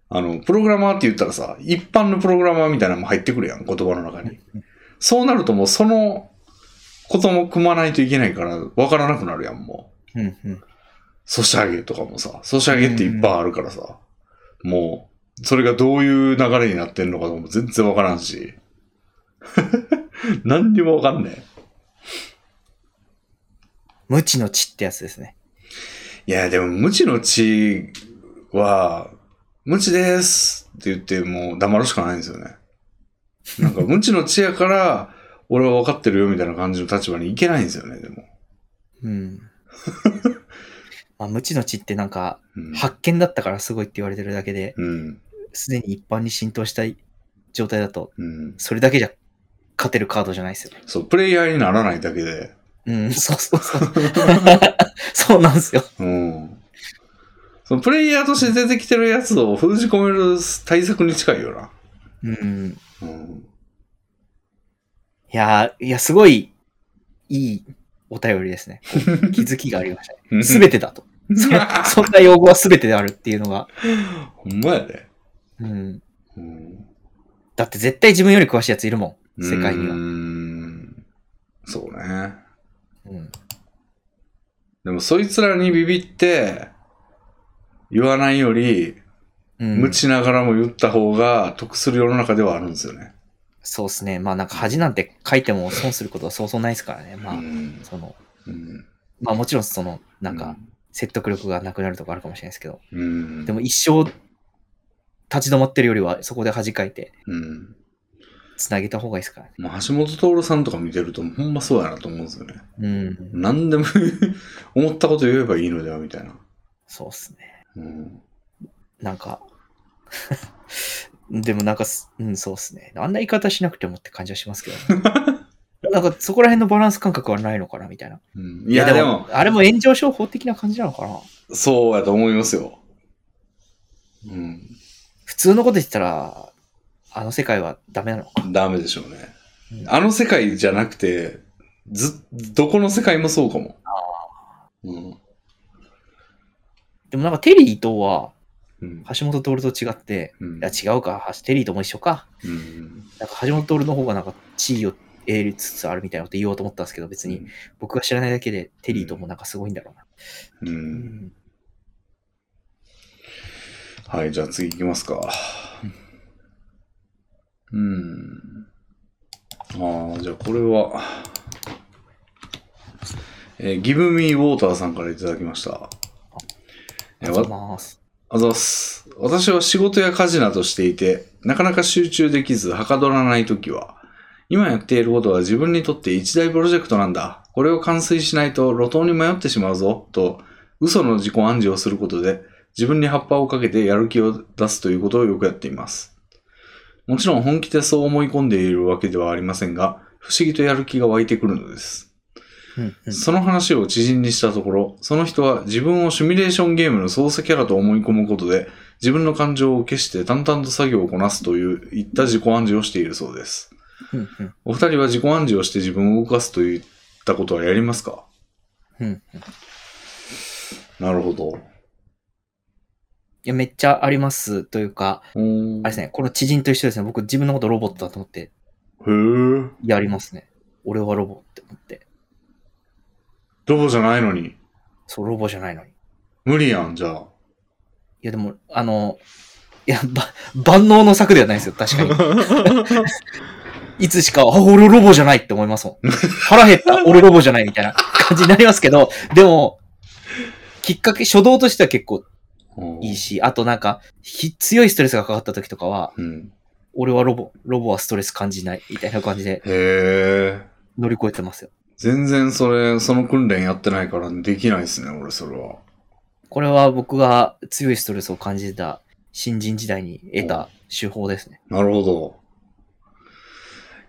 Speaker 1: あの、プログラマーって言ったらさ、一般のプログラマーみたいなのも入ってくるやん、言葉の中に。そうなるともうそのことも組まないといけないから、わからなくなるやん、もう。
Speaker 2: うんうん
Speaker 1: ソシャゲとかもさ、ソシャゲっていっぱいあるからさ、もう、それがどういう流れになってんのかも全然わからんし。 [LAUGHS] 何にもわかんねえ。
Speaker 2: 無知の知ってやつですね。
Speaker 1: いや、でも、無知の知は、無知ですって言って、もう黙るしかないんですよね。なんか、無知の知やから、俺は分かってるよみたいな感じの立場にいけないんですよね、でも。
Speaker 2: うん。まあ、無知の知ってなんか、
Speaker 1: うん。
Speaker 2: 発見だったからすごいって言われてるだけで、
Speaker 1: うん。
Speaker 2: すでに一般に浸透したい状態だと、
Speaker 1: うん。
Speaker 2: それだけじゃ勝てるカードじゃないですよね。
Speaker 1: そう、プレイヤーにならないだけで。
Speaker 2: うん、そうそうそう。そうなんですよ。
Speaker 1: うん。そのプレイヤーとして出てきてるやつを封じ込める対策に近いよな。
Speaker 2: うん。い
Speaker 1: うん。
Speaker 2: やー、いや、すごい、いいお便りですね。こう気づきがありましたね。すべてだと。そのそんな用語はすべてであるっていうのが。
Speaker 1: [LAUGHS] ほんまやで。
Speaker 2: うん。
Speaker 1: うん
Speaker 2: だって絶対自分より詳しいやついるもん。世界に
Speaker 1: うー
Speaker 2: は。
Speaker 1: んそうね。
Speaker 2: うん。
Speaker 1: でもそいつらにビビって、言わないより、
Speaker 2: うん、
Speaker 1: 無知ながらも言った方が得する世の中ではあるんですよね。
Speaker 2: そうですね。まあなんか恥なんて書いても損することはそうそうないですからね。まあ
Speaker 1: う、ん
Speaker 2: その、
Speaker 1: うん
Speaker 2: まあもちろんその、なんか、説得力がなくなるとかあるかもしれないですけど、
Speaker 1: うん
Speaker 2: でも一生立ち止まってるよりはそこで恥かいて
Speaker 1: うん
Speaker 2: 繋げた方がいいですからね。
Speaker 1: もう橋本徹さんとか見てるとほんまそうやなと思うんですよね。
Speaker 2: うん。
Speaker 1: 何でも [LAUGHS] 思ったこと言えばいいのではみたいな。
Speaker 2: そうっすね。
Speaker 1: うん
Speaker 2: なんか、 [LAUGHS] でもなんかす、うん、そうっすね。あんな言い方しなくてもって感じはしますけ
Speaker 1: [LAUGHS]
Speaker 2: ど、ね、なんかそこら辺のバランス感覚はないのかなみたいな。
Speaker 1: うんいやでも、
Speaker 2: あれも炎上商法的な感じなのかな
Speaker 1: そうやと思いますよ。うん。
Speaker 2: 普通のこと言ってたら、あの世界はダメなのか。
Speaker 1: ダメでしょうね
Speaker 2: う。ん
Speaker 1: あの世界じゃなくて、ず、どこの世界もそうかも。うん。
Speaker 2: でもなんかテリー伊藤は
Speaker 1: うん。
Speaker 2: 橋本徹と違って、
Speaker 1: うん
Speaker 2: いや違うか、テリーとも一緒か。
Speaker 1: うん
Speaker 2: なんか橋本徹の方がなんか地位を得つつあるみたいなこと言おうと思ったんですけど、別に僕が知らないだけでテリーともなんかすごいんだろうな。
Speaker 1: う。
Speaker 2: うんん、
Speaker 1: はい、じゃあ次行きますか。うん。ああ、じゃあこれは、えー、Give Me Water さんからいただきました。
Speaker 2: あ
Speaker 1: え
Speaker 2: り
Speaker 1: ー
Speaker 2: が
Speaker 1: わ
Speaker 2: とうございます。
Speaker 1: あざっす。私は仕事や家事などしていて、なかなか集中できず、はかどらないときは、今やっていることは自分にとって一大プロジェクトなんだ。これを完遂しないと路頭に迷ってしまうぞ、と、嘘の自己暗示をすることで、自分に葉っぱをかけてやる気を出すということをよくやっています。もちろん本気でそう思い込んでいるわけではありませんが、不思議とやる気が湧いてくるのです。
Speaker 2: うんうん
Speaker 1: その話を知人にしたところ、その人は自分をシミュレーションゲームの操作キャラと思い込むことで、自分の感情を消して淡々と作業をこなすといういった自己暗示をしているそうです。
Speaker 2: うんうん
Speaker 1: お二人は自己暗示をして自分を動かすといったことはやりますか
Speaker 2: うんうんい
Speaker 1: なるほど。
Speaker 2: や、めっちゃありますというか、
Speaker 1: うーん
Speaker 2: あれですね、この知人と一緒ですね、僕自分のことロボットだと思って
Speaker 1: へえ。
Speaker 2: やりますね。俺はロボって思って。
Speaker 1: ロボじゃないのに。
Speaker 2: そう、ロボじゃないのに。い
Speaker 1: 無理やん、じゃ
Speaker 2: [LAUGHS]
Speaker 1: あ。
Speaker 2: や、でも、あの、いや、ば、万能の策ではないですよ、確かに。
Speaker 1: [LAUGHS]
Speaker 2: いつしか、あ、俺ロボじゃないって思いますもん。腹減った、俺ロボじゃないみたいな [LAUGHS] 感じになりますけど、でも、きっかけ、初動としては結構いいし、あとなんか、ひ強いストレスがかかった時とかは、
Speaker 1: うん。
Speaker 2: 俺はロボ、ロボはストレス感じないみたいな感じで
Speaker 1: へえ。
Speaker 2: 乗り越えてますよ。
Speaker 1: 全然それ、その訓練やってないからできないですね、俺、それは。
Speaker 2: これは僕が強いストレスを感じてた新人時代に得た手法ですね。
Speaker 1: なるほど。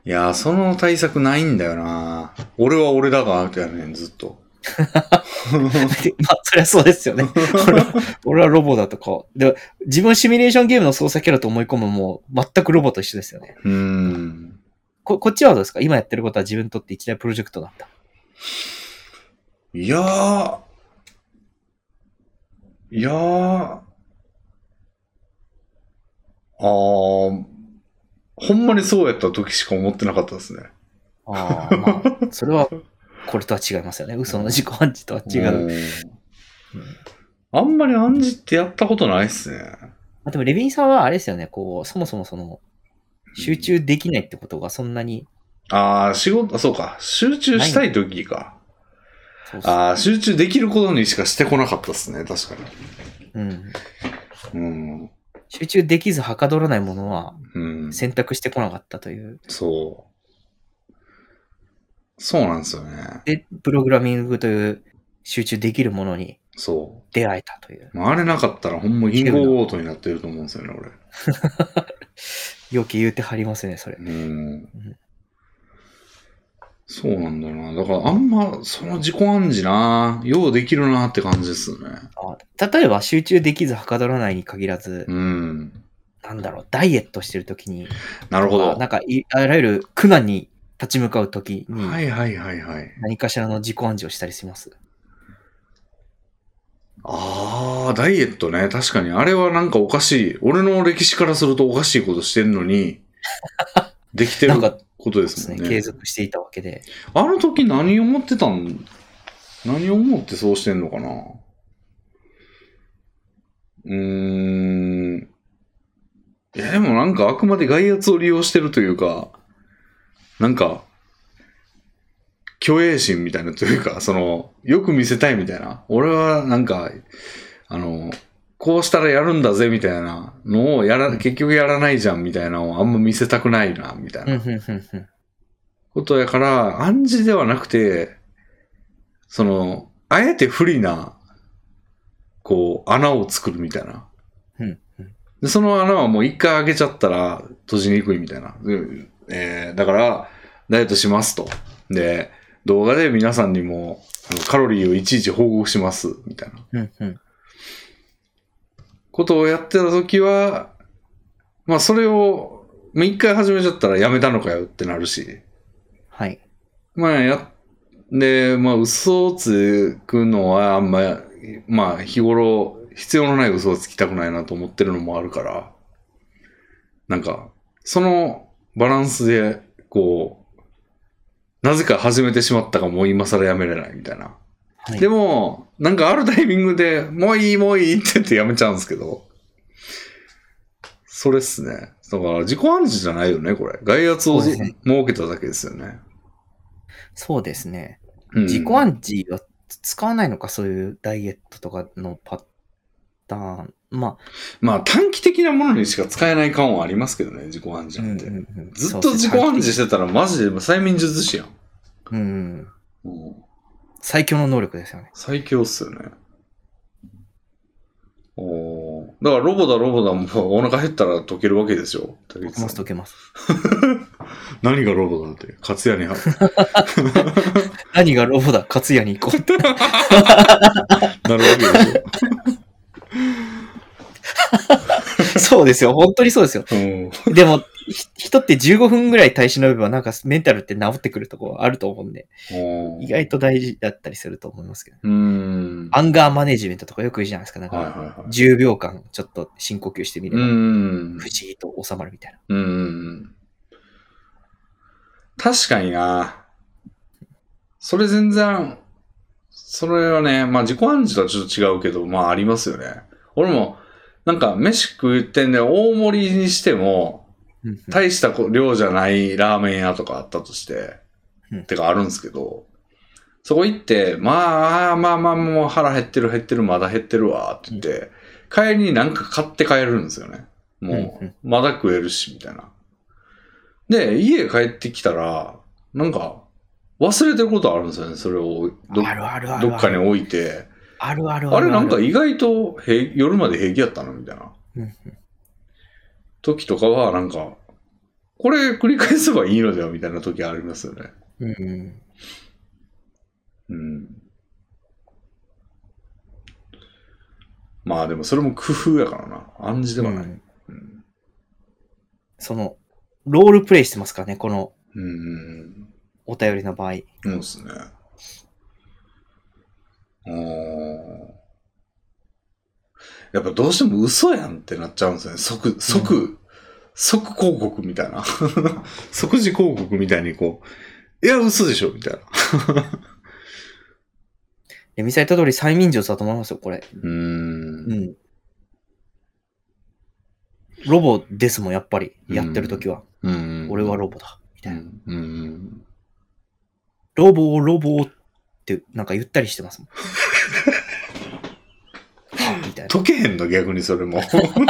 Speaker 1: いやー、その対策ないんだよな俺は俺だが、ってやねん、ずっ
Speaker 2: [LAUGHS]
Speaker 1: と。
Speaker 2: まあ、そりゃそうですよね。俺は俺はロボだとか。で、自分シミュレーションゲームの操作キャラと思い込むも、全くロボと一緒ですよね。
Speaker 1: うーん。
Speaker 2: ここっちはどうですか今やってることは自分にとって一大プロジェクトだった。
Speaker 1: いやー、いやー、あー、ほんまにそうやった時しか思ってなかったですね。
Speaker 2: ああ、まあ、 [LAUGHS] それは、これとは違いますよね。嘘の自己暗示とは違う。
Speaker 1: うーん。あんまり暗示ってやったことないっすね。
Speaker 2: まあ、でも、レビンさんはあれですよね、こう、そもそもその、集中できないってことがそんなに、
Speaker 1: ああ、仕事、そうか。集中したい時か。
Speaker 2: そうそう
Speaker 1: ああ、集中できることにしかしてこなかったですね。確か
Speaker 2: うん、
Speaker 1: に。うん。
Speaker 2: 集中できずはかどらないものは
Speaker 1: うん。
Speaker 2: 選択してこなかったという。
Speaker 1: そう。そうなんですよね。
Speaker 2: で、プログラミングという集中できるものに
Speaker 1: そ
Speaker 2: 出会えたという。
Speaker 1: う。まあ、あれなかったらほんま銀行強盗になってると思うんですよね、俺。
Speaker 2: よき言うてはりますね、それ。
Speaker 1: うんそうなんだよな。だからあんま、その自己暗示な、ようできるなって感じですね。
Speaker 2: あ例えば、集中できずはかどらないに限らず、
Speaker 1: うん。
Speaker 2: なんだろう、ダイエットしてるときに、
Speaker 1: なるほど。
Speaker 2: あなんかい、あらゆる苦難に立ち向かうときに、
Speaker 1: はいはいはいはい。
Speaker 2: 何かしらの自己暗示をしたりします。
Speaker 1: ああ、ダイエットね。確かに。あれはなんかおかしい。俺の歴史からするとおかしいことしてんの
Speaker 2: [LAUGHS]
Speaker 1: に、できてる
Speaker 2: なんか
Speaker 1: ことで
Speaker 2: ですす
Speaker 1: もん
Speaker 2: ね、
Speaker 1: ね。
Speaker 2: 継続していたわけで。
Speaker 1: あの時何を思ってたん何を思ってそうしてんのかなうーん。いや、でもなんかあくまで外圧を利用してるというか、なんか、虚栄心みたいなというか、その、よく見せたいみたいな。俺はなんか、あの、こうしたらやるんだぜみたいなのをやら、結局やらないじゃんみたいなのをあんま見せたくないな、みたいな
Speaker 2: うん、。うん、うん、うん。
Speaker 1: ことやから、暗示ではなくて、その、あえて不利な、こう、穴を作るみたいな。
Speaker 2: うんうん
Speaker 1: でその穴はもう一回開けちゃったら閉じにくいみたいな。でえーだから、ダイエットしますと。で、動画で皆さんにも、あのカロリーをいちいち報告します、みたいな。
Speaker 2: うん、うん。
Speaker 1: ことをやってた時は、まあそれを、まあ一回始めちゃったらやめたのかよってなるし。
Speaker 2: はい。
Speaker 1: まあや、で、まあ嘘をつくのはあんま、まあ日頃必要のない嘘をつきたくないなと思ってるのもあるから、なんか、そのバランスで、こう、なぜか始めてしまったかもう今更やめれないみたいな。
Speaker 2: はい、
Speaker 1: でも、なんかあるタイミングで、もういいもういいって言ってやめちゃうんですけど、それっすね。だから自己暗示じゃないよね、これ。外圧を
Speaker 2: そうで
Speaker 1: 設
Speaker 2: すね
Speaker 1: けただけですよね。
Speaker 2: そうですね。
Speaker 1: うん
Speaker 2: 自己暗示は使わないのか、そういうダイエットとかのパターン。ま
Speaker 1: まあ短期的なものにしか使えない感はありますけどね、自己暗示
Speaker 2: あ、
Speaker 1: なんて。
Speaker 2: んうん
Speaker 1: ずっと自己暗示し
Speaker 2: そうですね
Speaker 1: てたらマジで催眠術師やん。
Speaker 2: うんう
Speaker 1: う
Speaker 2: ん。
Speaker 1: ん
Speaker 2: 最強の能力ですよね。
Speaker 1: 最強っすよね。おーだからロボだロボだもうお腹減ったら溶けるわけですよ。竹内
Speaker 2: 解けます、
Speaker 1: さん
Speaker 2: 解けます。
Speaker 1: 何がロボだって、カツヤ
Speaker 2: [LAUGHS]
Speaker 1: に入る
Speaker 2: 何がロボだ、勝也に行こう。
Speaker 1: なるわけでしょ。
Speaker 2: そうですよ、本当にそうですよ。
Speaker 1: うん
Speaker 2: でも、ひ人って15分ぐらい耐え忍べば、なんかメンタルって治ってくるとこあると思うんで、
Speaker 1: おー
Speaker 2: 意外と大事だったりすると思いますけど。
Speaker 1: うーん。
Speaker 2: アンガーマネジメントとかよく言うじゃないですか。なん
Speaker 1: はいはい
Speaker 2: か、
Speaker 1: はい。
Speaker 2: 10秒間ちょっと深呼吸してみれ
Speaker 1: う
Speaker 2: ば、
Speaker 1: ん
Speaker 2: 不。思議と収まるみたいな。
Speaker 1: うん。確かにな。それ全然、それはね、まあ自己暗示とはちょっと違うけど、まあありますよね。俺も、なんか飯食ってんで大盛りにしても、
Speaker 2: うんうん
Speaker 1: 大したこ量じゃないラーメン屋とかあったとして、
Speaker 2: うん
Speaker 1: てかあるんですけど、そこ行って、まあ、まあまあ、もう腹減ってる減ってる、まだ減ってるわ、って言って、帰りになんか買って帰るんですよね。も
Speaker 2: うんうん
Speaker 1: う、まだ食えるし、みたいな。で、家帰ってきたら、なんか、忘れてることあるんですよね、それをど
Speaker 2: あるあるある。
Speaker 1: どっかに置いて。
Speaker 2: あるある
Speaker 1: あ
Speaker 2: ある。
Speaker 1: れなんか意外と平夜まで平気やったな、みたいな
Speaker 2: うんうん。
Speaker 1: 時とかは、なんか、これ繰り返せばいいのではみたいな時ありますよね。
Speaker 2: うんうん。
Speaker 1: うん。まあでもそれも工夫やからな。暗示ではない。う
Speaker 2: う
Speaker 1: ん
Speaker 2: ん
Speaker 1: うん
Speaker 2: その、ロールプレイしてますからね、この
Speaker 1: うん
Speaker 2: お便りの場合。
Speaker 1: そうですね。うーんやっぱどうしても嘘やんってなっちゃうんですよね。即、即、即広告みたいな。 [LAUGHS] 即時広告みたいにこう、いや、嘘でしょみたいな。
Speaker 2: で見された通り催眠術だと思いますよ、これ。
Speaker 1: うーん。
Speaker 2: うん。ロボですもん、やっぱり。やってるときは。
Speaker 1: うん。
Speaker 2: 俺はロボだ。み
Speaker 1: う
Speaker 2: たいな。
Speaker 1: ん。うん。
Speaker 2: ロボ、ロボって、なんか言ったりしてますもん。は
Speaker 1: [LAUGHS]
Speaker 2: あみたいな。
Speaker 1: 解けへんの逆にそれも。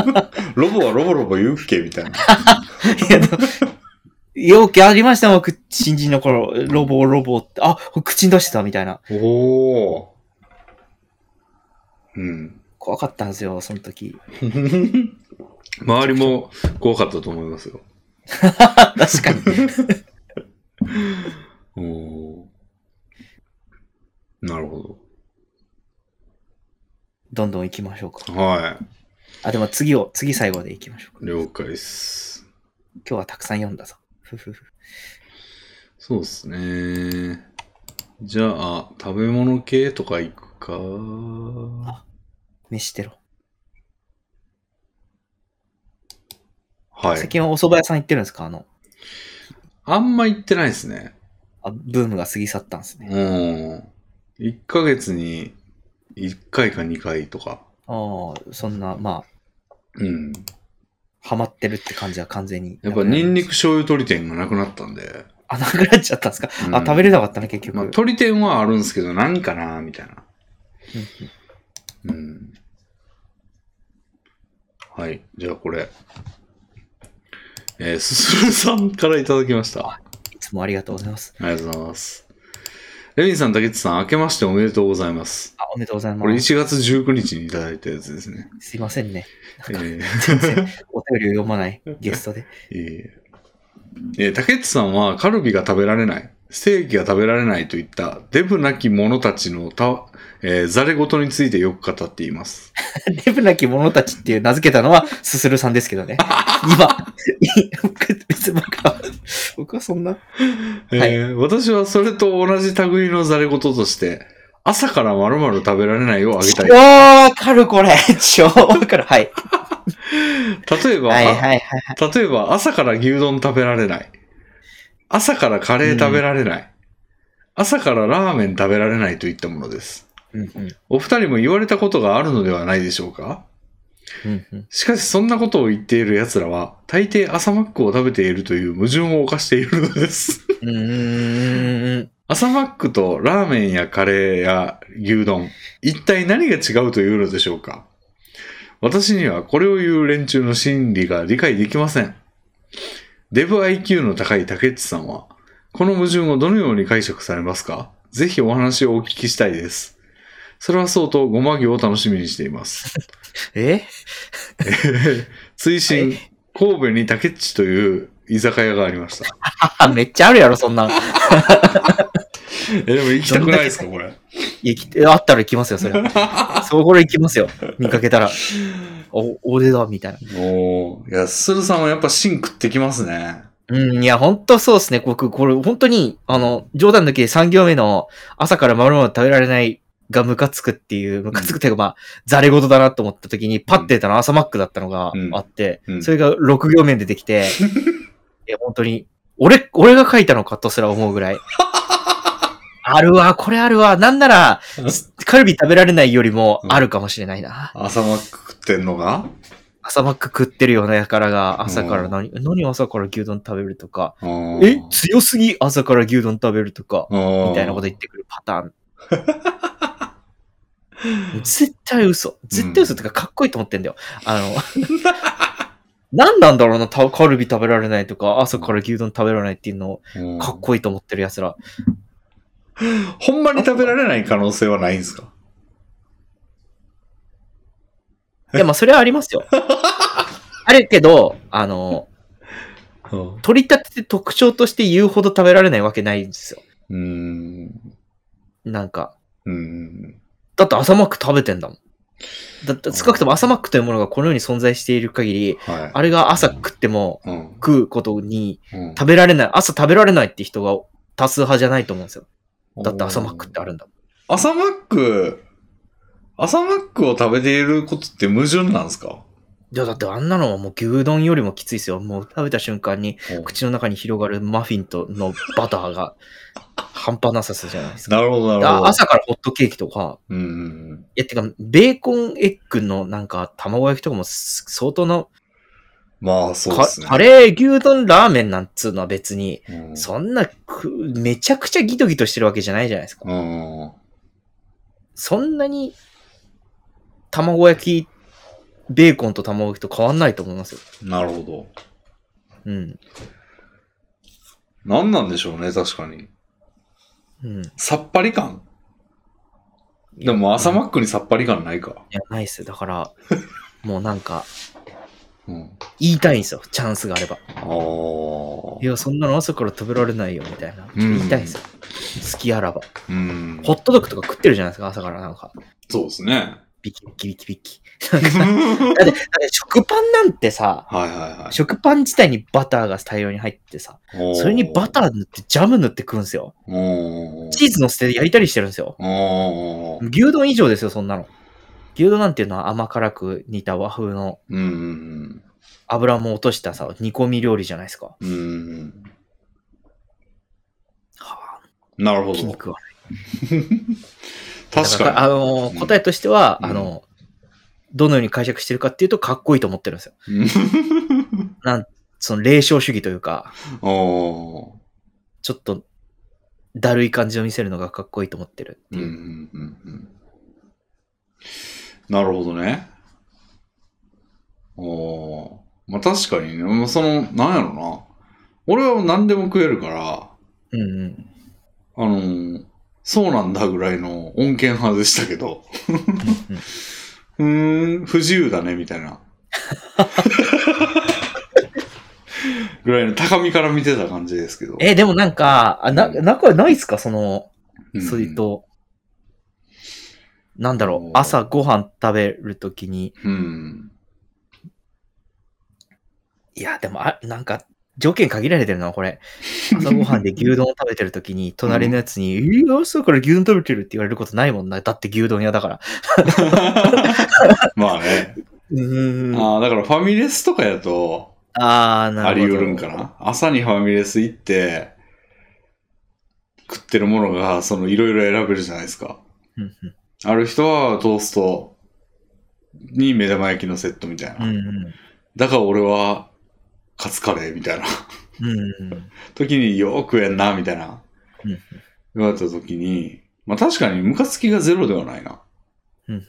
Speaker 1: [LAUGHS] ロボはロボロボ言うっけみたいな。
Speaker 2: いやでもよくありましたもん、く新人の頃。ロボ、ロボって。あ、口に出してたみたいな。
Speaker 1: おお。うん。
Speaker 2: 怖かったんですよ、その時。
Speaker 1: 周りも怖かったと思いますよ。
Speaker 2: 確かに。
Speaker 1: おお。なるほ
Speaker 2: どんどん行きましょうか。
Speaker 1: ど。は
Speaker 2: あ、でも次を、次最後で行きましょうか。
Speaker 1: い。了解です。
Speaker 2: 今日はたくさん読んだぞ。ふふふ。
Speaker 1: そうですね。じゃあ、食べ物系とか行くか。
Speaker 2: 飯テロ。
Speaker 1: はい
Speaker 2: 最。近はお蕎麦屋さん行ってるんですかあの、
Speaker 1: あんま行ってないですね。
Speaker 2: あブームが過ぎ去ったんですね。
Speaker 1: うん。1ヶ月に1回か2回とか。
Speaker 2: ああ、そんな、ま
Speaker 1: うん。
Speaker 2: あ、ハマってるって感じは完全に。
Speaker 1: やっぱニンニク。醤油鶏店がなくなったんで。
Speaker 2: あ、なくなっちゃったんですか、
Speaker 1: うん
Speaker 2: あ、食べれなかったな、結局。
Speaker 1: まあ、鶏店はあるんですけど、何かなみたいな。
Speaker 2: うんう
Speaker 1: う
Speaker 2: ん
Speaker 1: ん。はい。じゃあこれ。えー、すするさんからいただきました。あ
Speaker 2: いつもありがとうございます。
Speaker 1: りがとうございます。レミンさん、竹内さん、明けましておめでとうございます。
Speaker 2: あ、おめでとうござい
Speaker 1: これ
Speaker 2: ます。
Speaker 1: 1月19日にいただいたやつですね。
Speaker 2: すいませんね。
Speaker 1: えー
Speaker 2: 全然お便りを読まないゲストで。
Speaker 1: えーえー、竹内さんはカルビが食べられない、ステーキが食べられないといったデブなき者たちのた、えー、ざれ事についてよく語っています。
Speaker 2: デブなき者たちっていう名付けたのはすするさんですけどね。今、い僕別に僕は、僕はそんな。
Speaker 1: えー私はそれと同じ類のざれ事として、朝からまるまる食べられないをあげたい。
Speaker 2: わかるこれ。超わかる。はい。
Speaker 1: 例えば、
Speaker 2: はいはいはいはい。
Speaker 1: 例えば朝から牛丼食べられない。朝からカレー食べられない。朝からラーメン食べられないといったものです。
Speaker 2: うんうん
Speaker 1: お二人も言われたことがあるのではないでしょうか
Speaker 2: うんうん
Speaker 1: しかしそんなことを言っている奴らは、大抵朝マックを食べているという矛盾を犯しているのです。
Speaker 2: うーん。
Speaker 1: 朝マックとラーメンやカレーや牛丼、一体何が違うというのでしょうか私にはこれを言う連中の心理が理解できません。デブ IQ の高い竹内さんは、この矛盾をどのように解釈されますかぜひお話をお聞きしたいです。それはそうとごまぎを楽しみにしています。 [LAUGHS]
Speaker 2: え
Speaker 1: 追伸、
Speaker 2: は
Speaker 1: 神戸に竹内という居酒屋がありました。
Speaker 2: あ、めっちゃあるやろ、そんなん。
Speaker 1: え、でも行きたくないですか、これ。
Speaker 2: いやきあったら行きますよ、それは。そう、これ行きますよ。見かけたら。お、俺だ、みたいな。
Speaker 1: おーいや、するさんはやっぱ芯食ってきますね。
Speaker 2: うん、いや、ほんとそうですね。僕、これ、本当に、あの、冗談抜きで3行目の朝から丸々食べられないがムカつくっていう、ムカつくっていうか、まあ、ざれ事だなと思った時に、パッて出たのは朝マックだったのが
Speaker 1: うん
Speaker 2: あって、
Speaker 1: うん
Speaker 2: それが6行目に出てき
Speaker 1: [LAUGHS]
Speaker 2: て、いや、本当に、俺、俺が書いたのかとすら思うぐらい。 [LAUGHS] あるわ、これあるわ。なんなら、カルビ食べられないよりもあるかもしれないな。
Speaker 1: 朝マック食ってんのが
Speaker 2: 朝マック食ってるようなやからが、朝から何、何朝から牛丼食べるとか、え
Speaker 1: え
Speaker 2: 強すぎ朝から牛丼食べるとか、みたいなこと言ってくるパターン。 [LAUGHS] 絶対嘘。絶対嘘ってか、かっこいいと思ってんだよ。あの、
Speaker 1: [LAUGHS]
Speaker 2: 何なんだろうな、たカルビ食べられないとか、朝から牛丼食べられないっていうのを、
Speaker 1: うん
Speaker 2: かっこいいと思ってる奴ら。
Speaker 1: ほんまに食べられない可能性はないんですか
Speaker 2: いや、まあ、それはありますよ。 [LAUGHS] あるけど、あの、
Speaker 1: う
Speaker 2: 取り立てて特徴として言うほど食べられないわけないんですよ。
Speaker 1: ーん。
Speaker 2: なんか、
Speaker 1: うん。
Speaker 2: だって朝マック食べてんだもん。だって少なくとも朝マックというものがこの世に存在している限り、
Speaker 1: はい。
Speaker 2: あれが朝食っても
Speaker 1: うん。
Speaker 2: 食うことに
Speaker 1: うん
Speaker 2: 食べられない、朝食べられないって人が多数派じゃないと思うんですよ。だって朝マックってあるんだもん。
Speaker 1: 朝マック、朝マックを食べていることって矛盾なんですか
Speaker 2: いやだってあんなのはもう牛丼よりもきついですよ。もう食べた瞬間に口の中に広がるマフィンとのバターが半端なささじゃないですか。
Speaker 1: なるほど、なるほ
Speaker 2: だ
Speaker 1: ど。
Speaker 2: 朝からホットケーキとか、
Speaker 1: うんうん
Speaker 2: いや、てか、ベーコンエッグのなんか卵焼きとかもす相当な
Speaker 1: まあ、そうで
Speaker 2: か
Speaker 1: すね。
Speaker 2: カレー、牛丼、ラーメンなんつうのは別に、
Speaker 1: うん
Speaker 2: そんなく、めちゃくちゃギトギトしてるわけじゃないじゃないですか。
Speaker 1: うん。
Speaker 2: そんなに、卵焼き、ベーコンと卵焼きと変わんないと思いますよ。
Speaker 1: なるほど。
Speaker 2: うん。
Speaker 1: なんなんでしょうね、確かに。
Speaker 2: うん。
Speaker 1: さっぱり感でも朝マックにさっぱり感ないか。
Speaker 2: いや、ないっすよ。だから、 [LAUGHS] もうなんか、
Speaker 1: うん。
Speaker 2: 言いたいんですよ。チャンスがあれば。
Speaker 1: ああ。
Speaker 2: いや、そんなの朝から食べられないよ、みたいな。
Speaker 1: うん
Speaker 2: 言いたいんですよ。好きあらば。
Speaker 1: うん。
Speaker 2: ホットドッグとか食ってるじゃないですか、朝からなんか。
Speaker 1: そうですね。
Speaker 2: ビキビキビキビキ。
Speaker 1: [LAUGHS] は
Speaker 2: だって、だって食パンなんてさ、
Speaker 1: いは
Speaker 2: 食パン自体にバターが大量に入ってさ、
Speaker 1: いはい。
Speaker 2: それにバター塗ってジャム塗って食うんですよ。
Speaker 1: ー。おー
Speaker 2: チーズ乗せて焼いたりしてるんですよ。
Speaker 1: おー。
Speaker 2: 牛丼以上ですよ、そんなの。牛丼なんていうのは甘辛く煮た和風の
Speaker 1: うんうん
Speaker 2: 油も落としたさ、煮込み料理じゃないですか。
Speaker 1: うん。うん。
Speaker 2: は
Speaker 1: なるほ
Speaker 2: あ、筋
Speaker 1: ど。
Speaker 2: 肉は。
Speaker 1: 確
Speaker 2: だら
Speaker 1: か
Speaker 2: あの
Speaker 1: うん
Speaker 2: ー、答えとしては、
Speaker 1: うん
Speaker 2: あの、どのように解釈してるかっていうと、かっこいいと思ってるんですよ。
Speaker 1: に。うん
Speaker 2: なん、その、霊障主義というか、
Speaker 1: おー。
Speaker 2: ちょっと、だるい感じを見せるのがかっこいいと思ってるっ
Speaker 1: う
Speaker 2: て
Speaker 1: ん
Speaker 2: いうう。
Speaker 1: んうんうん。なるほどね。おー。まあ確かにね、まあ、その、なんやろな。俺は何でも食えるから、
Speaker 2: うんうん。
Speaker 1: あのーそうなんだぐらいの穏健派でしたけど、うーん、不自由だね、みたいな。ぐらいの高みから見てた感じですけど。
Speaker 2: え、でもなんか、あな、なんかないっすかその、
Speaker 1: うん
Speaker 2: それ、と、なんだろ
Speaker 1: おー、
Speaker 2: う朝ご飯食べるときに、
Speaker 1: うん。
Speaker 2: いや、でも、あ、なんか、条件限られてるな、こ [LAUGHS] れ。朝ごはんで牛丼を食べてるときに、隣のやつに、いや、朝から牛丼食べてるって言われることないもんな。だって牛丼屋だから。
Speaker 1: まあね。
Speaker 2: うーん。あ
Speaker 1: ああ、だからファミレスとかやと、
Speaker 2: あー、な
Speaker 1: あり
Speaker 2: るほど。
Speaker 1: 得るんかな。朝にファミレス行って、食ってるものが、その、いろいろ選べるじゃないですか。
Speaker 2: うん
Speaker 1: ある人はトーストに目玉焼きのセットみたいな。
Speaker 2: うん。うん
Speaker 1: だから俺は、カツカレーみたいな。 [LAUGHS]
Speaker 2: うん。うんうん。
Speaker 1: 時によくやんな、みたいな
Speaker 2: うん。
Speaker 1: 言われた時に、まあ確かにムカつきがゼロではないな。
Speaker 2: うん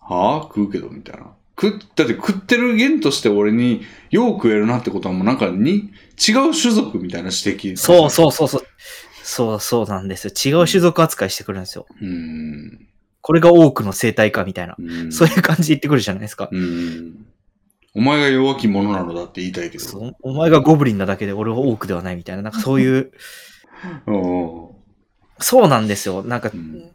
Speaker 1: はあ食うけど、みたいな。食っ、だって食ってる源として俺に、よう食えるなってことはもうなんかに、違う種族みたいな指摘。
Speaker 2: そうそうそうそう。そうそうなんですよ。違う種族扱いしてくるんですよ。
Speaker 1: うーん。
Speaker 2: これが多くの生態化みたいな。
Speaker 1: うーん。
Speaker 2: そういう感じで言ってくるじゃないですか。
Speaker 1: うーん。お前が弱き者なのだって言いたいけど。
Speaker 2: そうお前がゴブリンなだけで俺は多くではないみたいな。なんかそういう、
Speaker 1: お
Speaker 2: そうなんですよ。なんか
Speaker 1: うん、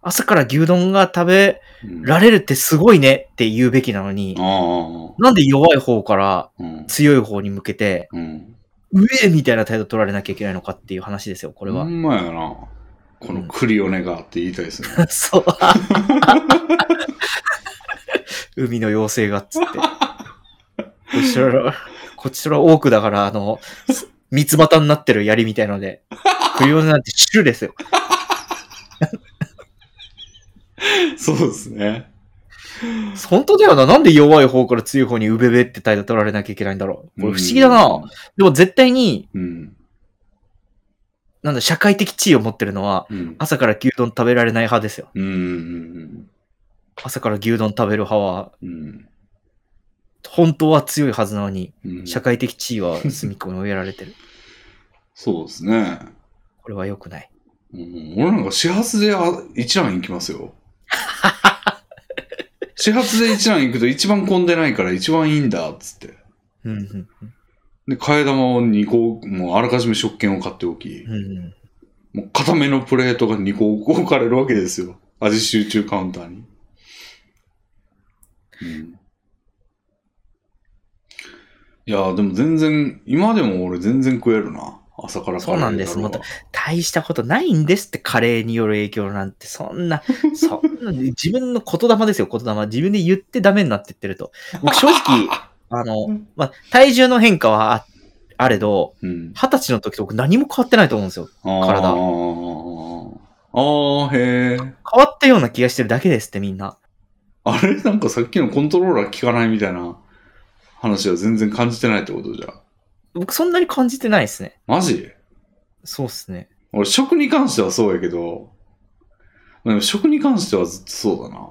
Speaker 2: 朝から牛丼が食べ
Speaker 1: ーうん
Speaker 2: られるってすごいねって言うべきなのに、
Speaker 1: あ
Speaker 2: なんで弱い方から
Speaker 1: あ。うん。
Speaker 2: 強い方に向けて、
Speaker 1: うん。
Speaker 2: 上みたいな態度取られなきゃいけないのかっていう話ですよ、これ
Speaker 1: ほ
Speaker 2: は。
Speaker 1: んまやな。このクリオネがって言いたいですね。
Speaker 2: [LAUGHS] [LAUGHS] そう。海の妖精がっつって。こちら、こちら多くだから、あの、す三つ股になってる槍みたいので、クリオネなんて種ですよ。
Speaker 1: そうですね。
Speaker 2: 本当だよな。なんで弱い方から強い方にうべべって態度取られなきゃいけないんだろう。これ不思議だな。でも絶対に、
Speaker 1: うん。
Speaker 2: なんだ、社会的地位を持ってるのは、
Speaker 1: うん。
Speaker 2: 朝から牛丼食べられない派ですよ。
Speaker 1: うん。うん。
Speaker 2: 朝から牛丼食べる派は、
Speaker 1: うん。
Speaker 2: 本当は強いはずなのに、
Speaker 1: うん
Speaker 2: 社会的地位は隅っこに追えられてる。
Speaker 1: そうですね。
Speaker 2: これは良くない。
Speaker 1: うん俺なんか始発であ一蘭行きます
Speaker 2: [LAUGHS]
Speaker 1: よ。始発で一蘭行くと一番混んでないから一番いいんだっつって。
Speaker 2: うんうん
Speaker 1: で、替え玉を2個、もうあらかじめ食券を買っておき
Speaker 2: う、んうん
Speaker 1: もう固めのプレートが2個置かれるわけですよ。味集中カウンターに。うん、いやー、でも全然、今でも俺全然食えるな。朝からカレー
Speaker 2: そうなんです
Speaker 1: だろうが
Speaker 2: ま大したことないんですって、カレーによる影響なんて、そんな、そんな、自分の言霊ですよ、言霊。自分で言ってダメになってってると。僕、正
Speaker 1: [LAUGHS]
Speaker 2: 直、あ
Speaker 1: う
Speaker 2: の
Speaker 1: ん、
Speaker 2: まあ、体重の変化はああれど、
Speaker 1: うん。
Speaker 2: 二十歳の時と僕何も変わってないと思うんですよ。体
Speaker 1: あーあー、へえ。
Speaker 2: 変わったような気がしてるだけですって、みんな。
Speaker 1: あれなんかさっきのコントローラー効かないみたいな話は全然感じてないってことじゃん。
Speaker 2: 僕そんなに感じてないですね。
Speaker 1: マジ
Speaker 2: そうっすね。
Speaker 1: 俺、食に関してはそうやけど、でも食に関してはずっとそうだな。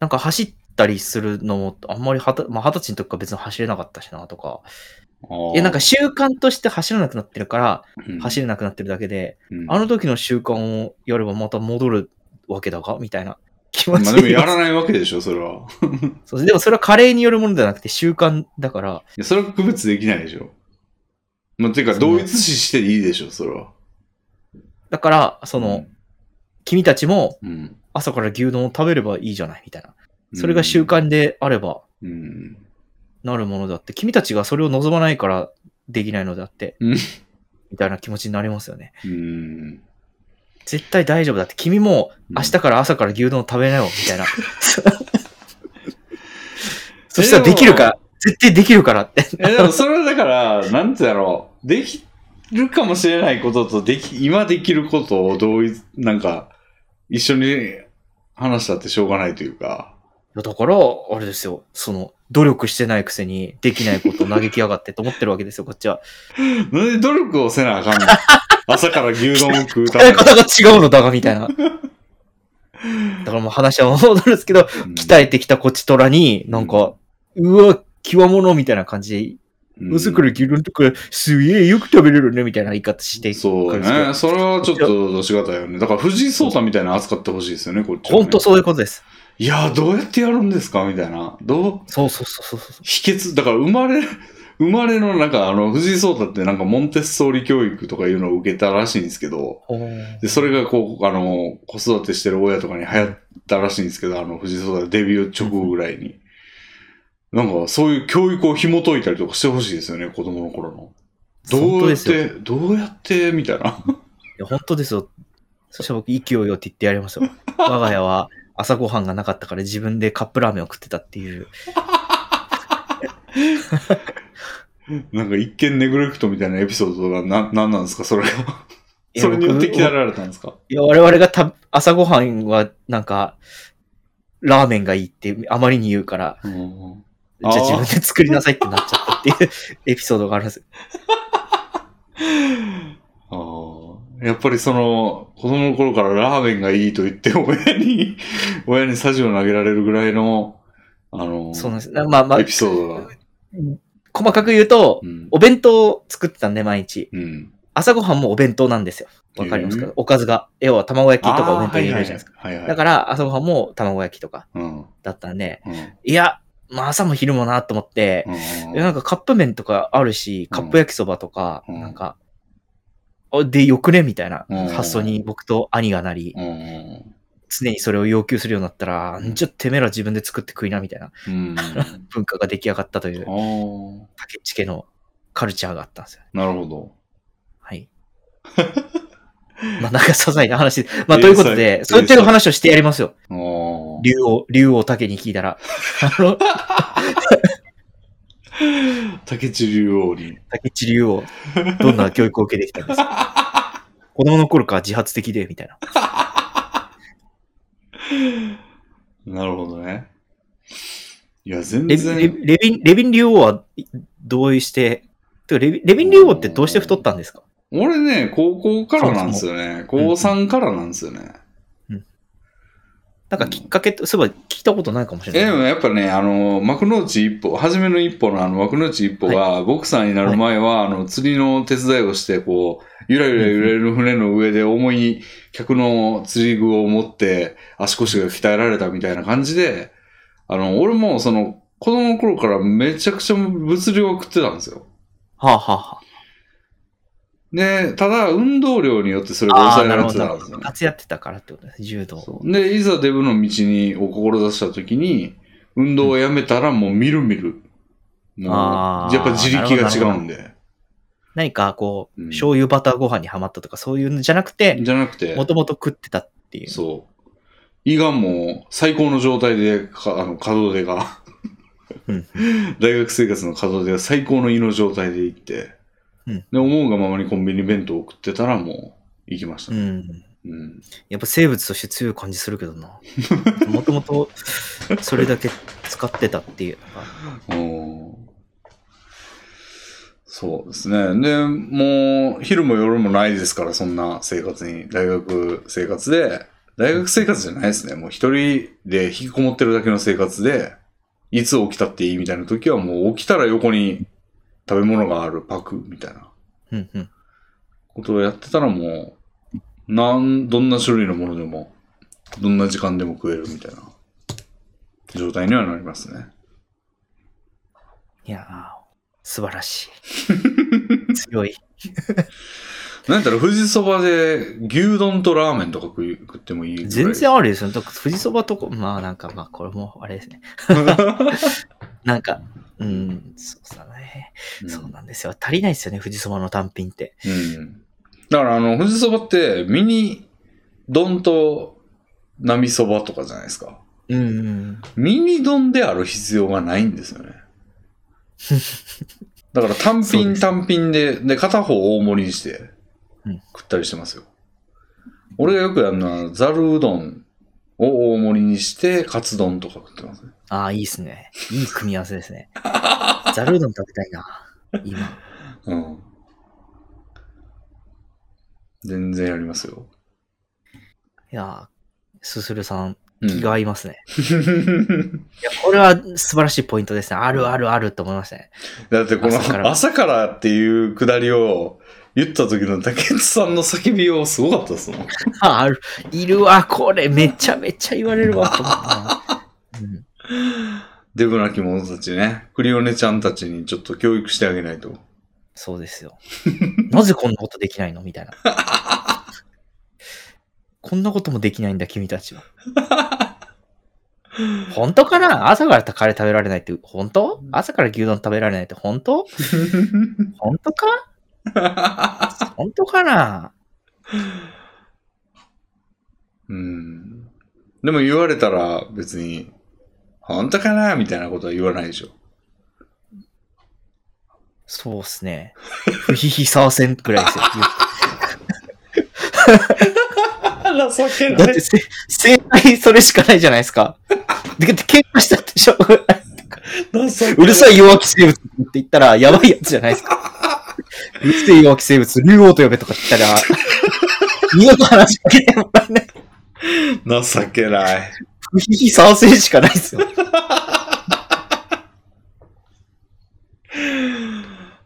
Speaker 2: なんか走ったりするのも、あんまりはた、まあ、二十歳の時から別に走れなかったしなとか。
Speaker 1: あー
Speaker 2: いや、なんか、習慣として走らなくなってるから、
Speaker 1: うん
Speaker 2: 走れなくなってるだけで、
Speaker 1: うん
Speaker 2: あの時の習慣をやればまた戻るわけだがみたいな気持
Speaker 1: ま
Speaker 2: ち
Speaker 1: あでもやらないわけでしょ、それは。
Speaker 2: そうでもそれは加齢によるものではなくて習慣だから、
Speaker 1: いや、それは区別できないでしょ。まあ、てか、
Speaker 2: その
Speaker 1: 同一視していいでしょ、それは。
Speaker 2: だから、その、、君たちも
Speaker 1: うん。
Speaker 2: 朝から牛丼を食べればいいじゃないみたいな。それが習慣であれば
Speaker 1: うん。
Speaker 2: なるものであって、君たちがそれを望まないからできないのであって、
Speaker 1: うん
Speaker 2: みたいな気持ちになりますよね。
Speaker 1: うん。
Speaker 2: 絶対大丈夫だって、君も
Speaker 1: うん
Speaker 2: 明日から朝から牛丼を食べなよ、みた
Speaker 1: [LAUGHS]
Speaker 2: いな。そしたらできるから、絶対できるからって。
Speaker 1: え、でもそれはだから、なんてだろう。できるかもしれないことと、でき、今できることを同一、なんか、一緒に話したってしょうがないというか。
Speaker 2: いやだから、あれですよ。その、努力してないくせに、できないことを嘆きやがってと思ってるわけですよ、こっ
Speaker 1: [LAUGHS]
Speaker 2: ちは。
Speaker 1: なんで努力をせなあかん
Speaker 2: [LAUGHS]
Speaker 1: の朝から牛丼を食うた
Speaker 2: 鍛
Speaker 1: め
Speaker 2: え
Speaker 1: に。
Speaker 2: 方が違うのだが、みたいな。だからもう話は戻るんですけど、鍛えてきたこちとらに、なんか、うわ、極物みたいな感じ
Speaker 1: うん
Speaker 2: で、朝から牛丼とか、すげえよく食べれるね、みたいな言い方してく
Speaker 1: そう
Speaker 2: るんですけど
Speaker 1: ね。それはちょっと出しがたいよね。だから藤井聡太みたいなの扱ってほしいですよね、こっちはね、
Speaker 2: 本当そういうことです。
Speaker 1: いやー、どうやってやるんですかみたいな。どう、
Speaker 2: そうそうそうそうそう。
Speaker 1: 秘訣、だから生まれ、 [LAUGHS] 生まれのなんかあの、藤井聡太ってなんかモンテッソーリ教育とかいうのを受けたらしいんですけど、
Speaker 2: ほー
Speaker 1: で、それがこう、あの、子育てしてる親とかに流行ったらしいんですけど、あの、藤井聡太デビュー直後ぐらいに。なんか、そういう教育を紐解いたりとかしてほしいですよね、子供の頃の。ど
Speaker 2: 本
Speaker 1: う
Speaker 2: 当
Speaker 1: や
Speaker 2: で
Speaker 1: っ
Speaker 2: すよ。い
Speaker 1: て、どうやって、みたいな。
Speaker 2: や本当ですよ。そしたら僕、息をよって言ってやりま
Speaker 1: [LAUGHS]
Speaker 2: すよ。我が家は朝ごはんがなかったから自分でカップラーメンを食ってたっていう。
Speaker 1: なんか一見ネグレクトみたいなエピソードがな、なんなんですか、それが。
Speaker 2: いや
Speaker 1: それによって
Speaker 2: 僕
Speaker 1: 鍛えられたんですか
Speaker 2: いや、我々がた朝ごはんは、なんか、ラーメンがいいってあまりに言うから、
Speaker 1: うん
Speaker 2: じゃあ
Speaker 1: あー
Speaker 2: 自分で作りなさいってなっちゃったっていう [LAUGHS] エピソードがあるんです。
Speaker 1: ああ、やっぱりその、子供の頃からラーメンがいいと言って、親に、 [LAUGHS] 親にサジを投げられるぐらいの、あの、
Speaker 2: そうなんです。まあまあ
Speaker 1: エ、ピソードが。
Speaker 2: 細かく言うと
Speaker 1: う、ん。
Speaker 2: お弁当を作ってたんで、毎日。
Speaker 1: うん。
Speaker 2: 朝ごはんもお弁当なんですよ。わかりますか、
Speaker 1: うん
Speaker 2: おかずが。要は卵焼きとかお弁当に入れ
Speaker 1: あ
Speaker 2: る
Speaker 1: ー
Speaker 2: じゃないですか。
Speaker 1: はいはいはい。、
Speaker 2: だから、朝ごはんも卵焼きとから
Speaker 1: うん。うん。
Speaker 2: だったんで、
Speaker 1: うん
Speaker 2: いや、まあ朝も昼もなと思って、
Speaker 1: うん
Speaker 2: いやなんかカップ麺とかあるし、
Speaker 1: うん
Speaker 2: カップ焼きそばとか、
Speaker 1: うん
Speaker 2: なんか、あで、よくねみたいな
Speaker 1: うん
Speaker 2: 発想に僕と兄がなり、
Speaker 1: うんうん
Speaker 2: 常にそれを要求するようになったら、
Speaker 1: うん
Speaker 2: ちょっとてめえら自分で作って食いなみたいな
Speaker 1: うん。
Speaker 2: 文化が出来上がったという、
Speaker 1: あ
Speaker 2: 竹内家のカルチャーがあったんですよ。
Speaker 1: あ、なるほど。 [LAUGHS]
Speaker 2: はい。まあ、なんか些細な話で。まあ、
Speaker 1: ええ
Speaker 2: ということで、
Speaker 1: さ
Speaker 2: そういった話をしてやりますよ。
Speaker 1: ああ。
Speaker 2: 竜王、竜王竹に聞いたら。あの、
Speaker 1: 竹内竜王に。
Speaker 2: 竹内竜王、どんな教育を受けてきたんですか
Speaker 1: [LAUGHS]
Speaker 2: 子供の頃から自発的で、みたいな。
Speaker 1: なるほどね。いや、全
Speaker 2: レビレ
Speaker 1: 然。
Speaker 2: ビレビン、レビン竜王はい同意して、てかレビレビン竜王ってどうして太ったんですか
Speaker 1: 俺ね、高校からなんですよね。
Speaker 2: も
Speaker 1: 高3からなんですよね。
Speaker 2: なんかきっかけって、そういえば聞いたことないかもし
Speaker 1: え
Speaker 2: れ
Speaker 1: でも
Speaker 2: ない。
Speaker 1: やっぱね、あの、幕の内一歩、初めの一歩のあの幕の内一歩が、ボクサーになる前は、あの、釣りの手伝いをして、こう、ゆらゆら揺れる船の上で重い客の釣り具を持って、足腰が鍛えられたみたいな感じで、あの、俺もその、子供の頃からめちゃくちゃ物量を食ってたんですよ。
Speaker 2: はあ、はあは
Speaker 1: で、ただ、運動量によってそれが
Speaker 2: あ、ああ、
Speaker 1: 抑え
Speaker 2: な
Speaker 1: られ
Speaker 2: るほ
Speaker 1: て
Speaker 2: ど。
Speaker 1: た
Speaker 2: なんる
Speaker 1: で
Speaker 2: ほ
Speaker 1: す
Speaker 2: ど
Speaker 1: よね。
Speaker 2: 部活やってたからってことです。柔道。
Speaker 1: そうで、いざデブの道にを志した時に、運動をやめたらもうみるみる。もう
Speaker 2: あ、ー
Speaker 1: やっぱ自力が違うんで。
Speaker 2: 何かこう、
Speaker 1: うん
Speaker 2: 醤油バターご飯にはまったとか、そういうのじゃなくて、
Speaker 1: じゃなくて
Speaker 2: も、ともと食ってたっていう。
Speaker 1: そう。胃がもう最高の状態で、かあの、可動出が
Speaker 2: うん。
Speaker 1: [LAUGHS] 大学生活の可動出が最高の胃の状態で行って、
Speaker 2: うん
Speaker 1: で、思うがままにコンビニ弁当を食ってたらもう行きました
Speaker 2: う
Speaker 1: ね。
Speaker 2: ん。
Speaker 1: うん
Speaker 2: やっぱ生物として強い感じするけ
Speaker 1: [LAUGHS]
Speaker 2: どな。もともと、それだけ使ってたっていうのが。
Speaker 1: うんそうですね。で、もう、昼も夜もないですから、そんな生活に。大学生活で、大学生活じゃないですね。もう一人で引きこもってるだけの生活で、いつ起きたっていいみたいな時は、もう起きたら横に食べ物があるパクみたいな
Speaker 2: うんうん。
Speaker 1: ことをやってたらもう、なん、どんな種類のものでも、どんな時間でも食えるみたいな状態にはなりますね。
Speaker 2: いやー素晴らし [LAUGHS] い。強い。
Speaker 1: なんやったら富士そばで牛丼とラーメンとか食い食ってもいいぐらい。
Speaker 2: 全然あるですよ。だから富士そばとか、まあなんかまあこれもあれ [LAUGHS] ですね。なんか、うん、そうだね。
Speaker 1: うん
Speaker 2: そうなんですよ。足りないですよね、富士そばの単品って。
Speaker 1: うん。だから、あの、富士そばって、ミニ丼と並そばとかじゃないですか。
Speaker 2: うんうん。
Speaker 1: ミニ丼である必要がないんです
Speaker 2: [LAUGHS]
Speaker 1: よね。だから単
Speaker 2: そうで
Speaker 1: 品単品で、で、片方大盛りにして
Speaker 2: うん
Speaker 1: 食ったりしてますよ。俺がよくやるのは、ざるうどんを大盛りにして、カツ丼とか食ってますね。
Speaker 2: ああ、いいですね。いい組み合わせです [LAUGHS] ね。ざるうどん食べたいな。今。
Speaker 1: うん。全然やりますよ。
Speaker 2: いやーすするさん、
Speaker 1: うん
Speaker 2: 気が合いますね。いや、これは素晴らしいポイントですね。あるあるあると思いましたね。
Speaker 1: [LAUGHS] だってこの
Speaker 2: 朝から
Speaker 1: 朝からっていうくだりを言った時の竹内さんの叫びをすごかったですもん。
Speaker 2: あある、いるわ、これ、めちゃめちゃ言われるわ、と思ったなうん
Speaker 1: デブなき者たちね。クリオネちゃんたちにちょっと教育してあげないと。 [LAUGHS]
Speaker 2: そうですよ。なぜこんなことできないのみたいな。こんなこともできないんだ、君たちは。本当かな朝からカレー食べられないって、本当朝から牛丼食べられないって、本当本当か本当かな
Speaker 1: うん。でも言われたら別に、本当かなみたいなことは言わないでしょ。
Speaker 2: そうっすね。不ひひさわせんくらいですよ。
Speaker 1: 情け
Speaker 2: だってせ、正解それしかないじゃないですか。で、だって喧嘩したってしょうがない。うるさい弱気生物って言ったら、やばいやつじゃないです [LAUGHS] か。うるせえ弱気生物、竜王と呼べとか言ったら、二度と話しかけてもらえない。
Speaker 1: 情けない。
Speaker 2: 不ひひさわせんしかないですよ。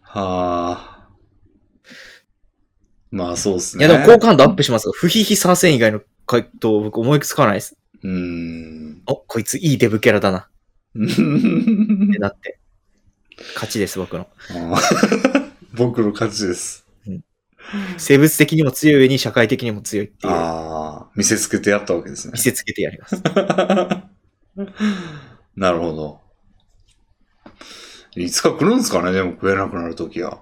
Speaker 1: はあ。まあそうっす
Speaker 2: い
Speaker 1: ね。
Speaker 2: や、でも好感度アップしますが、不ひひさわせん以外の回答、僕思いつかないです。
Speaker 1: うん。
Speaker 2: お、こいついいデブキャラだな。
Speaker 1: うん
Speaker 2: だって。勝ちです、僕の。
Speaker 1: 僕の勝ちです。
Speaker 2: 生物的にも強い上に社会的にも強いっていう。
Speaker 1: ああ、見せつけてやったわけですね [LAUGHS]
Speaker 2: 見。せつけてやります。
Speaker 1: なるほど。いつか来るんですかねでも食えなくなるときは。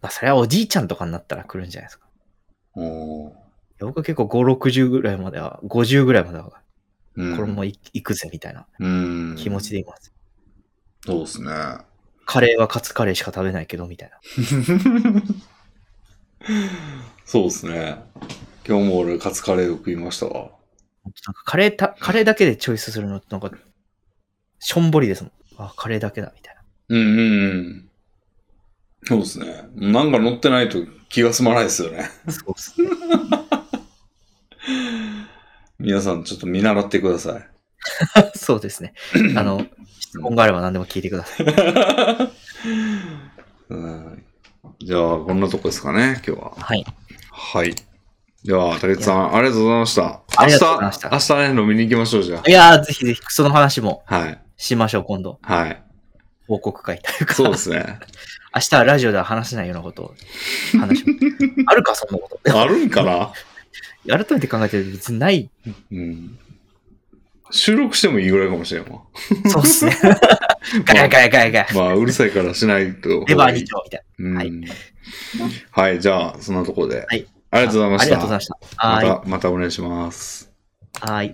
Speaker 2: まあ、それはおじいちゃんとかになったら来るんじゃないですか。
Speaker 1: おー
Speaker 2: 僕は結構5、60ぐらいまでは、50ぐらいまでは、こ
Speaker 1: うん、
Speaker 2: れもい行くぜみたいな
Speaker 1: うん。
Speaker 2: 気持ちでいます。
Speaker 1: そうですね。
Speaker 2: カレーはカツカレーしか食べないけど、みたいな。
Speaker 1: そうですね。今日も俺、カツカレーを食いましたわ。
Speaker 2: なんかカレーた、カレーだけでチョイスするのってなんか、しょんぼりですもん。あ、カレーだけだ、みたいな。
Speaker 1: うんうんうん。そうですね。なんか乗ってないと気が済まないですよね。 [LAUGHS]
Speaker 2: そうっすね。
Speaker 1: 皆さんちょっと見習ってください。 [LAUGHS]
Speaker 2: そうですね。あの、質問があれば何でも聞いてください。
Speaker 1: うんじゃあ、こんなとこですかね、今日は。
Speaker 2: はい。
Speaker 1: はい。では、竹内さん、ありがとうございました。
Speaker 2: ありがとうございました
Speaker 1: 明日、明日ね、飲みに行きましょう、じゃ
Speaker 2: いやー、ぜひぜひ、その話も
Speaker 1: あ。はい。
Speaker 2: しましょう、今度。
Speaker 1: はい。
Speaker 2: 報告会というか。
Speaker 1: そうですね。
Speaker 2: [LAUGHS] 明日はラジオでは話せないようなことを話します。あるか、そんなこと。 [LAUGHS]
Speaker 1: あるんかな
Speaker 2: 改めて考えてると別にない
Speaker 1: うん。収録してもいいぐらいかもしれんわ。
Speaker 2: そうっ
Speaker 1: [LAUGHS]
Speaker 2: すね。ガヤガヤガヤガヤ。
Speaker 1: まあ、うるさいからしないと。
Speaker 2: レバー2丁みたい
Speaker 1: うん
Speaker 2: はい
Speaker 1: はい、じゃあ、そんなところで。
Speaker 2: はい
Speaker 1: あ
Speaker 2: な。
Speaker 1: りがとうございました。
Speaker 2: ありがとうございました。はーい。
Speaker 1: また、またお願いします。
Speaker 2: はーい。